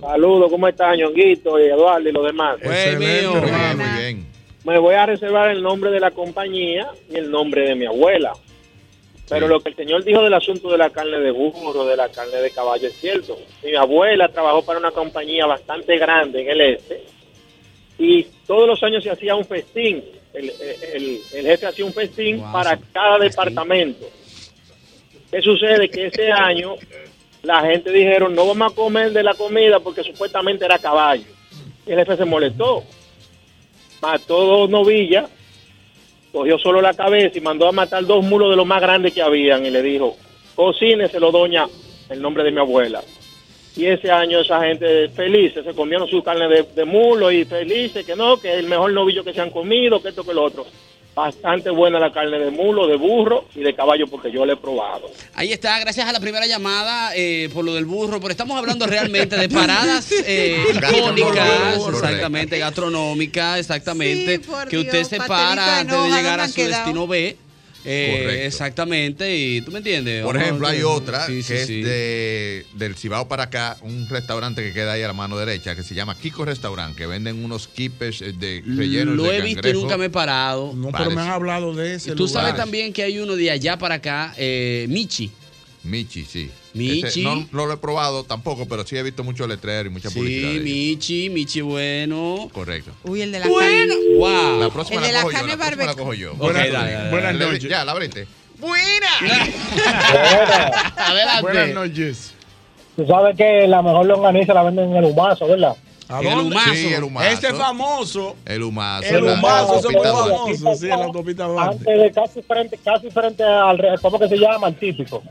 [SPEAKER 12] Saludos, ¿cómo están, Ñonguito, y Eduardo y los demás?
[SPEAKER 32] Muy bien.
[SPEAKER 12] Me voy a reservar el nombre de la compañía y el nombre de mi abuela. Pero lo que el señor dijo del asunto de la carne de burro, de la carne de caballo, es cierto. Mi abuela trabajó para una compañía bastante grande en el este y todos los años se hacía un festín. El, el- el jefe hacía un festín para cada departamento. ¿Qué sucede? Que ese Este año la gente dijeron, no vamos a comer de la comida porque supuestamente era caballo. Y el jefe se molestó. Mató dos novillas, cogió solo la cabeza y mandó a matar dos mulos de los más grandes que habían y le dijo, cocíneselo, doña, el nombre de mi abuela. Y ese año esa gente feliz, se comieron su carne de, de mulo y felices, que no, que es el mejor novillo que se han comido, que esto, que lo otro. Bastante buena la carne de mulo, de burro y de caballo, porque yo la he probado.
[SPEAKER 2] Ahí está, gracias a la primera llamada eh, por lo del burro, pero estamos hablando realmente
[SPEAKER 4] [laughs]
[SPEAKER 2] de paradas eh, icónicas,
[SPEAKER 32] Gastronómicas.
[SPEAKER 2] exactamente, gastronómicas, exactamente, que usted
[SPEAKER 4] Dios,
[SPEAKER 2] se
[SPEAKER 4] pastelito
[SPEAKER 2] para
[SPEAKER 4] de
[SPEAKER 2] antes de
[SPEAKER 4] hoja,
[SPEAKER 2] llegar
[SPEAKER 4] ¿dónde
[SPEAKER 2] a
[SPEAKER 4] han
[SPEAKER 2] su
[SPEAKER 4] quedado?
[SPEAKER 2] destino B. eh,
[SPEAKER 32] Correcto.
[SPEAKER 2] exactamente, y tú me entiendes.
[SPEAKER 32] Por
[SPEAKER 2] Vamos a
[SPEAKER 32] ejemplo, hay
[SPEAKER 2] ver.
[SPEAKER 32] otra
[SPEAKER 2] Sí, sí,
[SPEAKER 32] que es
[SPEAKER 2] sí.
[SPEAKER 32] de, del Cibao para acá, un restaurante que queda ahí a la mano derecha, que se llama Kiko Restaurant, que venden unos kipes eh, de rellenos
[SPEAKER 2] Lo
[SPEAKER 32] de
[SPEAKER 2] he visto y
[SPEAKER 32] cangrejo.
[SPEAKER 2] nunca me he parado.
[SPEAKER 32] No,
[SPEAKER 6] Pero me han hablado de ese.
[SPEAKER 2] Y tú sabes
[SPEAKER 6] lugar.
[SPEAKER 2] también que hay uno de allá para acá, eh, Michi.
[SPEAKER 32] Michi, sí.
[SPEAKER 2] Michi.
[SPEAKER 32] Ese no, no lo he probado tampoco, pero sí he visto mucho letrero y mucha publicidad.
[SPEAKER 2] sí, Michi, Michi bueno.
[SPEAKER 32] Correcto.
[SPEAKER 4] Uy, el de la
[SPEAKER 2] Bueno.
[SPEAKER 4] carne.
[SPEAKER 2] Wow.
[SPEAKER 32] La próxima
[SPEAKER 4] El de
[SPEAKER 32] la
[SPEAKER 4] la
[SPEAKER 32] cojo yo.
[SPEAKER 4] carne
[SPEAKER 32] La próxima la
[SPEAKER 4] barbacoa.
[SPEAKER 32] cojo yo.
[SPEAKER 2] Ok,
[SPEAKER 32] Buenas
[SPEAKER 2] dale, dale,
[SPEAKER 32] Buenas
[SPEAKER 2] dale.
[SPEAKER 32] noches. Ya, la abriste.
[SPEAKER 2] Adelante.
[SPEAKER 6] Buenas noches.
[SPEAKER 12] Tú sabes que la mejor longaniza la venden en el humazo, ¿verdad?
[SPEAKER 6] ¿A
[SPEAKER 32] El
[SPEAKER 6] dónde?
[SPEAKER 32] humazo. Sí, el humazo.
[SPEAKER 6] Este famoso.
[SPEAKER 32] El humazo.
[SPEAKER 6] El
[SPEAKER 32] la-
[SPEAKER 6] humazo,
[SPEAKER 32] la
[SPEAKER 6] ese
[SPEAKER 32] copita
[SPEAKER 6] fue
[SPEAKER 32] Duarte.
[SPEAKER 6] famoso. Sí, en la autopista Duarte.
[SPEAKER 12] Antes de casi frente, casi frente al, re- ¿cómo que se llama? Al típico.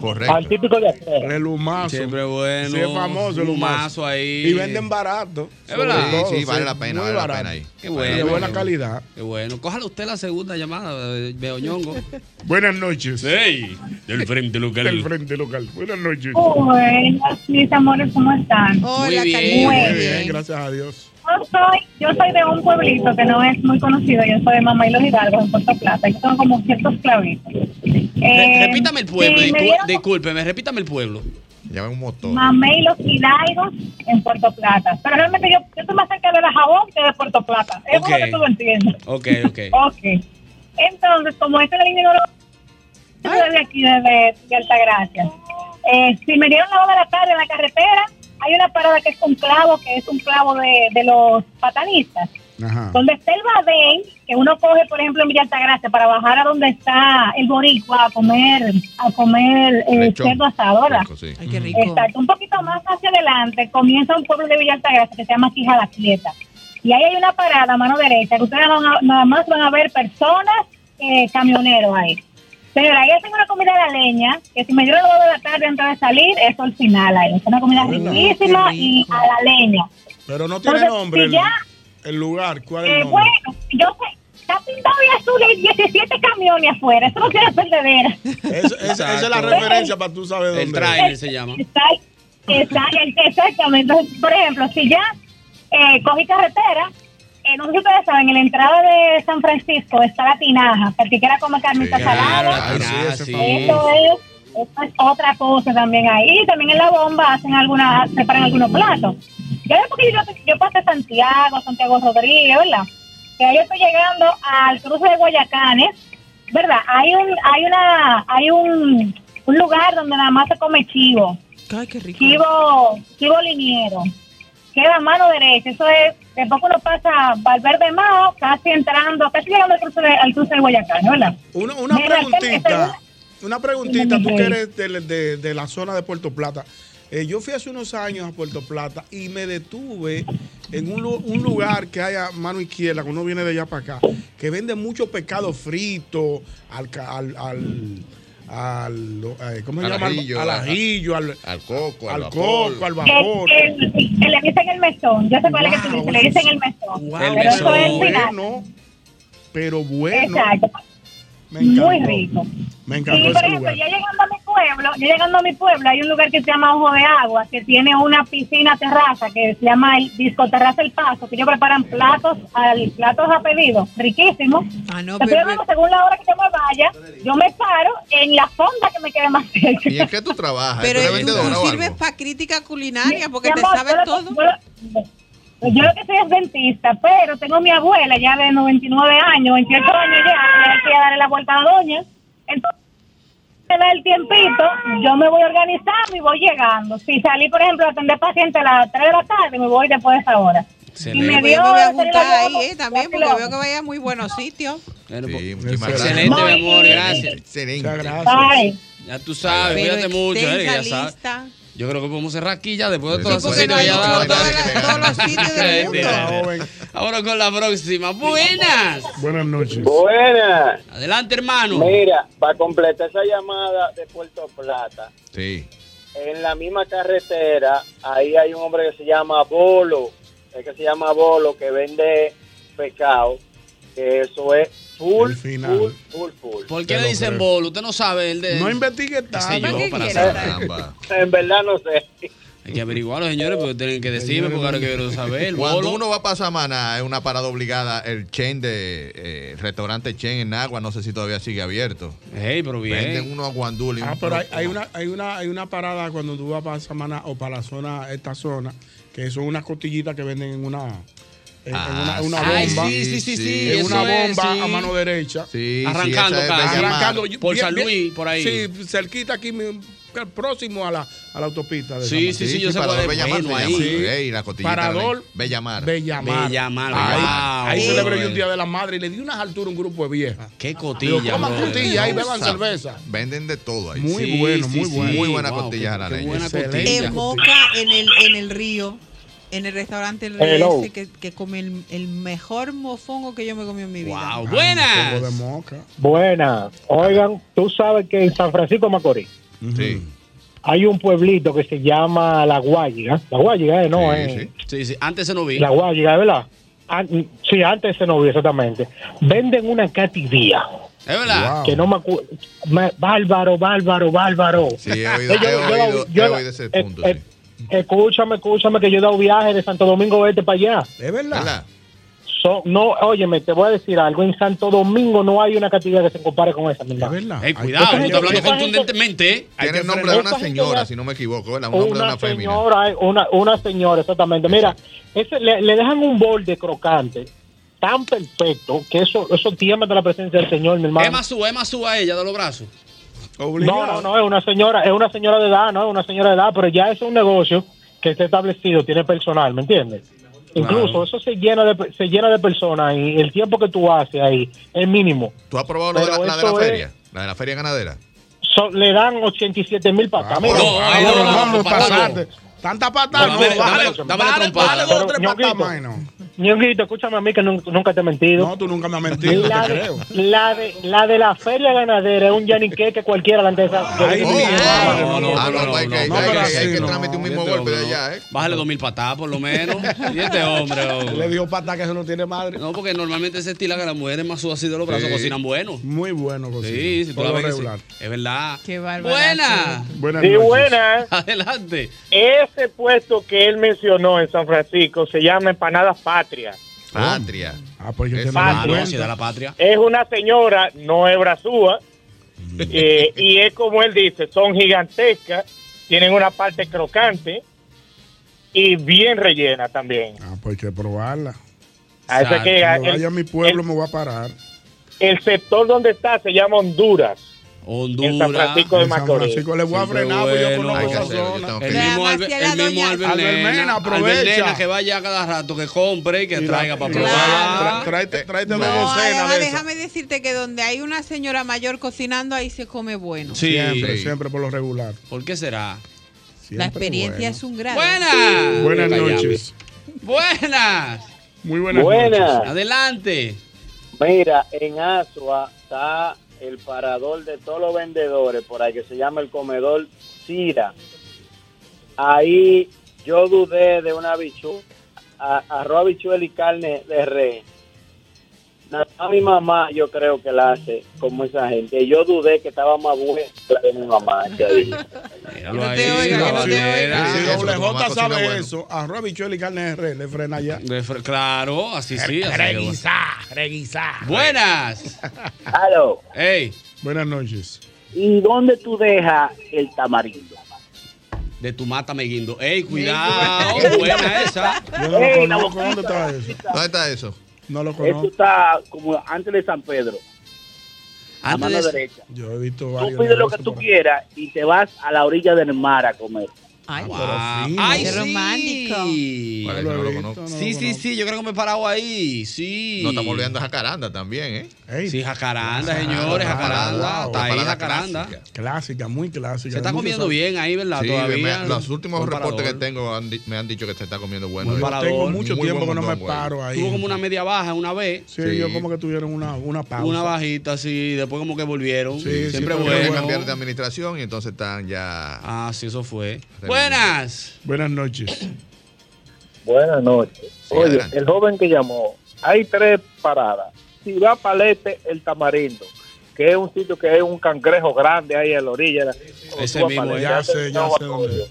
[SPEAKER 32] Correcto.
[SPEAKER 12] Al típico de atrás.
[SPEAKER 6] El humazo.
[SPEAKER 2] Siempre bueno.
[SPEAKER 6] Sí, es famoso el humazo.
[SPEAKER 2] Humazo ahí.
[SPEAKER 6] Y venden barato.
[SPEAKER 2] Es verdad.
[SPEAKER 6] sobre
[SPEAKER 2] Sí, sí, vale
[SPEAKER 6] sí,
[SPEAKER 2] la pena,
[SPEAKER 6] muy
[SPEAKER 2] vale la
[SPEAKER 6] barato.
[SPEAKER 2] pena ahí. Qué
[SPEAKER 6] Y de
[SPEAKER 2] bueno.
[SPEAKER 6] buena calidad.
[SPEAKER 2] Qué bueno. Cójala usted la segunda llamada, eh, [laughs] Beoñongo.
[SPEAKER 6] Buenas noches.
[SPEAKER 2] Hey, del frente local.
[SPEAKER 6] Del frente este local. Buenas noches.
[SPEAKER 3] Buenas, mis amores, ¿cómo están?
[SPEAKER 6] muy bien,
[SPEAKER 3] Muy
[SPEAKER 6] muy
[SPEAKER 3] bien.
[SPEAKER 6] bien, gracias a Dios.
[SPEAKER 3] Yo soy, yo soy de un pueblito que no es muy conocido, yo soy de Mamá y los Hidalgos, en Puerto Plata, y son como ciertos clavitos.
[SPEAKER 2] Re-
[SPEAKER 3] Eh,
[SPEAKER 2] repítame el pueblo.
[SPEAKER 3] sí, me
[SPEAKER 2] discú-
[SPEAKER 3] dieron-
[SPEAKER 2] discúlpeme, repítame el pueblo.
[SPEAKER 32] Llamen un motor.
[SPEAKER 3] Mamé y los Hidalgos en Puerto Plata. Pero realmente yo, yo estoy más cerca de la Jabón que de Puerto Plata. Es
[SPEAKER 2] Ok.
[SPEAKER 3] lo que tú lo entiendes.
[SPEAKER 2] Ok, ok.
[SPEAKER 3] Ok. Entonces, como esta línea no lo- yo soy de aquí, de, de- de Altagracia. Eh, si me dieron la hora de la tarde en la carretera, hay una parada que es con clavo, que es un clavo de, de los patanistas. Donde está el Badén, que uno coge, por ejemplo, en Villa Altagracia para bajar a donde está el boricua a comer, a comer eh,
[SPEAKER 25] Lechón.
[SPEAKER 3] cerdo asado, ¿verdad?
[SPEAKER 25] Ay, qué
[SPEAKER 3] Exacto. Un poquito más hacia adelante comienza un pueblo de Villa Altagracia que se llama Quijalaquieta. Y ahí hay una parada, a mano derecha, que ustedes van a- nada más van a ver personas, eh, camioneros ahí. Señora, ahí hacen una comida a la leña, que si me dieron dos de la tarde antes de salir, es al final ahí. Es una comida
[SPEAKER 6] Hola,
[SPEAKER 3] riquísima
[SPEAKER 6] qué
[SPEAKER 3] y a la leña.
[SPEAKER 6] Pero no tiene
[SPEAKER 3] Entonces,
[SPEAKER 6] nombre
[SPEAKER 3] si
[SPEAKER 6] el,
[SPEAKER 3] ya-
[SPEAKER 6] el lugar. ¿Cuál es
[SPEAKER 3] Eh,
[SPEAKER 6] el nombre?
[SPEAKER 3] bueno, yo sé, está pintado de azul y hay 17 camiones afuera. Eso no tiene perdedera.
[SPEAKER 6] Esa- esa- esa es la
[SPEAKER 3] Exacto.
[SPEAKER 6] referencia para tú saber dónde.
[SPEAKER 2] El trailer se llama.
[SPEAKER 3] Está, está, el- exactamente. Entonces, por ejemplo, si ya eh, cogí carretera, eh, no sé si ustedes saben, en la entrada de San Francisco está la tinaja. para el que quiera comer carnita salada, eso es, eso es otra cosa también ahí. Y también en la bomba hacen alguna, preparan algunos platos. Ya después que yo, yo pasé Santiago, Santiago Rodríguez, ¿verdad? Que ahí yo estoy llegando al cruce de Guayacanes, ¿verdad? Hay un, hay una, hay un, un lugar donde nada más se come chivo.
[SPEAKER 4] Ay, qué rico.
[SPEAKER 3] Chivo, chivo liniero. Queda a mano derecha. Eso es, después uno pasa Valverde Mao, casi entrando, casi llegando al cruce de, al cruce de Guayacanes, ¿verdad?
[SPEAKER 6] Una, una
[SPEAKER 3] Mira, este-
[SPEAKER 6] preguntita. Una preguntita, tú
[SPEAKER 3] Sí.
[SPEAKER 6] que eres de, de- de la zona de Puerto Plata. Eh, yo fui hace unos años a Puerto Plata y me detuve en un, lu- un lugar que hay a mano izquierda, cuando uno viene de allá para acá, que vende mucho pescado frito, al, ca- al, al, al- eh, ¿cómo se
[SPEAKER 32] Al
[SPEAKER 6] llama? Al-
[SPEAKER 32] ajillo,
[SPEAKER 6] al
[SPEAKER 32] al-
[SPEAKER 6] ajillo, al,
[SPEAKER 32] coco,
[SPEAKER 6] al,
[SPEAKER 32] al
[SPEAKER 6] coco,
[SPEAKER 32] vapor.
[SPEAKER 6] al vapor.
[SPEAKER 3] El, el- el- le dicen el mesón. Yo sé cuál es que tú dices, le dicen el mesón.
[SPEAKER 6] Wow,
[SPEAKER 3] pero eso es final.
[SPEAKER 6] bueno, pero bueno.
[SPEAKER 3] Exacto.
[SPEAKER 6] Me encantó.
[SPEAKER 3] Muy rico.
[SPEAKER 6] Me
[SPEAKER 3] Y
[SPEAKER 6] encantó
[SPEAKER 3] por
[SPEAKER 6] ese
[SPEAKER 3] ejemplo,
[SPEAKER 6] lugar.
[SPEAKER 3] ya llegando a mi pueblo, ya llegando a mi pueblo, hay un lugar que se llama Ojo de Agua, que tiene una piscina terraza que se llama el Disco Terraza El Paso, que ellos preparan platos al platos a pedido, riquísimos.
[SPEAKER 4] Ah, no,
[SPEAKER 3] Te estoy
[SPEAKER 4] pero-
[SPEAKER 3] hablando, según la hora que yo me vaya, yo me paro en la fonda que me quede más cerca.
[SPEAKER 32] ¿Y en qué tú trabajas?
[SPEAKER 4] Pero
[SPEAKER 32] ¿Tú eres
[SPEAKER 4] tú,
[SPEAKER 32] vendedora
[SPEAKER 4] tú
[SPEAKER 32] o
[SPEAKER 4] sirves
[SPEAKER 32] algo?
[SPEAKER 4] para crítica culinaria porque
[SPEAKER 3] Mi
[SPEAKER 4] te
[SPEAKER 3] amor,
[SPEAKER 4] sabes
[SPEAKER 3] yo lo-
[SPEAKER 4] todo.
[SPEAKER 3] Yo, lo- yo lo que soy es dentista, pero tengo a mi abuela ya de 99 años, 28 años ya, que hay que darle la vuelta a la doña. Entonces, me da el tiempito, yo me voy organizando y voy llegando. Si salí, por ejemplo, a atender pacientes a las 3 de la tarde, me voy después de esa hora.
[SPEAKER 4] Y me,
[SPEAKER 3] Me
[SPEAKER 4] voy-
[SPEAKER 3] dio-
[SPEAKER 4] me voy a
[SPEAKER 3] me
[SPEAKER 4] juntar
[SPEAKER 3] dio-
[SPEAKER 4] ahí eh, también porque
[SPEAKER 3] Tranquilo.
[SPEAKER 4] veo que vaya a muy buenos sitios.
[SPEAKER 32] Sí, muchísimas
[SPEAKER 2] pues, Excelente, mi amor, gracias.
[SPEAKER 32] Excelente.
[SPEAKER 2] gracias. Ya tú sabes,
[SPEAKER 4] Pero
[SPEAKER 2] cuídate mucho, eh, ya
[SPEAKER 4] extensa
[SPEAKER 2] sabes. Yo creo que podemos cerrar aquí ya después de
[SPEAKER 32] Sí,
[SPEAKER 2] todas esas
[SPEAKER 32] porque no
[SPEAKER 2] citas
[SPEAKER 32] hay
[SPEAKER 2] que
[SPEAKER 32] mucho,
[SPEAKER 2] ya
[SPEAKER 32] no hay
[SPEAKER 2] dado.
[SPEAKER 32] nadie que tenga
[SPEAKER 4] Todos los sitios del mundo.
[SPEAKER 2] Ahora con la próxima. Buenas.
[SPEAKER 6] Buenas noches.
[SPEAKER 29] Buenas.
[SPEAKER 2] Adelante, hermano.
[SPEAKER 29] Mira, para completar esa llamada de Puerto Plata,
[SPEAKER 32] Sí.
[SPEAKER 29] en la misma carretera, ahí hay un hombre que se llama Bolo, es que se llama Bolo, que vende pescado, que eso es full, full, full, full.
[SPEAKER 2] ¿Por qué le dicen bolo? Usted no sabe el de.
[SPEAKER 29] No
[SPEAKER 6] investigue
[SPEAKER 2] tanto. yo, para saber.
[SPEAKER 29] En verdad no sé.
[SPEAKER 2] Hay que averiguarlo, señores, porque tienen que decirme, porque ahora quiero saber. El
[SPEAKER 32] Cuando
[SPEAKER 2] bolo.
[SPEAKER 32] uno va para Samaná, es una parada obligada. El Chen de eh, restaurante Chen en Agua, no sé si todavía sigue abierto.
[SPEAKER 2] Hey, pero bien.
[SPEAKER 32] Venden unos guandules.
[SPEAKER 6] Ah, pero hay, hay una, hay, una, hay una parada cuando tú vas para Samaná o para la zona, esta zona, que son unas costillitas que venden en una, en, en
[SPEAKER 32] Ah,
[SPEAKER 6] una, una
[SPEAKER 32] sí,
[SPEAKER 6] bomba.
[SPEAKER 32] sí, sí, sí, sí,
[SPEAKER 6] En una
[SPEAKER 32] eso es,
[SPEAKER 6] bomba
[SPEAKER 32] sí.
[SPEAKER 6] a mano derecha.
[SPEAKER 32] Sí, sí,
[SPEAKER 2] Arrancando
[SPEAKER 32] esa es
[SPEAKER 2] acá.
[SPEAKER 32] Bellamar.
[SPEAKER 6] Arrancando.
[SPEAKER 2] Por
[SPEAKER 6] bien,
[SPEAKER 2] San
[SPEAKER 6] bien,
[SPEAKER 2] Luis, por ahí.
[SPEAKER 6] Sí, cerquita aquí, mi- próximo a la, a la autopista. De
[SPEAKER 2] Sí,
[SPEAKER 6] Samaná.
[SPEAKER 2] sí, sí, yo sé cuál es.
[SPEAKER 32] Bellamar,
[SPEAKER 2] Bueno,
[SPEAKER 32] Bellamar.
[SPEAKER 6] ahí.
[SPEAKER 32] Ey, la cotillita
[SPEAKER 6] Parador.
[SPEAKER 32] de Ah, Bellamar.
[SPEAKER 6] Bellamar.
[SPEAKER 2] Bellamar,
[SPEAKER 6] Ahí,
[SPEAKER 2] wow.
[SPEAKER 6] ahí
[SPEAKER 2] Sí.
[SPEAKER 6] celebré yo el Día de la Madre y le di unas alturas a un grupo de viejas.
[SPEAKER 2] Ah, Qué
[SPEAKER 6] Digo,
[SPEAKER 2] cotilla.
[SPEAKER 6] coman
[SPEAKER 2] brother.
[SPEAKER 6] cotilla ahí,
[SPEAKER 2] No
[SPEAKER 6] beban
[SPEAKER 2] sabe.
[SPEAKER 6] cerveza.
[SPEAKER 32] Venden de todo ahí.
[SPEAKER 6] Muy bueno, muy bueno.
[SPEAKER 32] Muy buena
[SPEAKER 6] Wow,
[SPEAKER 32] costilla
[SPEAKER 6] qué-
[SPEAKER 32] jarareña.
[SPEAKER 6] qué buena
[SPEAKER 32] Excelente.
[SPEAKER 6] cotilla.
[SPEAKER 4] En Moca, en el, en el río, en el restaurante El Río,
[SPEAKER 6] Hello.
[SPEAKER 4] ese que, que come el, el mejor mofongo que yo me comí en mi vida.
[SPEAKER 2] Wow,
[SPEAKER 6] Mofongo de moca.
[SPEAKER 29] Buenas. Oigan, tú sabes que en San Francisco de Macorís
[SPEAKER 32] Sí.
[SPEAKER 29] hay un pueblito que se llama La Guayiga. La Guayiga, eh, no,
[SPEAKER 2] Sí,
[SPEAKER 29] eh.
[SPEAKER 2] sí. Sí, sí, Antes se no vi.
[SPEAKER 29] La Guayiga, ¿verdad? Ah, mm, sí, antes se nos vio exactamente. Venden una catibía.
[SPEAKER 2] Es verdad.
[SPEAKER 32] Ah.
[SPEAKER 29] Que no me acuerdo. Bárbaro, bárbaro, bárbaro.
[SPEAKER 32] Sí, he oído, he oído, he oído ese
[SPEAKER 29] eh,
[SPEAKER 32] punto.
[SPEAKER 29] eh, Escúchame, escúchame, que yo he dado viaje de Santo Domingo Este para allá.
[SPEAKER 6] ¿Es verdad?
[SPEAKER 29] So- no, óyeme, te voy a decir algo. En Santo Domingo no hay una catibía que se compare con esa, mi hermano.
[SPEAKER 2] Ey, cuidado, tú estás hablando contundentemente. ¿eh?
[SPEAKER 32] Tiene el nombre de una señora, si no me equivoco, ¿verdad? Un nombre de
[SPEAKER 29] Una
[SPEAKER 32] una fémina.
[SPEAKER 29] señora, eh, una, una señora, exactamente. Mira, ese- le, le dejan un borde crocante tan perfecto que eso, eso tiembla de la presencia del Señor, mi hermano.
[SPEAKER 2] Emma su, Emma su a ella de los brazos.
[SPEAKER 29] No, no, no, es una señora, es una señora de edad, no, es una señora de edad, pero ya es un negocio que está establecido, tiene personal, ¿me entiendes? Incluso eso se llena de se llena de personas y el tiempo que tú haces ahí es mínimo.
[SPEAKER 32] ¿Tú has probado lo de la,
[SPEAKER 29] Pero
[SPEAKER 32] la de la
[SPEAKER 29] eso es-
[SPEAKER 32] feria? La de la feria ganadera.
[SPEAKER 29] So- le dan 87 mil para acá. mira.
[SPEAKER 6] Vámonos, vámonos, pasaste. Tanta patada.
[SPEAKER 29] Dame-
[SPEAKER 6] no,
[SPEAKER 29] dame-
[SPEAKER 6] bájale-
[SPEAKER 29] dame la
[SPEAKER 6] bájale-
[SPEAKER 29] trompada.
[SPEAKER 6] bájale dos, tres
[SPEAKER 29] Pero,
[SPEAKER 6] patadas
[SPEAKER 29] Ñonguito,
[SPEAKER 6] más, ¿no?
[SPEAKER 29] Ñonguito, escúchame a mí que nun- nunca te he mentido.
[SPEAKER 6] No, tú nunca me has mentido,
[SPEAKER 29] La,
[SPEAKER 6] te
[SPEAKER 29] de,
[SPEAKER 6] creo.
[SPEAKER 29] la, de, la de la feria ganadera es un yanique que cualquiera delante de esa.
[SPEAKER 6] Ay, mi madre,
[SPEAKER 2] no, no,
[SPEAKER 6] Ah,
[SPEAKER 2] no,
[SPEAKER 6] no,
[SPEAKER 2] no,
[SPEAKER 6] hay que-
[SPEAKER 2] no,
[SPEAKER 6] hay
[SPEAKER 2] pero
[SPEAKER 6] que-
[SPEAKER 2] así
[SPEAKER 6] hay que
[SPEAKER 2] no.
[SPEAKER 6] transmitir un
[SPEAKER 2] Y
[SPEAKER 6] mismo
[SPEAKER 2] este
[SPEAKER 6] golpe de
[SPEAKER 2] hombre,
[SPEAKER 6] allá, ¿eh?
[SPEAKER 2] Bájale dos mil patadas por lo
[SPEAKER 6] [laughs]
[SPEAKER 2] menos. Y este hombre.
[SPEAKER 6] Le
[SPEAKER 2] hombre.
[SPEAKER 6] dio pata que eso no tiene madre.
[SPEAKER 2] No, porque normalmente ese estilo que las mujeres más sudas así de los brazos
[SPEAKER 6] Sí.
[SPEAKER 2] cocinan bueno.
[SPEAKER 6] Muy bueno, cocina.
[SPEAKER 2] Sí, si tú
[SPEAKER 6] Por
[SPEAKER 2] la
[SPEAKER 6] lo
[SPEAKER 2] ves. que sí.
[SPEAKER 6] regular.
[SPEAKER 2] Es verdad.
[SPEAKER 4] Qué
[SPEAKER 2] Buena.
[SPEAKER 6] Buenas
[SPEAKER 2] noches.
[SPEAKER 12] buenas.
[SPEAKER 2] Adelante.
[SPEAKER 12] Ese puesto que él mencionó en San Francisco se llama Empanadas Patria.
[SPEAKER 32] Patria.
[SPEAKER 6] Ah, pues yo
[SPEAKER 12] Es patria.
[SPEAKER 2] Si da la
[SPEAKER 17] Ah.
[SPEAKER 2] patria.
[SPEAKER 12] Es una señora, no es brazúa, eh, y es como él dice, son gigantescas, tienen una parte crocante y bien rellena también.
[SPEAKER 6] Ah, pues hay que probarla.
[SPEAKER 12] Ah, eso es que-
[SPEAKER 6] Cuando
[SPEAKER 12] el-
[SPEAKER 6] vaya a mi pueblo me voy a parar.
[SPEAKER 12] El sector donde está se llama Honduras.
[SPEAKER 2] Honduras.
[SPEAKER 12] En San Francisco de
[SPEAKER 6] En San
[SPEAKER 12] Macorís.
[SPEAKER 6] Francisco le voy a frenar, porque yo conozco esa zona.
[SPEAKER 2] El mismo, Albert, el mismo Albert
[SPEAKER 6] Albert
[SPEAKER 2] Nena,
[SPEAKER 6] Mena,
[SPEAKER 2] Albert
[SPEAKER 6] aprovecha.
[SPEAKER 2] Nena, que vaya cada rato, que compre y que traiga para
[SPEAKER 6] Claro.
[SPEAKER 2] probar.
[SPEAKER 6] Tra- tráete- tráete
[SPEAKER 2] No,
[SPEAKER 6] dos docenas
[SPEAKER 4] Además,
[SPEAKER 6] de esas.
[SPEAKER 4] déjame decirte que donde hay una señora mayor cocinando, ahí se come bueno.
[SPEAKER 2] Sí.
[SPEAKER 6] Siempre, siempre por lo regular.
[SPEAKER 2] ¿Por qué será?
[SPEAKER 4] La experiencia es un grado.
[SPEAKER 2] Buena.
[SPEAKER 6] Uh, Buenas
[SPEAKER 2] Callame.
[SPEAKER 6] noches.
[SPEAKER 2] Buenas.
[SPEAKER 6] Muy buenas,
[SPEAKER 2] Buenas.
[SPEAKER 6] noches.
[SPEAKER 2] Adelante.
[SPEAKER 9] Mira, en Asua está el parador de todos los vendedores por ahí que se llama el comedor Sira. Ahí yo dudé de una bichu, a- arroz, habichuela y carne de res. Nada más mi mamá yo creo que la hace como esa gente. Y yo dudé que estaba más buena que la de mi mamá. que ahí.
[SPEAKER 2] Míralo
[SPEAKER 9] te
[SPEAKER 2] ahí.
[SPEAKER 9] oiga, que no te
[SPEAKER 2] Mira,
[SPEAKER 9] oiga.
[SPEAKER 2] sí,
[SPEAKER 6] Si doble
[SPEAKER 2] eso, tu mamá
[SPEAKER 6] J
[SPEAKER 2] cocina
[SPEAKER 6] sabe
[SPEAKER 2] bueno.
[SPEAKER 6] eso, arroz, habichuela y carne de res, le frena ya.
[SPEAKER 2] De fr- Claro, así sí. así que bueno.
[SPEAKER 9] reguisar.
[SPEAKER 6] [laughs]
[SPEAKER 2] Buenas.
[SPEAKER 9] Aló.
[SPEAKER 2] Ey.
[SPEAKER 6] Buenas noches.
[SPEAKER 9] ¿Y dónde tú dejas el tamarindo?
[SPEAKER 2] De tu mata me guindo. Ey, [laughs]
[SPEAKER 6] [laughs]
[SPEAKER 2] cuidado. Ah, oh, Buena esa.
[SPEAKER 6] Yo no lo
[SPEAKER 9] Ey, la
[SPEAKER 6] conozco. ¿Dónde
[SPEAKER 9] boquita,
[SPEAKER 6] está eso?
[SPEAKER 32] ¿Dónde está eso?
[SPEAKER 6] No lo
[SPEAKER 9] Eso
[SPEAKER 6] conozco.
[SPEAKER 9] está como antes de San Pedro. a
[SPEAKER 6] Antes
[SPEAKER 9] mano
[SPEAKER 6] de-
[SPEAKER 9] derecha.
[SPEAKER 6] Yo he visto
[SPEAKER 9] Tú
[SPEAKER 6] varios.
[SPEAKER 9] pides lo que tú quieras y te vas a la orilla del mar a comer.
[SPEAKER 4] Ay,
[SPEAKER 2] Ah, Ay,
[SPEAKER 4] Qué
[SPEAKER 2] sí.
[SPEAKER 4] romántico.
[SPEAKER 32] Parece que no lo conozco.
[SPEAKER 2] Sí, sí, sí, yo creo que me he parado ahí. Sí.
[SPEAKER 32] No estamos olvidando a Jacaranda también, ¿eh?
[SPEAKER 2] Sí, jacaranda, señores, jacaranda. Está ahí,
[SPEAKER 32] Parada
[SPEAKER 2] jacaranda.
[SPEAKER 6] Clásica, muy clásica.
[SPEAKER 2] Se está
[SPEAKER 6] Mucho
[SPEAKER 2] comiendo
[SPEAKER 6] sabor.
[SPEAKER 2] bien ahí, ¿verdad?
[SPEAKER 32] Sí,
[SPEAKER 2] Todavía.
[SPEAKER 32] me- los últimos
[SPEAKER 2] Buen
[SPEAKER 32] reportes que
[SPEAKER 2] parador.
[SPEAKER 32] tengo han di- me han dicho que se está comiendo bueno.
[SPEAKER 6] Yo
[SPEAKER 32] Yo
[SPEAKER 6] tengo mucho tiempo que no me
[SPEAKER 2] pues.
[SPEAKER 6] paro ahí.
[SPEAKER 2] Tuvo como una media baja una vez.
[SPEAKER 6] Sí, yo como que tuvieron una, una pausa.
[SPEAKER 2] Una bajita, sí. Después como que volvieron.
[SPEAKER 32] Sí, siempre
[SPEAKER 2] Siempre bueno.
[SPEAKER 32] cambiar de administración y entonces están ya.
[SPEAKER 2] Ah, sí, eso fue. Buenas.
[SPEAKER 6] Buenas noches.
[SPEAKER 9] Buenas noches. Oye, el joven que llamó, hay tres paradas. Si va para el este, el Tamarindo, que es un sitio que es un cangrejo grande ahí en la orilla. Cuando
[SPEAKER 6] Ese
[SPEAKER 9] tú vas
[SPEAKER 6] mismo,
[SPEAKER 9] para el
[SPEAKER 6] ya
[SPEAKER 9] este,
[SPEAKER 6] sé,
[SPEAKER 9] no
[SPEAKER 6] ya
[SPEAKER 9] vas
[SPEAKER 6] sé
[SPEAKER 9] para
[SPEAKER 6] dónde.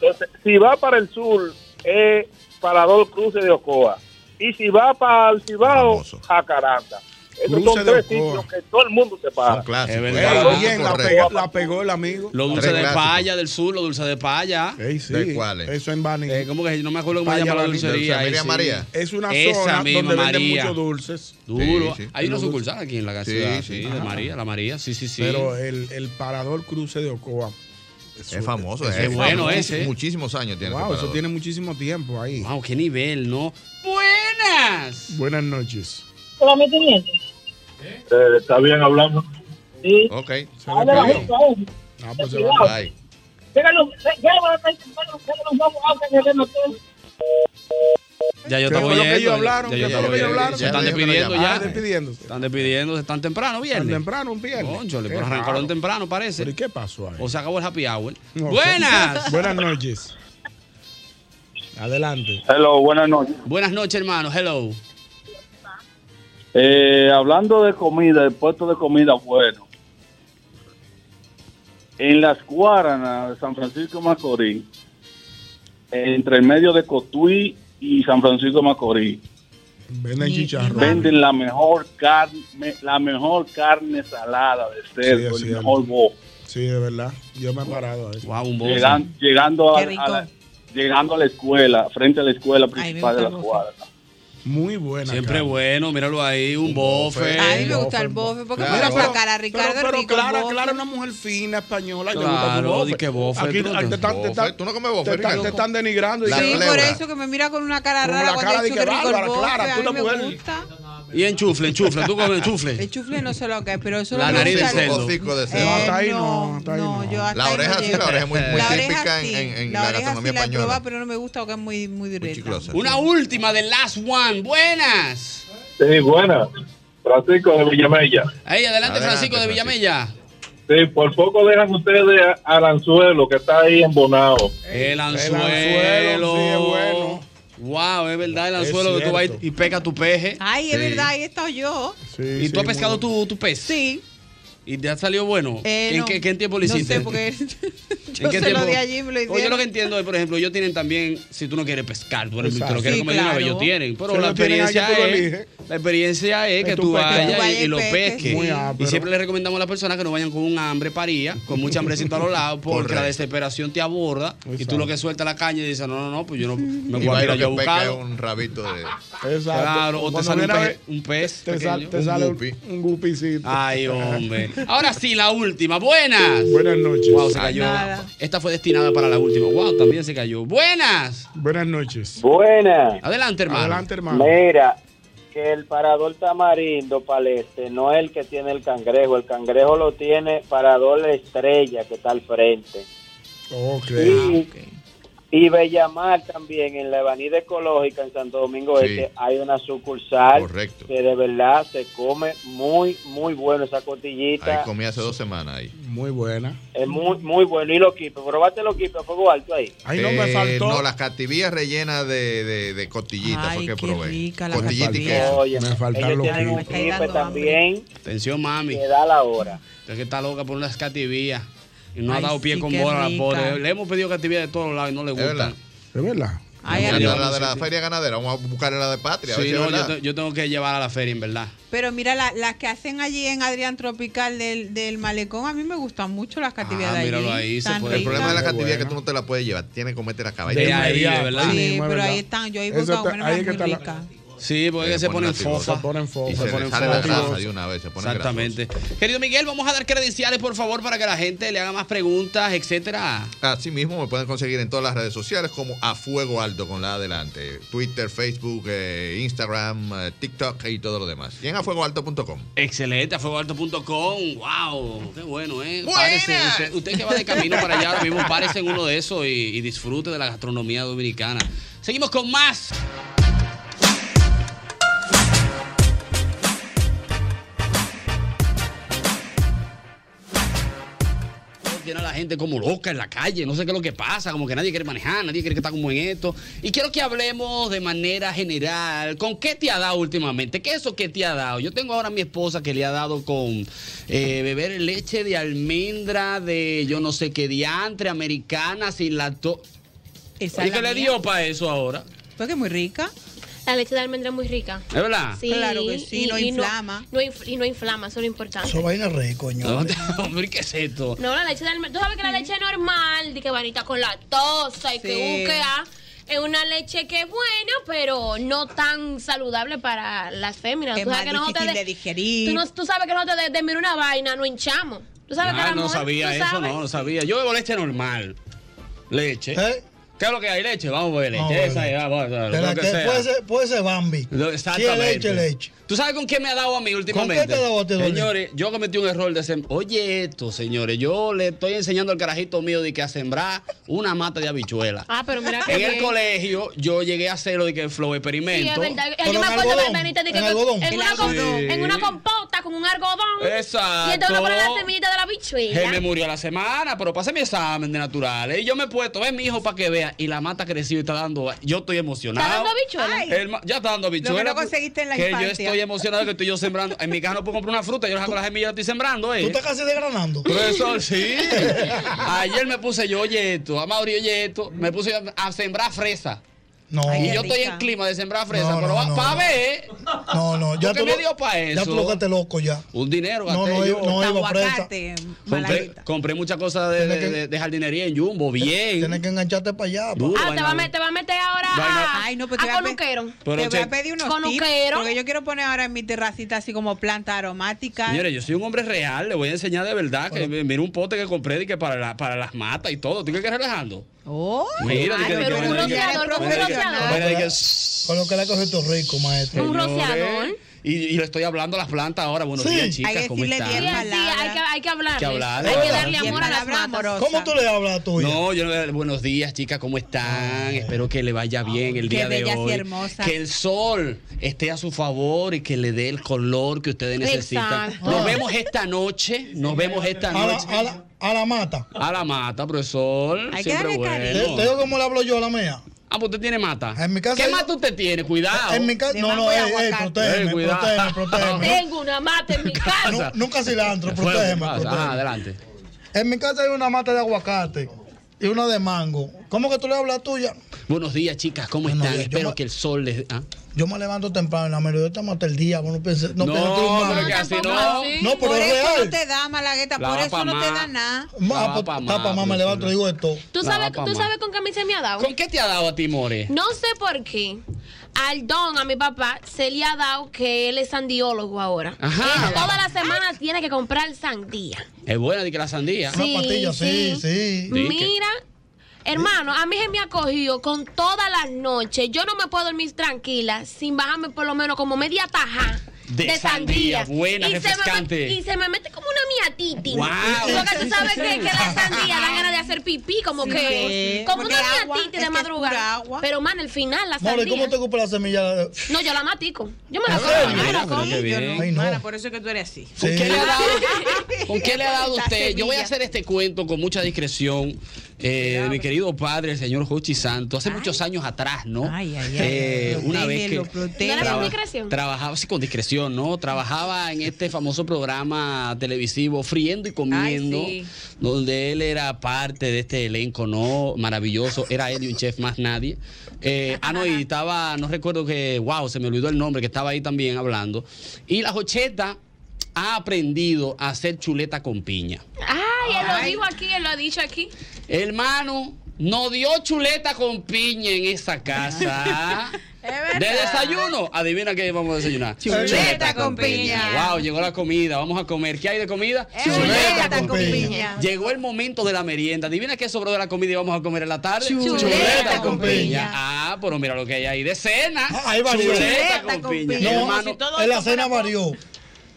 [SPEAKER 9] Entonces, si va para el sur, es Parador Cruce de Ocoa. Y si va para el Cibao, Jacaranda. Esos
[SPEAKER 6] Cruce
[SPEAKER 9] son
[SPEAKER 6] de
[SPEAKER 9] tres
[SPEAKER 6] Ocoa.
[SPEAKER 9] sitios que todo el mundo se para.
[SPEAKER 32] clásicos.
[SPEAKER 2] Es
[SPEAKER 6] Ey,
[SPEAKER 2] verdad.
[SPEAKER 6] bien, la, pegó- la pegó el amigo.
[SPEAKER 2] Los dulces
[SPEAKER 6] Tres
[SPEAKER 2] de
[SPEAKER 6] clásicos.
[SPEAKER 2] paya del sur, los dulces de paya.
[SPEAKER 6] sí. ¿De cuáles? Eso en Bani.
[SPEAKER 2] Eh, ¿Cómo que no me acuerdo cómo se
[SPEAKER 6] Paya
[SPEAKER 2] llama la
[SPEAKER 6] Bani.
[SPEAKER 2] dulcería?
[SPEAKER 32] Dulcería
[SPEAKER 2] ahí, sí.
[SPEAKER 32] María.
[SPEAKER 6] Es una
[SPEAKER 2] Esa
[SPEAKER 6] zona
[SPEAKER 2] misma,
[SPEAKER 6] donde venden
[SPEAKER 2] María.
[SPEAKER 6] muchos dulces.
[SPEAKER 2] Duro.
[SPEAKER 6] Sí, sí.
[SPEAKER 2] Hay una
[SPEAKER 6] Los dulces.
[SPEAKER 2] sucursal aquí en la
[SPEAKER 6] Sí,
[SPEAKER 2] ciudad,
[SPEAKER 6] sí.
[SPEAKER 2] sí, de
[SPEAKER 6] Ajá.
[SPEAKER 2] María, la María, sí, sí, sí.
[SPEAKER 6] Pero el, el parador cruce de Ocoa. eso-
[SPEAKER 32] Es famoso,
[SPEAKER 6] eso
[SPEAKER 32] es,
[SPEAKER 2] bueno
[SPEAKER 32] famoso.
[SPEAKER 2] ese.
[SPEAKER 32] Muchísimos años tiene.
[SPEAKER 6] Wow, eso tiene muchísimo tiempo ahí.
[SPEAKER 2] Wow, qué nivel, ¿no? Buenas.
[SPEAKER 6] Buenas noches.
[SPEAKER 13] Solamente miento.
[SPEAKER 6] Eh, ¿Está bien hablando?
[SPEAKER 13] Sí.
[SPEAKER 32] Ok.
[SPEAKER 13] Habla bajito ahí.
[SPEAKER 6] Ah, pues se
[SPEAKER 13] Cuidado.
[SPEAKER 6] va.
[SPEAKER 13] Pégalo, pégalo, pégalo, pégalo, pégalo, vamos, vamos, pégalo, pégalo.
[SPEAKER 2] Ya yo
[SPEAKER 6] ¿Qué
[SPEAKER 2] estaba
[SPEAKER 6] fue lo que
[SPEAKER 2] oyendo.
[SPEAKER 6] ellos hablaron?
[SPEAKER 2] ya
[SPEAKER 6] ¿Qué
[SPEAKER 2] yo
[SPEAKER 6] fue lo
[SPEAKER 2] estaba
[SPEAKER 6] que ellos
[SPEAKER 2] oyendo.
[SPEAKER 6] hablaron?
[SPEAKER 2] Se están
[SPEAKER 6] Ya dijeron que
[SPEAKER 2] despidiendo
[SPEAKER 6] lo
[SPEAKER 2] ya.
[SPEAKER 6] llamaron. Ah, despidiéndose.
[SPEAKER 2] Están despidiéndose. Están temprano, viernes.
[SPEAKER 6] Tan temprano, un viernes.
[SPEAKER 2] Cónchale,
[SPEAKER 6] Qué
[SPEAKER 2] pero arrancaron
[SPEAKER 6] raro.
[SPEAKER 2] temprano, parece.
[SPEAKER 6] ¿Pero y qué pasó ahí?
[SPEAKER 2] O se acabó el happy hour.
[SPEAKER 6] No,
[SPEAKER 2] Buenas.
[SPEAKER 6] Buenas noches. Adelante.
[SPEAKER 9] Hello, buenas noches.
[SPEAKER 2] Buenas noches, hermano. Hello.
[SPEAKER 9] Eh, hablando de comida, el puesto de comida bueno. En las Guaranas de San Francisco de Macorís, entre el medio de Cotuí y San Francisco de Macorís,
[SPEAKER 6] Venden chicharrón.
[SPEAKER 9] venden la mejor carne, la mejor carne salada de cerdo,
[SPEAKER 6] Sí, así
[SPEAKER 9] el
[SPEAKER 6] es.
[SPEAKER 9] mejor bojo.
[SPEAKER 6] Sí, de verdad. Yo me he parado ahí.
[SPEAKER 2] Wow, un
[SPEAKER 9] Llegan- llegando, a, a la, llegando a la escuela, frente a la escuela principal de las Guaranas.
[SPEAKER 6] Muy buena.
[SPEAKER 2] Siempre bueno. Míralo ahí. Un bofe.
[SPEAKER 4] A mí me gusta el bofe. porque me lo sacar a Ricardo
[SPEAKER 6] pero, pero
[SPEAKER 4] Rico?
[SPEAKER 6] Clara,
[SPEAKER 4] bofe?
[SPEAKER 6] Clara es una mujer fina, española. Y te gusta tu
[SPEAKER 2] Claro,
[SPEAKER 6] bofe.
[SPEAKER 2] di que bofe,
[SPEAKER 6] Aquí,
[SPEAKER 2] tú no
[SPEAKER 6] aquí
[SPEAKER 2] te-
[SPEAKER 6] te están, te
[SPEAKER 32] Bofe,
[SPEAKER 6] están,
[SPEAKER 32] tú no comes bofe,
[SPEAKER 6] te están,
[SPEAKER 32] Ricardo.
[SPEAKER 6] te están denigrando.
[SPEAKER 4] Sí,
[SPEAKER 6] diciendo-
[SPEAKER 4] por eso que me mira con una cara
[SPEAKER 6] Con
[SPEAKER 4] rara
[SPEAKER 6] la cara
[SPEAKER 4] cuando
[SPEAKER 6] de
[SPEAKER 4] dice
[SPEAKER 6] que
[SPEAKER 4] Rico el
[SPEAKER 6] bárbara,
[SPEAKER 4] bofe.
[SPEAKER 6] Clara,
[SPEAKER 4] A
[SPEAKER 6] tú
[SPEAKER 4] mí
[SPEAKER 6] una
[SPEAKER 4] me
[SPEAKER 6] mujer.
[SPEAKER 4] gusta.
[SPEAKER 2] Y enchufle, enchufle, tú comes
[SPEAKER 6] [laughs]
[SPEAKER 2] enchufle.
[SPEAKER 4] El chufle no se lo cae, pero eso
[SPEAKER 2] La
[SPEAKER 4] lo
[SPEAKER 2] nariz de
[SPEAKER 4] usa-
[SPEAKER 2] cerdo. Hocico de
[SPEAKER 32] Eh,
[SPEAKER 2] cerdo. No, hasta ahí no,
[SPEAKER 4] hasta ahí no. yo hasta
[SPEAKER 32] La
[SPEAKER 4] ahí no
[SPEAKER 32] oreja sí,
[SPEAKER 4] llego.
[SPEAKER 32] la oreja es muy- muy
[SPEAKER 4] La oreja
[SPEAKER 32] típica en-
[SPEAKER 4] sí.
[SPEAKER 32] en- en la
[SPEAKER 4] oreja
[SPEAKER 32] gastronomía
[SPEAKER 4] sí la he
[SPEAKER 32] española.
[SPEAKER 4] probado, pero no me gusta porque es muy, muy dureta.
[SPEAKER 2] Una última de Last One. Buenas.
[SPEAKER 7] Sí, buena. Francisco de Villamella.
[SPEAKER 2] Ahí, adelante, Francisco de Villamella.
[SPEAKER 7] Sí, por poco dejan ustedes a Aranzuelo, que está ahí embonado.
[SPEAKER 2] El anzuelo. bueno. Wow, es verdad, el anzuelo que tú vas y pega tu peje.
[SPEAKER 4] Ay, es verdad, ahí he estado yo.
[SPEAKER 2] ¿Y tú has pescado tu, tu pez?
[SPEAKER 4] Sí.
[SPEAKER 2] ¿Y te ha salido bueno?
[SPEAKER 4] Eh,
[SPEAKER 2] ¿En,
[SPEAKER 4] no.
[SPEAKER 2] qué, qué en tiempo lo
[SPEAKER 4] No sé,
[SPEAKER 2] hiciste?
[SPEAKER 4] porque [laughs]
[SPEAKER 2] ¿En
[SPEAKER 4] yo
[SPEAKER 2] qué
[SPEAKER 4] se lo
[SPEAKER 2] tiempo?
[SPEAKER 4] di allí y me lo
[SPEAKER 2] Oye, yo
[SPEAKER 4] hicieron.
[SPEAKER 2] lo que entiendo es, por ejemplo, ellos tienen también, si tú no quieres pescar, tú, eres- tú
[SPEAKER 13] Exacto.
[SPEAKER 2] lo quieres
[SPEAKER 13] Sí,
[SPEAKER 2] comer de una vez,
[SPEAKER 13] claro.
[SPEAKER 2] ellos tienen. Pero
[SPEAKER 13] Si
[SPEAKER 2] la
[SPEAKER 13] ellos tienen algo,
[SPEAKER 2] experiencia,
[SPEAKER 13] tú lo
[SPEAKER 2] es,
[SPEAKER 13] eliges.
[SPEAKER 2] la experiencia es
[SPEAKER 13] Que
[SPEAKER 2] que
[SPEAKER 13] tú
[SPEAKER 2] tú
[SPEAKER 13] pesques. ah, Que tú
[SPEAKER 2] vayas
[SPEAKER 13] vayas
[SPEAKER 2] y,
[SPEAKER 13] y
[SPEAKER 2] y lo
[SPEAKER 13] pesques,
[SPEAKER 2] pesques.
[SPEAKER 13] sí.
[SPEAKER 2] Y siempre le recomendamos a las personas que no vayan con un hambre paría, con mucha hambrecita a los lados, porque la desesperación te aborda y tú lo que sueltas la caña y dices, no, no, no, pues yo no me
[SPEAKER 32] Y
[SPEAKER 2] voy a ir
[SPEAKER 32] lo
[SPEAKER 2] yo a
[SPEAKER 32] que pesca es
[SPEAKER 2] buscarlo.
[SPEAKER 32] un rabito de.
[SPEAKER 2] Claro, o te
[SPEAKER 32] Cuando
[SPEAKER 2] sale un
[SPEAKER 32] viene a
[SPEAKER 2] pe-
[SPEAKER 32] ver,
[SPEAKER 2] un pez.
[SPEAKER 32] te
[SPEAKER 2] pequeño.
[SPEAKER 32] sal- te sale un-
[SPEAKER 6] Un gupicito.
[SPEAKER 13] [laughs]
[SPEAKER 2] Ay, hombre. Ahora sí, la última. Buenas. Buenas
[SPEAKER 6] noches.
[SPEAKER 2] Wow, se cayó.
[SPEAKER 6] Nada.
[SPEAKER 2] Esta fue destinada para la última. Wow, también se cayó. Buenas.
[SPEAKER 6] Buenas noches.
[SPEAKER 15] Buenas.
[SPEAKER 2] Adelante, hermano. Adelante, hermano.
[SPEAKER 15] Mira, que el parador tamarindo para el este no es el que tiene el cangrejo. El cangrejo lo tiene parador la estrella que está al frente.
[SPEAKER 32] Ah,
[SPEAKER 15] Y, y Bellamar también, en la Avenida Ecológica en Santo Domingo
[SPEAKER 32] Sí.
[SPEAKER 15] Este, hay una sucursal
[SPEAKER 32] Correcto.
[SPEAKER 15] que de verdad se come muy, muy bueno esa cotillita.
[SPEAKER 32] Ahí comí hace dos semanas ahí.
[SPEAKER 6] Muy buena.
[SPEAKER 15] Es muy, muy bueno. Y los quipes, probaste los quipes a fuego alto ahí.
[SPEAKER 32] Eh, No, las cativillas rellenas de, de, de costillitas
[SPEAKER 15] Ay,
[SPEAKER 32] fue que
[SPEAKER 15] qué
[SPEAKER 32] probé.
[SPEAKER 15] rica la
[SPEAKER 32] Costillita y
[SPEAKER 15] cativilla.
[SPEAKER 32] queso.
[SPEAKER 15] Oye, Me faltaron ellos los tienen un
[SPEAKER 2] quipes.
[SPEAKER 15] quipe también.
[SPEAKER 2] Atención, mami.
[SPEAKER 15] Que da la hora.
[SPEAKER 2] Usted que está loca por unas cativías. Y no ha
[SPEAKER 15] Ay,
[SPEAKER 2] dado pie
[SPEAKER 15] sí,
[SPEAKER 2] con
[SPEAKER 15] qué
[SPEAKER 2] bola a la
[SPEAKER 15] rica.
[SPEAKER 2] pobre. Le hemos pedido cativía de todos lados y no le
[SPEAKER 32] verdad.
[SPEAKER 2] gusta.
[SPEAKER 32] Ah.
[SPEAKER 6] ¿Es verdad?
[SPEAKER 2] Ay, ay,
[SPEAKER 32] la,
[SPEAKER 2] ay.
[SPEAKER 32] la de la feria ganadera, vamos a buscar la de patria. a ver
[SPEAKER 2] Sí,
[SPEAKER 32] si es
[SPEAKER 2] no, yo,
[SPEAKER 32] verdad.
[SPEAKER 2] te- yo tengo que llevar a la feria, en verdad.
[SPEAKER 4] Pero mira, la- las que hacen allí en Adrián Tropical del, del Malecón, a mí me gustan mucho las
[SPEAKER 32] Ah,
[SPEAKER 4] actividades
[SPEAKER 32] míralo
[SPEAKER 4] allí.
[SPEAKER 32] ahí, se
[SPEAKER 4] tan
[SPEAKER 32] puede. El problema de la
[SPEAKER 4] ricas.
[SPEAKER 32] catividad es que tú no te la puedes llevar, tienes que comerte la caballa.
[SPEAKER 2] De ahí, de verdad.
[SPEAKER 4] Sí, pero ahí están, yo ahí voy a comer muy rica.
[SPEAKER 2] Sí, porque
[SPEAKER 32] Eh,
[SPEAKER 2] se
[SPEAKER 32] ponen
[SPEAKER 2] ponen
[SPEAKER 32] la tibosa.
[SPEAKER 2] fofa.
[SPEAKER 32] Se ponen fofa,
[SPEAKER 2] Y
[SPEAKER 32] se
[SPEAKER 2] ponen
[SPEAKER 32] sale la
[SPEAKER 2] fofa.
[SPEAKER 32] grasa de una vez, se ponen
[SPEAKER 2] Exactamente. Querido Miguel, vamos a dar credenciales, por favor, para que la gente le haga más preguntas, etcétera.
[SPEAKER 32] Así mismo me pueden conseguir en todas las redes sociales como a fuego alto con la adelante. Twitter, Facebook, eh, Instagram, eh, TikTok y todo lo demás. Y en afuegoalto.com.
[SPEAKER 2] Excelente, a fuegoalto.com. ¡Wow! ¡Qué bueno, eh! Párese, usted, usted que va de camino para allá ahora mismo, párese en uno de esos y, y disfrute de la gastronomía dominicana. Seguimos con más. Tiene a la gente como loca en la calle, no sé qué es lo que pasa, como que nadie quiere manejar, nadie quiere que está como en esto. Y quiero que hablemos de manera general, ¿con qué te ha dado últimamente? ¿Qué es eso que te ha dado? Yo tengo ahora a mi esposa que le ha dado con eh, beber leche de almendra, de yo no sé qué diantre, americana, sin lacto...
[SPEAKER 4] Esa
[SPEAKER 2] ¿Y
[SPEAKER 4] es la
[SPEAKER 2] qué le
[SPEAKER 4] mía.
[SPEAKER 2] dio para eso ahora?
[SPEAKER 4] Porque es muy rica.
[SPEAKER 18] La leche de almendra es muy rica.
[SPEAKER 2] ¿Es verdad?
[SPEAKER 18] Sí,
[SPEAKER 4] Claro que sí, no inflama.
[SPEAKER 18] no inf- y no inflama, eso es lo importante.
[SPEAKER 21] Eso vaina rey, coño.
[SPEAKER 2] Hombre, ¿qué es esto?
[SPEAKER 18] No, la leche de almendra. Tú sabes que la leche normal, de que vanita con lactosa y que
[SPEAKER 2] Sí.
[SPEAKER 18] UKA, es una leche que es buena, pero no tan saludable para las féminas.
[SPEAKER 4] Es
[SPEAKER 18] tú sabes
[SPEAKER 4] más
[SPEAKER 18] que nosotros
[SPEAKER 4] difícil de digerir.
[SPEAKER 18] Tú, no- tú sabes que nosotros de, de mirar una vaina no hinchamos. Tú sabes que
[SPEAKER 2] Ah,
[SPEAKER 18] la
[SPEAKER 2] no
[SPEAKER 18] mujer-
[SPEAKER 2] sabía
[SPEAKER 18] tú
[SPEAKER 2] eso,
[SPEAKER 18] sabes.
[SPEAKER 2] no, no sabía. Yo bebo leche normal. Leche. ¿Qué es lo que hay? Leche. Vamos a beber leche.
[SPEAKER 25] ¿Eh? Vamos
[SPEAKER 2] Esa es, vamos a
[SPEAKER 25] a beber
[SPEAKER 2] beber,
[SPEAKER 25] De
[SPEAKER 2] lo
[SPEAKER 25] la
[SPEAKER 2] que
[SPEAKER 25] que
[SPEAKER 2] sea.
[SPEAKER 25] puede ser, puede ser Bambi.
[SPEAKER 2] Lo-
[SPEAKER 25] Si
[SPEAKER 2] Exactamente.
[SPEAKER 25] es leche, leche.
[SPEAKER 2] ¿Tú sabes con qué me ha dado a mí últimamente?
[SPEAKER 25] ¿Con qué te ha dado a ti, Dolly?
[SPEAKER 2] Señores, yo cometí un error de sem- Oye esto, señores. Yo le estoy enseñando al carajito mío de que a sembrar una mata de habichuela.
[SPEAKER 18] Ah, pero mira que
[SPEAKER 2] En el
[SPEAKER 18] bien.
[SPEAKER 2] colegio yo llegué a hacerlo de que el flow
[SPEAKER 18] Sí, es
[SPEAKER 2] experimento.
[SPEAKER 18] verdad. Yo me acuerdo de Benita de que
[SPEAKER 2] en
[SPEAKER 18] con-
[SPEAKER 2] algodón.
[SPEAKER 18] en
[SPEAKER 2] El
[SPEAKER 18] una, com-
[SPEAKER 2] algodón.
[SPEAKER 18] en una compota con un algodón.
[SPEAKER 2] Exacto.
[SPEAKER 18] Y entonces uno pone la semillita de la bichuela.
[SPEAKER 2] Se me murió a la semana, pero pasé mi examen de naturales. Y yo me he puesto, ven mi hijo para que vea. Y la mata ha crecido y está dando. Yo estoy emocionado.
[SPEAKER 18] ¿Está dando bichuela? Ay.
[SPEAKER 2] El ma- ya está dando
[SPEAKER 18] Lo
[SPEAKER 2] bichuela.
[SPEAKER 18] que no conseguiste en la
[SPEAKER 2] que
[SPEAKER 18] infancia.
[SPEAKER 2] yo estoy emocionado que estoy yo sembrando. En mi casa no puedo comprar una fruta, yo saco las semillas y estoy sembrando, eh.
[SPEAKER 25] Tú estás casi desgranando.
[SPEAKER 2] Profesor, sí. Ayer me puse yo, oye esto, a Mauri, oye esto, me puse yo a sembrar fresa.
[SPEAKER 25] No.
[SPEAKER 2] y yo estoy en clima de sembrar fresa,
[SPEAKER 25] No,
[SPEAKER 2] pero
[SPEAKER 25] no,
[SPEAKER 2] va,
[SPEAKER 25] no,
[SPEAKER 2] pa'
[SPEAKER 25] no.
[SPEAKER 2] ver.
[SPEAKER 25] No, no, ya
[SPEAKER 2] ¿Por qué
[SPEAKER 25] tú
[SPEAKER 2] me
[SPEAKER 25] lo-
[SPEAKER 2] dio pa'
[SPEAKER 25] Ya
[SPEAKER 2] eso?
[SPEAKER 25] tú lo gasté loco ya.
[SPEAKER 2] Un dinero
[SPEAKER 25] No,
[SPEAKER 2] gasté
[SPEAKER 25] no,
[SPEAKER 2] yo.
[SPEAKER 25] no iba presa.
[SPEAKER 4] Aguacate,
[SPEAKER 2] Compré, compré muchas cosas de, de- de- de jardinería en Jumbo, bien.
[SPEAKER 25] Tienes que engancharte para allá.
[SPEAKER 2] Duro,
[SPEAKER 18] Ah, te
[SPEAKER 2] vaina
[SPEAKER 18] va, a
[SPEAKER 2] dura.
[SPEAKER 18] met- te va a meter ahora
[SPEAKER 2] Vaina-
[SPEAKER 18] a,
[SPEAKER 4] Ay, no, pues
[SPEAKER 18] a
[SPEAKER 4] te voy a pe-
[SPEAKER 18] coluquero.
[SPEAKER 2] Pero
[SPEAKER 4] te voy
[SPEAKER 2] che-
[SPEAKER 4] a pedir unos
[SPEAKER 18] Con
[SPEAKER 4] tips
[SPEAKER 18] uquero.
[SPEAKER 4] porque yo quiero poner ahora en mi terracita así como planta aromática.
[SPEAKER 2] Señores, yo soy un hombre real, le voy a enseñar de verdad que mira un pote que compré di que para, la- para las matas y todo. ¿Tú crees que relajando?
[SPEAKER 4] Oh,
[SPEAKER 2] mira, di que- di que- di que- di que- di que-
[SPEAKER 25] Con lo que le coge tu rico, maestro.
[SPEAKER 2] Señores, Y, y le estoy hablando a las plantas ahora. Buenos días, chicas, ¿cómo están?
[SPEAKER 18] Sí, sí, hay que, hay que hablarles.
[SPEAKER 2] Hay que hablarles.
[SPEAKER 18] Hay que darle amor a las
[SPEAKER 4] palabras
[SPEAKER 18] matas.
[SPEAKER 2] ¿Cómo
[SPEAKER 25] tú le hablas a tu
[SPEAKER 2] hija? No, yo no le buenos días, chicas, ¿cómo están? Espero que le vaya bien el
[SPEAKER 4] Qué
[SPEAKER 2] día de
[SPEAKER 4] bellas y
[SPEAKER 2] hoy.
[SPEAKER 4] hermosas.
[SPEAKER 2] Que el sol esté a su favor y que le dé el color que ustedes necesitan.
[SPEAKER 25] Exacto.
[SPEAKER 2] Nos vemos esta noche, nos vemos esta
[SPEAKER 25] Ah. A la,
[SPEAKER 2] noche.
[SPEAKER 25] a la- a la mata.
[SPEAKER 2] A la mata, profesor.
[SPEAKER 25] Hay que
[SPEAKER 2] Siempre
[SPEAKER 25] darle
[SPEAKER 2] bueno.
[SPEAKER 25] cariño. Te- te digo cómo le hablo yo a la mía.
[SPEAKER 2] Ah, pues usted tiene mata.
[SPEAKER 25] En mi casa
[SPEAKER 2] ¿Qué
[SPEAKER 25] yo-
[SPEAKER 2] mata usted tiene? Cuidado.
[SPEAKER 25] En mi casa. No, no, eh, eh, protégeme,
[SPEAKER 2] Eh, cuidado.
[SPEAKER 25] protégeme, protégeme.
[SPEAKER 18] [laughs] Tengo una mata en mi
[SPEAKER 25] Nu-
[SPEAKER 18] casa.
[SPEAKER 25] Nunca cilantro,
[SPEAKER 2] Fuego,
[SPEAKER 25] protégeme,
[SPEAKER 2] pasa. Ah,
[SPEAKER 25] protégeme.
[SPEAKER 2] Ajá, adelante.
[SPEAKER 25] En mi casa hay una mata de aguacate y una de mango. ¿Cómo que tú le hablas tuya?
[SPEAKER 2] Buenos días, chicas, ¿cómo
[SPEAKER 25] Buenos
[SPEAKER 2] están?
[SPEAKER 25] días, yo
[SPEAKER 2] Espero
[SPEAKER 25] me-
[SPEAKER 2] que el sol les. ah.
[SPEAKER 25] Yo me levanto temprano, en la melodía estamos hasta el día. vos No, pienses, no,
[SPEAKER 2] No,
[SPEAKER 25] pienses tú,
[SPEAKER 2] pero
[SPEAKER 25] madre.
[SPEAKER 2] que así no.
[SPEAKER 25] No, pero
[SPEAKER 4] por
[SPEAKER 25] es
[SPEAKER 4] eso
[SPEAKER 25] real.
[SPEAKER 4] no te da, Malagueta,
[SPEAKER 25] La
[SPEAKER 4] por
[SPEAKER 25] va
[SPEAKER 4] eso
[SPEAKER 25] pa'
[SPEAKER 4] no te
[SPEAKER 25] más.
[SPEAKER 4] da nada.
[SPEAKER 2] La
[SPEAKER 25] Ma,
[SPEAKER 2] va
[SPEAKER 25] pues,
[SPEAKER 2] pa'
[SPEAKER 25] tapa,
[SPEAKER 2] más,
[SPEAKER 25] mamá, me levanto, digo esto.
[SPEAKER 18] ¿Tú
[SPEAKER 2] La
[SPEAKER 18] sabes,
[SPEAKER 2] va pa'
[SPEAKER 18] ¿Tú
[SPEAKER 2] más.
[SPEAKER 18] sabes con qué a mí se me ha dado?
[SPEAKER 2] ¿Con qué te ha dado a ti, More?
[SPEAKER 18] No sé por qué. Al don, a mi papá, se le ha dado que él es sandiólogo ahora.
[SPEAKER 2] Ajá.
[SPEAKER 18] Él todas las semanas tiene que comprar sandía.
[SPEAKER 2] Es buena, di que la sandía.
[SPEAKER 18] Sí, sí.
[SPEAKER 2] sí.
[SPEAKER 18] Mira, hermano, a mí se me ha cogido con todas las noches. Yo no me puedo dormir tranquila sin bajarme por lo menos como media taja.
[SPEAKER 2] De
[SPEAKER 18] De,
[SPEAKER 2] sandía,
[SPEAKER 18] sandía,
[SPEAKER 2] buena,
[SPEAKER 18] se me met-
[SPEAKER 2] refrescante.
[SPEAKER 18] y se me mete como una miatiti.
[SPEAKER 2] Wow.
[SPEAKER 18] Porque tú sabes que, que la sandía da ganas de hacer pipí, como
[SPEAKER 4] Sí,
[SPEAKER 18] que.
[SPEAKER 4] sí.
[SPEAKER 18] Como
[SPEAKER 4] Porque
[SPEAKER 18] una
[SPEAKER 4] agua,
[SPEAKER 18] miatiti
[SPEAKER 4] es
[SPEAKER 18] de
[SPEAKER 4] que es pura
[SPEAKER 18] madrugada.
[SPEAKER 4] agua.
[SPEAKER 18] Pero, man, al final la
[SPEAKER 25] More,
[SPEAKER 18] sandía.
[SPEAKER 25] ¿cómo te ocupa la semilla? de-
[SPEAKER 18] No, yo la matico. Yo me
[SPEAKER 25] ¿En
[SPEAKER 18] la
[SPEAKER 25] serio?
[SPEAKER 18] como.
[SPEAKER 25] Mira,
[SPEAKER 18] Yo la
[SPEAKER 25] pero
[SPEAKER 18] como.
[SPEAKER 25] qué
[SPEAKER 18] Yo
[SPEAKER 25] bien.
[SPEAKER 18] no.
[SPEAKER 25] Ay, no.
[SPEAKER 4] Mana, por eso es que tú eres así.
[SPEAKER 25] Sí.
[SPEAKER 2] ¿Qué le ha dado? ¿Con qué le ha dado usted? Yo voy a hacer este cuento con mucha discreción eh, de mi querido padre, el señor Jochi Santo, hace muchos años atrás, ¿no?
[SPEAKER 4] ay, ay.
[SPEAKER 2] Eh, una vez que
[SPEAKER 4] Protégelo, protégelo. ¿No era con discreción?
[SPEAKER 2] trabajaba sí, con discreción, ¿no? Trabajaba en este famoso programa televisivo Friendo y comiendo,
[SPEAKER 16] Ay, sí.
[SPEAKER 2] donde él era parte de este elenco, ¿no? Maravilloso, era él y un chef más nadie. Eh, ah, no, y estaba, no recuerdo que, wow, se me olvidó el nombre, que estaba ahí también hablando. Y la Jocheta ha aprendido a hacer chuleta con piña.
[SPEAKER 18] Ay, él lo
[SPEAKER 2] Ay.
[SPEAKER 18] dijo aquí, él lo ha dicho aquí.
[SPEAKER 2] Hermano, no dio chuleta con piña en esa casa. De desayuno, adivina qué vamos a desayunar.
[SPEAKER 8] Chuleta con piña.
[SPEAKER 2] Wow, llegó la comida, vamos a comer. ¿Qué hay de comida?
[SPEAKER 8] Chuleta con piña.
[SPEAKER 2] Llegó el momento de la merienda. Adivina qué sobró de la comida y vamos a comer en la tarde.
[SPEAKER 8] Chuleta con piña.
[SPEAKER 2] Ah, pero mira lo que hay ahí de cena.
[SPEAKER 25] Ahí varió.
[SPEAKER 2] Chuleta con piña.
[SPEAKER 25] No,
[SPEAKER 2] hermano.
[SPEAKER 25] en la cena varió.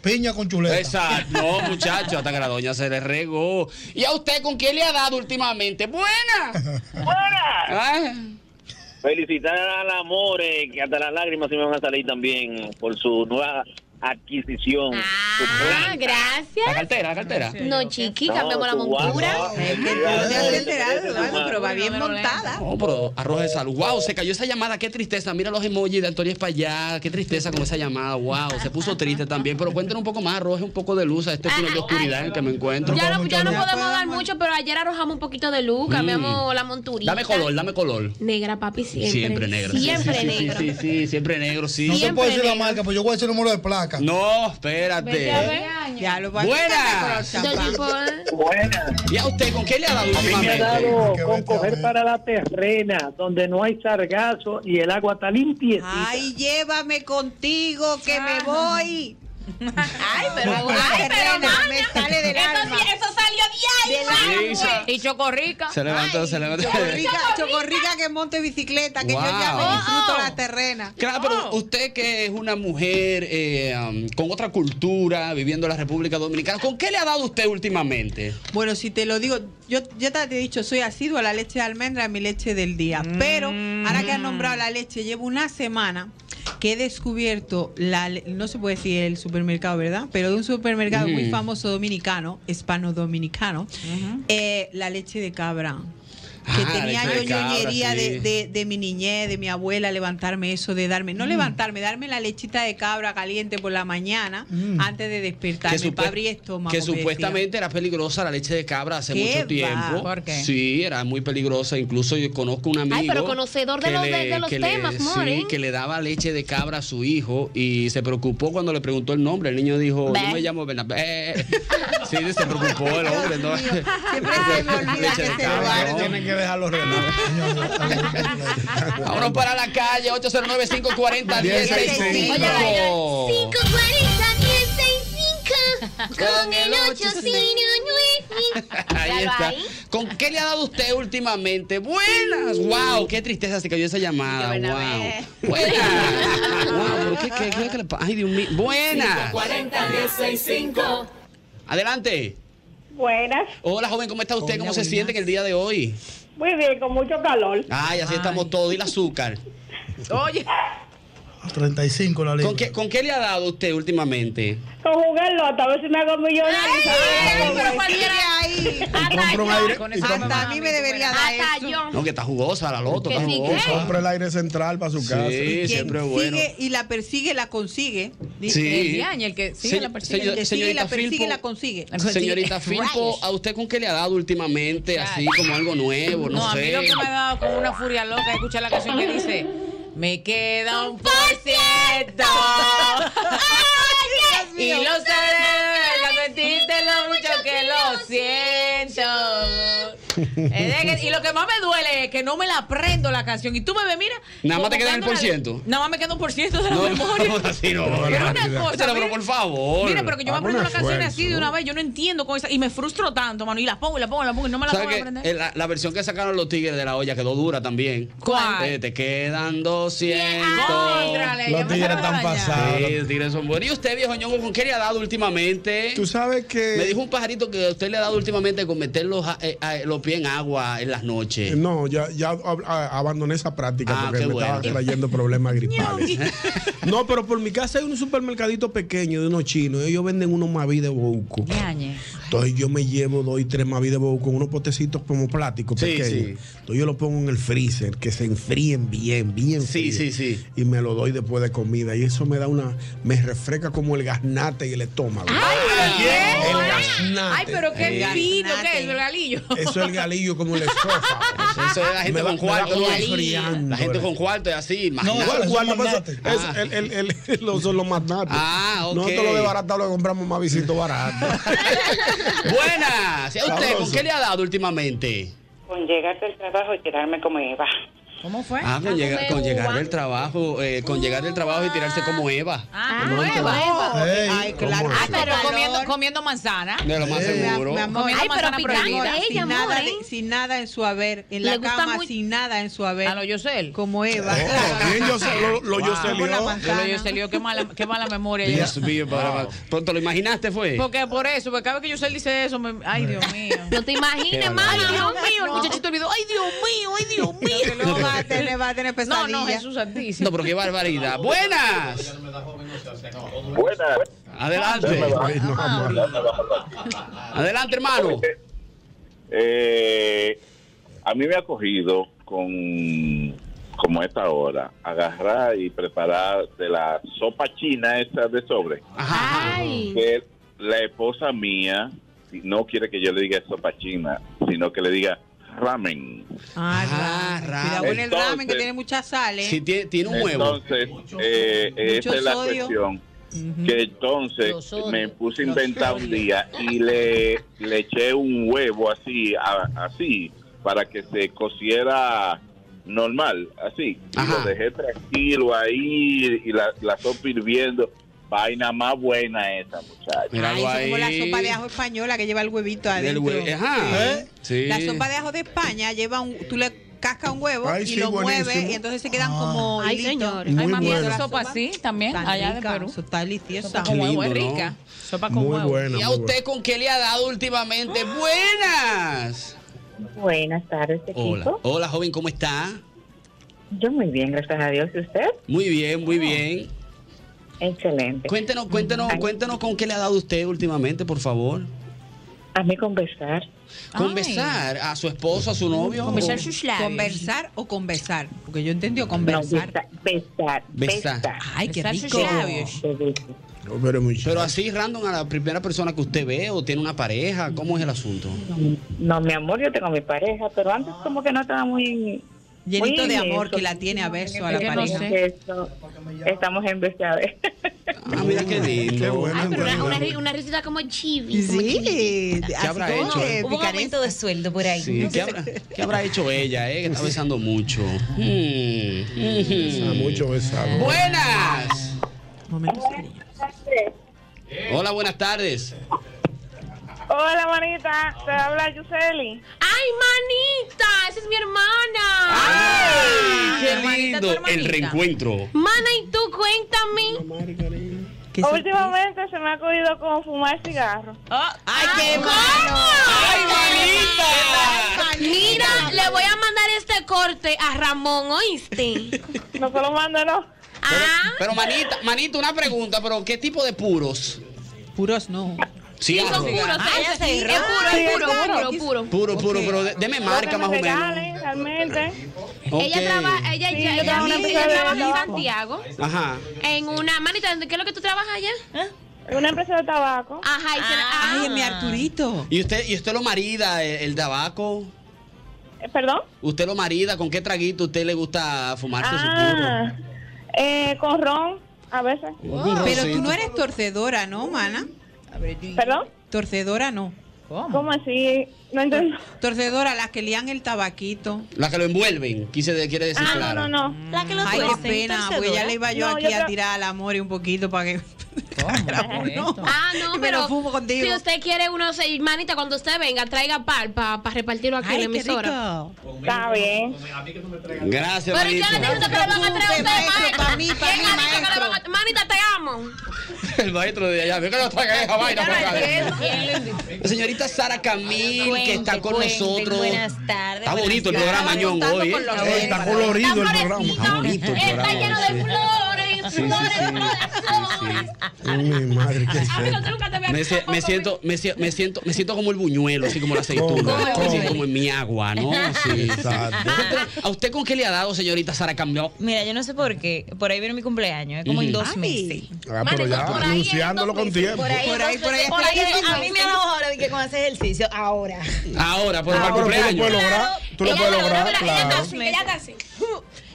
[SPEAKER 25] Piña con chuleta.
[SPEAKER 2] Exacto, no, muchachos, hasta que la doña se le regó. ¿Y a usted con quién le ha dado últimamente? Buena.
[SPEAKER 13] Felicitar al Amore, que hasta las lágrimas se me van a salir también por su nueva adquisición.
[SPEAKER 18] Ah, gracias.
[SPEAKER 13] La cartera, la cartera.
[SPEAKER 18] No, chiqui, cambiamos la
[SPEAKER 13] No, tu
[SPEAKER 18] montura.
[SPEAKER 13] guapa.
[SPEAKER 18] Es que
[SPEAKER 4] No te has
[SPEAKER 13] Ay,
[SPEAKER 4] enterado, Eduardo, pero va bien montada.
[SPEAKER 2] No, pero arroz de sal. Wow, se cayó esa llamada, qué tristeza. Mira los emojis de Antonio para allá, qué tristeza con esa llamada. Wow, se puso triste también. Pero cuéntenos un poco más, arroz, un poco de luz a este túnel de oscuridad en el que me encuentro.
[SPEAKER 18] Ah, Ya no, ya no podemos dar mucho, pero ayer arrojamos un poquito de luz, cambiamos la monturita.
[SPEAKER 2] Dame color, dame color.
[SPEAKER 18] Negra, papi, siempre.
[SPEAKER 2] Siempre negro. Sí,
[SPEAKER 18] Siempre
[SPEAKER 2] sí, sí, sí,
[SPEAKER 18] negro.
[SPEAKER 2] Sí, sí, siempre negro, sí.
[SPEAKER 25] No se puede decir la marca, pero yo voy a decir el número de placa.
[SPEAKER 2] No, espérate.
[SPEAKER 4] Ya lo
[SPEAKER 2] Buenas. ¿Y a usted con qué le ha dado
[SPEAKER 34] A mí me ha
[SPEAKER 2] últimamente?
[SPEAKER 34] dado con coger para la terrena, donde no hay sargazo y el agua está
[SPEAKER 18] ¿eh?
[SPEAKER 34] limpiecita.
[SPEAKER 4] Ay, llévame contigo que me
[SPEAKER 18] [laughs]
[SPEAKER 4] voy. Ay,
[SPEAKER 34] pero-
[SPEAKER 4] ay, pero me sale del
[SPEAKER 8] Eso
[SPEAKER 4] alma.
[SPEAKER 8] sí,
[SPEAKER 18] eso salió
[SPEAKER 4] Del
[SPEAKER 2] Sí,
[SPEAKER 4] alma.
[SPEAKER 2] se-
[SPEAKER 18] Y Chocorrica.
[SPEAKER 2] Se levantó, se levantó.
[SPEAKER 4] Chocorrica, Chocorrica que monte bicicleta, que yo ya
[SPEAKER 2] Wow.
[SPEAKER 4] me disfruto
[SPEAKER 18] Oh,
[SPEAKER 4] la terrena.
[SPEAKER 2] Claro, pero usted que es una mujer eh, um, con otra cultura, viviendo en la República Dominicana, ¿con qué le ha dado usted últimamente?
[SPEAKER 4] Bueno, si te lo digo, yo ya te he dicho, soy asidua a la leche de almendra, mi leche del día. Pero ahora que han nombrado la leche, llevo una semana que he descubierto la le- no se puede decir el supermercado, ¿verdad? Pero de un supermercado muy
[SPEAKER 2] Ujú.
[SPEAKER 4] famoso dominicano, hispano dominicano, eh, la leche de cabra. Que
[SPEAKER 2] Ah,
[SPEAKER 4] tenía
[SPEAKER 2] leche
[SPEAKER 4] yo
[SPEAKER 2] de cabra,
[SPEAKER 4] ñoñería
[SPEAKER 2] sí.
[SPEAKER 4] de, de- de mi niñez, de mi abuela, levantarme eso, de darme, no levantarme, darme la lechita de cabra caliente por la mañana antes de despertarme,
[SPEAKER 2] supue-
[SPEAKER 4] para abrir estómago.
[SPEAKER 2] que
[SPEAKER 4] me decía.
[SPEAKER 2] supuestamente era peligrosa la leche de cabra hace
[SPEAKER 4] ¿Qué
[SPEAKER 2] mucho
[SPEAKER 4] va?
[SPEAKER 2] tiempo.
[SPEAKER 4] ¿Por qué?
[SPEAKER 2] Sí, era muy peligrosa. Incluso yo conozco un amigo.
[SPEAKER 18] Ay, pero conocedor de
[SPEAKER 2] que
[SPEAKER 18] los- de- de los
[SPEAKER 2] que le-
[SPEAKER 18] temas,
[SPEAKER 2] sí,
[SPEAKER 18] more, ¿eh?
[SPEAKER 2] que le daba leche de cabra a su hijo y se preocupó cuando le preguntó el nombre. El niño dijo,
[SPEAKER 18] Beh.
[SPEAKER 2] yo me llamo Bernabé. Eh,
[SPEAKER 18] [laughs]
[SPEAKER 2] sí, se preocupó el hombre. ¿no? [laughs] Leche de cabra, ¿no?
[SPEAKER 25] Tienen que dejar los relojes.
[SPEAKER 2] Vámonos para la calle, 809-540-1065.
[SPEAKER 8] 1065.
[SPEAKER 2] Oye, Dairo, Con el
[SPEAKER 8] 809.
[SPEAKER 2] Ahí [laughs]
[SPEAKER 8] Claro,
[SPEAKER 2] está.
[SPEAKER 8] ahí.
[SPEAKER 2] ¿Con qué le ha dado usted últimamente? Buenas. Wow, qué tristeza se cayó esa llamada. Wow. Buenas. wow, ¿por qué, qué, qué- qué le pa- Ay, Dios mío. Buenas.
[SPEAKER 8] 540-165
[SPEAKER 2] Adelante.
[SPEAKER 16] Buenas.
[SPEAKER 2] Hola, joven, ¿cómo está usted? ¿Cómo se siente en el día de hoy?
[SPEAKER 16] Muy bien, con mucho calor.
[SPEAKER 2] Ay, así estamos todos. Y el azúcar.
[SPEAKER 16] Oye.
[SPEAKER 25] 35 la ley.
[SPEAKER 2] ¿Con qué, ¿Con qué le ha dado usted últimamente?
[SPEAKER 16] Con jugarlo, a ver si me hago millonario.
[SPEAKER 4] pero cualquiera ahí.
[SPEAKER 25] Compra un aire. y compra-
[SPEAKER 4] Hasta a mí me debería dar eso.
[SPEAKER 2] No, que está jugosa la loto, está jugosa.
[SPEAKER 6] Compra el aire central para su casa.
[SPEAKER 2] Sí, siempre es bueno.
[SPEAKER 4] Sigue y la persigue, la consigue.
[SPEAKER 2] Dice Sí. el día,
[SPEAKER 4] el que
[SPEAKER 2] sigue, la persigue.
[SPEAKER 4] El que sigue, la
[SPEAKER 2] Señorita
[SPEAKER 4] persigue,
[SPEAKER 2] Filpo.
[SPEAKER 4] la consigue.
[SPEAKER 2] Señorita Filpo, ¿a usted con qué le ha dado últimamente? Así como algo nuevo, no,
[SPEAKER 20] No, a mí
[SPEAKER 2] sé.
[SPEAKER 20] lo que me ha dado con una furia loca es escuchar la canción que dice: Me queda un por ciento. Y
[SPEAKER 8] mío.
[SPEAKER 20] lo celebro, sentirte lo mucho que lo siento. Es de que- Y lo que más me duele es que no me la aprendo la canción. Y tú me ves, mira.
[SPEAKER 2] Nada más te
[SPEAKER 20] como
[SPEAKER 2] queda el
[SPEAKER 20] buscando
[SPEAKER 2] por
[SPEAKER 20] la-
[SPEAKER 2] ciento.
[SPEAKER 20] Nada más me queda un por ciento de la [laughs] memoria.
[SPEAKER 2] no, así no.
[SPEAKER 20] Pero una
[SPEAKER 2] Pero,
[SPEAKER 20] cosa,
[SPEAKER 2] pero por favor.
[SPEAKER 20] Mira, pero que yo me
[SPEAKER 2] Hagamos
[SPEAKER 20] aprendo
[SPEAKER 2] un
[SPEAKER 20] una canción
[SPEAKER 2] esfuerzo.
[SPEAKER 20] así de una vez, yo no entiendo con esa, y me frustro tanto, mano, y la pongo, y la pongo, y la pongo, y no me la
[SPEAKER 2] ¿Sabes
[SPEAKER 20] puedo
[SPEAKER 2] que
[SPEAKER 20] aprender.
[SPEAKER 2] el- Eh, la, la versión que sacaron los tigres de la olla quedó dura también?
[SPEAKER 20] ¿Cuál?
[SPEAKER 2] Eh, te quedan 200.
[SPEAKER 20] Contrale, Los ya me tigres estaba están dañando. pasados.
[SPEAKER 2] Sí, los tigres son buenos. ¿Y usted, viejo ñongo, con qué le ha dado últimamente?
[SPEAKER 6] Tú sabes que.
[SPEAKER 2] Me dijo un pajarito que a usted le ha dado últimamente con meter los, a- eh, a- los pies en agua en las noches.
[SPEAKER 6] Eh, No, ya, ya ab- a- abandoné esa práctica
[SPEAKER 2] Ah,
[SPEAKER 6] porque
[SPEAKER 2] qué
[SPEAKER 6] me
[SPEAKER 2] bueno.
[SPEAKER 6] estaba trayendo problemas
[SPEAKER 2] [laughs]
[SPEAKER 6] gripales. no, pero por mi casa hay un supermercadito pequeño de unos chinos. Ellos venden unos maví de bouco. Entonces yo me llevo doy tres maví de bouco unos potecitos como plásticos
[SPEAKER 2] Sí,
[SPEAKER 6] pequeños.
[SPEAKER 2] sí.
[SPEAKER 6] Entonces yo lo pongo en el freezer, que se enfríen bien, bien.
[SPEAKER 2] Sí,
[SPEAKER 6] frío.
[SPEAKER 2] sí, sí.
[SPEAKER 6] Y me lo doy después de comida. Y eso me da una. Me refresca como el gasnate y el estómago.
[SPEAKER 2] Ah.
[SPEAKER 6] El gasnate.
[SPEAKER 20] Ay, pero qué
[SPEAKER 6] Sí.
[SPEAKER 20] fino que es el galillo.
[SPEAKER 6] Eso es el galillo
[SPEAKER 2] [laughs]
[SPEAKER 6] como el escofa.
[SPEAKER 2] Eso es la gente
[SPEAKER 6] Me va-
[SPEAKER 2] con
[SPEAKER 6] me va
[SPEAKER 2] cuarto.
[SPEAKER 6] como
[SPEAKER 2] ¿no?
[SPEAKER 6] enfriando,
[SPEAKER 2] La gente
[SPEAKER 6] ¿verdad?
[SPEAKER 2] con cuarto es así.
[SPEAKER 6] No,
[SPEAKER 2] imagínate.
[SPEAKER 6] ¿cuál, cuál pasa? Es el, el, el, los, son los magnates.
[SPEAKER 2] Ah, ok.
[SPEAKER 6] Nosotros los de barato lo compramos más visito barato.
[SPEAKER 2] [laughs] Buenas. ¿Y a usted con
[SPEAKER 6] Sabroso.
[SPEAKER 2] qué le ha dado últimamente?
[SPEAKER 24] Con llegar del trabajo y quedarme como Eva.
[SPEAKER 20] ¿Cómo fue?
[SPEAKER 2] Ah, con, llegar, con llegar del trabajo, eh, con llegar del trabajo y tirarse como Eva.
[SPEAKER 20] Ah,
[SPEAKER 2] No,
[SPEAKER 20] nueva.
[SPEAKER 2] no. Ey,
[SPEAKER 20] Ay, claro.
[SPEAKER 2] ¿cómo
[SPEAKER 20] Ay, pero
[SPEAKER 4] eso?
[SPEAKER 20] comiendo, comiendo manzana.
[SPEAKER 2] De lo más seguro.
[SPEAKER 4] Mi amor,
[SPEAKER 20] Comiendo
[SPEAKER 4] ay, pero
[SPEAKER 20] manzana
[SPEAKER 4] picante,
[SPEAKER 20] prohibida.
[SPEAKER 4] sin, nada de- ¿eh? sin nada en su haber, en la
[SPEAKER 20] Le gusta
[SPEAKER 4] cama
[SPEAKER 20] muy-
[SPEAKER 4] sin nada en su haber. A lo
[SPEAKER 20] Yosel.
[SPEAKER 4] Como Eva.
[SPEAKER 2] Oh,
[SPEAKER 6] bien Yosel, lo- lo Yoselió.
[SPEAKER 20] Como la manzana.
[SPEAKER 6] Lo
[SPEAKER 20] Lo Yoselió, qué mala, qué mala memoria.
[SPEAKER 2] Dios mío, para-
[SPEAKER 20] Wow.
[SPEAKER 2] para- pronto lo imaginaste fue.
[SPEAKER 20] Porque por eso, porque cada vez que Yosel dice eso, me- ay, Dios mío. No te
[SPEAKER 2] Qué
[SPEAKER 20] imagines,
[SPEAKER 2] mala
[SPEAKER 20] Ay, Dios
[SPEAKER 2] idea.
[SPEAKER 20] mío, el muchachito olvidó. Ay, Dios mío, ay, Dios mío.
[SPEAKER 2] No, va a tener-
[SPEAKER 4] va a [laughs] tener
[SPEAKER 20] pesadilla. No, no, Jesús Santísimo.
[SPEAKER 2] No, pero qué barbaridad. Ah, Buenas.
[SPEAKER 10] Buenas.
[SPEAKER 2] Adelante. Adelante, hermano.
[SPEAKER 10] Eh, a mí me ha cogido con como esta hora, agarrar y preparar de la sopa china esta de sobre. Que la esposa mía no quiere que yo le diga sopa china, sino que le diga ramen.
[SPEAKER 4] Ah, ramen. Cuidado con el
[SPEAKER 10] Entonces-
[SPEAKER 4] ramen que tiene mucha sal, ¿eh?
[SPEAKER 2] tiene,
[SPEAKER 10] Entonces, eh, esa es la
[SPEAKER 4] sodio.
[SPEAKER 10] cuestión. Que
[SPEAKER 4] Lo
[SPEAKER 10] entonces
[SPEAKER 4] sodio,
[SPEAKER 10] me puse a
[SPEAKER 4] lo
[SPEAKER 10] inventar un
[SPEAKER 4] sodio.
[SPEAKER 10] día y le, le eché un huevo así, a- así, para que se cociera normal, así. Y lo dejé tranquilo ahí y la, la sopa hirviendo. Vaina más buena esa, muchacha.
[SPEAKER 4] Ay, eso es como la sopa de ajo española que lleva el huevito adentro.
[SPEAKER 10] hue- ajá.
[SPEAKER 4] Sí. La sopa de ajo de España lleva un, tú le cascas un huevo
[SPEAKER 20] Ay,
[SPEAKER 4] y
[SPEAKER 20] sí,
[SPEAKER 4] lo
[SPEAKER 20] buenísimo.
[SPEAKER 4] mueves y entonces se quedan
[SPEAKER 20] Ah.
[SPEAKER 4] como
[SPEAKER 20] Ay,
[SPEAKER 4] hilitos.
[SPEAKER 20] señor. Ay, Muy mami, bueno. esa sopa así también,
[SPEAKER 4] Tan
[SPEAKER 20] allá de
[SPEAKER 4] rica,
[SPEAKER 20] Perú.
[SPEAKER 4] Eso está deliciosa.
[SPEAKER 20] Sopa con huevo, es rica. Sopa con huevo.
[SPEAKER 2] ¿Y a usted con qué le ha dado últimamente? Buenas.
[SPEAKER 24] Buenas tardes, este equipo.
[SPEAKER 2] Hola. Hola, joven, ¿cómo está?
[SPEAKER 24] Yo muy bien, gracias a Dios. ¿Y usted? Ah.
[SPEAKER 2] Muy bien, muy bien.
[SPEAKER 24] Excelente.
[SPEAKER 2] Cuéntenos, cuéntenos, cuéntenos con qué le ha dado usted últimamente, por favor.
[SPEAKER 24] A mí conversar.
[SPEAKER 2] ¿Conversar? ¿A su esposo, a su novio?
[SPEAKER 4] Conversar
[SPEAKER 2] O-
[SPEAKER 4] sus labios. Conversar o conversar. Porque yo entendí
[SPEAKER 24] conversar. besar,
[SPEAKER 2] Besar.
[SPEAKER 4] Ay, qué
[SPEAKER 2] Besar sus
[SPEAKER 4] rico.
[SPEAKER 2] labios.
[SPEAKER 6] pero,
[SPEAKER 2] así random a la primera persona que usted ve o tiene una pareja, ¿cómo es el asunto?
[SPEAKER 24] No, mi amor, yo tengo mi pareja, pero antes como que no estaba muy...
[SPEAKER 4] Llenito
[SPEAKER 24] muy
[SPEAKER 4] de
[SPEAKER 24] en
[SPEAKER 4] amor
[SPEAKER 24] eso.
[SPEAKER 4] que la tiene a beso a
[SPEAKER 24] Es
[SPEAKER 4] la
[SPEAKER 24] que no
[SPEAKER 4] pareja.
[SPEAKER 24] sé, eso, Estamos en vez de a ver.
[SPEAKER 2] Ah, mira qué lindo.
[SPEAKER 18] Ay, pero una, una, ri- una risita como chibi. como
[SPEAKER 4] Sí,
[SPEAKER 18] chivita.
[SPEAKER 2] ¿Qué habrá
[SPEAKER 4] oh,
[SPEAKER 2] hecho? eh.
[SPEAKER 18] Hubo un aumento de sueldo por ahí.
[SPEAKER 2] Sí, ¿qué, habrá, qué habrá hecho ella, eh? Que está besando mucho.
[SPEAKER 6] Besa mucho, besa.
[SPEAKER 2] Buenas. Hola, buenas tardes.
[SPEAKER 11] Hola, manita. Te habla Yuseli.
[SPEAKER 18] ¡Ay, manita! ¡Esa es mi hermana!
[SPEAKER 2] Ah. ¡Ay,
[SPEAKER 18] Tu hermanita,
[SPEAKER 2] qué
[SPEAKER 18] Ah, tu
[SPEAKER 2] lindo! El
[SPEAKER 18] hermanita. Ah,
[SPEAKER 2] reencuentro.
[SPEAKER 18] Mana, ¿y tú cuéntame?
[SPEAKER 11] Últimamente se me ha cogido con fumar cigarro.
[SPEAKER 18] Oh, ¡Ay, qué malo! ¡Ay, manita! Mira, le voy a mandar este corte a Ramón, ¿oíste?
[SPEAKER 11] No se lo mando, no.
[SPEAKER 2] Pero, manita, manita, una pregunta, pero ¿qué tipo de puros?
[SPEAKER 4] Puros no.
[SPEAKER 2] Sí,
[SPEAKER 18] son
[SPEAKER 2] algo.
[SPEAKER 18] puros,
[SPEAKER 2] Ah,
[SPEAKER 18] es,
[SPEAKER 2] sí,
[SPEAKER 18] es puro,
[SPEAKER 2] sí,
[SPEAKER 18] es puro,
[SPEAKER 2] claro.
[SPEAKER 18] puro, puro.
[SPEAKER 2] Puro, puro, pero de- deme marca más o menos.
[SPEAKER 11] Regalen, realmente.
[SPEAKER 2] Ok.
[SPEAKER 18] Ella trabaja, ella,
[SPEAKER 11] Sí,
[SPEAKER 18] ella-
[SPEAKER 11] yo trabajo en
[SPEAKER 18] ella
[SPEAKER 11] una empresa de
[SPEAKER 18] trabaja en
[SPEAKER 11] tabaco.
[SPEAKER 18] Santiago,
[SPEAKER 2] Ajá.
[SPEAKER 18] en una, manita, ¿en ¿qué es lo que tú trabajas allá?
[SPEAKER 11] En una empresa de tabaco.
[SPEAKER 18] Ajá, y se la- ah.
[SPEAKER 4] Ay, mi Arturito.
[SPEAKER 2] ¿Y usted, y usted lo marida, el, el tabaco?
[SPEAKER 18] ¿Eh,
[SPEAKER 11] ¿Perdón?
[SPEAKER 2] ¿Usted lo marida? ¿Con qué traguito usted le gusta fumarse
[SPEAKER 11] Ah, eh, con ron, a veces.
[SPEAKER 4] Pero tú no eres torcedora, ¿no, mana?
[SPEAKER 11] ¿Perdón?
[SPEAKER 4] Torcedora no. ¿Cómo?
[SPEAKER 11] así? No entiendo.
[SPEAKER 4] Torcedora, las que lían el tabaquito.
[SPEAKER 2] su tubo? La que lo envuelven, quise de- quiere decir
[SPEAKER 4] Ah, no,
[SPEAKER 11] No,
[SPEAKER 2] Clara.
[SPEAKER 11] no.
[SPEAKER 18] La que
[SPEAKER 4] Ay, qué pena, porque ya le iba yo
[SPEAKER 18] No,
[SPEAKER 4] aquí
[SPEAKER 18] yo
[SPEAKER 4] a
[SPEAKER 18] creo-
[SPEAKER 4] tirar al amor y un poquito para que...
[SPEAKER 18] [laughs] Ah, no,
[SPEAKER 4] Me
[SPEAKER 18] pero
[SPEAKER 4] lo fumo contigo.
[SPEAKER 18] si usted quiere unos seis manitas, cuando usted venga, traiga par para repartirlo aquí en la
[SPEAKER 4] Ay, qué
[SPEAKER 18] emisora.
[SPEAKER 11] Está bien.
[SPEAKER 2] Gracias,
[SPEAKER 18] Pero yo
[SPEAKER 2] manito.
[SPEAKER 18] le digo que lo van a traer a usted, maestra.
[SPEAKER 4] para mí, para
[SPEAKER 18] ¿Quién
[SPEAKER 4] mí,
[SPEAKER 18] ha dicho que lo van a- Manita, te amo.
[SPEAKER 2] [laughs] El maestro de allá, ve que no traiga esa vaina por acá. La Señorita Sara Camil, que está con nosotros.
[SPEAKER 33] tardes.
[SPEAKER 2] Está bonito el programa Ñón hoy. ¿eh?
[SPEAKER 6] Eh, Está colorido el programa. Está
[SPEAKER 2] bonito el
[SPEAKER 18] Está
[SPEAKER 6] programa.
[SPEAKER 18] lleno de flores,
[SPEAKER 2] Sí, sí,
[SPEAKER 18] flores,
[SPEAKER 2] sí.
[SPEAKER 18] flores, flores.
[SPEAKER 6] Mi madre, qué
[SPEAKER 18] Amigo, tú nunca te habías
[SPEAKER 2] Me, se- me siento, me, sie- me siento, me siento como el buñuelo, así como la aceituna,
[SPEAKER 18] Como el
[SPEAKER 2] así
[SPEAKER 33] buñuelo.
[SPEAKER 2] como en mi agua, ah, ¿no?
[SPEAKER 33] [laughs]
[SPEAKER 4] [laughs]
[SPEAKER 2] Sí.
[SPEAKER 33] Exacto.
[SPEAKER 2] ¿Usted- ¿A usted con qué le ha dado, señorita Sara Cambió?
[SPEAKER 33] Mira, yo no sé por qué. Por ahí viene mi cumpleaños. Es como en
[SPEAKER 2] Ujú.
[SPEAKER 33] dos meses.
[SPEAKER 6] Ah, pero ya,
[SPEAKER 33] por ahí
[SPEAKER 6] anunciándolo con tiempo.
[SPEAKER 33] por ahí, por ahí, A mí me han ahora de que con ese ejercicio, ahora.
[SPEAKER 2] Ahora, por el
[SPEAKER 6] Ah, pero tú lo
[SPEAKER 2] cumpleaños.
[SPEAKER 6] puedes lograr. Tú lo puedes lograr, claro.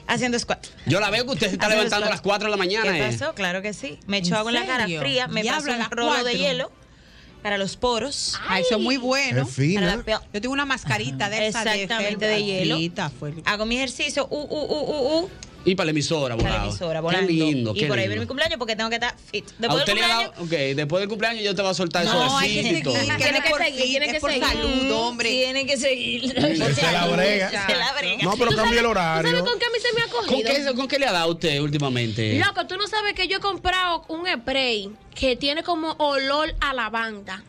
[SPEAKER 33] Haciendo squat.
[SPEAKER 2] Yo la veo que usted se está
[SPEAKER 33] Haciendo
[SPEAKER 2] levantando a
[SPEAKER 33] squat.
[SPEAKER 2] las 4 de la mañana.
[SPEAKER 33] ¿Qué
[SPEAKER 2] eh.
[SPEAKER 33] pasó? Claro que sí. Me echo
[SPEAKER 4] ¿En
[SPEAKER 33] agua en la cara
[SPEAKER 4] serio?
[SPEAKER 33] fría, me
[SPEAKER 4] Diablo,
[SPEAKER 33] paso
[SPEAKER 4] a
[SPEAKER 33] un
[SPEAKER 4] las
[SPEAKER 33] rolo de
[SPEAKER 4] cuatro.
[SPEAKER 33] hielo para los poros.
[SPEAKER 4] Ay, eso es muy bueno.
[SPEAKER 33] Para la piel.
[SPEAKER 4] Yo tengo una mascarita de esa
[SPEAKER 33] Exactamente de hielo. Hago mi ejercicio, uh, uh, uh, uh, uh,
[SPEAKER 2] Y para la emisora,
[SPEAKER 33] para la
[SPEAKER 2] volado.
[SPEAKER 33] emisora,
[SPEAKER 2] Qué
[SPEAKER 33] volando.
[SPEAKER 2] lindo,
[SPEAKER 33] y
[SPEAKER 2] qué
[SPEAKER 33] por ahí viene mi
[SPEAKER 2] lindo.
[SPEAKER 33] cumpleaños porque tengo que estar fit.
[SPEAKER 2] A
[SPEAKER 33] Después del
[SPEAKER 2] usted le ha
[SPEAKER 33] cumpleaños,
[SPEAKER 2] dado, ok, después del cumpleaños yo te voy a soltar eso
[SPEAKER 33] No, hay que seguir, que
[SPEAKER 4] Tiene que seguir, tiene que seguir.
[SPEAKER 33] salud, hombre. Tiene que seguir.
[SPEAKER 6] Que se la brega.
[SPEAKER 33] Se la brega.
[SPEAKER 6] No, pero
[SPEAKER 18] ¿Tú
[SPEAKER 6] cambia el
[SPEAKER 18] sabes- ¿Tú
[SPEAKER 6] horario.
[SPEAKER 18] sabes con qué a mí se me ha cogido?
[SPEAKER 2] ¿Con qué, ¿Con qué le ha dado usted últimamente?
[SPEAKER 18] Loco, tú no sabes que yo he comprado un spray que tiene como olor a lavanda.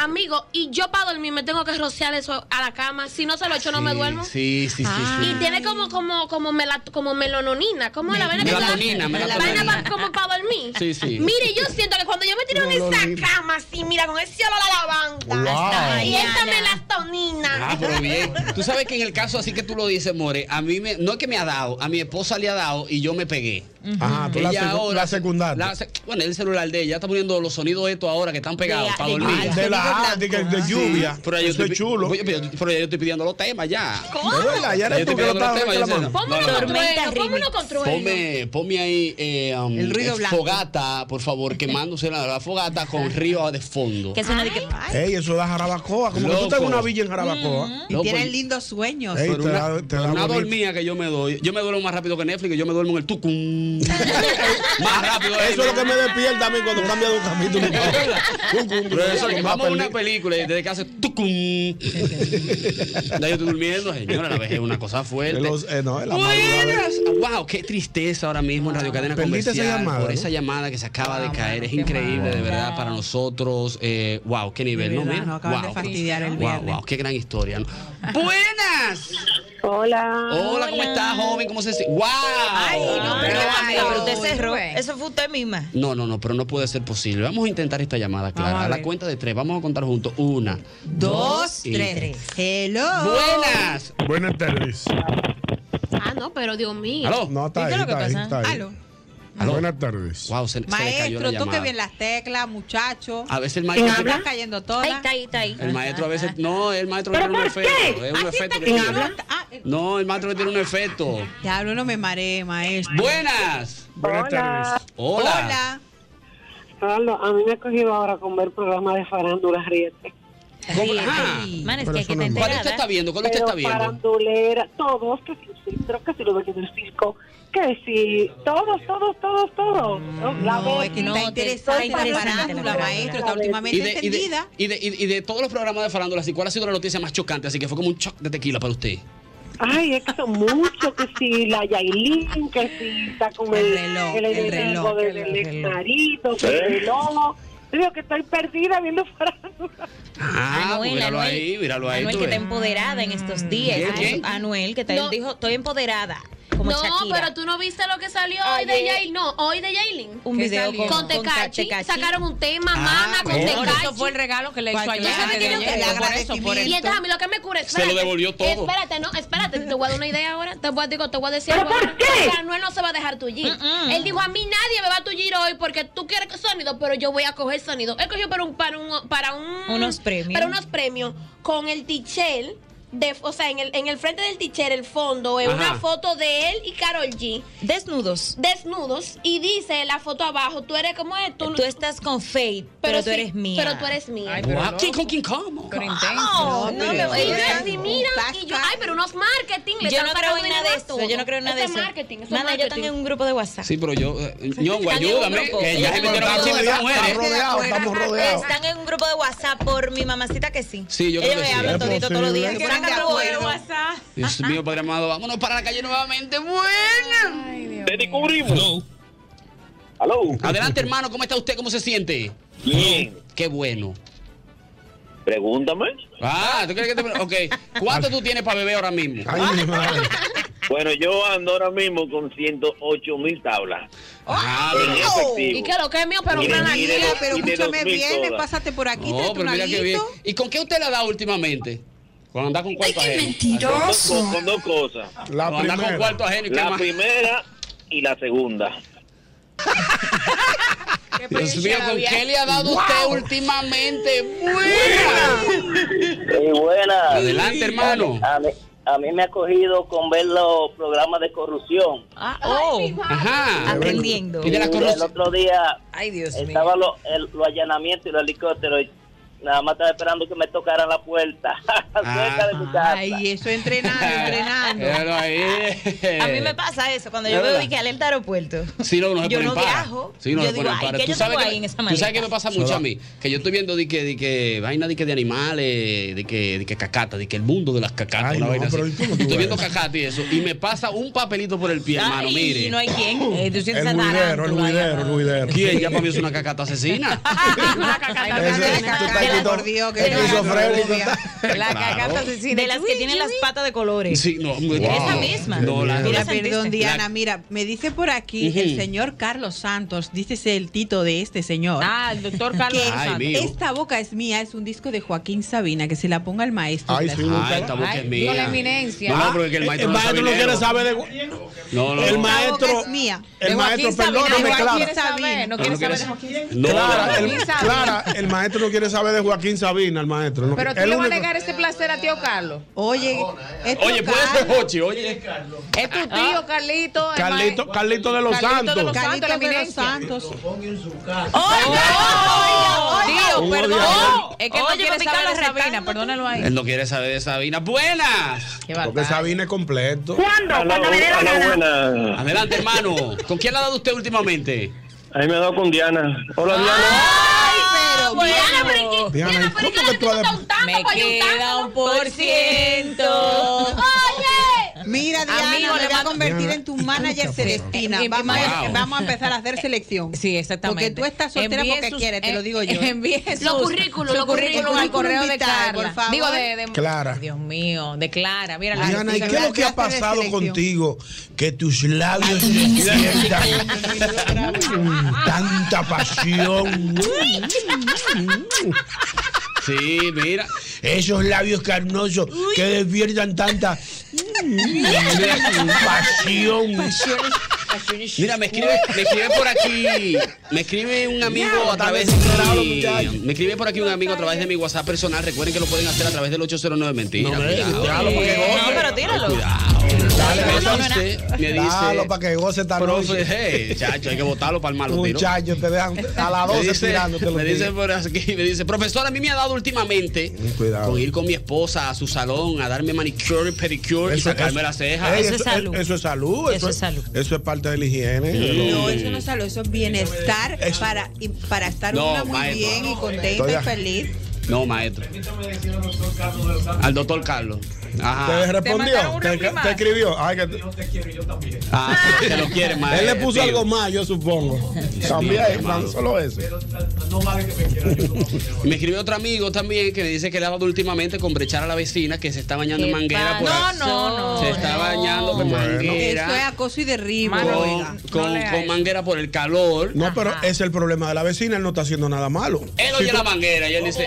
[SPEAKER 18] Amigo, y yo para dormir me tengo que rociar eso a la cama. Si no se lo echo, no me duermo.
[SPEAKER 2] Sí, sí, sí.
[SPEAKER 33] Ah.
[SPEAKER 4] Ah.
[SPEAKER 2] sí.
[SPEAKER 18] Y tiene como como como mela- como melononina, como la vaina que tú-
[SPEAKER 2] Melatonina, melatonina.
[SPEAKER 18] vaina pa- como para dormir.
[SPEAKER 2] Sí, sí.
[SPEAKER 18] Mire, yo siento que cuando yo me tiro en esa cama así, mira, con ese olor a lavanda
[SPEAKER 2] Wow.
[SPEAKER 18] y esta melatonina.
[SPEAKER 2] Ah, pero bien. Tú sabes que en el caso así que tú lo dices, More, a mí me, no es que me ha dado, a mi esposa le ha dado y yo me pegué.
[SPEAKER 6] Ajá, Ah, tú la
[SPEAKER 2] Ella
[SPEAKER 6] secu- la secundaria.
[SPEAKER 2] la sec- bueno, el celular de ella está poniendo los sonidos estos ahora que están pegados
[SPEAKER 6] De-
[SPEAKER 2] para
[SPEAKER 6] de-
[SPEAKER 2] dormir.
[SPEAKER 6] ah, de la- de- de- de lluvia.
[SPEAKER 2] Pero yo
[SPEAKER 6] Eso
[SPEAKER 2] estoy,
[SPEAKER 6] es chulo.
[SPEAKER 2] Oye, pero- pero ya yo estoy pidiendo los temas ya.
[SPEAKER 6] ¿Cómo? De verdad, ya
[SPEAKER 2] Yo
[SPEAKER 6] eres
[SPEAKER 2] estoy
[SPEAKER 6] tú que lo
[SPEAKER 2] pidiendo los
[SPEAKER 6] estabas
[SPEAKER 2] temas, yo sé,
[SPEAKER 18] [laughs]
[SPEAKER 2] no,
[SPEAKER 18] Pónmelo
[SPEAKER 2] no, no.
[SPEAKER 18] con trueno, pónmelo con trueno.
[SPEAKER 2] Ponme, ponme ahí eh, um,
[SPEAKER 18] El ruido
[SPEAKER 2] es
[SPEAKER 18] blanco.
[SPEAKER 2] fogata, por favor, quemándose la, la fogata con río de fondo.
[SPEAKER 33] Que suena de que.
[SPEAKER 6] Ey, eso da Jarabacoa. Como que tú
[SPEAKER 2] Loco.
[SPEAKER 6] estás en una villa en Jarabacoa.
[SPEAKER 4] Y tienen lindos sueños.
[SPEAKER 6] pues, Ey,
[SPEAKER 2] Pero
[SPEAKER 6] te
[SPEAKER 2] una,
[SPEAKER 6] da- te da
[SPEAKER 2] pero pues, una
[SPEAKER 6] bonito.
[SPEAKER 2] dormida que yo me doy. Yo me duermo más rápido que Netflix, yo me duermo en el
[SPEAKER 4] [laughs]
[SPEAKER 2] tucum. más rápido. eh.
[SPEAKER 6] Eso es lo que me despierta a mí cuando cambia de un capítulo.
[SPEAKER 2] [laughs] Pero eso, vamos a una película y desde que hace tucum.
[SPEAKER 6] [laughs]
[SPEAKER 2] ya yo estoy durmiendo, señora, la vejez es una cosa fuerte.
[SPEAKER 6] Los- eh, no, la
[SPEAKER 2] Buenas. Wow, qué tristeza ahora mismo en Radio Cadena
[SPEAKER 6] Perdiste
[SPEAKER 2] Comercial
[SPEAKER 6] esa llamada,
[SPEAKER 2] por
[SPEAKER 6] ¿no?
[SPEAKER 2] esa llamada que se acaba de caer. Es increíble, de verdad, para nosotros. Eh, wow, qué nivel,
[SPEAKER 4] De
[SPEAKER 2] ¿no?
[SPEAKER 4] verdad,
[SPEAKER 2] Mira,
[SPEAKER 4] nos acaban de
[SPEAKER 2] wow,
[SPEAKER 4] fastidiar el
[SPEAKER 2] wow,
[SPEAKER 4] viernes.
[SPEAKER 2] wow, qué gran historia. ¿no?
[SPEAKER 33] Buenas.
[SPEAKER 11] Hola.
[SPEAKER 2] Hola, ¿cómo estás, joven? ¿Cómo se siente? ¡Wow!
[SPEAKER 33] [laughs] Ay, no, pero
[SPEAKER 2] Ay,
[SPEAKER 33] qué pasó? Usted cerró. Eso fue usted misma.
[SPEAKER 2] No, no, no, pero no puede ser posible. Vamos a intentar esta llamada, Clara.
[SPEAKER 33] Vamos
[SPEAKER 2] A,
[SPEAKER 33] a
[SPEAKER 2] la
[SPEAKER 33] ver.
[SPEAKER 2] cuenta de tres. Vamos a contar juntos. Una,
[SPEAKER 4] Dos,
[SPEAKER 2] y
[SPEAKER 4] tres. Hello.
[SPEAKER 2] Buenas.
[SPEAKER 6] Buenas tardes.
[SPEAKER 18] Ah, no, pero Dios mío.
[SPEAKER 6] No, está ahí, está ahí, está ahí.
[SPEAKER 4] Aló.
[SPEAKER 6] Buenas tardes.
[SPEAKER 2] Wow, se, se le cayó la
[SPEAKER 4] Maestro, toque
[SPEAKER 2] llamada.
[SPEAKER 4] bien las teclas, muchacho.
[SPEAKER 2] A veces el maestro-
[SPEAKER 4] Se está cayendo toda.
[SPEAKER 33] Ahí está, ahí está, ahí.
[SPEAKER 2] El maestro a veces. No, el maestro
[SPEAKER 4] Ah, ¿Pero
[SPEAKER 2] tiene un
[SPEAKER 4] por
[SPEAKER 2] efecto.
[SPEAKER 4] qué?
[SPEAKER 2] Es un
[SPEAKER 4] Así
[SPEAKER 2] efecto
[SPEAKER 4] está
[SPEAKER 2] que
[SPEAKER 4] que
[SPEAKER 2] tiene.
[SPEAKER 4] habla. Ah, eh.
[SPEAKER 2] No, el maestro que tiene un efecto.
[SPEAKER 4] Diablo, no me mareé, maestro.
[SPEAKER 2] Buenas.
[SPEAKER 4] Buenas
[SPEAKER 2] tardes. Hola.
[SPEAKER 4] Hola.
[SPEAKER 17] Carlos, a mí me ha cogido ahora con ver programas de farándula riete.
[SPEAKER 2] ¿Cómo?
[SPEAKER 33] Ríete.
[SPEAKER 2] Ah.
[SPEAKER 33] Man, es
[SPEAKER 2] Pero
[SPEAKER 33] que hay
[SPEAKER 2] eso
[SPEAKER 33] que
[SPEAKER 2] no es
[SPEAKER 33] te
[SPEAKER 2] malo. ¿Cuál usted está viendo? ¿Cuál usted
[SPEAKER 33] Pero
[SPEAKER 2] está viendo?
[SPEAKER 33] Parandulera, todos.
[SPEAKER 24] que si el centro, que si los dueños del circo, que si todos, todos, todos, todos.
[SPEAKER 4] No, es que está interesante la farándula, maestro, está últimamente
[SPEAKER 2] Y de, y, de,
[SPEAKER 4] encendida.
[SPEAKER 2] y, de, y- y de todos los programas de farándula, así, ¿cuál ha sido la noticia más chocante? Así que fue como un shock de tequila para usted.
[SPEAKER 24] Ay, es que son muchos, que si la Yailin, que si está con el, reloj, el,
[SPEAKER 4] el reloj,
[SPEAKER 24] del del
[SPEAKER 4] el reloj.
[SPEAKER 24] exmarito, que el
[SPEAKER 2] ¿Eh?
[SPEAKER 24] reloj. Yo Digo que estoy perdida viendo farándula.
[SPEAKER 2] Ah,
[SPEAKER 33] Anuel,
[SPEAKER 2] míralo
[SPEAKER 33] Anuel.
[SPEAKER 2] ahí, míralo ahí.
[SPEAKER 33] Anuel
[SPEAKER 2] tú
[SPEAKER 33] que está
[SPEAKER 2] ves.
[SPEAKER 33] empoderada en estos días.
[SPEAKER 2] ¿Quién,
[SPEAKER 33] Ah,
[SPEAKER 2] quién?
[SPEAKER 33] Anuel que está,
[SPEAKER 18] No.
[SPEAKER 33] dijo, estoy empoderada. Como
[SPEAKER 18] no,
[SPEAKER 33] Shakira.
[SPEAKER 18] pero tú no viste lo que salió hoy de
[SPEAKER 33] Ayer.
[SPEAKER 18] Yailin. No, hoy de Yailin.
[SPEAKER 33] Un video
[SPEAKER 18] salió?
[SPEAKER 33] con-
[SPEAKER 18] con
[SPEAKER 33] con
[SPEAKER 18] Tecachi.
[SPEAKER 33] Tecachi.
[SPEAKER 18] Sacaron un tema,
[SPEAKER 33] Ah,
[SPEAKER 18] mana, con
[SPEAKER 33] bueno.
[SPEAKER 18] Tecachi.
[SPEAKER 33] Eso fue el regalo que le hizo a
[SPEAKER 18] Cualquiera.
[SPEAKER 33] Yailin
[SPEAKER 18] ¿Sabes
[SPEAKER 33] antes
[SPEAKER 18] qué
[SPEAKER 33] de
[SPEAKER 18] yo
[SPEAKER 33] ayer?
[SPEAKER 18] creo?
[SPEAKER 33] El
[SPEAKER 18] Por eso, por
[SPEAKER 33] agradecimiento.
[SPEAKER 18] Y entonces a mí lo que me cura,
[SPEAKER 33] Se lo
[SPEAKER 18] espérate.
[SPEAKER 33] devolvió todo.
[SPEAKER 18] Espérate, no, espérate, te voy a dar una idea ahora. Te voy a, digo, te voy a decir ¿Pero por qué? Anuel no se va a dejar tullir.
[SPEAKER 33] Mm,
[SPEAKER 18] Él dijo, a mí nadie me va a tullir hoy porque tú quieres sonido, pero yo voy a coger sonido. Él cogió para un, para un, para un-
[SPEAKER 33] Unos premios.
[SPEAKER 18] Para unos premios con el tichel. De, o sea, en el, en el frente del tichel, el fondo, es
[SPEAKER 33] Ajá.
[SPEAKER 18] una foto de él y Carol G.
[SPEAKER 33] Desnudos.
[SPEAKER 18] Desnudos. Y dice la foto abajo, tú eres como es, tú,
[SPEAKER 33] Tú estás con Faith, pero, tú
[SPEAKER 18] sí,
[SPEAKER 33] eres mía.
[SPEAKER 18] Pero tú eres mía.
[SPEAKER 2] Guau, ¿King con King Kong?
[SPEAKER 33] Ah, No, no, me voy
[SPEAKER 18] Y yo
[SPEAKER 33] a
[SPEAKER 18] así, mira, y yo, ay, pero unos marketing le
[SPEAKER 33] Yo
[SPEAKER 18] están
[SPEAKER 33] no creo
[SPEAKER 18] sacando
[SPEAKER 33] en nada de
[SPEAKER 18] dinero a
[SPEAKER 33] eso.
[SPEAKER 18] todo.
[SPEAKER 33] Yo no creo en nada de
[SPEAKER 18] Eso es
[SPEAKER 33] eso.
[SPEAKER 18] marketing, eso es
[SPEAKER 33] Nada, yo
[SPEAKER 18] marketing.
[SPEAKER 33] tengo un grupo de WhatsApp.
[SPEAKER 2] Sí, pero yo. eh, Ñongo,
[SPEAKER 33] Están en un
[SPEAKER 2] ayúdame.
[SPEAKER 33] grupo.
[SPEAKER 2] Que ya se metieron
[SPEAKER 33] Están
[SPEAKER 2] así
[SPEAKER 33] rodeados,
[SPEAKER 2] las mujeres.
[SPEAKER 33] están rodeados, Están en un grupo de WhatsApp por mi mamacita que sí.
[SPEAKER 2] Sí, yo creo
[SPEAKER 33] Ellos me
[SPEAKER 2] que sí. Ah,
[SPEAKER 33] hablan
[SPEAKER 2] Es
[SPEAKER 33] todito todos los días.
[SPEAKER 2] posible.
[SPEAKER 33] Saca
[SPEAKER 2] Están de
[SPEAKER 33] tu grupo de
[SPEAKER 2] acuerdo.
[SPEAKER 33] WhatsApp.
[SPEAKER 2] Dios mío, Padre amado, vámonos para la calle nuevamente. Bueno.
[SPEAKER 13] Te descubrimos.
[SPEAKER 2] Aló. Adelante, hermano, ¿cómo está usted? ¿Cómo se siente? Bien. Qué bueno.
[SPEAKER 13] Pregúntame.
[SPEAKER 2] Ah, ¿tú crees que te.? Ok. ¿Cuánto tú tienes para beber ahora mismo?
[SPEAKER 10] [laughs]
[SPEAKER 13] Bueno, yo ando ahora mismo con 108 mil tablas.
[SPEAKER 2] Ah,
[SPEAKER 13] En efectivo.
[SPEAKER 18] Y que lo que es mío, pero
[SPEAKER 13] Miren,
[SPEAKER 18] una
[SPEAKER 13] y de
[SPEAKER 18] nalguita.
[SPEAKER 13] los-
[SPEAKER 4] pero
[SPEAKER 13] y de
[SPEAKER 4] escúchame
[SPEAKER 13] 2000
[SPEAKER 4] bien,
[SPEAKER 13] todas.
[SPEAKER 4] pásate por aquí,
[SPEAKER 2] No,
[SPEAKER 4] tráete
[SPEAKER 2] pero
[SPEAKER 4] un
[SPEAKER 2] mira qué bien.
[SPEAKER 4] alguito.
[SPEAKER 2] ¿Y con qué usted la da últimamente? Cuando anda con cuarto ajeno.
[SPEAKER 13] Con dos, co- con dos cosas.
[SPEAKER 2] La Cuando anda con primera. cuarto ajeno, ¿y qué
[SPEAKER 13] La
[SPEAKER 2] más?
[SPEAKER 13] primera y la segunda.
[SPEAKER 2] Dios mío, ¿con qué le ha dado
[SPEAKER 13] Wow.
[SPEAKER 2] usted últimamente? ¡Buena!
[SPEAKER 12] Muy buena.
[SPEAKER 2] Adelante, hermano.
[SPEAKER 12] A mí, a mí me ha cogido con ver los programas de corrupción.
[SPEAKER 33] Ah, oh.
[SPEAKER 2] Ajá.
[SPEAKER 12] Aprendiendo.
[SPEAKER 2] Y de la
[SPEAKER 12] el
[SPEAKER 2] corrupción.
[SPEAKER 12] otro día
[SPEAKER 33] Ay, Dios
[SPEAKER 12] estaba lo, el- los allanamientos y los helicópteros. y Nada más estaba esperando que me tocaran la puerta. [laughs]
[SPEAKER 2] Ah,
[SPEAKER 12] Cerca de mi casa.
[SPEAKER 4] Ay, eso
[SPEAKER 2] [laughs]
[SPEAKER 4] entrenando, entrenando.
[SPEAKER 2] Pero ahí.
[SPEAKER 33] A mí me pasa eso cuando
[SPEAKER 2] Es
[SPEAKER 33] yo veo
[SPEAKER 2] verdad.
[SPEAKER 33] y que alerta aeropuerto.
[SPEAKER 2] Sí, no, no se
[SPEAKER 33] yo
[SPEAKER 2] ponen
[SPEAKER 33] no
[SPEAKER 2] para.
[SPEAKER 33] viajo.
[SPEAKER 2] Sí, no
[SPEAKER 33] yo
[SPEAKER 2] se
[SPEAKER 33] digo,
[SPEAKER 2] ponen
[SPEAKER 33] ay,
[SPEAKER 2] para.
[SPEAKER 33] ¿qué
[SPEAKER 2] Tú
[SPEAKER 33] yo
[SPEAKER 2] sabes
[SPEAKER 33] tengo
[SPEAKER 2] que,
[SPEAKER 33] ahí en esa
[SPEAKER 2] tú sabes que me
[SPEAKER 33] maleta?
[SPEAKER 2] pasa mucho a mí, que yo estoy viendo de que, de que vaina de que de animales, de que de que cacata, de que el mundo de las cacatas, una
[SPEAKER 12] no,
[SPEAKER 2] vaina
[SPEAKER 12] pero
[SPEAKER 2] así.
[SPEAKER 12] ¿y cómo tú
[SPEAKER 2] Estoy
[SPEAKER 12] ves?
[SPEAKER 2] viendo cacata y eso y me pasa un papelito por el pie, hermano,
[SPEAKER 33] Ay,
[SPEAKER 2] mire.
[SPEAKER 33] no hay quien. Eh, tú sientes
[SPEAKER 2] El
[SPEAKER 33] esa
[SPEAKER 2] buidero,
[SPEAKER 33] tarántula
[SPEAKER 2] el
[SPEAKER 33] ahí
[SPEAKER 2] buidero.
[SPEAKER 33] abajo.
[SPEAKER 2] ¿Quién? Ya para mí es una cacata asesina.
[SPEAKER 4] Por Dios, que
[SPEAKER 33] de la-
[SPEAKER 4] La cagata asesina.
[SPEAKER 33] De las que tienen las patas de colores.
[SPEAKER 2] Sí, no, wow.
[SPEAKER 33] Esa misma.
[SPEAKER 2] No, la-
[SPEAKER 4] Mira,
[SPEAKER 33] Mira,
[SPEAKER 4] perdón,
[SPEAKER 33] Santísima.
[SPEAKER 4] Diana, mira, me dice por aquí
[SPEAKER 2] Ujú.
[SPEAKER 4] el señor Carlos Santos, dice el tito de este señor. Ah, el doctor
[SPEAKER 2] Carlos Ay, mío.
[SPEAKER 4] Esta boca es mía, es un disco de Joaquín Sabina, que se la ponga el maestro.
[SPEAKER 2] Ay,
[SPEAKER 4] Se
[SPEAKER 2] sí,
[SPEAKER 4] la-
[SPEAKER 2] búscala. Ay, esta boca es mía. No, no, porque el maestro
[SPEAKER 6] Eh, el
[SPEAKER 2] no sabe
[SPEAKER 6] maestro no quiere
[SPEAKER 2] dinero.
[SPEAKER 6] saber de.
[SPEAKER 2] No, no,
[SPEAKER 6] El
[SPEAKER 2] no.
[SPEAKER 6] maestro-
[SPEAKER 4] Esta boca es mía.
[SPEAKER 6] El maestro, perdóname, Clara.
[SPEAKER 4] Sabina.
[SPEAKER 2] No quiere saber de
[SPEAKER 6] Joaquín
[SPEAKER 2] No,
[SPEAKER 6] Clara,
[SPEAKER 2] no,
[SPEAKER 6] el,
[SPEAKER 2] no.
[SPEAKER 6] Clara, el maestro no quiere saber de Joaquín Sabina, el maestro. no.
[SPEAKER 20] Pero tú
[SPEAKER 6] El
[SPEAKER 20] le vas a
[SPEAKER 6] único-
[SPEAKER 20] negar ese placer a tío Carlos.
[SPEAKER 4] Oye,
[SPEAKER 6] Oye, puede ser Jochi, oye.
[SPEAKER 20] es tu tío Carlito. el
[SPEAKER 6] Ah, Carlito, Carlito de los
[SPEAKER 20] Carlito de
[SPEAKER 6] Santos.
[SPEAKER 20] los Santos, la eminencia.
[SPEAKER 33] ¡Oh!
[SPEAKER 2] Un
[SPEAKER 33] Tío,
[SPEAKER 2] odiador.
[SPEAKER 33] perdón. Es que
[SPEAKER 20] Oye,
[SPEAKER 33] no quiere
[SPEAKER 20] papi,
[SPEAKER 33] saber
[SPEAKER 20] Carlos
[SPEAKER 33] de Sabina, perdónalo ahí.
[SPEAKER 2] Él no quiere saber de Sabina. ¡Buenas!
[SPEAKER 6] Porque Sabina es completo.
[SPEAKER 33] ¿Cuándo? Aló, Cuando me dé la aló, gana.
[SPEAKER 2] buenas. Adelante, hermano. ¿Con quién la ha dado usted últimamente?
[SPEAKER 9] Ahí me he dado con Diana. Hola,
[SPEAKER 33] Pero Ah, Diana, pero ¿y qué?
[SPEAKER 6] Diana, ¿y ¿cómo que tú has-
[SPEAKER 33] Me queda un por ciento.
[SPEAKER 18] Oye.
[SPEAKER 4] Mira, Diana,
[SPEAKER 33] Amigo,
[SPEAKER 4] me voy
[SPEAKER 33] le
[SPEAKER 4] a
[SPEAKER 33] mando- Em,
[SPEAKER 4] convertir en tu manager Celestina. Vamos, a-
[SPEAKER 33] Wow.
[SPEAKER 4] vamos a empezar a hacer selección. Sí,
[SPEAKER 33] exactamente.
[SPEAKER 4] Porque tú estás soltera
[SPEAKER 33] Envíe
[SPEAKER 4] porque
[SPEAKER 33] sus-
[SPEAKER 4] quieres, te lo digo yo.
[SPEAKER 33] eh, envíe
[SPEAKER 4] Los
[SPEAKER 33] sus-
[SPEAKER 4] currículos,
[SPEAKER 33] su
[SPEAKER 4] los
[SPEAKER 33] currículum al correo de
[SPEAKER 4] vitae,
[SPEAKER 33] Carla.
[SPEAKER 4] por favor.
[SPEAKER 33] Digo, de- de-
[SPEAKER 6] Clara.
[SPEAKER 33] Dios mío, de Clara. Mira la
[SPEAKER 6] Diana, ¿y qué es lo que ha pasado contigo? Que tus labios despiertan tanta pasión.
[SPEAKER 2] [laughs] Sí, mira.
[SPEAKER 6] Esos labios carnosos que despiertan tanta [laughs] pasión.
[SPEAKER 2] Mira, me escribe, me escribe por aquí, me escribe un amigo a través de me escribe por aquí un amigo a través de mi WhatsApp personal. Recuerden que lo pueden hacer a través del 809 mentira. cuidado.
[SPEAKER 33] No, pero tíralo.
[SPEAKER 2] me dice, me
[SPEAKER 25] Dalo
[SPEAKER 2] dice,
[SPEAKER 25] para que goce esta
[SPEAKER 2] profe,
[SPEAKER 25] noche.
[SPEAKER 2] [laughs] hey, chacho, hay que botarlo para el malo tiro.
[SPEAKER 25] Muchachos,
[SPEAKER 2] [laughs]
[SPEAKER 25] te dejan a las
[SPEAKER 2] Me
[SPEAKER 25] 12
[SPEAKER 2] dice,
[SPEAKER 25] tirándote los
[SPEAKER 2] me dice
[SPEAKER 25] tiros.
[SPEAKER 2] por aquí, me dice, profesor, a mí me ha dado últimamente con ir con mi esposa a su salón a darme manicure, pedicure y
[SPEAKER 6] Eso-
[SPEAKER 2] sacarme
[SPEAKER 6] eso-
[SPEAKER 2] las cejas.
[SPEAKER 6] Ey,
[SPEAKER 25] eh,
[SPEAKER 6] Eso es salud. Eso, es salud. Eso es parte de la higiene.
[SPEAKER 4] No, eso no es salud, eso es bienestar para, y para estar
[SPEAKER 2] No,
[SPEAKER 4] una muy
[SPEAKER 2] maestro.
[SPEAKER 4] bien y
[SPEAKER 2] Estoy
[SPEAKER 4] contenta
[SPEAKER 2] a-
[SPEAKER 4] y feliz.
[SPEAKER 2] No, maestro.
[SPEAKER 31] [laughs]
[SPEAKER 2] Al doctor Carlos. Ajá.
[SPEAKER 6] Te respondió, te, te escribió. Ay, que te-
[SPEAKER 2] Ah, te lo quiere, maestro.
[SPEAKER 6] Él le puso
[SPEAKER 2] Tío.
[SPEAKER 6] algo más, yo supongo.
[SPEAKER 2] mío,
[SPEAKER 6] También,
[SPEAKER 2] hermano.
[SPEAKER 6] tan solo eso.
[SPEAKER 2] Y me escribió otro amigo también que me dice que le ha dado últimamente con brechar a la vecina que se está bañando en manguera. por
[SPEAKER 4] No,
[SPEAKER 2] ahí.
[SPEAKER 4] no, no.
[SPEAKER 2] Se está bañando en
[SPEAKER 4] Eso es
[SPEAKER 2] manguera.
[SPEAKER 4] acoso y derribo.
[SPEAKER 2] Con, con- con manguera por el calor. Eh,
[SPEAKER 6] No, pero es el problema de la vecina, él no está haciendo nada malo.
[SPEAKER 2] Él oye la manguera y él dice.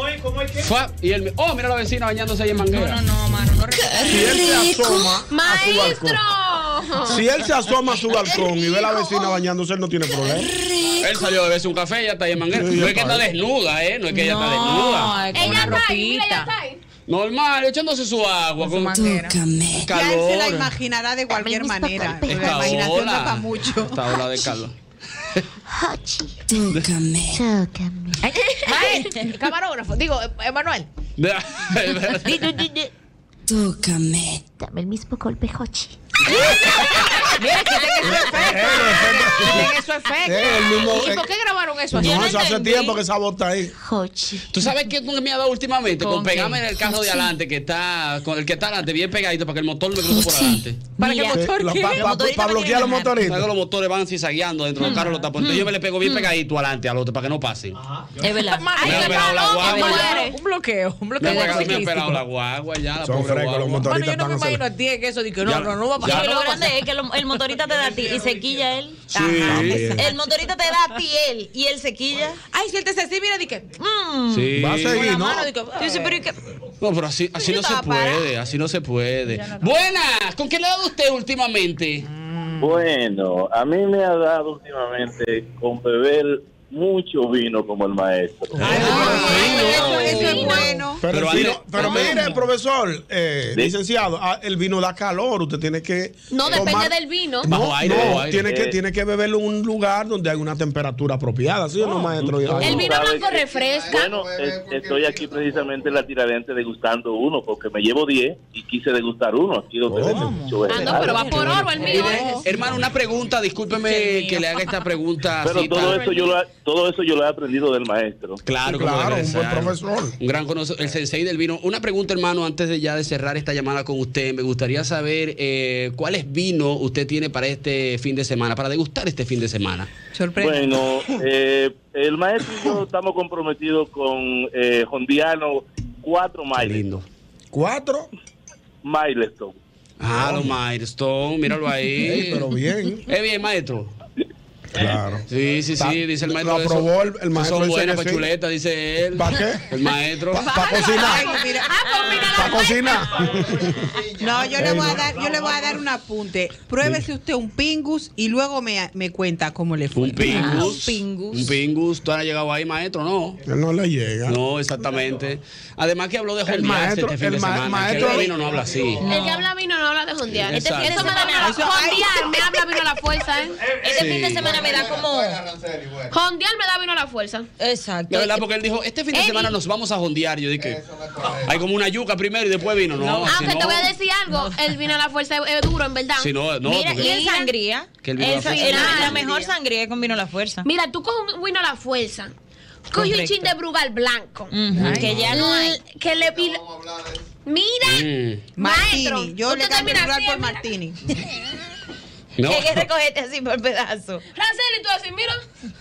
[SPEAKER 2] "Fua", Y él, me- oh, mira la vecina bañándose ahí en manguera. No, no, no, mano, no
[SPEAKER 6] Si él se asoma a su balcón.
[SPEAKER 18] ¡Maestro!
[SPEAKER 6] Si él se asoma
[SPEAKER 18] [laughs]
[SPEAKER 6] a su balcón y ve a la vecina bañándose, él no tiene problema.
[SPEAKER 2] Él salió a beberse un café y ya está ahí en manguera.
[SPEAKER 6] Sí, ya
[SPEAKER 2] No es que
[SPEAKER 6] está
[SPEAKER 2] está
[SPEAKER 6] ahí.
[SPEAKER 2] desnuda, ¿eh? No es que ella está
[SPEAKER 18] Ella
[SPEAKER 2] desnuda.
[SPEAKER 18] está ahí, mira, ella está ahí.
[SPEAKER 2] Normal, echándose su agua con,
[SPEAKER 4] Ya
[SPEAKER 2] con
[SPEAKER 4] él se la
[SPEAKER 2] calor.
[SPEAKER 4] imaginará de cualquier manera. porque La
[SPEAKER 2] Esta
[SPEAKER 4] imaginación
[SPEAKER 2] ola.
[SPEAKER 4] da para mucho.
[SPEAKER 2] Esta
[SPEAKER 4] [laughs]
[SPEAKER 2] ola de calor.
[SPEAKER 3] Tócame. Tócame.
[SPEAKER 33] Ay, Mael, camarógrafo, digo, Emanuel.
[SPEAKER 3] Tócame. Dame el mismo golpe, Hochi.
[SPEAKER 33] Mira, quiten
[SPEAKER 6] [laughs]
[SPEAKER 33] eso efecto. Quiten eso
[SPEAKER 6] Eh, el mismo-
[SPEAKER 33] efecto. ¿Y por qué grabaron eso así?
[SPEAKER 6] No, eso hace tiempo que esa bota ahí.
[SPEAKER 2] ¿Tú sabes qué me ha dado últimamente? Con
[SPEAKER 33] ¿Con
[SPEAKER 2] pegarme
[SPEAKER 33] qué?
[SPEAKER 2] en el carro de
[SPEAKER 33] Sí.
[SPEAKER 2] adelante, que está, con el que está adelante, bien pegadito, para que el motor me cruce por adelante.
[SPEAKER 33] ¿Para qué
[SPEAKER 6] Mira.
[SPEAKER 33] motor?
[SPEAKER 6] Los
[SPEAKER 33] qué?
[SPEAKER 6] pa- pa- pa- bloquear los motores.
[SPEAKER 2] Para que los motores van cizagueando dentro de los carros, los tapones. Entonces yo me le pego
[SPEAKER 33] Mm.
[SPEAKER 2] bien pegadito adelante al otro para que no pasen.
[SPEAKER 33] Es verdad.
[SPEAKER 2] Me ha operado la guagua.
[SPEAKER 33] Un bloqueo, un
[SPEAKER 2] Me
[SPEAKER 33] bloqueo.
[SPEAKER 2] ha
[SPEAKER 33] de
[SPEAKER 2] pegado- me ha
[SPEAKER 33] ciclista.
[SPEAKER 2] operado la guagua ya. La
[SPEAKER 6] Son
[SPEAKER 2] pobre
[SPEAKER 6] frescos, los
[SPEAKER 2] guagua.
[SPEAKER 6] motoristas
[SPEAKER 33] Bueno, yo no me
[SPEAKER 6] están
[SPEAKER 33] imagino a ti es que eso de que
[SPEAKER 2] Ya
[SPEAKER 33] no,
[SPEAKER 2] no-
[SPEAKER 33] no, no va a
[SPEAKER 2] ya
[SPEAKER 33] pasar.
[SPEAKER 2] no
[SPEAKER 33] Lo
[SPEAKER 2] va a
[SPEAKER 33] grande
[SPEAKER 2] pasar.
[SPEAKER 33] es que lo- el motorista te da a ti y se quilla él.
[SPEAKER 2] Sí.
[SPEAKER 33] Ajá. El motorista te da a ti él y él se quilla. Ay, si él te así, mira, di que. mm.
[SPEAKER 2] Sí. Va a seguir,
[SPEAKER 33] Con la
[SPEAKER 2] ¿no?
[SPEAKER 33] mano, di que, Yo sé, pero ¿y qué?
[SPEAKER 2] No, pero así, así
[SPEAKER 33] Yo
[SPEAKER 2] no se
[SPEAKER 33] estaba
[SPEAKER 2] puede, así no se puede. Buenas, ¿con qué le ha dado usted últimamente?
[SPEAKER 10] Bueno, a mí me ha dado últimamente con beber mucho vino como el maestro.
[SPEAKER 4] Eso es bueno.
[SPEAKER 6] Pero, el
[SPEAKER 10] Pero
[SPEAKER 6] vino-
[SPEAKER 10] Ale-
[SPEAKER 6] pero mire, profesor, eh,
[SPEAKER 10] Sí.
[SPEAKER 6] licenciado, ah, el vino da calor, usted tiene que.
[SPEAKER 18] No, depende
[SPEAKER 6] tomar-
[SPEAKER 18] del vino.
[SPEAKER 6] No,
[SPEAKER 2] Bajo aire,
[SPEAKER 6] no,
[SPEAKER 2] bajo aire.
[SPEAKER 6] Tiene, que,
[SPEAKER 2] Eh.
[SPEAKER 6] tiene que beberlo en un lugar donde hay una temperatura apropiada, ¿sí o no, maestro?
[SPEAKER 18] Oh. El vino
[SPEAKER 10] ¿Sabe
[SPEAKER 18] blanco
[SPEAKER 10] qué?
[SPEAKER 18] refresca.
[SPEAKER 10] Bueno,
[SPEAKER 15] este,
[SPEAKER 10] es- estoy aquí precisamente en la tiradente degustando uno, porque me llevo 10 y quise degustar uno. Aquí donde venden mucho
[SPEAKER 18] Ah, no, pero va por oro el mío. ¿eh?
[SPEAKER 2] Hermano, una pregunta, discúlpeme que le haga esta pregunta.
[SPEAKER 10] [laughs] Pero
[SPEAKER 2] así
[SPEAKER 10] todo
[SPEAKER 2] tan-
[SPEAKER 10] eso, yo lo, ha- todo eso yo lo he aprendido del maestro.
[SPEAKER 2] Claro, como debe ser. Un gran conocedor, el sensei del vino. Una pregunta, hermano, antes de ya de cerrar esta llamada con usted, me gustaría saber eh, cuáles vinos usted tiene para este fin de semana, para degustar este fin de semana.
[SPEAKER 10] Bueno, eh, el maestro y
[SPEAKER 25] [laughs]
[SPEAKER 10] yo estamos comprometidos con eh, Jondiano 4 Milestone.
[SPEAKER 6] ¿Cuatro?
[SPEAKER 10] Milestone.
[SPEAKER 2] Ah, los Milestone, míralo ahí.
[SPEAKER 6] [laughs] Ey, pero bien.
[SPEAKER 2] Es bien, maestro.
[SPEAKER 6] Claro.
[SPEAKER 2] Sí, sí, sí, dice el maestro.
[SPEAKER 6] Lo
[SPEAKER 2] eso.
[SPEAKER 6] aprobó el- el
[SPEAKER 2] Eso
[SPEAKER 6] maestro,
[SPEAKER 2] Son
[SPEAKER 6] dice
[SPEAKER 2] buenas
[SPEAKER 6] que sí.
[SPEAKER 2] pachuletas, dice él.
[SPEAKER 6] ¿Para qué?
[SPEAKER 2] El maestro.
[SPEAKER 6] Para cocinar. Para cocinar.
[SPEAKER 4] No, yo le voy a dar, yo le voy a dar un apunte. Pruébese usted un pingus y luego me, me cuenta cómo le fue.
[SPEAKER 2] Un pingus.
[SPEAKER 4] Ah, un pingus.
[SPEAKER 2] Un pingus. ¿Tú has llegado ahí, maestro? No.
[SPEAKER 6] Él no le llega.
[SPEAKER 2] No, exactamente. Además que habló de
[SPEAKER 6] El
[SPEAKER 2] jornarse
[SPEAKER 6] maestro-
[SPEAKER 2] este fin
[SPEAKER 6] el
[SPEAKER 2] de
[SPEAKER 6] ma-
[SPEAKER 2] semana.
[SPEAKER 6] maestro-
[SPEAKER 2] que el vino no habla así.
[SPEAKER 18] El que habla vino no habla de jondear. Este
[SPEAKER 2] Exacto.
[SPEAKER 18] fin de
[SPEAKER 2] Eso
[SPEAKER 18] semana me da
[SPEAKER 4] Eso- ay.
[SPEAKER 18] jondear, me habla vino a la fuerza, ¿eh?
[SPEAKER 2] Sí.
[SPEAKER 18] Este fin de semana me da como jondear me da vino a la fuerza.
[SPEAKER 2] De
[SPEAKER 18] Exacto.
[SPEAKER 2] verdad, porque él dijo, este fin de
[SPEAKER 18] Eddie.
[SPEAKER 2] semana nos vamos a jondear. Yo dije, hay como una yuca primero y después vino. No, si
[SPEAKER 18] Aunque
[SPEAKER 2] no,
[SPEAKER 18] Ah, pues te voy a decir algo, el vino a la fuerza es es duro, en verdad.
[SPEAKER 2] Si no, no,
[SPEAKER 18] Mira,
[SPEAKER 2] porque-
[SPEAKER 18] y en sangría.
[SPEAKER 2] Que el vino a la
[SPEAKER 18] en
[SPEAKER 2] fuerza.
[SPEAKER 18] sangría.
[SPEAKER 33] Era la mejor sangría con vino a la fuerza.
[SPEAKER 18] Mira, tú coges un vino a la fuerza. Coge un
[SPEAKER 33] Correcto.
[SPEAKER 18] chin de brugal blanco.
[SPEAKER 33] Ujú, que ya no hay.
[SPEAKER 18] Que le pide. Mira,
[SPEAKER 2] Mm.
[SPEAKER 18] maestro.
[SPEAKER 4] Martini. Yo le
[SPEAKER 18] usted
[SPEAKER 4] cambio
[SPEAKER 18] termina
[SPEAKER 4] el rural
[SPEAKER 18] así,
[SPEAKER 4] por
[SPEAKER 18] mira.
[SPEAKER 4] Martini.
[SPEAKER 2] [laughs] no.
[SPEAKER 33] Que hay que recogerte así por pedazo.
[SPEAKER 18] Francel, y tú así, mira.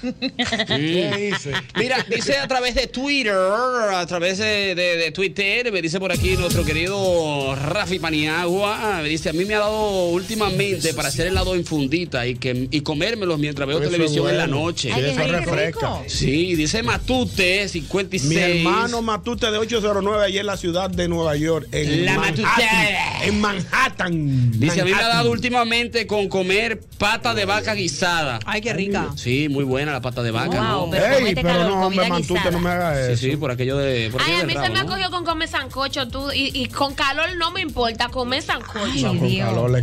[SPEAKER 2] Mm. Mira, dice a través de Twitter, a través de, de- de Twitter, me dice por aquí nuestro querido Rafi Paniagua, ah, me dice, a mí me ha dado últimamente para hacer helado en fundita y, que, y comérmelos mientras veo
[SPEAKER 6] Eso es
[SPEAKER 2] televisión en la
[SPEAKER 6] bueno.
[SPEAKER 2] noche.
[SPEAKER 6] Ay, eso Ay, qué refresca. rico.
[SPEAKER 2] Sí, dice Matute, 56.
[SPEAKER 6] Mi hermano Matute de 809 allí en la ciudad de Nueva York. En
[SPEAKER 2] La
[SPEAKER 6] Manhattan,
[SPEAKER 2] Matutada.
[SPEAKER 6] En Manhattan.
[SPEAKER 2] Dice, a mí me ha
[SPEAKER 6] Manhattan.
[SPEAKER 2] dado últimamente con, con comer pata de vaca guisada.
[SPEAKER 4] Ay, qué rica.
[SPEAKER 2] Sí, muy buena la pata de vaca.
[SPEAKER 4] Wow, pero Ey, con este pero calor, no, hombre, comida
[SPEAKER 2] man,
[SPEAKER 4] man, tú que guisada. no me
[SPEAKER 2] hagas eso. Sí, sí, por aquello de. Por
[SPEAKER 18] Ay,
[SPEAKER 2] aquello
[SPEAKER 18] a
[SPEAKER 2] del
[SPEAKER 18] mí se
[SPEAKER 2] rabo,
[SPEAKER 18] me ha
[SPEAKER 2] ¿no?
[SPEAKER 18] cogido con comer sancocho, tú. Y, y con calor no me importa comer sancocho.
[SPEAKER 2] No, con calor, le-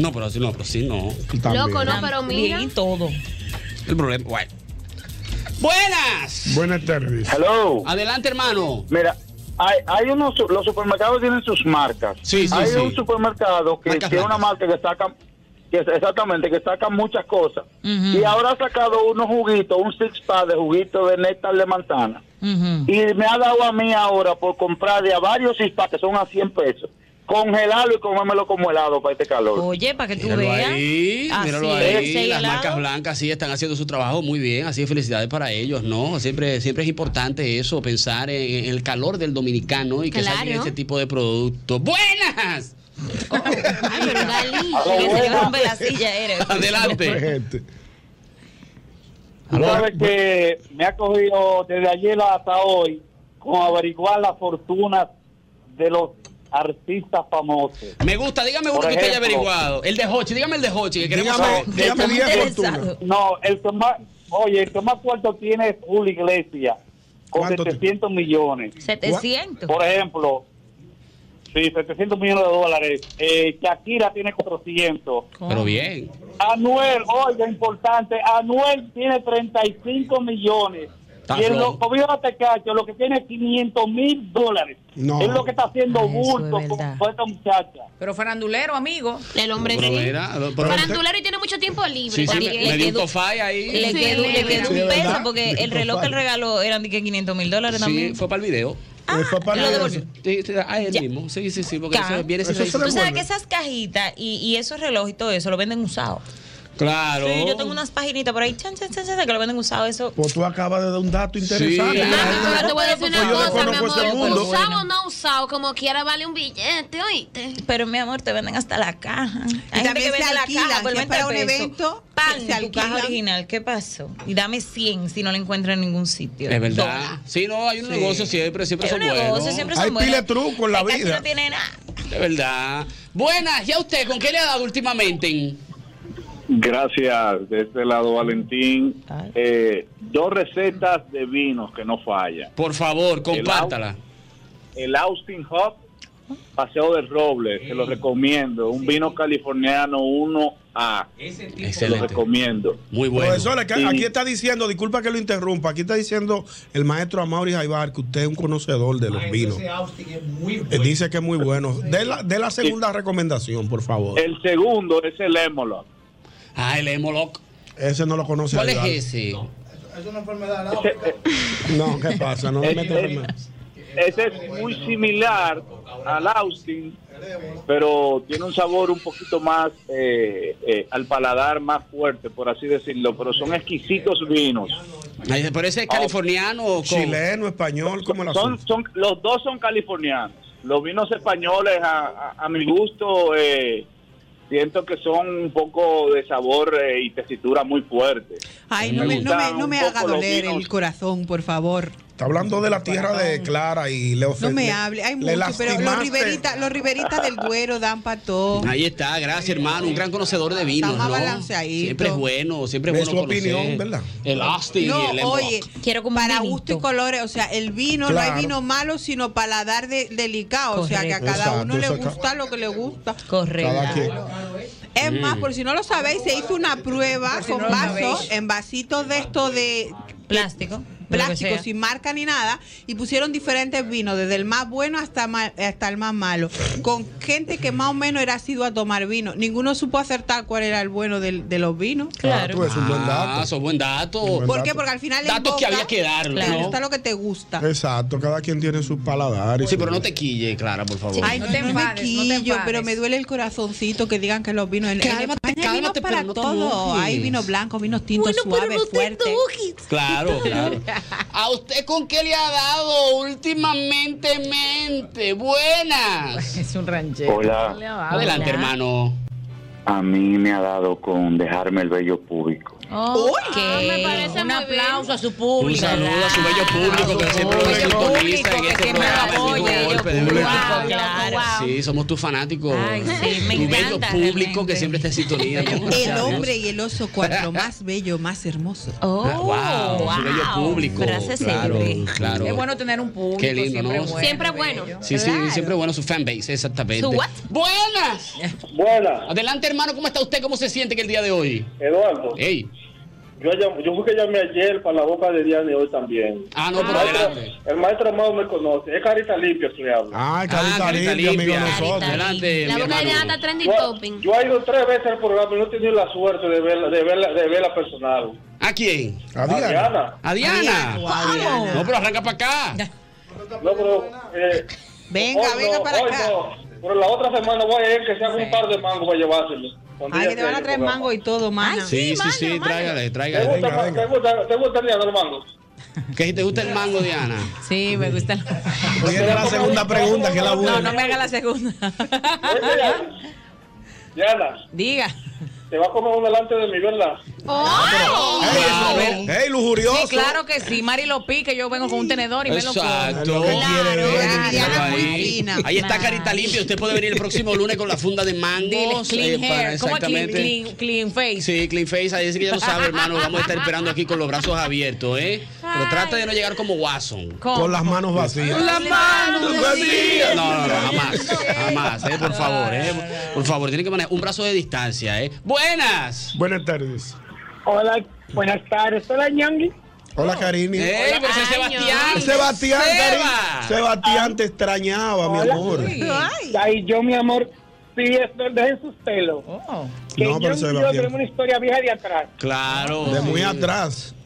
[SPEAKER 2] No, pero sí, no, pero sí, no.
[SPEAKER 18] Loco, no, pero mira.
[SPEAKER 33] Bien y todo.
[SPEAKER 2] El problema. Bueno. Buenas.
[SPEAKER 35] Buenas tardes.
[SPEAKER 9] Hello.
[SPEAKER 2] Adelante, hermano.
[SPEAKER 9] Oh. Mira, hay, hay unos, su- los supermercados tienen sus marcas.
[SPEAKER 2] Sí, sí,
[SPEAKER 9] Hay
[SPEAKER 2] sí.
[SPEAKER 9] un supermercado que
[SPEAKER 2] Marcas
[SPEAKER 9] tiene una marca que saca, que es- exactamente, que saca muchas cosas. Y ahora ha sacado unos juguitos, un six pack de juguito de néctar de manzana. Y me ha dado a mí ahora por comprar de a varios six pack que son a 100 pesos. Congelarlo y comérmelo como helado para este calor.
[SPEAKER 33] Oye, para que tú
[SPEAKER 2] Míralo
[SPEAKER 33] veas.
[SPEAKER 2] ahí,
[SPEAKER 33] Así
[SPEAKER 2] míralo
[SPEAKER 33] es,
[SPEAKER 2] ahí.
[SPEAKER 33] ese
[SPEAKER 2] Las
[SPEAKER 33] helado.
[SPEAKER 2] marcas blancas sí están haciendo su trabajo muy bien, así que felicidades para ellos, ¿no? Siempre, siempre es importante eso, pensar en, en el calor del dominicano y que
[SPEAKER 33] Claro.
[SPEAKER 2] salgan este tipo de productos. ¡Buenas!
[SPEAKER 33] Ay, pero Galí,
[SPEAKER 2] Aló,
[SPEAKER 33] que se le
[SPEAKER 2] buena.
[SPEAKER 33] rompe la silla, eres.
[SPEAKER 2] Adelante.
[SPEAKER 9] Tú sabes que me ha cogido desde ayer hasta hoy con averiguar las fortunas de los artistas famosos.
[SPEAKER 2] Me gusta, dígame uno
[SPEAKER 9] Por
[SPEAKER 2] que usted haya
[SPEAKER 9] ejemplo.
[SPEAKER 2] averiguado. El de Hochi, dígame el de Hochi, que queremos
[SPEAKER 9] No,
[SPEAKER 2] saber.
[SPEAKER 9] el que más- No, el que más, oye, el que más cuarto tiene es Julio Iglesias, con 700 millones.
[SPEAKER 33] 700.
[SPEAKER 9] Por ejemplo, sí, 700 millones de dólares. Eh, Shakira tiene 400.
[SPEAKER 2] Pero bien.
[SPEAKER 9] Anuel, oiga, importante, Anuel tiene 35 millones.
[SPEAKER 2] Está
[SPEAKER 9] y el
[SPEAKER 2] flojo.
[SPEAKER 9] loco viejo Tecacho lo que tiene es 500 mil dólares.
[SPEAKER 2] No.
[SPEAKER 9] Es lo que está haciendo
[SPEAKER 13] Eso es
[SPEAKER 9] bulto
[SPEAKER 13] verdad.
[SPEAKER 9] con, con esta muchacha.
[SPEAKER 13] Pero farandulero, amigo.
[SPEAKER 18] El hombre
[SPEAKER 2] Pero mira, pero-
[SPEAKER 18] Farandulero y tiene mucho tiempo libre.
[SPEAKER 2] Sí, sí, me,
[SPEAKER 18] también.
[SPEAKER 2] me dio un tofay ahí.
[SPEAKER 33] Le quedó, le quedó
[SPEAKER 2] Sí,
[SPEAKER 33] un
[SPEAKER 2] ¿verdad?
[SPEAKER 33] peso porque el reloj que él regaló eran de que 500 mil dólares
[SPEAKER 2] Sí,
[SPEAKER 33] también. Ah,
[SPEAKER 2] Eh, fue para el video.
[SPEAKER 33] fue para el
[SPEAKER 2] lo
[SPEAKER 33] video.
[SPEAKER 2] devolvió. Sí, sí, Ah, es el mismo. Sí, sí, sí, porque
[SPEAKER 33] Ca.
[SPEAKER 2] eso viene sin
[SPEAKER 33] Tú sabes que esas cajitas y, y esos relojes y todo eso lo venden usado.
[SPEAKER 2] Claro.
[SPEAKER 33] Sí, yo tengo unas paginitas por ahí chan, chan, chan, chan, que lo venden usado. Eso
[SPEAKER 6] Pues tú acabas de dar un dato interesante.
[SPEAKER 18] Mami, pero te voy a decir
[SPEAKER 6] Pues
[SPEAKER 18] una
[SPEAKER 6] yo
[SPEAKER 18] cosa, mi
[SPEAKER 6] desconozco ese
[SPEAKER 2] este
[SPEAKER 18] amor.
[SPEAKER 6] mundo.
[SPEAKER 18] Usado o no usado, como quiera vale un billete, oíste.
[SPEAKER 33] Pero mi amor, te venden hasta la caja. Hay gente
[SPEAKER 4] también
[SPEAKER 33] que
[SPEAKER 4] se
[SPEAKER 33] vende la
[SPEAKER 4] alquilan,
[SPEAKER 33] caja por
[SPEAKER 4] si es
[SPEAKER 33] 20
[SPEAKER 4] para un
[SPEAKER 33] pesos.
[SPEAKER 4] evento,
[SPEAKER 33] Pan,
[SPEAKER 4] se
[SPEAKER 33] tu
[SPEAKER 4] alquilan.
[SPEAKER 33] caja original, ¿qué pasó? Y dame 100 si no la encuentro en ningún sitio.
[SPEAKER 2] Es verdad.
[SPEAKER 33] Dólar.
[SPEAKER 2] Sí, no, hay un
[SPEAKER 33] Sí.
[SPEAKER 2] negocio siempre, siempre
[SPEAKER 33] Hay
[SPEAKER 2] son
[SPEAKER 33] un negocio,
[SPEAKER 2] buenos.
[SPEAKER 33] siempre son Hay buenos. pila de
[SPEAKER 2] truco en la
[SPEAKER 33] Casi no tiene nada.
[SPEAKER 2] De verdad. Buenas, ¿y a usted con qué le ha dado últimamente?
[SPEAKER 10] Gracias, de este lado Valentín. Eh, dos recetas de vinos que no fallan.
[SPEAKER 2] Por favor, compártala.
[SPEAKER 10] El Austin Hop, Paseo del Roble, se lo recomiendo. Un vino californiano 1A. Se lo
[SPEAKER 2] Excelente.
[SPEAKER 10] recomiendo.
[SPEAKER 2] Muy
[SPEAKER 6] Profesor, es que
[SPEAKER 10] Y-
[SPEAKER 6] aquí está diciendo, disculpa que lo interrumpa, aquí está diciendo el maestro Amaury Jaibar que usted es un conocedor de los vinos. Eh, Dice que es muy bueno. De la, de la segunda recomendación, por favor.
[SPEAKER 10] El segundo es el Emoloc.
[SPEAKER 2] Ah, el Emoloc.
[SPEAKER 6] Ese no lo conoce.
[SPEAKER 2] ¿Cuál es
[SPEAKER 6] Jaibar.
[SPEAKER 2] ese?
[SPEAKER 6] Es una enfermedad. No, ¿qué pasa? No me meto en más.
[SPEAKER 10] Ese es muy similar al Austin,
[SPEAKER 9] pero tiene un sabor un poquito más eh, eh, al paladar más fuerte, por así decirlo, pero son exquisitos vinos.
[SPEAKER 2] Pero ese es californiano o
[SPEAKER 6] Oh. Chileno, español, ¿cómo la
[SPEAKER 9] Son, son, los dos son californianos. Los vinos españoles, a, a- a mi gusto, eh, siento que son un poco de sabor eh, y tesitura muy fuerte.
[SPEAKER 4] Ay, no me, no me, no me
[SPEAKER 6] Un poco
[SPEAKER 4] haga
[SPEAKER 6] los
[SPEAKER 4] doler el
[SPEAKER 6] vinos.
[SPEAKER 4] corazón, por favor.
[SPEAKER 6] Está hablando de la tierra de Clara y Leo
[SPEAKER 4] No me hable. Hay mucho, pero los riberitas los riberitas del Duero dan para todo.
[SPEAKER 2] Ahí está, gracias hermano, un gran conocedor de vinos,
[SPEAKER 4] Está más
[SPEAKER 2] ¿no?
[SPEAKER 4] balanceadito.
[SPEAKER 2] Siempre es bueno, siempre es
[SPEAKER 6] De
[SPEAKER 2] bueno
[SPEAKER 6] su
[SPEAKER 2] conocer
[SPEAKER 6] opinión, ¿verdad?
[SPEAKER 2] El Austin y el
[SPEAKER 4] No,
[SPEAKER 2] Emoloc.
[SPEAKER 4] oye, quiero para gusto y colores, o sea, el vino, no
[SPEAKER 2] Claro.
[SPEAKER 4] hay vino malo, sino paladar de, delicado, o sea, que a
[SPEAKER 6] Correcto.
[SPEAKER 4] cada uno le
[SPEAKER 6] Exacto, eso
[SPEAKER 4] gusta lo que le gusta.
[SPEAKER 6] Cada quien.
[SPEAKER 4] Es
[SPEAKER 6] Mm.
[SPEAKER 4] más, por si no lo sabéis, se hizo una prueba con
[SPEAKER 33] no lo
[SPEAKER 4] vasos,
[SPEAKER 33] sabéis.
[SPEAKER 4] en vasitos de esto de
[SPEAKER 33] plástico,
[SPEAKER 4] plástico,
[SPEAKER 33] sea.
[SPEAKER 4] sin marca ni nada, y pusieron diferentes vinos, desde el más bueno hasta, ma- hasta el más malo, con gente que más o menos era asiduo a tomar vino. Ninguno supo acertar cuál era el bueno del- de los vinos.
[SPEAKER 6] Ah, tú, es un buen dato.
[SPEAKER 2] Ah, eso es buen dato.
[SPEAKER 4] ¿Por qué? Porque al final. en
[SPEAKER 2] Datos que
[SPEAKER 4] boca,
[SPEAKER 2] había que darlo,
[SPEAKER 4] Claro,
[SPEAKER 2] ¿no?
[SPEAKER 4] está lo que te
[SPEAKER 6] Eh,
[SPEAKER 4] gusta.
[SPEAKER 6] Exacto, cada quien tiene sus paladares.
[SPEAKER 2] Sí, pero no te quille, Clara, por favor.
[SPEAKER 4] Ay, no, te enfades, me quillo, pero me duele el corazoncito que digan que los vinos en en
[SPEAKER 2] Cálmate,
[SPEAKER 4] España hay vinos
[SPEAKER 2] cálmate, pero
[SPEAKER 4] para
[SPEAKER 2] no te
[SPEAKER 4] todo.
[SPEAKER 2] enojes.
[SPEAKER 4] Hay vino blanco, vinos tintos suaves, fuertes.
[SPEAKER 2] Claro, claro. ¿A usted con qué le ha dado últimamente mente? Buenas.
[SPEAKER 4] Es un ranchero.
[SPEAKER 2] Adelante, hermano.
[SPEAKER 15] a mí me ha dado con dejarme el vello público.
[SPEAKER 20] me parece un aplauso a su público.
[SPEAKER 2] Un saludo a su bello público que siempre nos sintoniza en este programa. Es un golpe, de verdad. Sí, somos tus fanáticos.
[SPEAKER 4] Ay, sí, me
[SPEAKER 2] Tu bello
[SPEAKER 4] encanta,
[SPEAKER 2] público que siempre está en sintonía.
[SPEAKER 4] [laughs] El hombre y el oso, cuatro más bello, más hermoso.
[SPEAKER 2] Oh.
[SPEAKER 20] Oh,
[SPEAKER 2] wow, su bello público.
[SPEAKER 4] Frase
[SPEAKER 2] claro,
[SPEAKER 4] célebre.
[SPEAKER 2] claro.
[SPEAKER 20] Es bueno tener un público.
[SPEAKER 2] Qué lindo,
[SPEAKER 20] siempre
[SPEAKER 2] ¿no?
[SPEAKER 18] Siempre bueno.
[SPEAKER 20] bueno.
[SPEAKER 2] Sí, sí, siempre bueno su fanbase, exactamente.
[SPEAKER 18] Buenas.
[SPEAKER 2] Buenas. Adelante, hermano, ¿cómo está usted? ¿Cómo se siente que el día de hoy?
[SPEAKER 25] Eduardo.
[SPEAKER 2] Ey.
[SPEAKER 25] Yo, llam- yo fui que llamé ayer para la boca de Diana y hoy también.
[SPEAKER 2] Ah, no,
[SPEAKER 25] el maestro, el maestro Amado me conoce. Es carita limpia si me habla.
[SPEAKER 6] Ah, Carita Limpia, amigo de nosotros.
[SPEAKER 2] Adelante,
[SPEAKER 18] La boca de Diana está trending topping.
[SPEAKER 25] Yo he ido tres veces al programa y no he tenido la suerte de verla, de verla, de verla personal.
[SPEAKER 2] ¿A quién?
[SPEAKER 25] A Diana.
[SPEAKER 2] A Diana.
[SPEAKER 25] A Diana.
[SPEAKER 2] No, pero arranca para acá.
[SPEAKER 25] [laughs] No, pero, eh,
[SPEAKER 4] venga,
[SPEAKER 25] hoy
[SPEAKER 4] venga
[SPEAKER 25] no,
[SPEAKER 4] para
[SPEAKER 25] hoy
[SPEAKER 4] acá.
[SPEAKER 25] no. pero la otra semana voy a ir que se haga un par de mangos para llevárselo. Cuando
[SPEAKER 4] Ay,
[SPEAKER 25] ella
[SPEAKER 4] que te van a
[SPEAKER 25] esté en el
[SPEAKER 4] traer
[SPEAKER 25] programa.
[SPEAKER 4] mango y todo, mana.
[SPEAKER 2] Sí, sí, sí, tráigale,
[SPEAKER 25] ¿Te
[SPEAKER 2] tráigale.
[SPEAKER 25] gusta, ma- te gusta- te gusta Diana, el mango?
[SPEAKER 2] ¿Qué te gusta el mango, Diana?
[SPEAKER 20] Sí, me gusta el
[SPEAKER 6] Oye, era la segunda pregunta que la
[SPEAKER 20] No, no
[SPEAKER 6] buena.
[SPEAKER 20] me haga la segunda.
[SPEAKER 25] Diana.
[SPEAKER 20] Diga.
[SPEAKER 25] Te va a comer uno delante de mí, ¿verdad? Oh.
[SPEAKER 20] ¡Ay!
[SPEAKER 6] ¡Ey, lujurioso!
[SPEAKER 20] Sí, claro que sí. Mari lo pique, yo vengo con un tenedor y me lo
[SPEAKER 2] Exacto.
[SPEAKER 20] como.
[SPEAKER 2] Claro,
[SPEAKER 20] Diana
[SPEAKER 2] ahí.
[SPEAKER 20] es muy fina.
[SPEAKER 2] Ahí está Carita Limpia. Usted puede venir el próximo lunes con la funda de
[SPEAKER 20] Dile,
[SPEAKER 2] mangos.
[SPEAKER 20] clean
[SPEAKER 2] eh, para-
[SPEAKER 20] hair. ¿Cómo es clean,
[SPEAKER 2] exactamente.
[SPEAKER 20] clean, clean face?
[SPEAKER 2] Sí, Clean Face, ahí dice que ya lo sabe,
[SPEAKER 20] [laughs]
[SPEAKER 2] hermano. Vamos a estar esperando aquí con los brazos abiertos, ¿eh? Pero trata de no llegar como Watson.
[SPEAKER 6] Con las manos vacías.
[SPEAKER 2] Con las
[SPEAKER 6] manos
[SPEAKER 2] No, no, no, jamás. Jamás, ¿eh? Por favor, ¿eh? Por favor, tiene que manejar un brazo de distancia, ¿eh? Buenas.
[SPEAKER 6] Buenas tardes.
[SPEAKER 9] Hola, buenas tardes. Hola, Ñangui.
[SPEAKER 6] Hola, Karini.
[SPEAKER 2] ¡Ey, pero ese es Sebastián!
[SPEAKER 6] Sebastián,
[SPEAKER 2] Seba.
[SPEAKER 6] Karini. Sebastián te extrañaba, mi amor.
[SPEAKER 9] Ay, yo, mi amor, sí, es, dejen sus pelos. Que yo
[SPEAKER 6] No, pero
[SPEAKER 9] y
[SPEAKER 6] se
[SPEAKER 9] yo
[SPEAKER 6] lo atiende.
[SPEAKER 9] tenemos una historia vieja de atrás.
[SPEAKER 2] Claro.
[SPEAKER 6] De muy atrás.